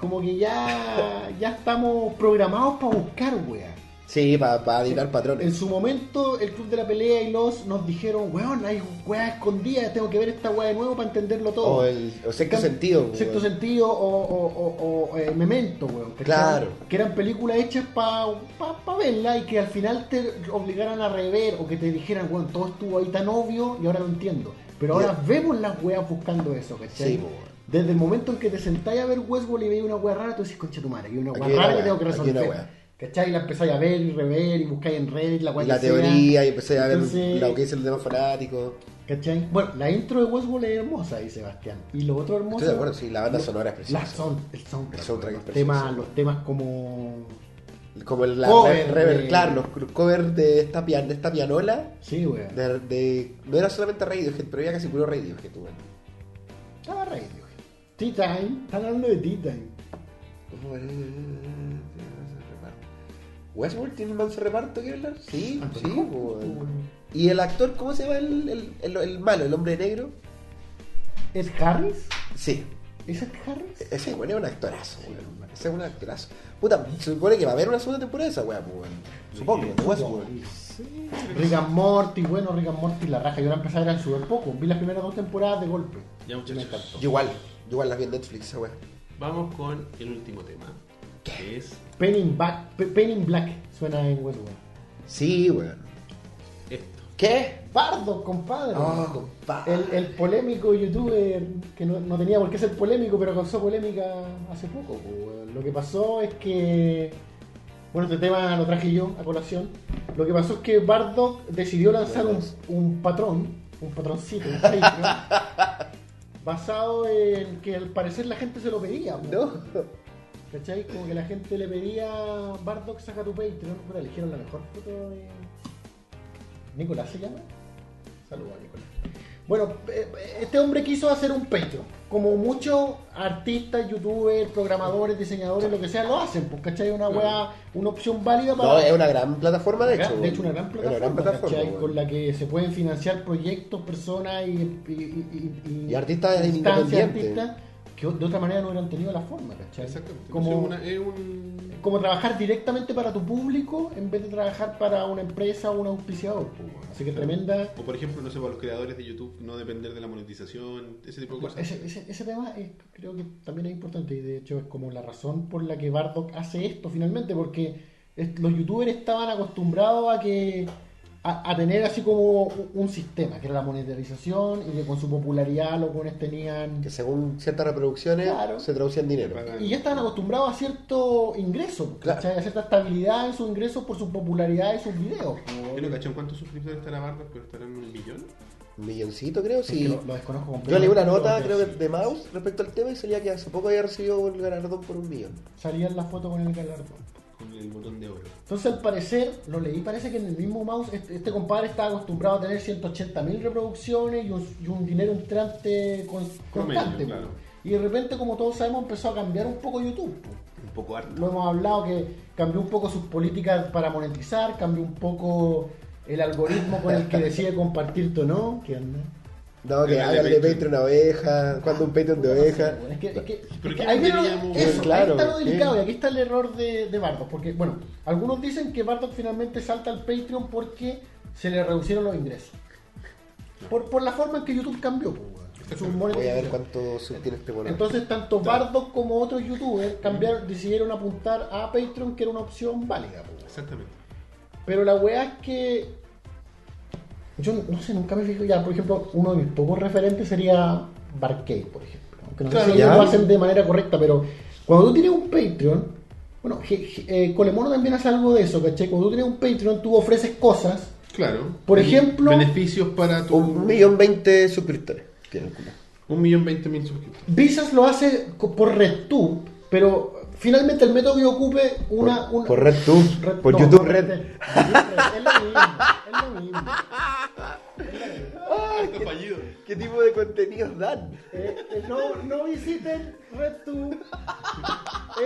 [SPEAKER 3] como que ya, ya estamos programados para buscar, wea.
[SPEAKER 2] Sí, para editar
[SPEAKER 3] En
[SPEAKER 2] patrones.
[SPEAKER 3] su momento, el club de la pelea y los nos dijeron, weón, hay wea escondida, tengo que ver esta wea de nuevo para entenderlo todo.
[SPEAKER 2] O el o sexto
[SPEAKER 3] Cam-
[SPEAKER 2] sentido.
[SPEAKER 3] Sexto
[SPEAKER 2] weón.
[SPEAKER 3] sentido o, o, o- o, eh, Memento, weón. ¿cachai?
[SPEAKER 2] Claro.
[SPEAKER 3] Que eran películas hechas para pa, pa verla y que al final te obligaran a rever o que te dijeran, weón, todo estuvo ahí tan obvio y ahora lo entiendo. Pero ahora vemos las weas buscando eso, ¿cachai?
[SPEAKER 2] Sí, po, weón.
[SPEAKER 3] Desde el momento en que te sentáis a ver Westworld y veis una wea rara, tú decís, concha tu madre, hay una
[SPEAKER 2] Aquí
[SPEAKER 3] wea
[SPEAKER 2] hay una
[SPEAKER 3] rara que
[SPEAKER 2] wea,
[SPEAKER 3] tengo que
[SPEAKER 2] aquí hay una
[SPEAKER 3] resolver.
[SPEAKER 2] wea.
[SPEAKER 3] ¿Cachai? Y la empezáis a ver y rever y buscáis en red la wea
[SPEAKER 2] y la
[SPEAKER 3] que sea,
[SPEAKER 2] teoría, y empecé a ver
[SPEAKER 3] Entonces-
[SPEAKER 2] lo que dicen los demás fanáticos.
[SPEAKER 3] ¿Cachai? Bueno, la intro de Westworld es hermosa, dice Sebastián. Y lo otro hermoso.
[SPEAKER 2] Estoy de acuerdo, sí, la banda
[SPEAKER 3] lo-
[SPEAKER 2] sonora es preciosa.
[SPEAKER 3] la sound- el soundtrack.
[SPEAKER 2] El soundtrack
[SPEAKER 3] los
[SPEAKER 2] es
[SPEAKER 3] temas,
[SPEAKER 2] precioso.
[SPEAKER 3] los temas como.
[SPEAKER 2] Como el la,
[SPEAKER 3] Cover
[SPEAKER 2] re- rever-
[SPEAKER 3] de-
[SPEAKER 2] claro, los cru- covers de esta, pian- de esta pianola.
[SPEAKER 3] Sí, weón.
[SPEAKER 2] De, de- no era solamente Radiohead, pero había casi puro Radiohead, weón.
[SPEAKER 3] Estaba reído, weón. Tea Time. Están hablando de Tea Time.
[SPEAKER 2] ¿Westworld tiene un manso reparto que hablar? Sí, sí,
[SPEAKER 3] Anthony
[SPEAKER 2] weón. ¿Y el actor, cómo se llama el, el, el- el malo, el hombre negro?
[SPEAKER 3] ¿Es Harris?
[SPEAKER 2] Sí,
[SPEAKER 3] ¿Es Ed Harris?
[SPEAKER 2] ese weón es un actorazo, weón. Ese weón es un actorazo. Puta, se supone que va a haber una segunda temporada de esa weá, pues, weón. Supongo, de Westworld.
[SPEAKER 3] Rick and Morty, bueno, Rick and Morty la raja. Yo la empecé a ver al súper poco. Vi las primeras dos temporadas de golpe.
[SPEAKER 4] Ya,
[SPEAKER 3] Me
[SPEAKER 4] muchachos.
[SPEAKER 3] encantó.
[SPEAKER 2] Yo igual, yo igual las vi en Netflix, esa weá.
[SPEAKER 4] Vamos con el último tema. Que es
[SPEAKER 3] Penny in, Black- Pe- Penny in Black suena en Westworld.
[SPEAKER 2] Sí, weón.
[SPEAKER 4] esto.
[SPEAKER 2] ¿Qué?
[SPEAKER 3] Bardo, compadre.
[SPEAKER 2] Oh, compadre.
[SPEAKER 3] El, el polémico youtuber que no, no tenía por qué ser polémico, pero causó polémica hace poco. po, weón. Lo que pasó es que. Bueno, este tema lo traje yo a colación. Lo que pasó es que Bardock decidió lanzar un, un patrón, un patroncito, un Patreon, basado en que al parecer la gente se lo pedía. pues. po.
[SPEAKER 2] No.
[SPEAKER 3] ¿Cachai? Como que la gente le pedía Bardock saca tu Patreon, pero eligieron la mejor foto de. eh, ¿Nicolás se llama? Saludos a Nicolás. Bueno, eh, este hombre quiso hacer un Patreon. como muchos artistas, youtubers, programadores, diseñadores, lo que sea, lo hacen, pues, ¿cachai? Una weá, una opción válida para.
[SPEAKER 2] No, es una gran plataforma, de
[SPEAKER 3] Acá,
[SPEAKER 2] hecho.
[SPEAKER 3] de hecho, una gran
[SPEAKER 2] Es
[SPEAKER 3] plataforma,
[SPEAKER 2] plataforma,
[SPEAKER 3] ¿cachai?
[SPEAKER 2] weón.
[SPEAKER 3] con la que se pueden financiar proyectos, personas y, y, y- y-
[SPEAKER 2] Y artistas
[SPEAKER 3] instancias,
[SPEAKER 2] independientes.
[SPEAKER 3] artistas que de otra manera no hubieran tenido la forma, ¿cachai?
[SPEAKER 1] Exactamente.
[SPEAKER 3] Como,
[SPEAKER 1] Entonces, una- es un.
[SPEAKER 3] como trabajar directamente para tu público en vez de trabajar para una empresa o un auspiciador. pues, weón. Así que tremenda.
[SPEAKER 1] O por ejemplo, no sé, para los creadores de YouTube, no depender de la monetización, ese tipo de cosas.
[SPEAKER 3] Ese, ese- ese tema es- creo que también es importante y de hecho es como la razón por la que Bardock hace esto finalmente, porque es- los youtubers estaban acostumbrados a que a, a tener así como un- un sistema, que era la monetarización y que con su popularidad los buenos tenían...
[SPEAKER 2] Que según ciertas reproducciones
[SPEAKER 3] Claro.
[SPEAKER 2] se traducía en dinero.
[SPEAKER 1] Pagan-
[SPEAKER 3] Y ya estaban acostumbrados a cierto ingreso, ¿cachai? a cierta estabilidad en sus ingresos por su popularidad y sus videos.
[SPEAKER 1] Yo no cacho en cuántos suscriptores estará Bardock, pero estarán en un millón.
[SPEAKER 2] Un milloncito, creo,
[SPEAKER 3] Que
[SPEAKER 2] sí.
[SPEAKER 3] lo, lo desconozco completamente.
[SPEAKER 2] Yo leí una nota,
[SPEAKER 3] pero
[SPEAKER 2] creo que de Mouse, respecto al tema y salía que hace poco había recibido el galardón por un millón.
[SPEAKER 3] Salía en la foto con el galardón.
[SPEAKER 1] Con el botón de oro.
[SPEAKER 3] Entonces, al parecer, lo leí, parece que en el mismo mouse este, este compadre está acostumbrado a tener 180.000 reproducciones y un, y un dinero entrante con-
[SPEAKER 1] Promedio,
[SPEAKER 3] constante.
[SPEAKER 1] claro.
[SPEAKER 3] pues. Y de repente, como todos sabemos, empezó a cambiar un poco YouTube. pues.
[SPEAKER 1] Un poco harto.
[SPEAKER 3] Lo hemos hablado que cambió un poco sus políticas para monetizar, cambió un poco el algoritmo con el que decide compartirte o no. ¿Qué onda?
[SPEAKER 2] No, que
[SPEAKER 1] Era de
[SPEAKER 2] hagan de
[SPEAKER 1] Patreon.
[SPEAKER 2] Patreon una oveja, cuando un Patreon de oveja.
[SPEAKER 3] Ah, Es que, es que-
[SPEAKER 1] Pero
[SPEAKER 3] es que
[SPEAKER 1] ¿qué
[SPEAKER 3] ahí, viene lo-
[SPEAKER 1] deberíamos-
[SPEAKER 3] eso,
[SPEAKER 2] Claro,
[SPEAKER 3] ahí está lo
[SPEAKER 2] ¿qué?
[SPEAKER 3] delicado y aquí está el error de, de Bardock. Porque, bueno, algunos dicen que Bardock finalmente salta al Patreon porque se le reducieron los ingresos. Por, por la forma en que YouTube cambió. pues, weón. Su
[SPEAKER 2] Voy a ver
[SPEAKER 3] monetización.
[SPEAKER 2] cuánto sub tiene este mono.
[SPEAKER 3] Entonces, tanto Bardock como otros youtubers cambiaron, decidieron apuntar a Patreon, que era una opción válida. pues, weón.
[SPEAKER 1] Exactamente.
[SPEAKER 3] Pero la weá es que. Yo no sé, nunca me fijo. Ya, por ejemplo, uno de mis pocos referentes sería Barcade, por ejemplo. Aunque no
[SPEAKER 2] Claro,
[SPEAKER 3] sé si
[SPEAKER 2] ya.
[SPEAKER 3] ellos lo hacen de manera correcta, pero cuando tú tienes un Patreon. Bueno, je- je- eh, Colemono también hace algo de eso, ¿cachai? Cuando tú tienes un Patreon, tú ofreces cosas.
[SPEAKER 1] Claro.
[SPEAKER 3] Por
[SPEAKER 1] Bene-
[SPEAKER 3] ejemplo-
[SPEAKER 1] Beneficios para tu.
[SPEAKER 2] Un millón veinte suscriptores. Tiene el culo.
[SPEAKER 1] Un millón veinte mil suscriptores.
[SPEAKER 3] Visas lo hace co- por RedTube, pero finalmente el método que ocupe una.
[SPEAKER 2] Por-
[SPEAKER 3] una-
[SPEAKER 2] por RedTube, por
[SPEAKER 3] no,
[SPEAKER 2] YouTube
[SPEAKER 3] no,
[SPEAKER 2] Red.
[SPEAKER 3] Es lo mismo, es lo mismo.
[SPEAKER 1] Ah, fallido.
[SPEAKER 2] ¿Qué tipo de contenidos dan?
[SPEAKER 3] Eh, eh, no, no visiten RedTube.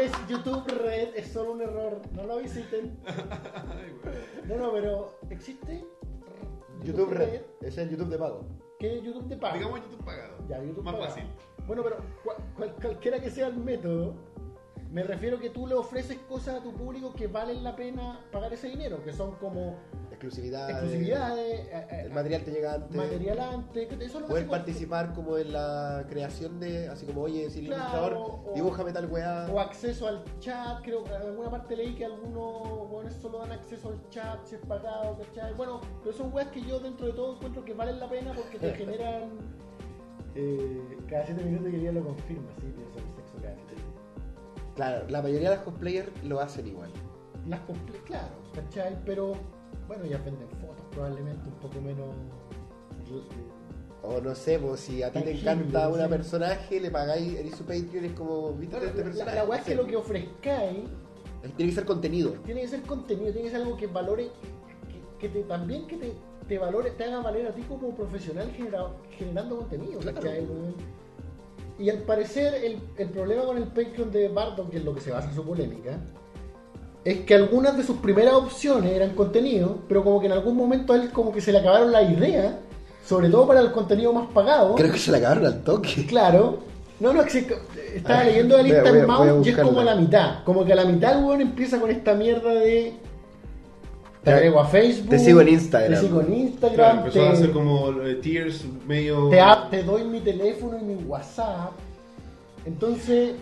[SPEAKER 3] Es YouTube Red, es solo un error. No lo visiten. No, no, pero existe
[SPEAKER 2] YouTube Red. Es el YouTube de pago.
[SPEAKER 3] que YouTube te paga.
[SPEAKER 1] Digamos YouTube pagado.
[SPEAKER 3] ya, YouTube
[SPEAKER 1] Más
[SPEAKER 3] paga.
[SPEAKER 1] fácil.
[SPEAKER 3] Bueno, pero cua- cual- cualquiera que sea el método, me refiero que tú le ofreces cosas a tu público que valen la pena pagar ese dinero, que son como
[SPEAKER 2] Exclusividad.
[SPEAKER 3] exclusividades, eh, eh,
[SPEAKER 2] Ah, El material te llega antes.
[SPEAKER 3] material antes, que eso lo
[SPEAKER 2] Poder
[SPEAKER 3] hace con-
[SPEAKER 2] participar como en la creación de, así como, oye, si el
[SPEAKER 3] Claro,
[SPEAKER 2] ilustrador,
[SPEAKER 3] o-
[SPEAKER 2] dibújame tal weá.
[SPEAKER 3] O acceso al chat, creo que en alguna parte leí que algunos weones solo dan acceso al chat si es pagado, ¿cachai? Bueno, pero son weas que yo dentro de todo encuentro que valen la pena porque te generan. eh, cada 7 minutos que día lo confirma, sí, pienso el sexo cada siete minutos.
[SPEAKER 2] Claro, la mayoría de los cosplayers lo hacen igual.
[SPEAKER 3] Las comple- claro, ¿cachai? Pero bueno, ya venden fotos probablemente un poco menos. eh,
[SPEAKER 2] O no sé, pues si a ti te
[SPEAKER 3] Tangible,
[SPEAKER 2] encanta una
[SPEAKER 3] sí.
[SPEAKER 2] personaje, le pagáis, eres su Patreon, es como, viste
[SPEAKER 3] Bueno,
[SPEAKER 2] este
[SPEAKER 3] la,
[SPEAKER 2] personaje.
[SPEAKER 3] la weá es que
[SPEAKER 2] Sí.
[SPEAKER 3] lo que ofrezcáis
[SPEAKER 2] Tiene que ser contenido.
[SPEAKER 3] tiene que ser contenido, tiene que ser algo que valore, que, que te, también que te, te valore, te haga valer a ti como profesional generado- generando contenido.
[SPEAKER 2] Claro.
[SPEAKER 3] ¿cachai, weón? Y al parecer el, el problema con el Patreon de Bardock, que es lo que se basa su polémica, es que algunas de sus primeras opciones eran contenido, pero como que en algún momento a él como que se le acabaron la idea, sobre todo para el contenido más pagado.
[SPEAKER 2] Creo que se la acabaron al toque.
[SPEAKER 3] Claro. No, no, que se- estaba leyendo la
[SPEAKER 2] Voy a-
[SPEAKER 3] lista
[SPEAKER 2] voy a-
[SPEAKER 3] en
[SPEAKER 2] voy a
[SPEAKER 3] Mouse y es como a
[SPEAKER 2] buscarla.
[SPEAKER 3] la mitad. Como que a la mitad el weón empieza con esta mierda de. Te agrego a Facebook.
[SPEAKER 2] Te sigo en Instagram.
[SPEAKER 3] Te sigo en
[SPEAKER 1] Claro,
[SPEAKER 3] Instagram.
[SPEAKER 1] empezó a hacer
[SPEAKER 3] te,
[SPEAKER 1] como eh, tiers medio.
[SPEAKER 3] te a- te doy mi teléfono y mi WhatsApp. Entonces,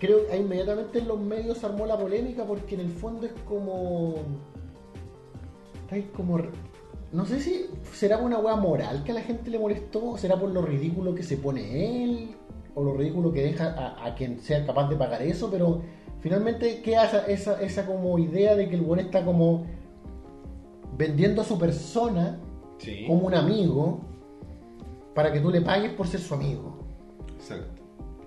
[SPEAKER 3] creo que inmediatamente en los medios se armó la polémica porque en el fondo es como. Es como. No sé si será por una hueá moral que a la gente le molestó, o será por lo ridículo que se pone él, o lo ridículo que deja a, a quien sea capaz de pagar eso, pero finalmente queda esa, esa, esa como idea de que el buen está como vendiendo a su persona
[SPEAKER 1] Sí.
[SPEAKER 3] como un amigo para que tú le pagues por ser su amigo.
[SPEAKER 1] Exacto.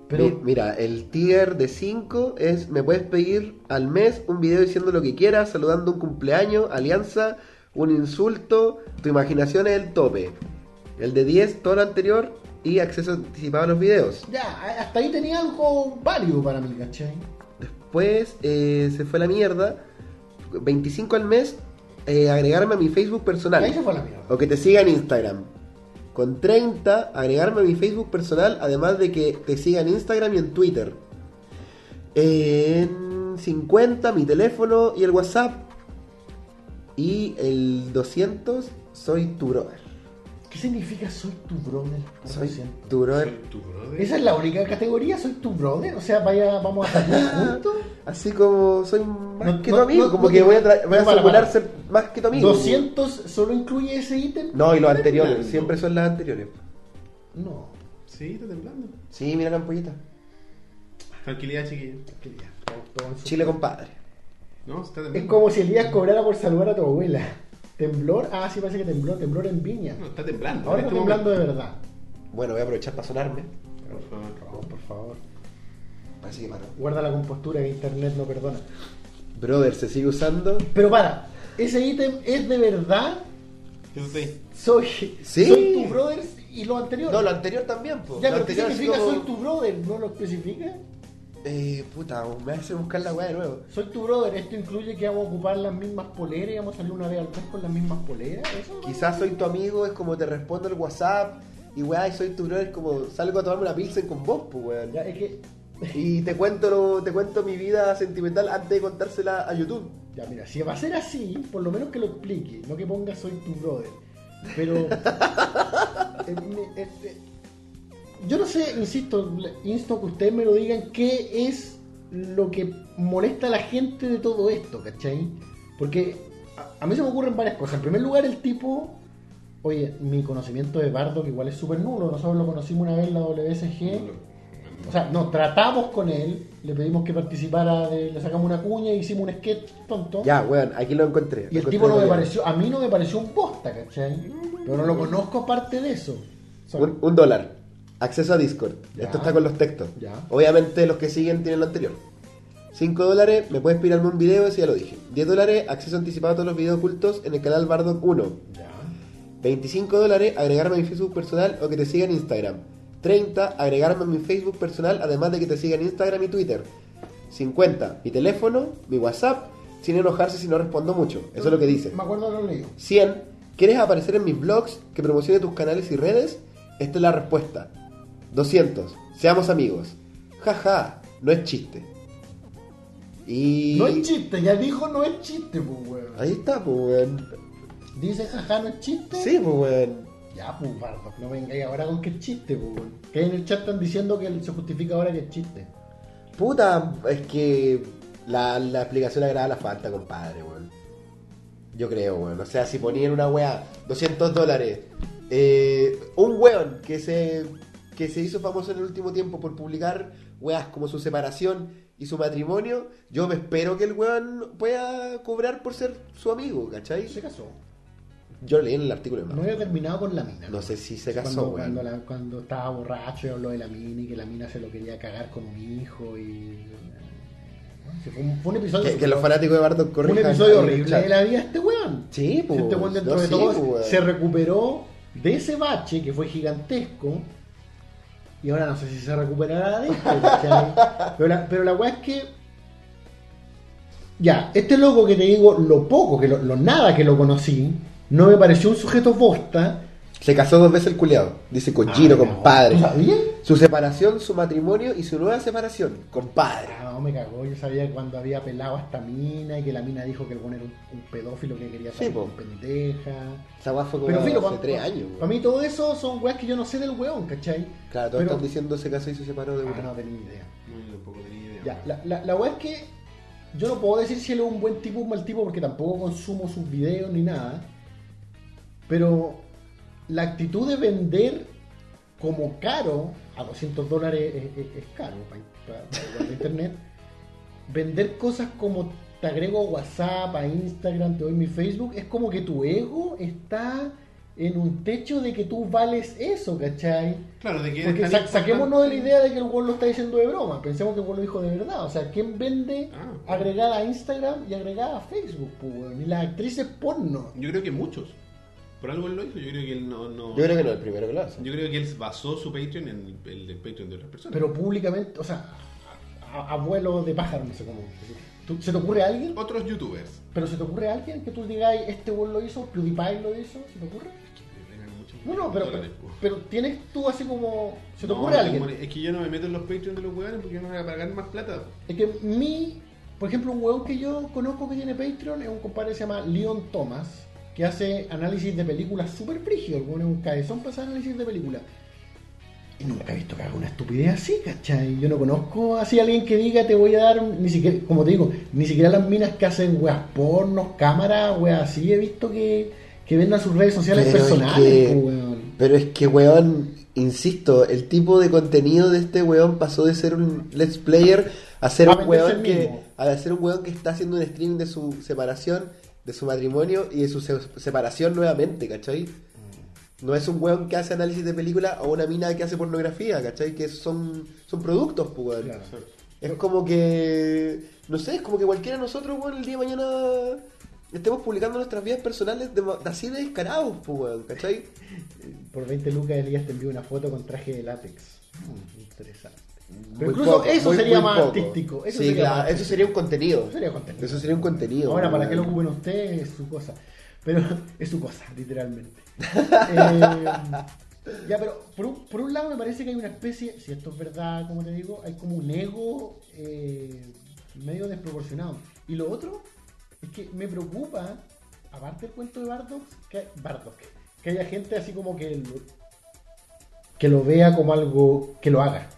[SPEAKER 3] Pero
[SPEAKER 2] Mi- Mira, el tier de 5 es, me puedes pedir al mes un video diciendo lo que quieras, saludando un cumpleaños, alianza, un insulto, tu imaginación es el tope. El de 10, todo lo anterior, y acceso anticipado a los videos.
[SPEAKER 3] Ya, hasta ahí tenía algo válido para mí, ¿cachai?
[SPEAKER 2] Después eh, se fue a la mierda. 25 al mes, eh, agregarme a mi Facebook personal.
[SPEAKER 3] Ahí se fue la mierda.
[SPEAKER 2] O que te siga en Instagram. Con 30, agregarme a mi Facebook personal, además de que te siga en Instagram y en Twitter. En 50, mi teléfono y el WhatsApp. Y el 200, soy tu brother.
[SPEAKER 3] ¿Qué significa soy tu brother?
[SPEAKER 2] Soy
[SPEAKER 3] Siento.
[SPEAKER 2] tu brother.
[SPEAKER 4] tu brother?
[SPEAKER 3] Esa es la única categoría, soy tu brother. O sea, vaya, vamos a salir juntos.
[SPEAKER 2] Ah, Así como soy más
[SPEAKER 3] No,
[SPEAKER 2] que
[SPEAKER 3] no,
[SPEAKER 2] tu amigo,
[SPEAKER 3] no,
[SPEAKER 2] como
[SPEAKER 3] no,
[SPEAKER 2] que
[SPEAKER 3] no,
[SPEAKER 2] voy a, tra-
[SPEAKER 3] no,
[SPEAKER 2] voy a
[SPEAKER 3] para,
[SPEAKER 2] simular
[SPEAKER 3] para.
[SPEAKER 2] ser más que tu amigo.
[SPEAKER 3] 200 solo incluye ese ítem.
[SPEAKER 2] No, y los anteriores, siempre son las anteriores.
[SPEAKER 3] No.
[SPEAKER 4] Sí, está temblando.
[SPEAKER 2] Sí, mira la ampollita.
[SPEAKER 4] Tranquilidad, chiquillo.
[SPEAKER 3] estamos todos en su-
[SPEAKER 2] Chile, compadre.
[SPEAKER 4] No, está
[SPEAKER 3] Es
[SPEAKER 4] temblando.
[SPEAKER 3] como si Elías cobrara por saludar a tu abuela. Temblor, ah, sí, parece que tembló, temblor en Viña.
[SPEAKER 4] No, está temblando.
[SPEAKER 3] Ahora
[SPEAKER 4] En
[SPEAKER 3] está
[SPEAKER 4] este
[SPEAKER 3] temblando de verdad.
[SPEAKER 2] Bueno, voy a aprovechar para sonarme.
[SPEAKER 4] momento. Por favor.
[SPEAKER 3] No, por favor.
[SPEAKER 2] Así, mano.
[SPEAKER 3] Guarda la compostura que internet no perdona.
[SPEAKER 2] Brother, se sigue usando.
[SPEAKER 3] Pero para, ese ítem es de verdad.
[SPEAKER 4] ¿Qué es usted?
[SPEAKER 3] Soy,
[SPEAKER 2] Sí.
[SPEAKER 3] soy tu brother y lo anterior.
[SPEAKER 2] No, lo anterior también, po.
[SPEAKER 3] ya,
[SPEAKER 2] lo
[SPEAKER 3] pero ¿qué
[SPEAKER 2] anterior así
[SPEAKER 3] significa
[SPEAKER 2] como-
[SPEAKER 3] soy tu brother? ¿No lo especifica?
[SPEAKER 2] Eh, puta, me hace buscar la weá de nuevo.
[SPEAKER 3] Soy tu brother, esto incluye que vamos a ocupar las mismas poleras y vamos a salir una vez al mes con las mismas poleras. ¿Eso?
[SPEAKER 2] Quizás soy tu amigo, es como te respondo el WhatsApp. Y weá, y soy tu brother, es como salgo a tomarme una pilsen con vos, pues weón.
[SPEAKER 3] Ya, es que,
[SPEAKER 2] Y te cuento, lo- te cuento mi vida sentimental antes de contársela a YouTube.
[SPEAKER 3] ya mira, si va a ser así, por lo menos que lo explique, no que ponga soy tu brother. Pero. eh, me- este, yo no sé, insisto, le- insto que ustedes me lo digan, qué es lo que molesta a la gente de todo esto, ¿cachai? Porque a, a mí se me ocurren varias cosas. En primer lugar, el tipo, oye, mi conocimiento de Bardo, que igual es súper nulo, nosotros lo conocimos una vez en la WSG. O sea, no, tratamos con él, le pedimos que participara, de- le sacamos una cuña, hicimos un sketch tonto.
[SPEAKER 2] Ya, weón, aquí lo encontré.
[SPEAKER 3] Y
[SPEAKER 2] Lo
[SPEAKER 3] el
[SPEAKER 2] encontré
[SPEAKER 3] tipo no me
[SPEAKER 2] todavía.
[SPEAKER 3] pareció, a mí no me pareció un posta, ¿cachai? Pero no lo conozco aparte de eso. O sea,
[SPEAKER 2] Un, un dólar. Acceso a Discord.
[SPEAKER 3] Ya.
[SPEAKER 2] Esto está con los textos.
[SPEAKER 3] Ya.
[SPEAKER 2] Obviamente los que siguen tienen lo anterior. 5 dólares, me puedes pirarme un video, eso ya lo dije. 10 dólares, acceso anticipado a todos los videos ocultos en el canal Bardock 1.
[SPEAKER 3] ya.
[SPEAKER 2] 25 dólares, agregarme a mi Facebook personal o que te siga en Instagram. 30, agregarme a mi Facebook personal, además de que te siga en Instagram y Twitter. 50, mi teléfono, mi WhatsApp, sin enojarse si no respondo mucho. Eso es lo que dice.
[SPEAKER 3] Me acuerdo que lo leí.
[SPEAKER 2] 100. ¿Quieres aparecer en mis blogs que promocione tus canales y redes? Esta es la respuesta. 200. Seamos amigos. Jaja, no es chiste. Y.
[SPEAKER 3] No es chiste, ya dijo no es chiste, pues, weón.
[SPEAKER 2] Ahí está, pues weón.
[SPEAKER 3] Dice jaja, no es chiste.
[SPEAKER 2] Sí, pues weón.
[SPEAKER 3] Ya, pues, Bardo, no vengáis ahora con que es chiste, pues, weón. Que en el chat están diciendo que se justifica ahora que es chiste.
[SPEAKER 2] Puta, es que. La, la explicación agrada la falta, compadre, weón. Yo creo, weón. O sea, si ponían una weá, 200 dólares. eh, un weón que se, que se hizo famoso en el último tiempo por publicar weas como su separación y su matrimonio. Yo me espero que el weón pueda cobrar por ser su amigo, ¿cachai?
[SPEAKER 3] Se casó.
[SPEAKER 2] Yo lo leí en el artículo.
[SPEAKER 3] No
[SPEAKER 2] No,
[SPEAKER 3] había terminado con la mina.
[SPEAKER 2] no sé si se
[SPEAKER 3] cuando,
[SPEAKER 2] casó, weón.
[SPEAKER 3] cuando, la- cuando estaba borracho y habló de la mina y que la mina se lo quería cagar con un hijo y... Sí, fue, un, fue un episodio...
[SPEAKER 2] Que, que los fanáticos de Barton
[SPEAKER 3] un
[SPEAKER 2] corrijan.
[SPEAKER 3] episodio
[SPEAKER 2] ahí en el
[SPEAKER 3] horrible
[SPEAKER 2] chat.
[SPEAKER 3] de la vida de este weón.
[SPEAKER 2] Sí, pues.
[SPEAKER 3] este weón dentro
[SPEAKER 2] no,
[SPEAKER 3] de
[SPEAKER 2] sí,
[SPEAKER 3] todo
[SPEAKER 2] pues, weón.
[SPEAKER 3] se recuperó de ese bache que fue gigantesco. Y ahora no sé si se recuperará de esto, ¿cachai? pero, la, pero la weá es que... Ya, este loco que te digo, lo poco, que lo, lo nada que lo conocí, no me pareció un sujeto bosta.
[SPEAKER 2] Se casó dos veces el culiado. Dice
[SPEAKER 3] Giro
[SPEAKER 2] cochino, compadre.
[SPEAKER 3] Ah, ¿Tú sabías?
[SPEAKER 2] Su separación, su matrimonio y su nueva separación, compadre.
[SPEAKER 3] Ah, no, me cagó. Yo sabía que cuando había pelado a esta mina y que la mina dijo que el bueno era un, un pedófilo que quería salir
[SPEAKER 2] Sí, po.
[SPEAKER 3] con pendeja.
[SPEAKER 2] Esa weá fue como
[SPEAKER 3] Pero filo,
[SPEAKER 2] hace
[SPEAKER 3] pa-
[SPEAKER 2] tres
[SPEAKER 3] pa-
[SPEAKER 2] años. weón.
[SPEAKER 3] Para mí todo eso son weas que yo no sé del weón, ¿cachai?
[SPEAKER 2] claro, todos
[SPEAKER 3] pero-
[SPEAKER 2] están diciendo se casó y se separó de
[SPEAKER 3] Ah,
[SPEAKER 2] una.
[SPEAKER 3] no tenía ni idea.
[SPEAKER 4] No, yo tampoco tenía idea.
[SPEAKER 3] Ya, la, la, la wea es que yo no puedo decir si él es un buen tipo o un mal tipo porque tampoco consumo sus videos ni nada. Pero la actitud de vender como caro, a 200 dólares es, es- es caro para, internet, vender cosas como te agrego a WhatsApp, a Instagram, te doy mi Facebook, es como que tu ego está en un techo de que tú vales eso, ¿cachai?
[SPEAKER 4] Claro, de que
[SPEAKER 3] Porque
[SPEAKER 4] eres
[SPEAKER 3] sa-
[SPEAKER 4] tan
[SPEAKER 3] saquémonos de la
[SPEAKER 4] importante.
[SPEAKER 3] idea de que el weón lo está diciendo de broma. Pensemos que el weón lo dijo de verdad. O sea, ¿quién vende
[SPEAKER 4] Ah.
[SPEAKER 3] agregada a Instagram y agregada a Facebook, pues, weón? Y las actrices porno.
[SPEAKER 4] Yo creo que muchos.
[SPEAKER 1] Por algo él lo hizo, yo creo que él no... no
[SPEAKER 2] Yo creo que no, el primero que lo hace.
[SPEAKER 1] Yo creo que él basó su Patreon en el, el de Patreon de otras personas.
[SPEAKER 3] Pero públicamente, o sea, a- a- abuelo de pájaro, no sé cómo. ¿Tú- ¿Se te ocurre a alguien?
[SPEAKER 1] Otros youtubers.
[SPEAKER 3] ¿Pero se te ocurre a alguien que tú digas, este weón lo hizo, PewDiePie lo hizo? ¿Se te ocurre?
[SPEAKER 1] Que ganan mucho
[SPEAKER 3] No, no, pero, pero,
[SPEAKER 1] dólares, po.
[SPEAKER 3] pero tienes tú así como. ¿Se te
[SPEAKER 1] No,
[SPEAKER 3] ocurre a
[SPEAKER 1] no tengo
[SPEAKER 3] alguien?
[SPEAKER 1] moneda. Es que yo no me meto en los Patreon de los weones porque yo no voy a pagar más plata. po.
[SPEAKER 3] Es que mi, por ejemplo, un huevón que yo conozco que tiene Patreon es un compadre que se llama Leon Thomas, que hace análisis de películas súper frígido. El huevón es un cabezón para hacer análisis de películas. Y nunca he visto que haga una estupidez así, ¿cachai? Yo no conozco así a alguien que diga te voy a dar, un- ni siquiera, como te digo, ni siquiera las minas que hacen weas pornos, cámaras, weas así, he visto que, que vendan sus redes sociales
[SPEAKER 2] Pero es
[SPEAKER 3] personales,
[SPEAKER 2] que-
[SPEAKER 3] pues, weón.
[SPEAKER 2] Pero es que, weón, insisto, el tipo de contenido de este weón pasó de ser un let's player a ser
[SPEAKER 3] A
[SPEAKER 2] un
[SPEAKER 3] venderse
[SPEAKER 2] weón
[SPEAKER 3] el
[SPEAKER 2] que.
[SPEAKER 3] mismo.
[SPEAKER 2] A ser un weón que está haciendo un stream de su separación, de su matrimonio y de su se- separación nuevamente, ¿cachai? No es un weón que hace análisis de película o una mina que hace pornografía, ¿cachai? Que son, son productos, pues, weón.
[SPEAKER 3] Claro.
[SPEAKER 2] Es como que. No sé, es como que cualquiera de nosotros, weón, el día de mañana estemos publicando nuestras vidas personales de, así de descarados, pues, weón, ¿cachai?
[SPEAKER 3] Por 20 lucas Elías te envió una foto con traje de látex. Mm, interesante. Pero
[SPEAKER 2] Muy
[SPEAKER 3] incluso
[SPEAKER 2] poco,
[SPEAKER 3] eso
[SPEAKER 2] muy-
[SPEAKER 3] sería
[SPEAKER 2] muy
[SPEAKER 3] más
[SPEAKER 2] poco.
[SPEAKER 3] artístico. Eso
[SPEAKER 2] sí,
[SPEAKER 3] sería
[SPEAKER 2] claro,
[SPEAKER 3] más
[SPEAKER 2] eso sería un contenido.
[SPEAKER 3] Eso sería contenido.
[SPEAKER 2] Eso sería un contenido.
[SPEAKER 3] Ahora, para
[SPEAKER 2] weón.
[SPEAKER 3] que lo ocupen ustedes, es su cosa. Pero es su cosa, literalmente. Eh, ya, pero por un, por un lado me parece que hay una especie, si esto es verdad, como te digo, hay como un ego eh, medio desproporcionado. Y lo otro es que me preocupa, aparte del cuento de Bardock, que, Bardock, que haya gente así como que lo, que lo vea como algo que lo haga.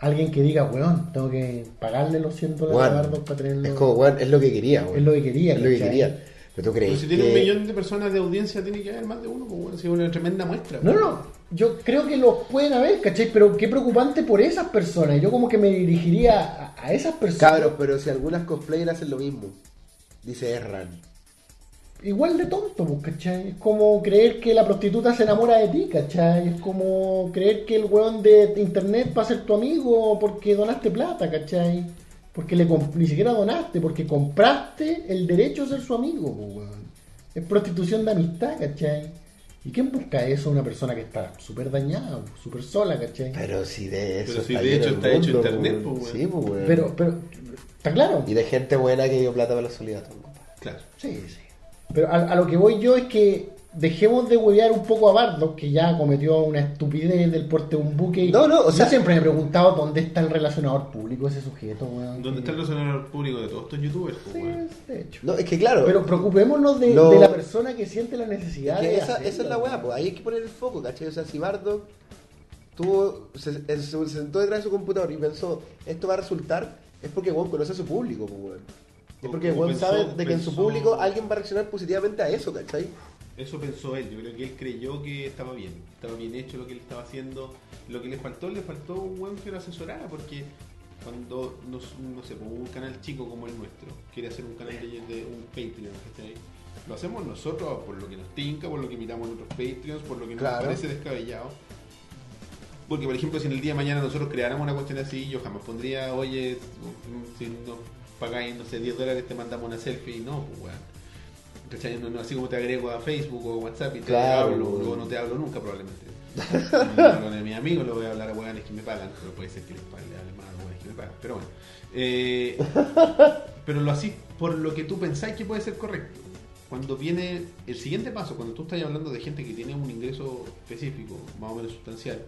[SPEAKER 3] Alguien que diga, weón, tengo que pagarle los 100 dólares a
[SPEAKER 2] Weón,
[SPEAKER 3] Bardock para tenerlo.
[SPEAKER 2] es como, weón, es lo que quería, weón.
[SPEAKER 3] Es lo que quería.
[SPEAKER 2] Es lo que
[SPEAKER 3] ¿cachai?
[SPEAKER 2] quería. Pero tú
[SPEAKER 1] Pero
[SPEAKER 2] crees.
[SPEAKER 1] si tiene un
[SPEAKER 2] que-
[SPEAKER 1] millón de personas de audiencia, tiene que haber más de uno. Pues, bueno, si es una tremenda muestra.
[SPEAKER 3] No,
[SPEAKER 1] po.
[SPEAKER 3] no. Yo creo que los pueden haber, ¿cachai? Pero qué preocupante por esas personas. Yo como que me dirigiría a, a esas personas.
[SPEAKER 2] Cabros, pero si algunas cosplayers hacen lo mismo. Dice Erran.
[SPEAKER 3] Igual de tonto, pues, ¿cachai? Es como creer que la prostituta se enamora de ti, ¿cachai? Es como creer que el weón de internet va a ser tu amigo porque donaste plata, ¿cachai? Porque le comp- ni siquiera donaste, porque compraste el derecho a ser su amigo, pues, weón. Es prostitución de amistad, ¿cachai? ¿Y quién busca eso? Una persona que está súper dañada, pues, súper sola, ¿cachai?
[SPEAKER 2] Pero si de eso.
[SPEAKER 1] Pero si
[SPEAKER 2] está
[SPEAKER 1] de
[SPEAKER 2] lleno
[SPEAKER 1] hecho
[SPEAKER 2] el
[SPEAKER 1] está hecho
[SPEAKER 2] mundo,
[SPEAKER 1] internet,
[SPEAKER 2] weón.
[SPEAKER 1] pues,
[SPEAKER 2] Sí, pues, weón.
[SPEAKER 3] Pero, pero, está claro.
[SPEAKER 2] Y de gente buena que dio plata para la soledad, weón.
[SPEAKER 1] Claro.
[SPEAKER 3] Sí, sí. Pero a, a lo que voy yo es que dejemos de huevear un poco a Bardo, que ya cometió una estupidez del porte de un buque.
[SPEAKER 2] No, no, o
[SPEAKER 3] Yo
[SPEAKER 2] sea-
[SPEAKER 3] siempre me he preguntado dónde está el relacionador público ese sujeto, weón.
[SPEAKER 1] ¿Dónde está el resonador público de todos estos youtubers? po, weón?
[SPEAKER 3] Sí, de hecho.
[SPEAKER 2] No, es que claro.
[SPEAKER 3] Pero preocupémonos de,
[SPEAKER 2] Lo-
[SPEAKER 3] de la persona que siente la necesidad
[SPEAKER 2] Que
[SPEAKER 3] de.
[SPEAKER 2] esa, esa es la weá,
[SPEAKER 3] weá
[SPEAKER 2] pues ahí hay que poner el foco, ¿cachai? O sea, si Bardock tuvo, se, se- se sentó detrás de su computador y pensó, esto va a resultar, es porque weón conoce a su público, pues weón. Es porque
[SPEAKER 1] Como
[SPEAKER 2] weón
[SPEAKER 1] pensó-
[SPEAKER 2] sabe de que en su
[SPEAKER 1] pensó-
[SPEAKER 2] público alguien va a reaccionar positivamente a eso, ¿cachai?
[SPEAKER 1] Eso pensó él. Yo creo que él creyó que estaba bien. Estaba bien hecho lo que él estaba haciendo. Lo que le faltó, le faltó un buen que lo asesorara. Porque cuando, no, s- no sé, como un canal chico como el nuestro quiere hacer un canal de, de un Patreon, ¿cachai? Lo hacemos nosotros por lo que nos tinca, por lo que miramos en otros Patreons, por lo que nos
[SPEAKER 2] Claro.
[SPEAKER 1] parece descabellado. Porque, por ejemplo, si en el día de mañana nosotros creáramos una cuestión así, yo jamás pondría, oye, si nos pagáis, no sé, 10 dólares, te mandamos una selfie. No, pues, weón. ¿Cachai? No, no, así como te agrego a Facebook o WhatsApp y te
[SPEAKER 2] Claro,
[SPEAKER 1] hablo,
[SPEAKER 2] weón.
[SPEAKER 1] luego no te hablo nunca, probablemente. No, Con mis amigos lo voy a hablar a weones que me pagan, pero puede ser que les pague, le hable más a weones que me pagan, pero bueno. Eh, pero lo hacís por lo que tú pensáis que puede ser correcto. Cuando viene el siguiente paso, cuando tú estás hablando de gente que tiene un ingreso específico, más o menos sustancial,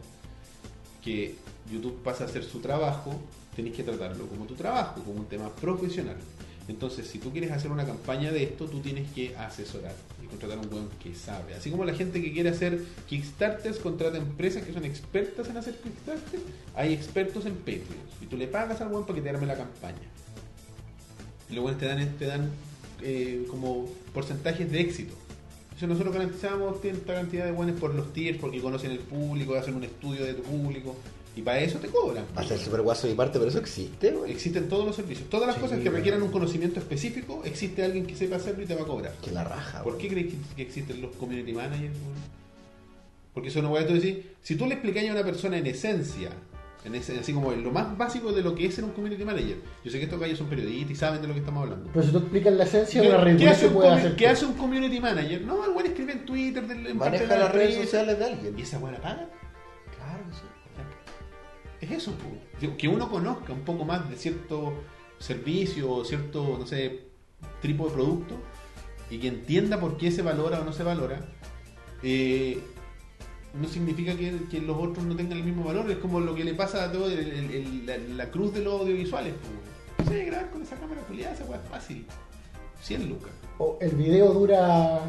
[SPEAKER 1] que YouTube pasa a hacer su trabajo, tenés que tratarlo como tu trabajo, como un tema profesional. Entonces, si tú quieres hacer una campaña de esto, tú tienes que asesorar y contratar a un buen que sabe. Así como la gente que quiere hacer Kickstarters contrata empresas que son expertas en hacer Kickstarters, hay expertos en Patreons. Y tú le pagas al buen para que te arme la campaña. Y los buenos te dan, te dan eh, como porcentajes de éxito. Eso nosotros garantizamos cierta cantidad de buenos por los tiers, porque conocen el público, hacen un estudio de tu público. Y para eso te cobran.
[SPEAKER 2] Va a ser súper guaso de mi parte, pero eso existe, weón.
[SPEAKER 1] Existen todos los servicios. Todas las
[SPEAKER 2] Sí,
[SPEAKER 1] cosas que
[SPEAKER 2] weón.
[SPEAKER 1] requieran un conocimiento específico, existe alguien que sepa hacerlo y te va a cobrar.
[SPEAKER 2] Que la raja,
[SPEAKER 1] ¿Por
[SPEAKER 2] weón.
[SPEAKER 1] qué crees que- que existen los community managers? weón? Porque son una weá que tú decís, si tú le explicas a una persona en esencia En ese, así como en lo más básico de lo que es ser un community manager. Yo sé que estos gallos son periodistas y saben de lo que estamos hablando.
[SPEAKER 3] Pero si tú explicas la esencia de una
[SPEAKER 1] ¿Qué, qué
[SPEAKER 3] reunión
[SPEAKER 1] hace
[SPEAKER 3] que
[SPEAKER 1] un
[SPEAKER 3] puede
[SPEAKER 1] comu-
[SPEAKER 3] hacer.
[SPEAKER 1] qué hace un community manager? No, el güey escribe en Twitter, del- en parte
[SPEAKER 2] Maneja
[SPEAKER 1] de la
[SPEAKER 2] las redes
[SPEAKER 1] red.
[SPEAKER 2] sociales de
[SPEAKER 1] ¿Y
[SPEAKER 2] alguien.
[SPEAKER 1] esa weá la pagan?
[SPEAKER 2] Claro que sí.
[SPEAKER 1] Es eso, po. Digo, que uno conozca un poco más de cierto servicio o cierto, no sé, tipo de producto y que entienda por qué se valora o no se valora, eh, no significa que, que los otros no tengan el mismo valor. Es como lo que le pasa a todo el- el- el- la, la cruz de los audiovisuales. po. No sé, grabar con esa cámara culiada, esa weá es fácil. 100 lucas.
[SPEAKER 3] O el video dura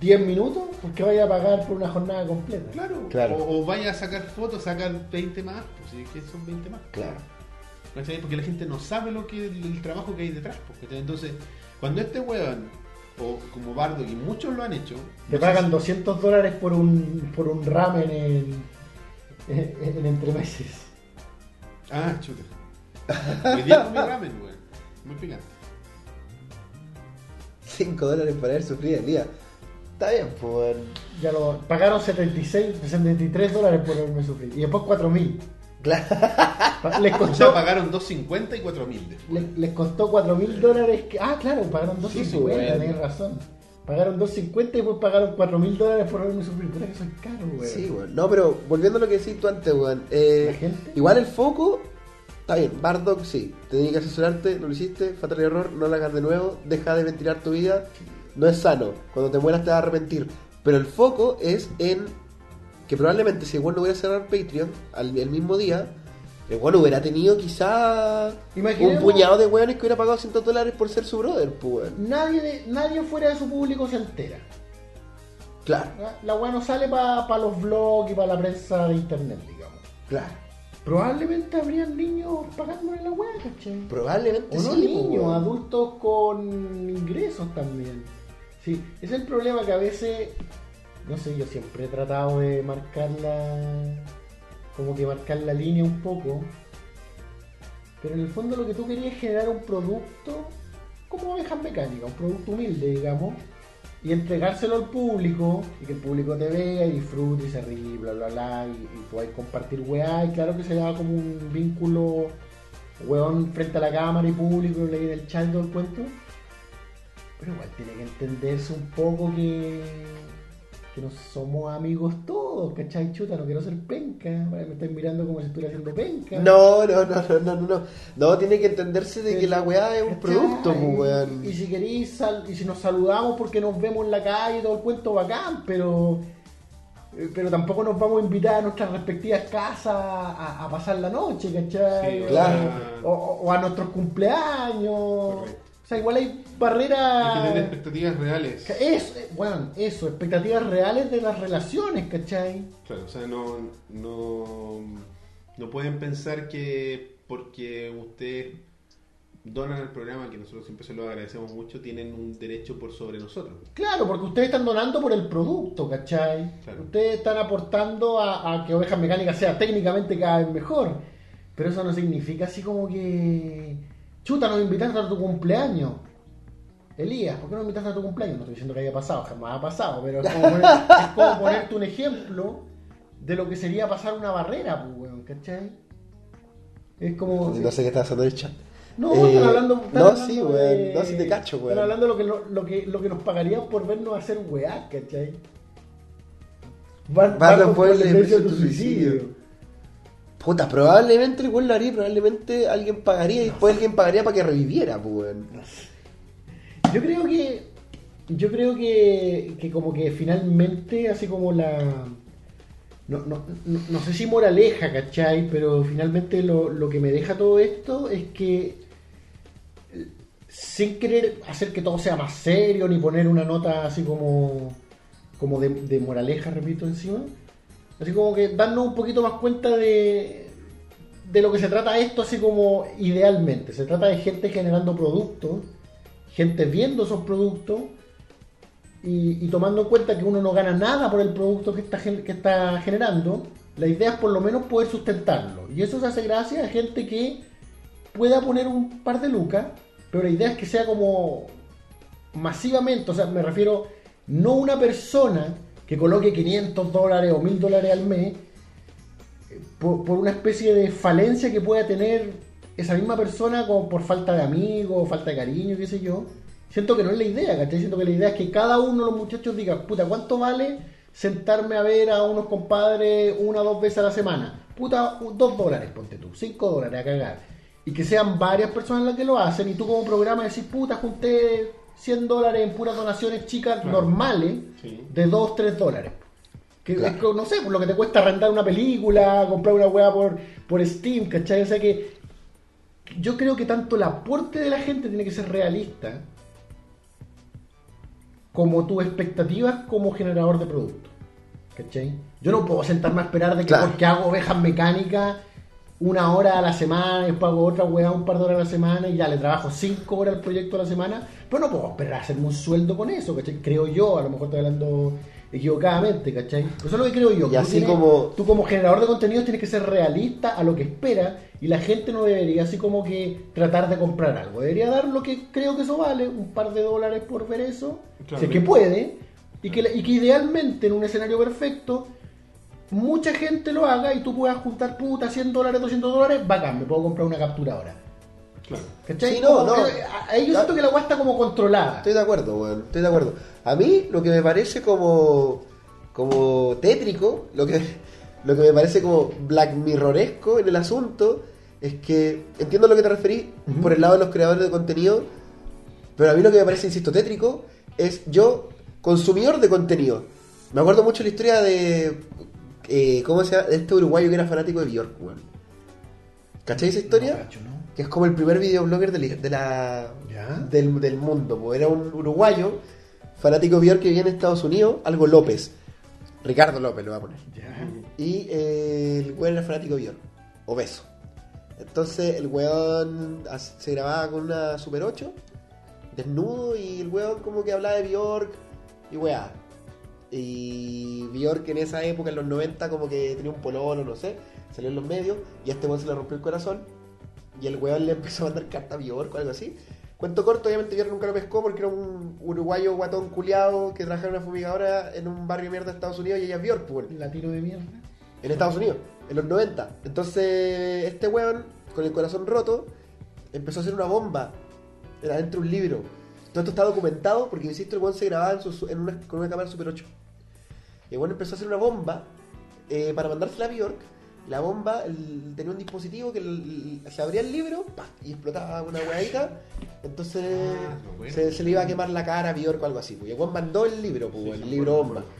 [SPEAKER 3] 10 minutos, ¿por qué vaya a pagar por una jornada completa?
[SPEAKER 1] Claro.
[SPEAKER 2] Claro.
[SPEAKER 1] O, o vaya a sacar fotos, sacar 20 más, pues si es que son 20 más.
[SPEAKER 2] Claro.
[SPEAKER 1] ¿Cachai? Porque la gente no sabe lo que el trabajo que hay detrás. pues, ¿cachai? Entonces, cuando este weón, o como Bardo, y muchos lo han hecho,
[SPEAKER 3] Te pagan 200 dólares por un, por un ramen en, en, en entremeses.
[SPEAKER 1] Ah, chuta. Hoy día comí ramen, weón. Muy picante.
[SPEAKER 2] 5 dólares para él sufrir el día. Está bien, pues. weón.
[SPEAKER 3] Ya lo pagaron 76, 73 dólares por haberme sufrido. Y después 4000.
[SPEAKER 2] Claro.
[SPEAKER 3] Pa- Les
[SPEAKER 1] O sea,
[SPEAKER 3] costó,
[SPEAKER 1] pagaron 2.50 y 4.000 después.
[SPEAKER 3] les, les costó 4000 dólares. que- ah, claro, pagaron 250,
[SPEAKER 2] weón.
[SPEAKER 3] tenés razón. Pagaron 250 y después pagaron 4000 dólares por haberme sufrido. Puta que soy caro, weón.
[SPEAKER 2] Sí, weón. No, pero volviendo a lo que decís tú antes, weón. eh,
[SPEAKER 3] La gente.
[SPEAKER 2] igual el foco. Está bien, Bardock sí. Tenías que asesorarte, no lo hiciste, fatal error, no lo hagas de nuevo, deja de ventilar tu vida. No es sano. Cuando te mueras te vas a arrepentir. Pero el foco es en que probablemente si el weón no hubiera cerrado Patreon al, el mismo día, el weón hubiera tenido quizá
[SPEAKER 3] Imaginemos-
[SPEAKER 2] un puñado de weones que hubiera pagado 100 dólares por ser su brother, pues weón.
[SPEAKER 3] Nadie, de- nadie fuera de su público se entera.
[SPEAKER 2] Claro,
[SPEAKER 3] ¿verdad? La weá no sale para los blogs y para la prensa de internet, digamos.
[SPEAKER 2] claro.
[SPEAKER 3] Probablemente habrían niños pagándole la weá, ¿cachai?
[SPEAKER 2] Probablemente
[SPEAKER 3] O no
[SPEAKER 2] sí, pues,
[SPEAKER 3] niños,
[SPEAKER 2] weón.
[SPEAKER 3] adultos con ingresos también. Sí, es el problema que a veces, no sé, yo siempre he tratado de marcar la, como que marcar la línea un poco. Pero en el fondo lo que tú querías es generar un producto como ovejas mecánicas, un producto humilde, digamos, y entregárselo al público, y que el público te vea y disfrute y se ríe, bla, bla, bla, y, y podáis compartir weá, y claro que se da como un vínculo weón frente a la cámara y público, leí en el chat y todo el cuento. Pero igual tiene que entenderse un poco que, que no somos amigos todos, ¿cachai? Chuta, no quiero ser penca. Me estás mirando como si estuviera haciendo penca.
[SPEAKER 2] No, no, no, no, no, no, no. No, tiene que entenderse de que la weá es un
[SPEAKER 3] ¿Cachai?
[SPEAKER 2] producto, pues,
[SPEAKER 3] Este Y
[SPEAKER 2] weón.
[SPEAKER 3] si querís, sal- y si nos saludamos porque nos vemos en la calle, todo el cuento bacán, pero. eh, Pero tampoco nos vamos a invitar a nuestras respectivas casas a, a pasar la noche, ¿cachai?
[SPEAKER 1] Sí,
[SPEAKER 2] claro.
[SPEAKER 3] O, o a nuestros cumpleaños.
[SPEAKER 1] Correcto.
[SPEAKER 3] O sea, igual hay
[SPEAKER 1] Hay que tener
[SPEAKER 3] barreras.
[SPEAKER 1] expectativas reales.
[SPEAKER 3] Eso, eh, bueno, eso, expectativas reales de las relaciones, ¿cachai?
[SPEAKER 1] Claro, o sea, no, no, no pueden pensar que porque ustedes donan al programa, que nosotros siempre se lo agradecemos mucho, tienen un derecho por sobre nosotros.
[SPEAKER 3] Claro, porque ustedes están donando por el producto, ¿cachai?
[SPEAKER 1] Claro.
[SPEAKER 3] Ustedes están aportando a, a que Ovejas Mecánicas sea técnicamente cada vez mejor. Pero eso no significa así como que. Chuta, nos invitaste a tu cumpleaños. Elías, ¿por qué no invitaste a tu cumpleaños? No estoy diciendo que haya pasado, jamás ha pasado, pero es como, poner- es como ponerte un ejemplo de lo que sería pasar una barrera, pues, weón, ¿cachai? Es como.
[SPEAKER 2] No sé qué está pasando en el chat.
[SPEAKER 3] No,
[SPEAKER 2] Eh,
[SPEAKER 3] están hablando. están
[SPEAKER 2] no,
[SPEAKER 3] hablando
[SPEAKER 2] sí,
[SPEAKER 3] de-
[SPEAKER 2] weón. No, sí te cacho, weón.
[SPEAKER 3] Están hablando lo que, lo, lo que, lo que nos pagarían por vernos hacer weá, ¿cachai? Bar-
[SPEAKER 2] Bardo
[SPEAKER 3] barco
[SPEAKER 2] puede
[SPEAKER 3] por el
[SPEAKER 2] ser
[SPEAKER 3] precio
[SPEAKER 2] precio
[SPEAKER 3] de tu
[SPEAKER 2] de tu
[SPEAKER 3] suicidio.
[SPEAKER 2] suicidio. Puta, probablemente el weón lo haría, probablemente alguien pagaría y después alguien pagaría para que reviviera, pues, weón.
[SPEAKER 3] Yo creo que. Yo creo que, que como que finalmente, así como la. No, no, no, no sé si moraleja, ¿cachai? Pero finalmente lo, lo que me deja todo esto es que eh, sin querer hacer que todo sea más serio ni poner una nota así como como de, de moraleja, repito, encima. Así como que darnos un poquito más cuenta de, de lo que se trata esto, así como idealmente. Se trata de gente generando productos, gente viendo esos productos y, y tomando en cuenta que uno no gana nada por el producto que está, gen- que está generando. La idea es por lo menos poder sustentarlo. Y eso se hace gracias a gente que pueda poner un par de lucas, pero la idea es que sea como masivamente, o sea, me refiero no una persona que coloque 500 dólares o 1000 dólares al mes, por, por una especie de falencia que pueda tener esa misma persona como por falta de amigos, falta de cariño, qué sé yo. Siento que no es la idea, ¿cachai? Siento que la idea es que cada uno de los muchachos diga, puta, ¿cuánto vale sentarme a ver a unos compadres una o dos veces a la semana? Puta, un- dos dólares, ponte tú, cinco dólares a cagar. Y que sean varias personas las que lo hacen y tú como programa decís, puta, junté 100 dólares en puras donaciones chicas normales
[SPEAKER 1] Sí.
[SPEAKER 3] de 2, 3 dólares. Que,
[SPEAKER 2] Claro.
[SPEAKER 3] es que, no sé, por lo que te cuesta arrendar una película, comprar una weá por, por Steam, ¿cachai? O sea que yo creo que tanto el aporte de la gente tiene que ser realista como tus expectativas como generador de producto. ¿Cachai? Yo no puedo sentarme a esperar de que
[SPEAKER 2] Claro.
[SPEAKER 3] porque hago ovejas mecánicas una hora a la semana, después hago otra weá un par de horas a la semana y ya le trabajo cinco horas al proyecto a la semana, pero no puedo esperar a hacerme un sueldo con eso, ¿cachai? Creo yo, a lo mejor estoy hablando equivocadamente, ¿cachai? Pero eso es lo que creo yo.
[SPEAKER 2] Y
[SPEAKER 3] que tú
[SPEAKER 2] así como-
[SPEAKER 3] Tú como generador de contenidos tienes que ser realista a lo que espera y la gente no debería así como que tratar de comprar algo. Debería dar lo que creo que eso vale, un par de dólares por ver eso,
[SPEAKER 1] Claro.
[SPEAKER 3] si es que puede, y que, la- y que idealmente en un escenario perfecto mucha gente lo haga y tú puedas juntar puta 100 dólares, 200 dólares, bacán, me puedo comprar una capturadora.
[SPEAKER 1] Claro.
[SPEAKER 3] ¿Cachai?
[SPEAKER 2] Sí, no,
[SPEAKER 3] Como
[SPEAKER 2] no.
[SPEAKER 3] que- a- ahí yo siento que la weá está como controlada.
[SPEAKER 2] Estoy de acuerdo, weón. Estoy de acuerdo. A mí lo que me parece como. como tétrico, lo que, lo que me parece como black mirroresco en el asunto, es que entiendo a lo que te referís por el lado de los creadores de contenido, pero a mí lo que me parece, insisto, tétrico, es yo, consumidor de contenido. Me acuerdo mucho la historia de. eh, ¿Cómo se llama? De este uruguayo que era fanático de Bjork, weón. ¿Cachai esa historia?
[SPEAKER 5] No, cacho, ¿no?
[SPEAKER 2] que es como el primer videoblogger de la, de la-
[SPEAKER 5] Ya.
[SPEAKER 2] del, del mundo. po. Era un uruguayo, fanático de Bjork que vivía en Estados Unidos, algo López. Ricardo López lo va a poner.
[SPEAKER 5] Ya.
[SPEAKER 2] Y eh, el weón era fanático de Bjork, obeso. Entonces el weón as- se grababa con una Super 8, desnudo, y el weón como que hablaba de Bjork y weá. Y Bjork en esa época, en los 90, como que tenía un pololo, no sé, salió en los medios, y a este weón se le rompió el corazón, y el weón le empezó a mandar carta a Bjork o algo así. Cuento corto, obviamente Bjork nunca lo pescó porque era un uruguayo guatón culiado que trabajaba en una fumigadora en un barrio de mierda de Estados Unidos y ella es Bjork, pues
[SPEAKER 3] Latino de mierda.
[SPEAKER 2] en Estados Unidos, en los 90. Entonces, este weón, con el corazón roto, empezó a hacer una bomba era dentro de un libro. Todo esto está documentado porque, insisto, el weón se grababa en su- en una- con una cámara Super 8. Y el weón empezó a hacer una bomba eh, para mandársela a Bjork. La bomba el- tenía un dispositivo que el- se abría el libro ¡pa! y explotaba una huevadita. Entonces
[SPEAKER 1] Ah, me acuerdo.
[SPEAKER 2] se, se le iba a quemar la cara a Bjork o algo así. pues. Y el weón mandó el libro, pues,
[SPEAKER 1] Sí,
[SPEAKER 2] el
[SPEAKER 1] me
[SPEAKER 2] libro
[SPEAKER 1] acuerdo, me
[SPEAKER 2] bomba.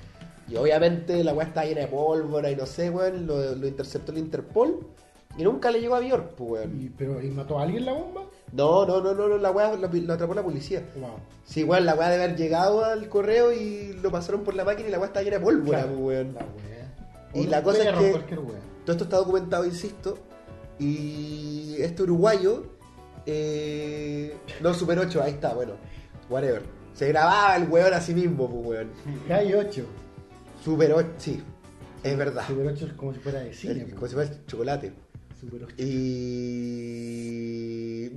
[SPEAKER 2] Y obviamente la weá está llena de pólvora y no sé, weón. Lo, lo interceptó el Interpol y nunca le llegó a Bjork, pues, weón.
[SPEAKER 3] Y- pero ¿y mató a alguien la bomba?
[SPEAKER 2] No, no, no, no, no, la weá lo, lo atrapó la policía.
[SPEAKER 3] Wow.
[SPEAKER 2] Sí, weón, la weá de haber llegado al correo y lo pasaron por la máquina y la weá está llena de pólvora,
[SPEAKER 3] Claro.
[SPEAKER 2] pues, weón.
[SPEAKER 3] La weá.
[SPEAKER 2] Y
[SPEAKER 3] Uno
[SPEAKER 2] la cosa
[SPEAKER 3] puede
[SPEAKER 2] es que-
[SPEAKER 3] cualquier weá.
[SPEAKER 2] Todo esto está documentado, insisto. Y este uruguayo, eh, no, Super 8, ahí está, bueno, whatever. Se grababa el weón a sí mismo, pues, weón.
[SPEAKER 3] Calle 8.
[SPEAKER 2] Super 8, sí, es verdad.
[SPEAKER 3] Super 8 es como si fuera de cine.
[SPEAKER 2] El-
[SPEAKER 3] po.
[SPEAKER 2] como se llama el chocolate.
[SPEAKER 3] Super 8.
[SPEAKER 2] Y.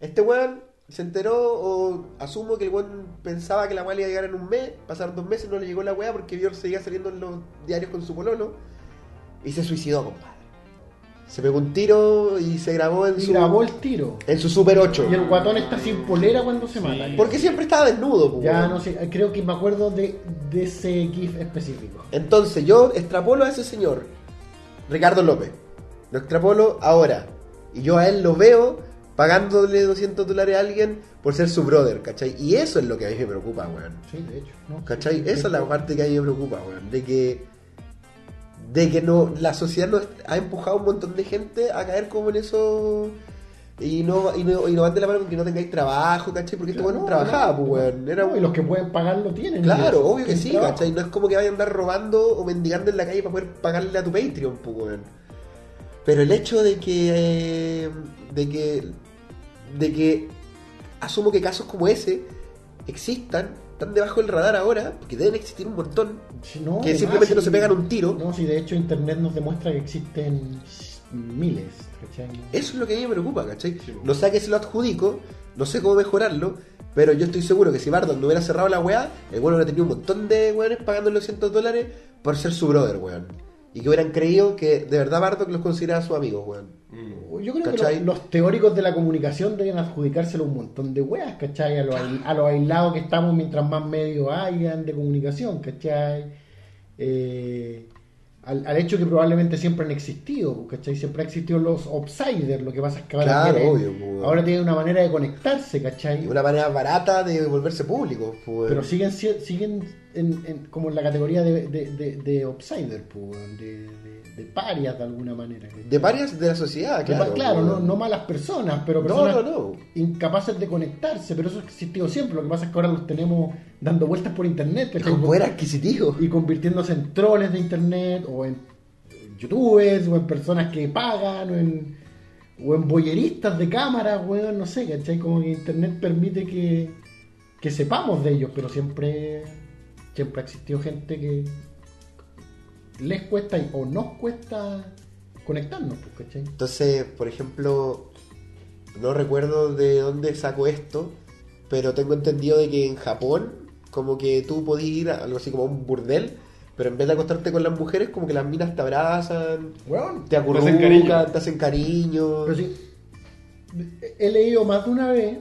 [SPEAKER 2] Este weón se enteró, o asumo que el weón pensaba que la weá le iba a llegar en un mes. Pasaron dos meses, no le llegó la weá porque Bjork seguía saliendo en los diarios con su pololo. Y se suicidó, compadre. Se pegó un tiro y se grabó en
[SPEAKER 3] Y
[SPEAKER 2] su.
[SPEAKER 3] grabó el tiro.
[SPEAKER 2] En su Super 8.
[SPEAKER 3] Y el guatón está sin polera cuando se
[SPEAKER 1] Sí.
[SPEAKER 3] mata.
[SPEAKER 2] Porque siempre estaba desnudo, po,
[SPEAKER 3] Ya
[SPEAKER 2] weón.
[SPEAKER 3] no sé, creo que me acuerdo de, de ese GIF específico.
[SPEAKER 2] Entonces yo extrapolo a ese señor, Ricardo López. Lo extrapolo ahora. Y yo a él lo veo pagándole 200 dólares a alguien por ser su brother, ¿cachai? Y eso es lo que a mí me preocupa, weón.
[SPEAKER 3] Sí, de hecho. ¿no?
[SPEAKER 2] ¿Cachai?
[SPEAKER 3] Sí,
[SPEAKER 2] Esa es la
[SPEAKER 3] sí.
[SPEAKER 2] parte que a mí me preocupa, weón. De que, de que no, la sociedad nos ha empujado a un montón de gente a caer como en eso... Y no, y no, y no van de la mano con que no tengáis trabajo, ¿cachai? Porque este weón no
[SPEAKER 3] No,
[SPEAKER 2] trabajaba,
[SPEAKER 3] no,
[SPEAKER 2] pues, weón. Era
[SPEAKER 3] No, y los que pueden pagar lo tienen.
[SPEAKER 2] Claro,
[SPEAKER 3] Eso,
[SPEAKER 2] obvio que
[SPEAKER 3] es
[SPEAKER 2] sí,
[SPEAKER 3] trabajo.
[SPEAKER 2] ¿cachai? No es como que vaya a andar robando o mendigando en la calle para poder pagarle a tu Patreon, pues, weón. Pero el hecho de que. eh, de que. de que. asumo que casos como ese existan, están debajo del radar ahora, porque deben existir un montón,
[SPEAKER 3] Si no,
[SPEAKER 2] que
[SPEAKER 3] además,
[SPEAKER 2] simplemente no
[SPEAKER 3] si-
[SPEAKER 2] se pegan un tiro.
[SPEAKER 3] No, si de hecho internet nos demuestra que existen miles, ¿cachai?
[SPEAKER 2] Eso es lo que a mí me preocupa, ¿cachai?
[SPEAKER 1] Sí, po.
[SPEAKER 2] No sé a qué se lo adjudico, no sé cómo mejorarlo, pero yo estoy seguro que si Bardon no hubiera cerrado la weá, el weón hubiera tenido un montón de weones pagando los 200 dólares por ser su brother, weón. y que hubieran creído que de verdad Bardock los consideraba su amigo, weón.
[SPEAKER 3] Yo creo
[SPEAKER 2] ¿Cachai?
[SPEAKER 3] que los, los teóricos de la comunicación deben adjudicárselo a un montón de weas, ¿cachai? A los, ai- a los aislados que estamos mientras más medios hayan de comunicación, ¿cachai? Eh, al, al hecho que probablemente siempre han existido, pues, ¿cachai? Siempre han existido los outsiders, lo que pasa es que ahora,
[SPEAKER 2] Claro,
[SPEAKER 3] tienen,
[SPEAKER 2] obvio, pues, weón.
[SPEAKER 3] ahora tienen una manera de conectarse, ¿cachai?
[SPEAKER 2] Y una manera barata de volverse público, pues,
[SPEAKER 3] Pero siguen si- siguen en, en- como en la categoría de, de, de, de outsider, pues, weón, de, de, de parias de alguna manera. ¿cachai?
[SPEAKER 2] de varias de la sociedad,
[SPEAKER 3] Que
[SPEAKER 2] claro. pues,
[SPEAKER 3] pa- claro, no,
[SPEAKER 2] weón.
[SPEAKER 3] no malas personas, pero
[SPEAKER 2] no,
[SPEAKER 3] personas
[SPEAKER 2] no, no.
[SPEAKER 3] incapaces de conectarse, pero eso ha existido siempre. Lo que pasa es que ahora los tenemos dando vueltas por internet ¿cachai?
[SPEAKER 2] Un buen adquisitivo.
[SPEAKER 3] y convirtiéndose en troles de internet o en youtubers o en personas que pagan o en, o en boyeristas de cámaras, weón, no sé, ¿cachai? Como que internet permite que, que sepamos de ellos, pero siempre, siempre ha existido gente que les cuesta y- o nos cuesta conectarnos, pues, ¿cachai?
[SPEAKER 2] Entonces, por ejemplo, no recuerdo de dónde saco esto, pero tengo entendido de que en Japón, como que tú podías ir a algo así como a un burdel, pero en vez de acostarte con las mujeres, como que las minas te abrazan,
[SPEAKER 3] Weón,
[SPEAKER 2] te acurrucan, te hacen
[SPEAKER 1] cariño.
[SPEAKER 2] cariño.
[SPEAKER 3] Pero sí, he leído más de una vez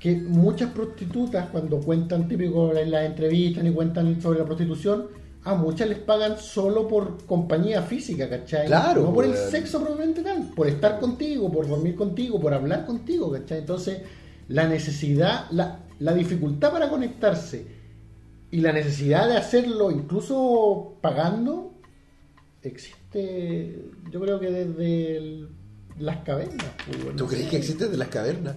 [SPEAKER 3] que muchas prostitutas, cuando cuentan, típico en las entrevistas y cuentan sobre la prostitución, a muchas les pagan solo por compañía física, ¿cachai?
[SPEAKER 2] Claro, pues,
[SPEAKER 3] No por el
[SPEAKER 2] weón.
[SPEAKER 3] sexo probablemente tal, por estar contigo, por dormir contigo, por hablar contigo, ¿cachai? Entonces, la necesidad, la, la dificultad para conectarse y la necesidad de hacerlo incluso pagando existe yo creo que desde el- las cavernas pues, bueno.
[SPEAKER 2] ¿Tú crees que existen de las cavernas?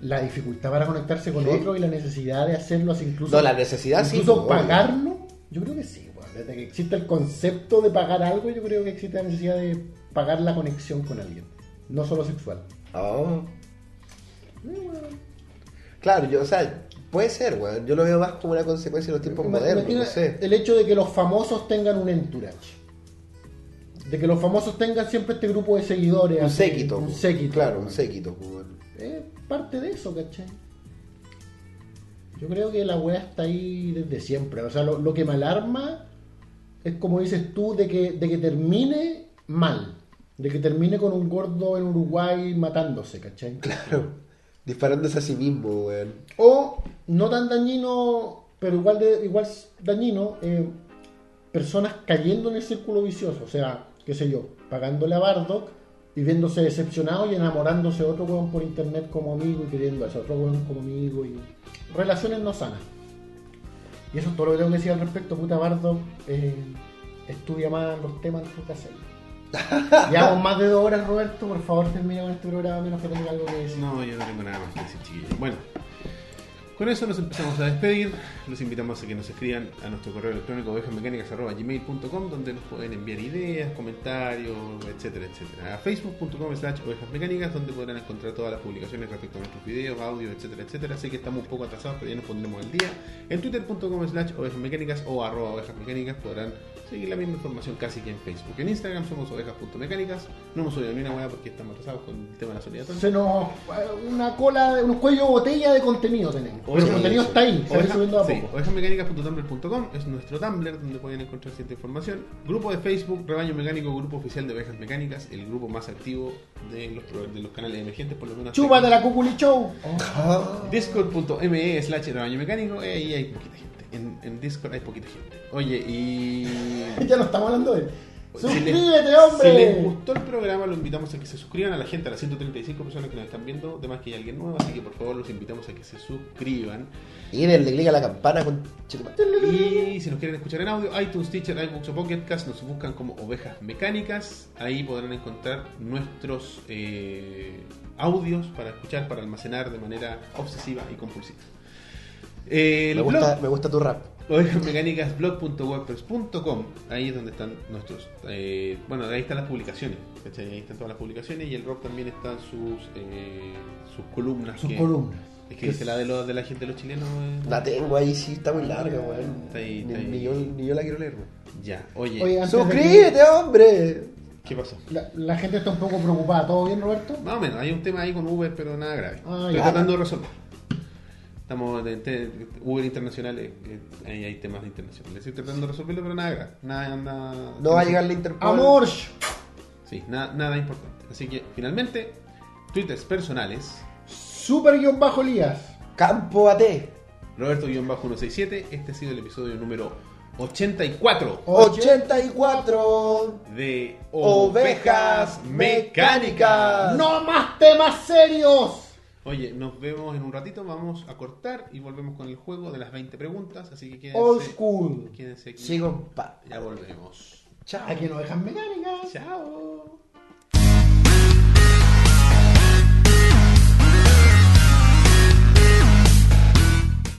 [SPEAKER 3] la dificultad para conectarse con
[SPEAKER 2] Sí.
[SPEAKER 3] otro y la necesidad de hacerlo así incluso
[SPEAKER 2] No, la necesidad sí,
[SPEAKER 3] incluso
[SPEAKER 2] pues,
[SPEAKER 3] pagarlo yo creo que sí bueno, desde que existe el concepto de pagar algo yo creo que existe la necesidad de pagar la conexión con alguien no solo sexual
[SPEAKER 2] Oh. Claro, yo, o sea, puede ser, weón. Yo lo veo más como una consecuencia de los tiempos
[SPEAKER 3] Ima-
[SPEAKER 2] modernos,
[SPEAKER 3] imagina
[SPEAKER 2] no sé.
[SPEAKER 3] el hecho de que los famosos tengan un entourage de que los famosos tengan siempre este grupo de seguidores
[SPEAKER 2] Un
[SPEAKER 3] así,
[SPEAKER 2] séquito.
[SPEAKER 3] un
[SPEAKER 2] weón.
[SPEAKER 3] séquito
[SPEAKER 2] Claro, un
[SPEAKER 3] bueno.
[SPEAKER 2] séquito, weón.
[SPEAKER 3] es parte de eso, ¿cachai? Yo creo que la weá está ahí desde siempre. O sea, lo, lo que me alarma es como dices tú, de que, de que termine mal. De que termine con un gordo en Uruguay matándose, ¿cachai?
[SPEAKER 2] Claro. Disparándose a sí mismo, weón.
[SPEAKER 3] O no tan dañino, pero igual de igual dañino, eh, personas cayendo en el círculo vicioso, o sea, qué sé yo, pagándole a Bardock y viéndose decepcionado y enamorándose de otro weón por internet como amigo y queriendo a ese otro weón como amigo y relaciones no sanas. Y eso es todo lo que tengo que decir al respecto, puta Bardock, eh, estudia más los temas antes de hacerlo. Llevamos más de dos horas, Roberto, por favor termina con este programa, a menos que tenga algo que decir.
[SPEAKER 1] No, yo no tengo nada más que decir, chiquillos. Bueno, con eso nos empezamos a despedir. Los invitamos a que nos escriban a nuestro correo electrónico ovejasmecánicas.gmail.com donde nos pueden enviar ideas, comentarios, etcétera, etcétera. A facebook.com slash ovejasmecánicas donde podrán encontrar todas las publicaciones respecto a nuestros videos, audios, etcétera, etcétera. Sé que estamos un poco atrasados, pero ya nos pondremos al día. En twitter.com slash ovejasmecánicas o arroba ovejasmecánicas podrán seguir la misma información casi que en Facebook. En Instagram somos ovejas.mecánicas. No hemos subido ni una hueá porque estamos atrasados con el tema de la solidaridad.
[SPEAKER 3] Se nos. eh, Una cola, de- un cuello de botella de contenido tenemos. Pero el
[SPEAKER 1] Oveja-
[SPEAKER 3] contenido está ahí, se va a ir
[SPEAKER 1] Oveja-
[SPEAKER 3] subiendo a
[SPEAKER 1] sí,
[SPEAKER 3] poco.
[SPEAKER 1] ovejasmecánicas.tumblr.com es nuestro Tumblr donde pueden encontrar cierta información. Grupo de Facebook, Rebaño Mecánico, grupo oficial de ovejas mecánicas, el grupo más activo de los, pro- de los canales emergentes, por lo menos.
[SPEAKER 3] Chúpate la cuculi show.
[SPEAKER 1] Ah. Discord.me slash rebaño mecánico, eh, ahí hay poquita gente. En, en Discord hay poquita gente. Oye, y.
[SPEAKER 3] Ya no estamos hablando de él.
[SPEAKER 1] Si les-
[SPEAKER 3] ¡Suscríbete,
[SPEAKER 1] Si les
[SPEAKER 3] hombre!
[SPEAKER 1] gustó el programa, lo invitamos a que se suscriban a la gente, a las 135 personas que nos están viendo, además que hay alguien nuevo, así que por favor los invitamos a que se suscriban.
[SPEAKER 2] Y denle clic a la campana con chetumare.
[SPEAKER 1] Y si nos quieren escuchar en audio, iTunes, Teacher, iBooks o Pocket Cast, nos buscan como Ovejas Mecánicas. Ahí podrán encontrar nuestros eh, audios para escuchar, para almacenar de manera obsesiva y compulsiva. Eh, el
[SPEAKER 2] Me gusta,
[SPEAKER 1] blog,
[SPEAKER 2] me gusta tu rap.
[SPEAKER 1] ovejasmecánicasblog.wordpress.com, ahí es donde están nuestros. eh, bueno, ahí están las publicaciones. ¿cachai? Ahí están todas las publicaciones y el rock también están sus, eh, sus columnas.
[SPEAKER 3] Sus
[SPEAKER 1] que-
[SPEAKER 3] columnas.
[SPEAKER 1] Es que dice la de, los, de la gente de los chilenos. eh.
[SPEAKER 2] La tengo ahí, sí, está muy larga, weón.
[SPEAKER 1] Está ahí,
[SPEAKER 2] ni,
[SPEAKER 1] está ahí.
[SPEAKER 2] ni yo, ni yo la quiero leer, weón.
[SPEAKER 1] Ya,
[SPEAKER 3] Oye,
[SPEAKER 1] oye.
[SPEAKER 3] antes de
[SPEAKER 2] ¡Suscríbete, hombre!
[SPEAKER 1] ¿Qué pasó?
[SPEAKER 3] que- La, la gente está un poco preocupada. ¿Todo bien, Roberto?
[SPEAKER 1] Más o menos, hay un tema ahí con Uber, pero nada grave.
[SPEAKER 3] Ah,
[SPEAKER 1] Estoy
[SPEAKER 3] ya.
[SPEAKER 1] tratando de resolver. Estamos en te- Uber internacionales, eh, ahí hay temas internacionales. Estoy tratando de resolverlo, pero nada, grave, nada, nada.
[SPEAKER 2] No va a llegar la Interpol.
[SPEAKER 3] ¡Amor!
[SPEAKER 1] Sí, nada, nada importante. Así que finalmente, twitters personales.
[SPEAKER 3] Super guión bajo Elías.
[SPEAKER 2] Campo AT.
[SPEAKER 1] Roberto-167, este ha sido el episodio número 84
[SPEAKER 2] 84.
[SPEAKER 1] de
[SPEAKER 2] Ovejas Mecánicas.
[SPEAKER 3] ¡No más temas serios!
[SPEAKER 1] Oye, nos vemos en un ratito, vamos a cortar y volvemos con el juego de las 20 preguntas, así que quédense,
[SPEAKER 3] Old school.
[SPEAKER 1] quédense aquí.
[SPEAKER 2] Sigo en paz.
[SPEAKER 1] Ya volvemos.
[SPEAKER 2] Chao.
[SPEAKER 3] Aquí no dejan mecánicas.
[SPEAKER 1] Chao.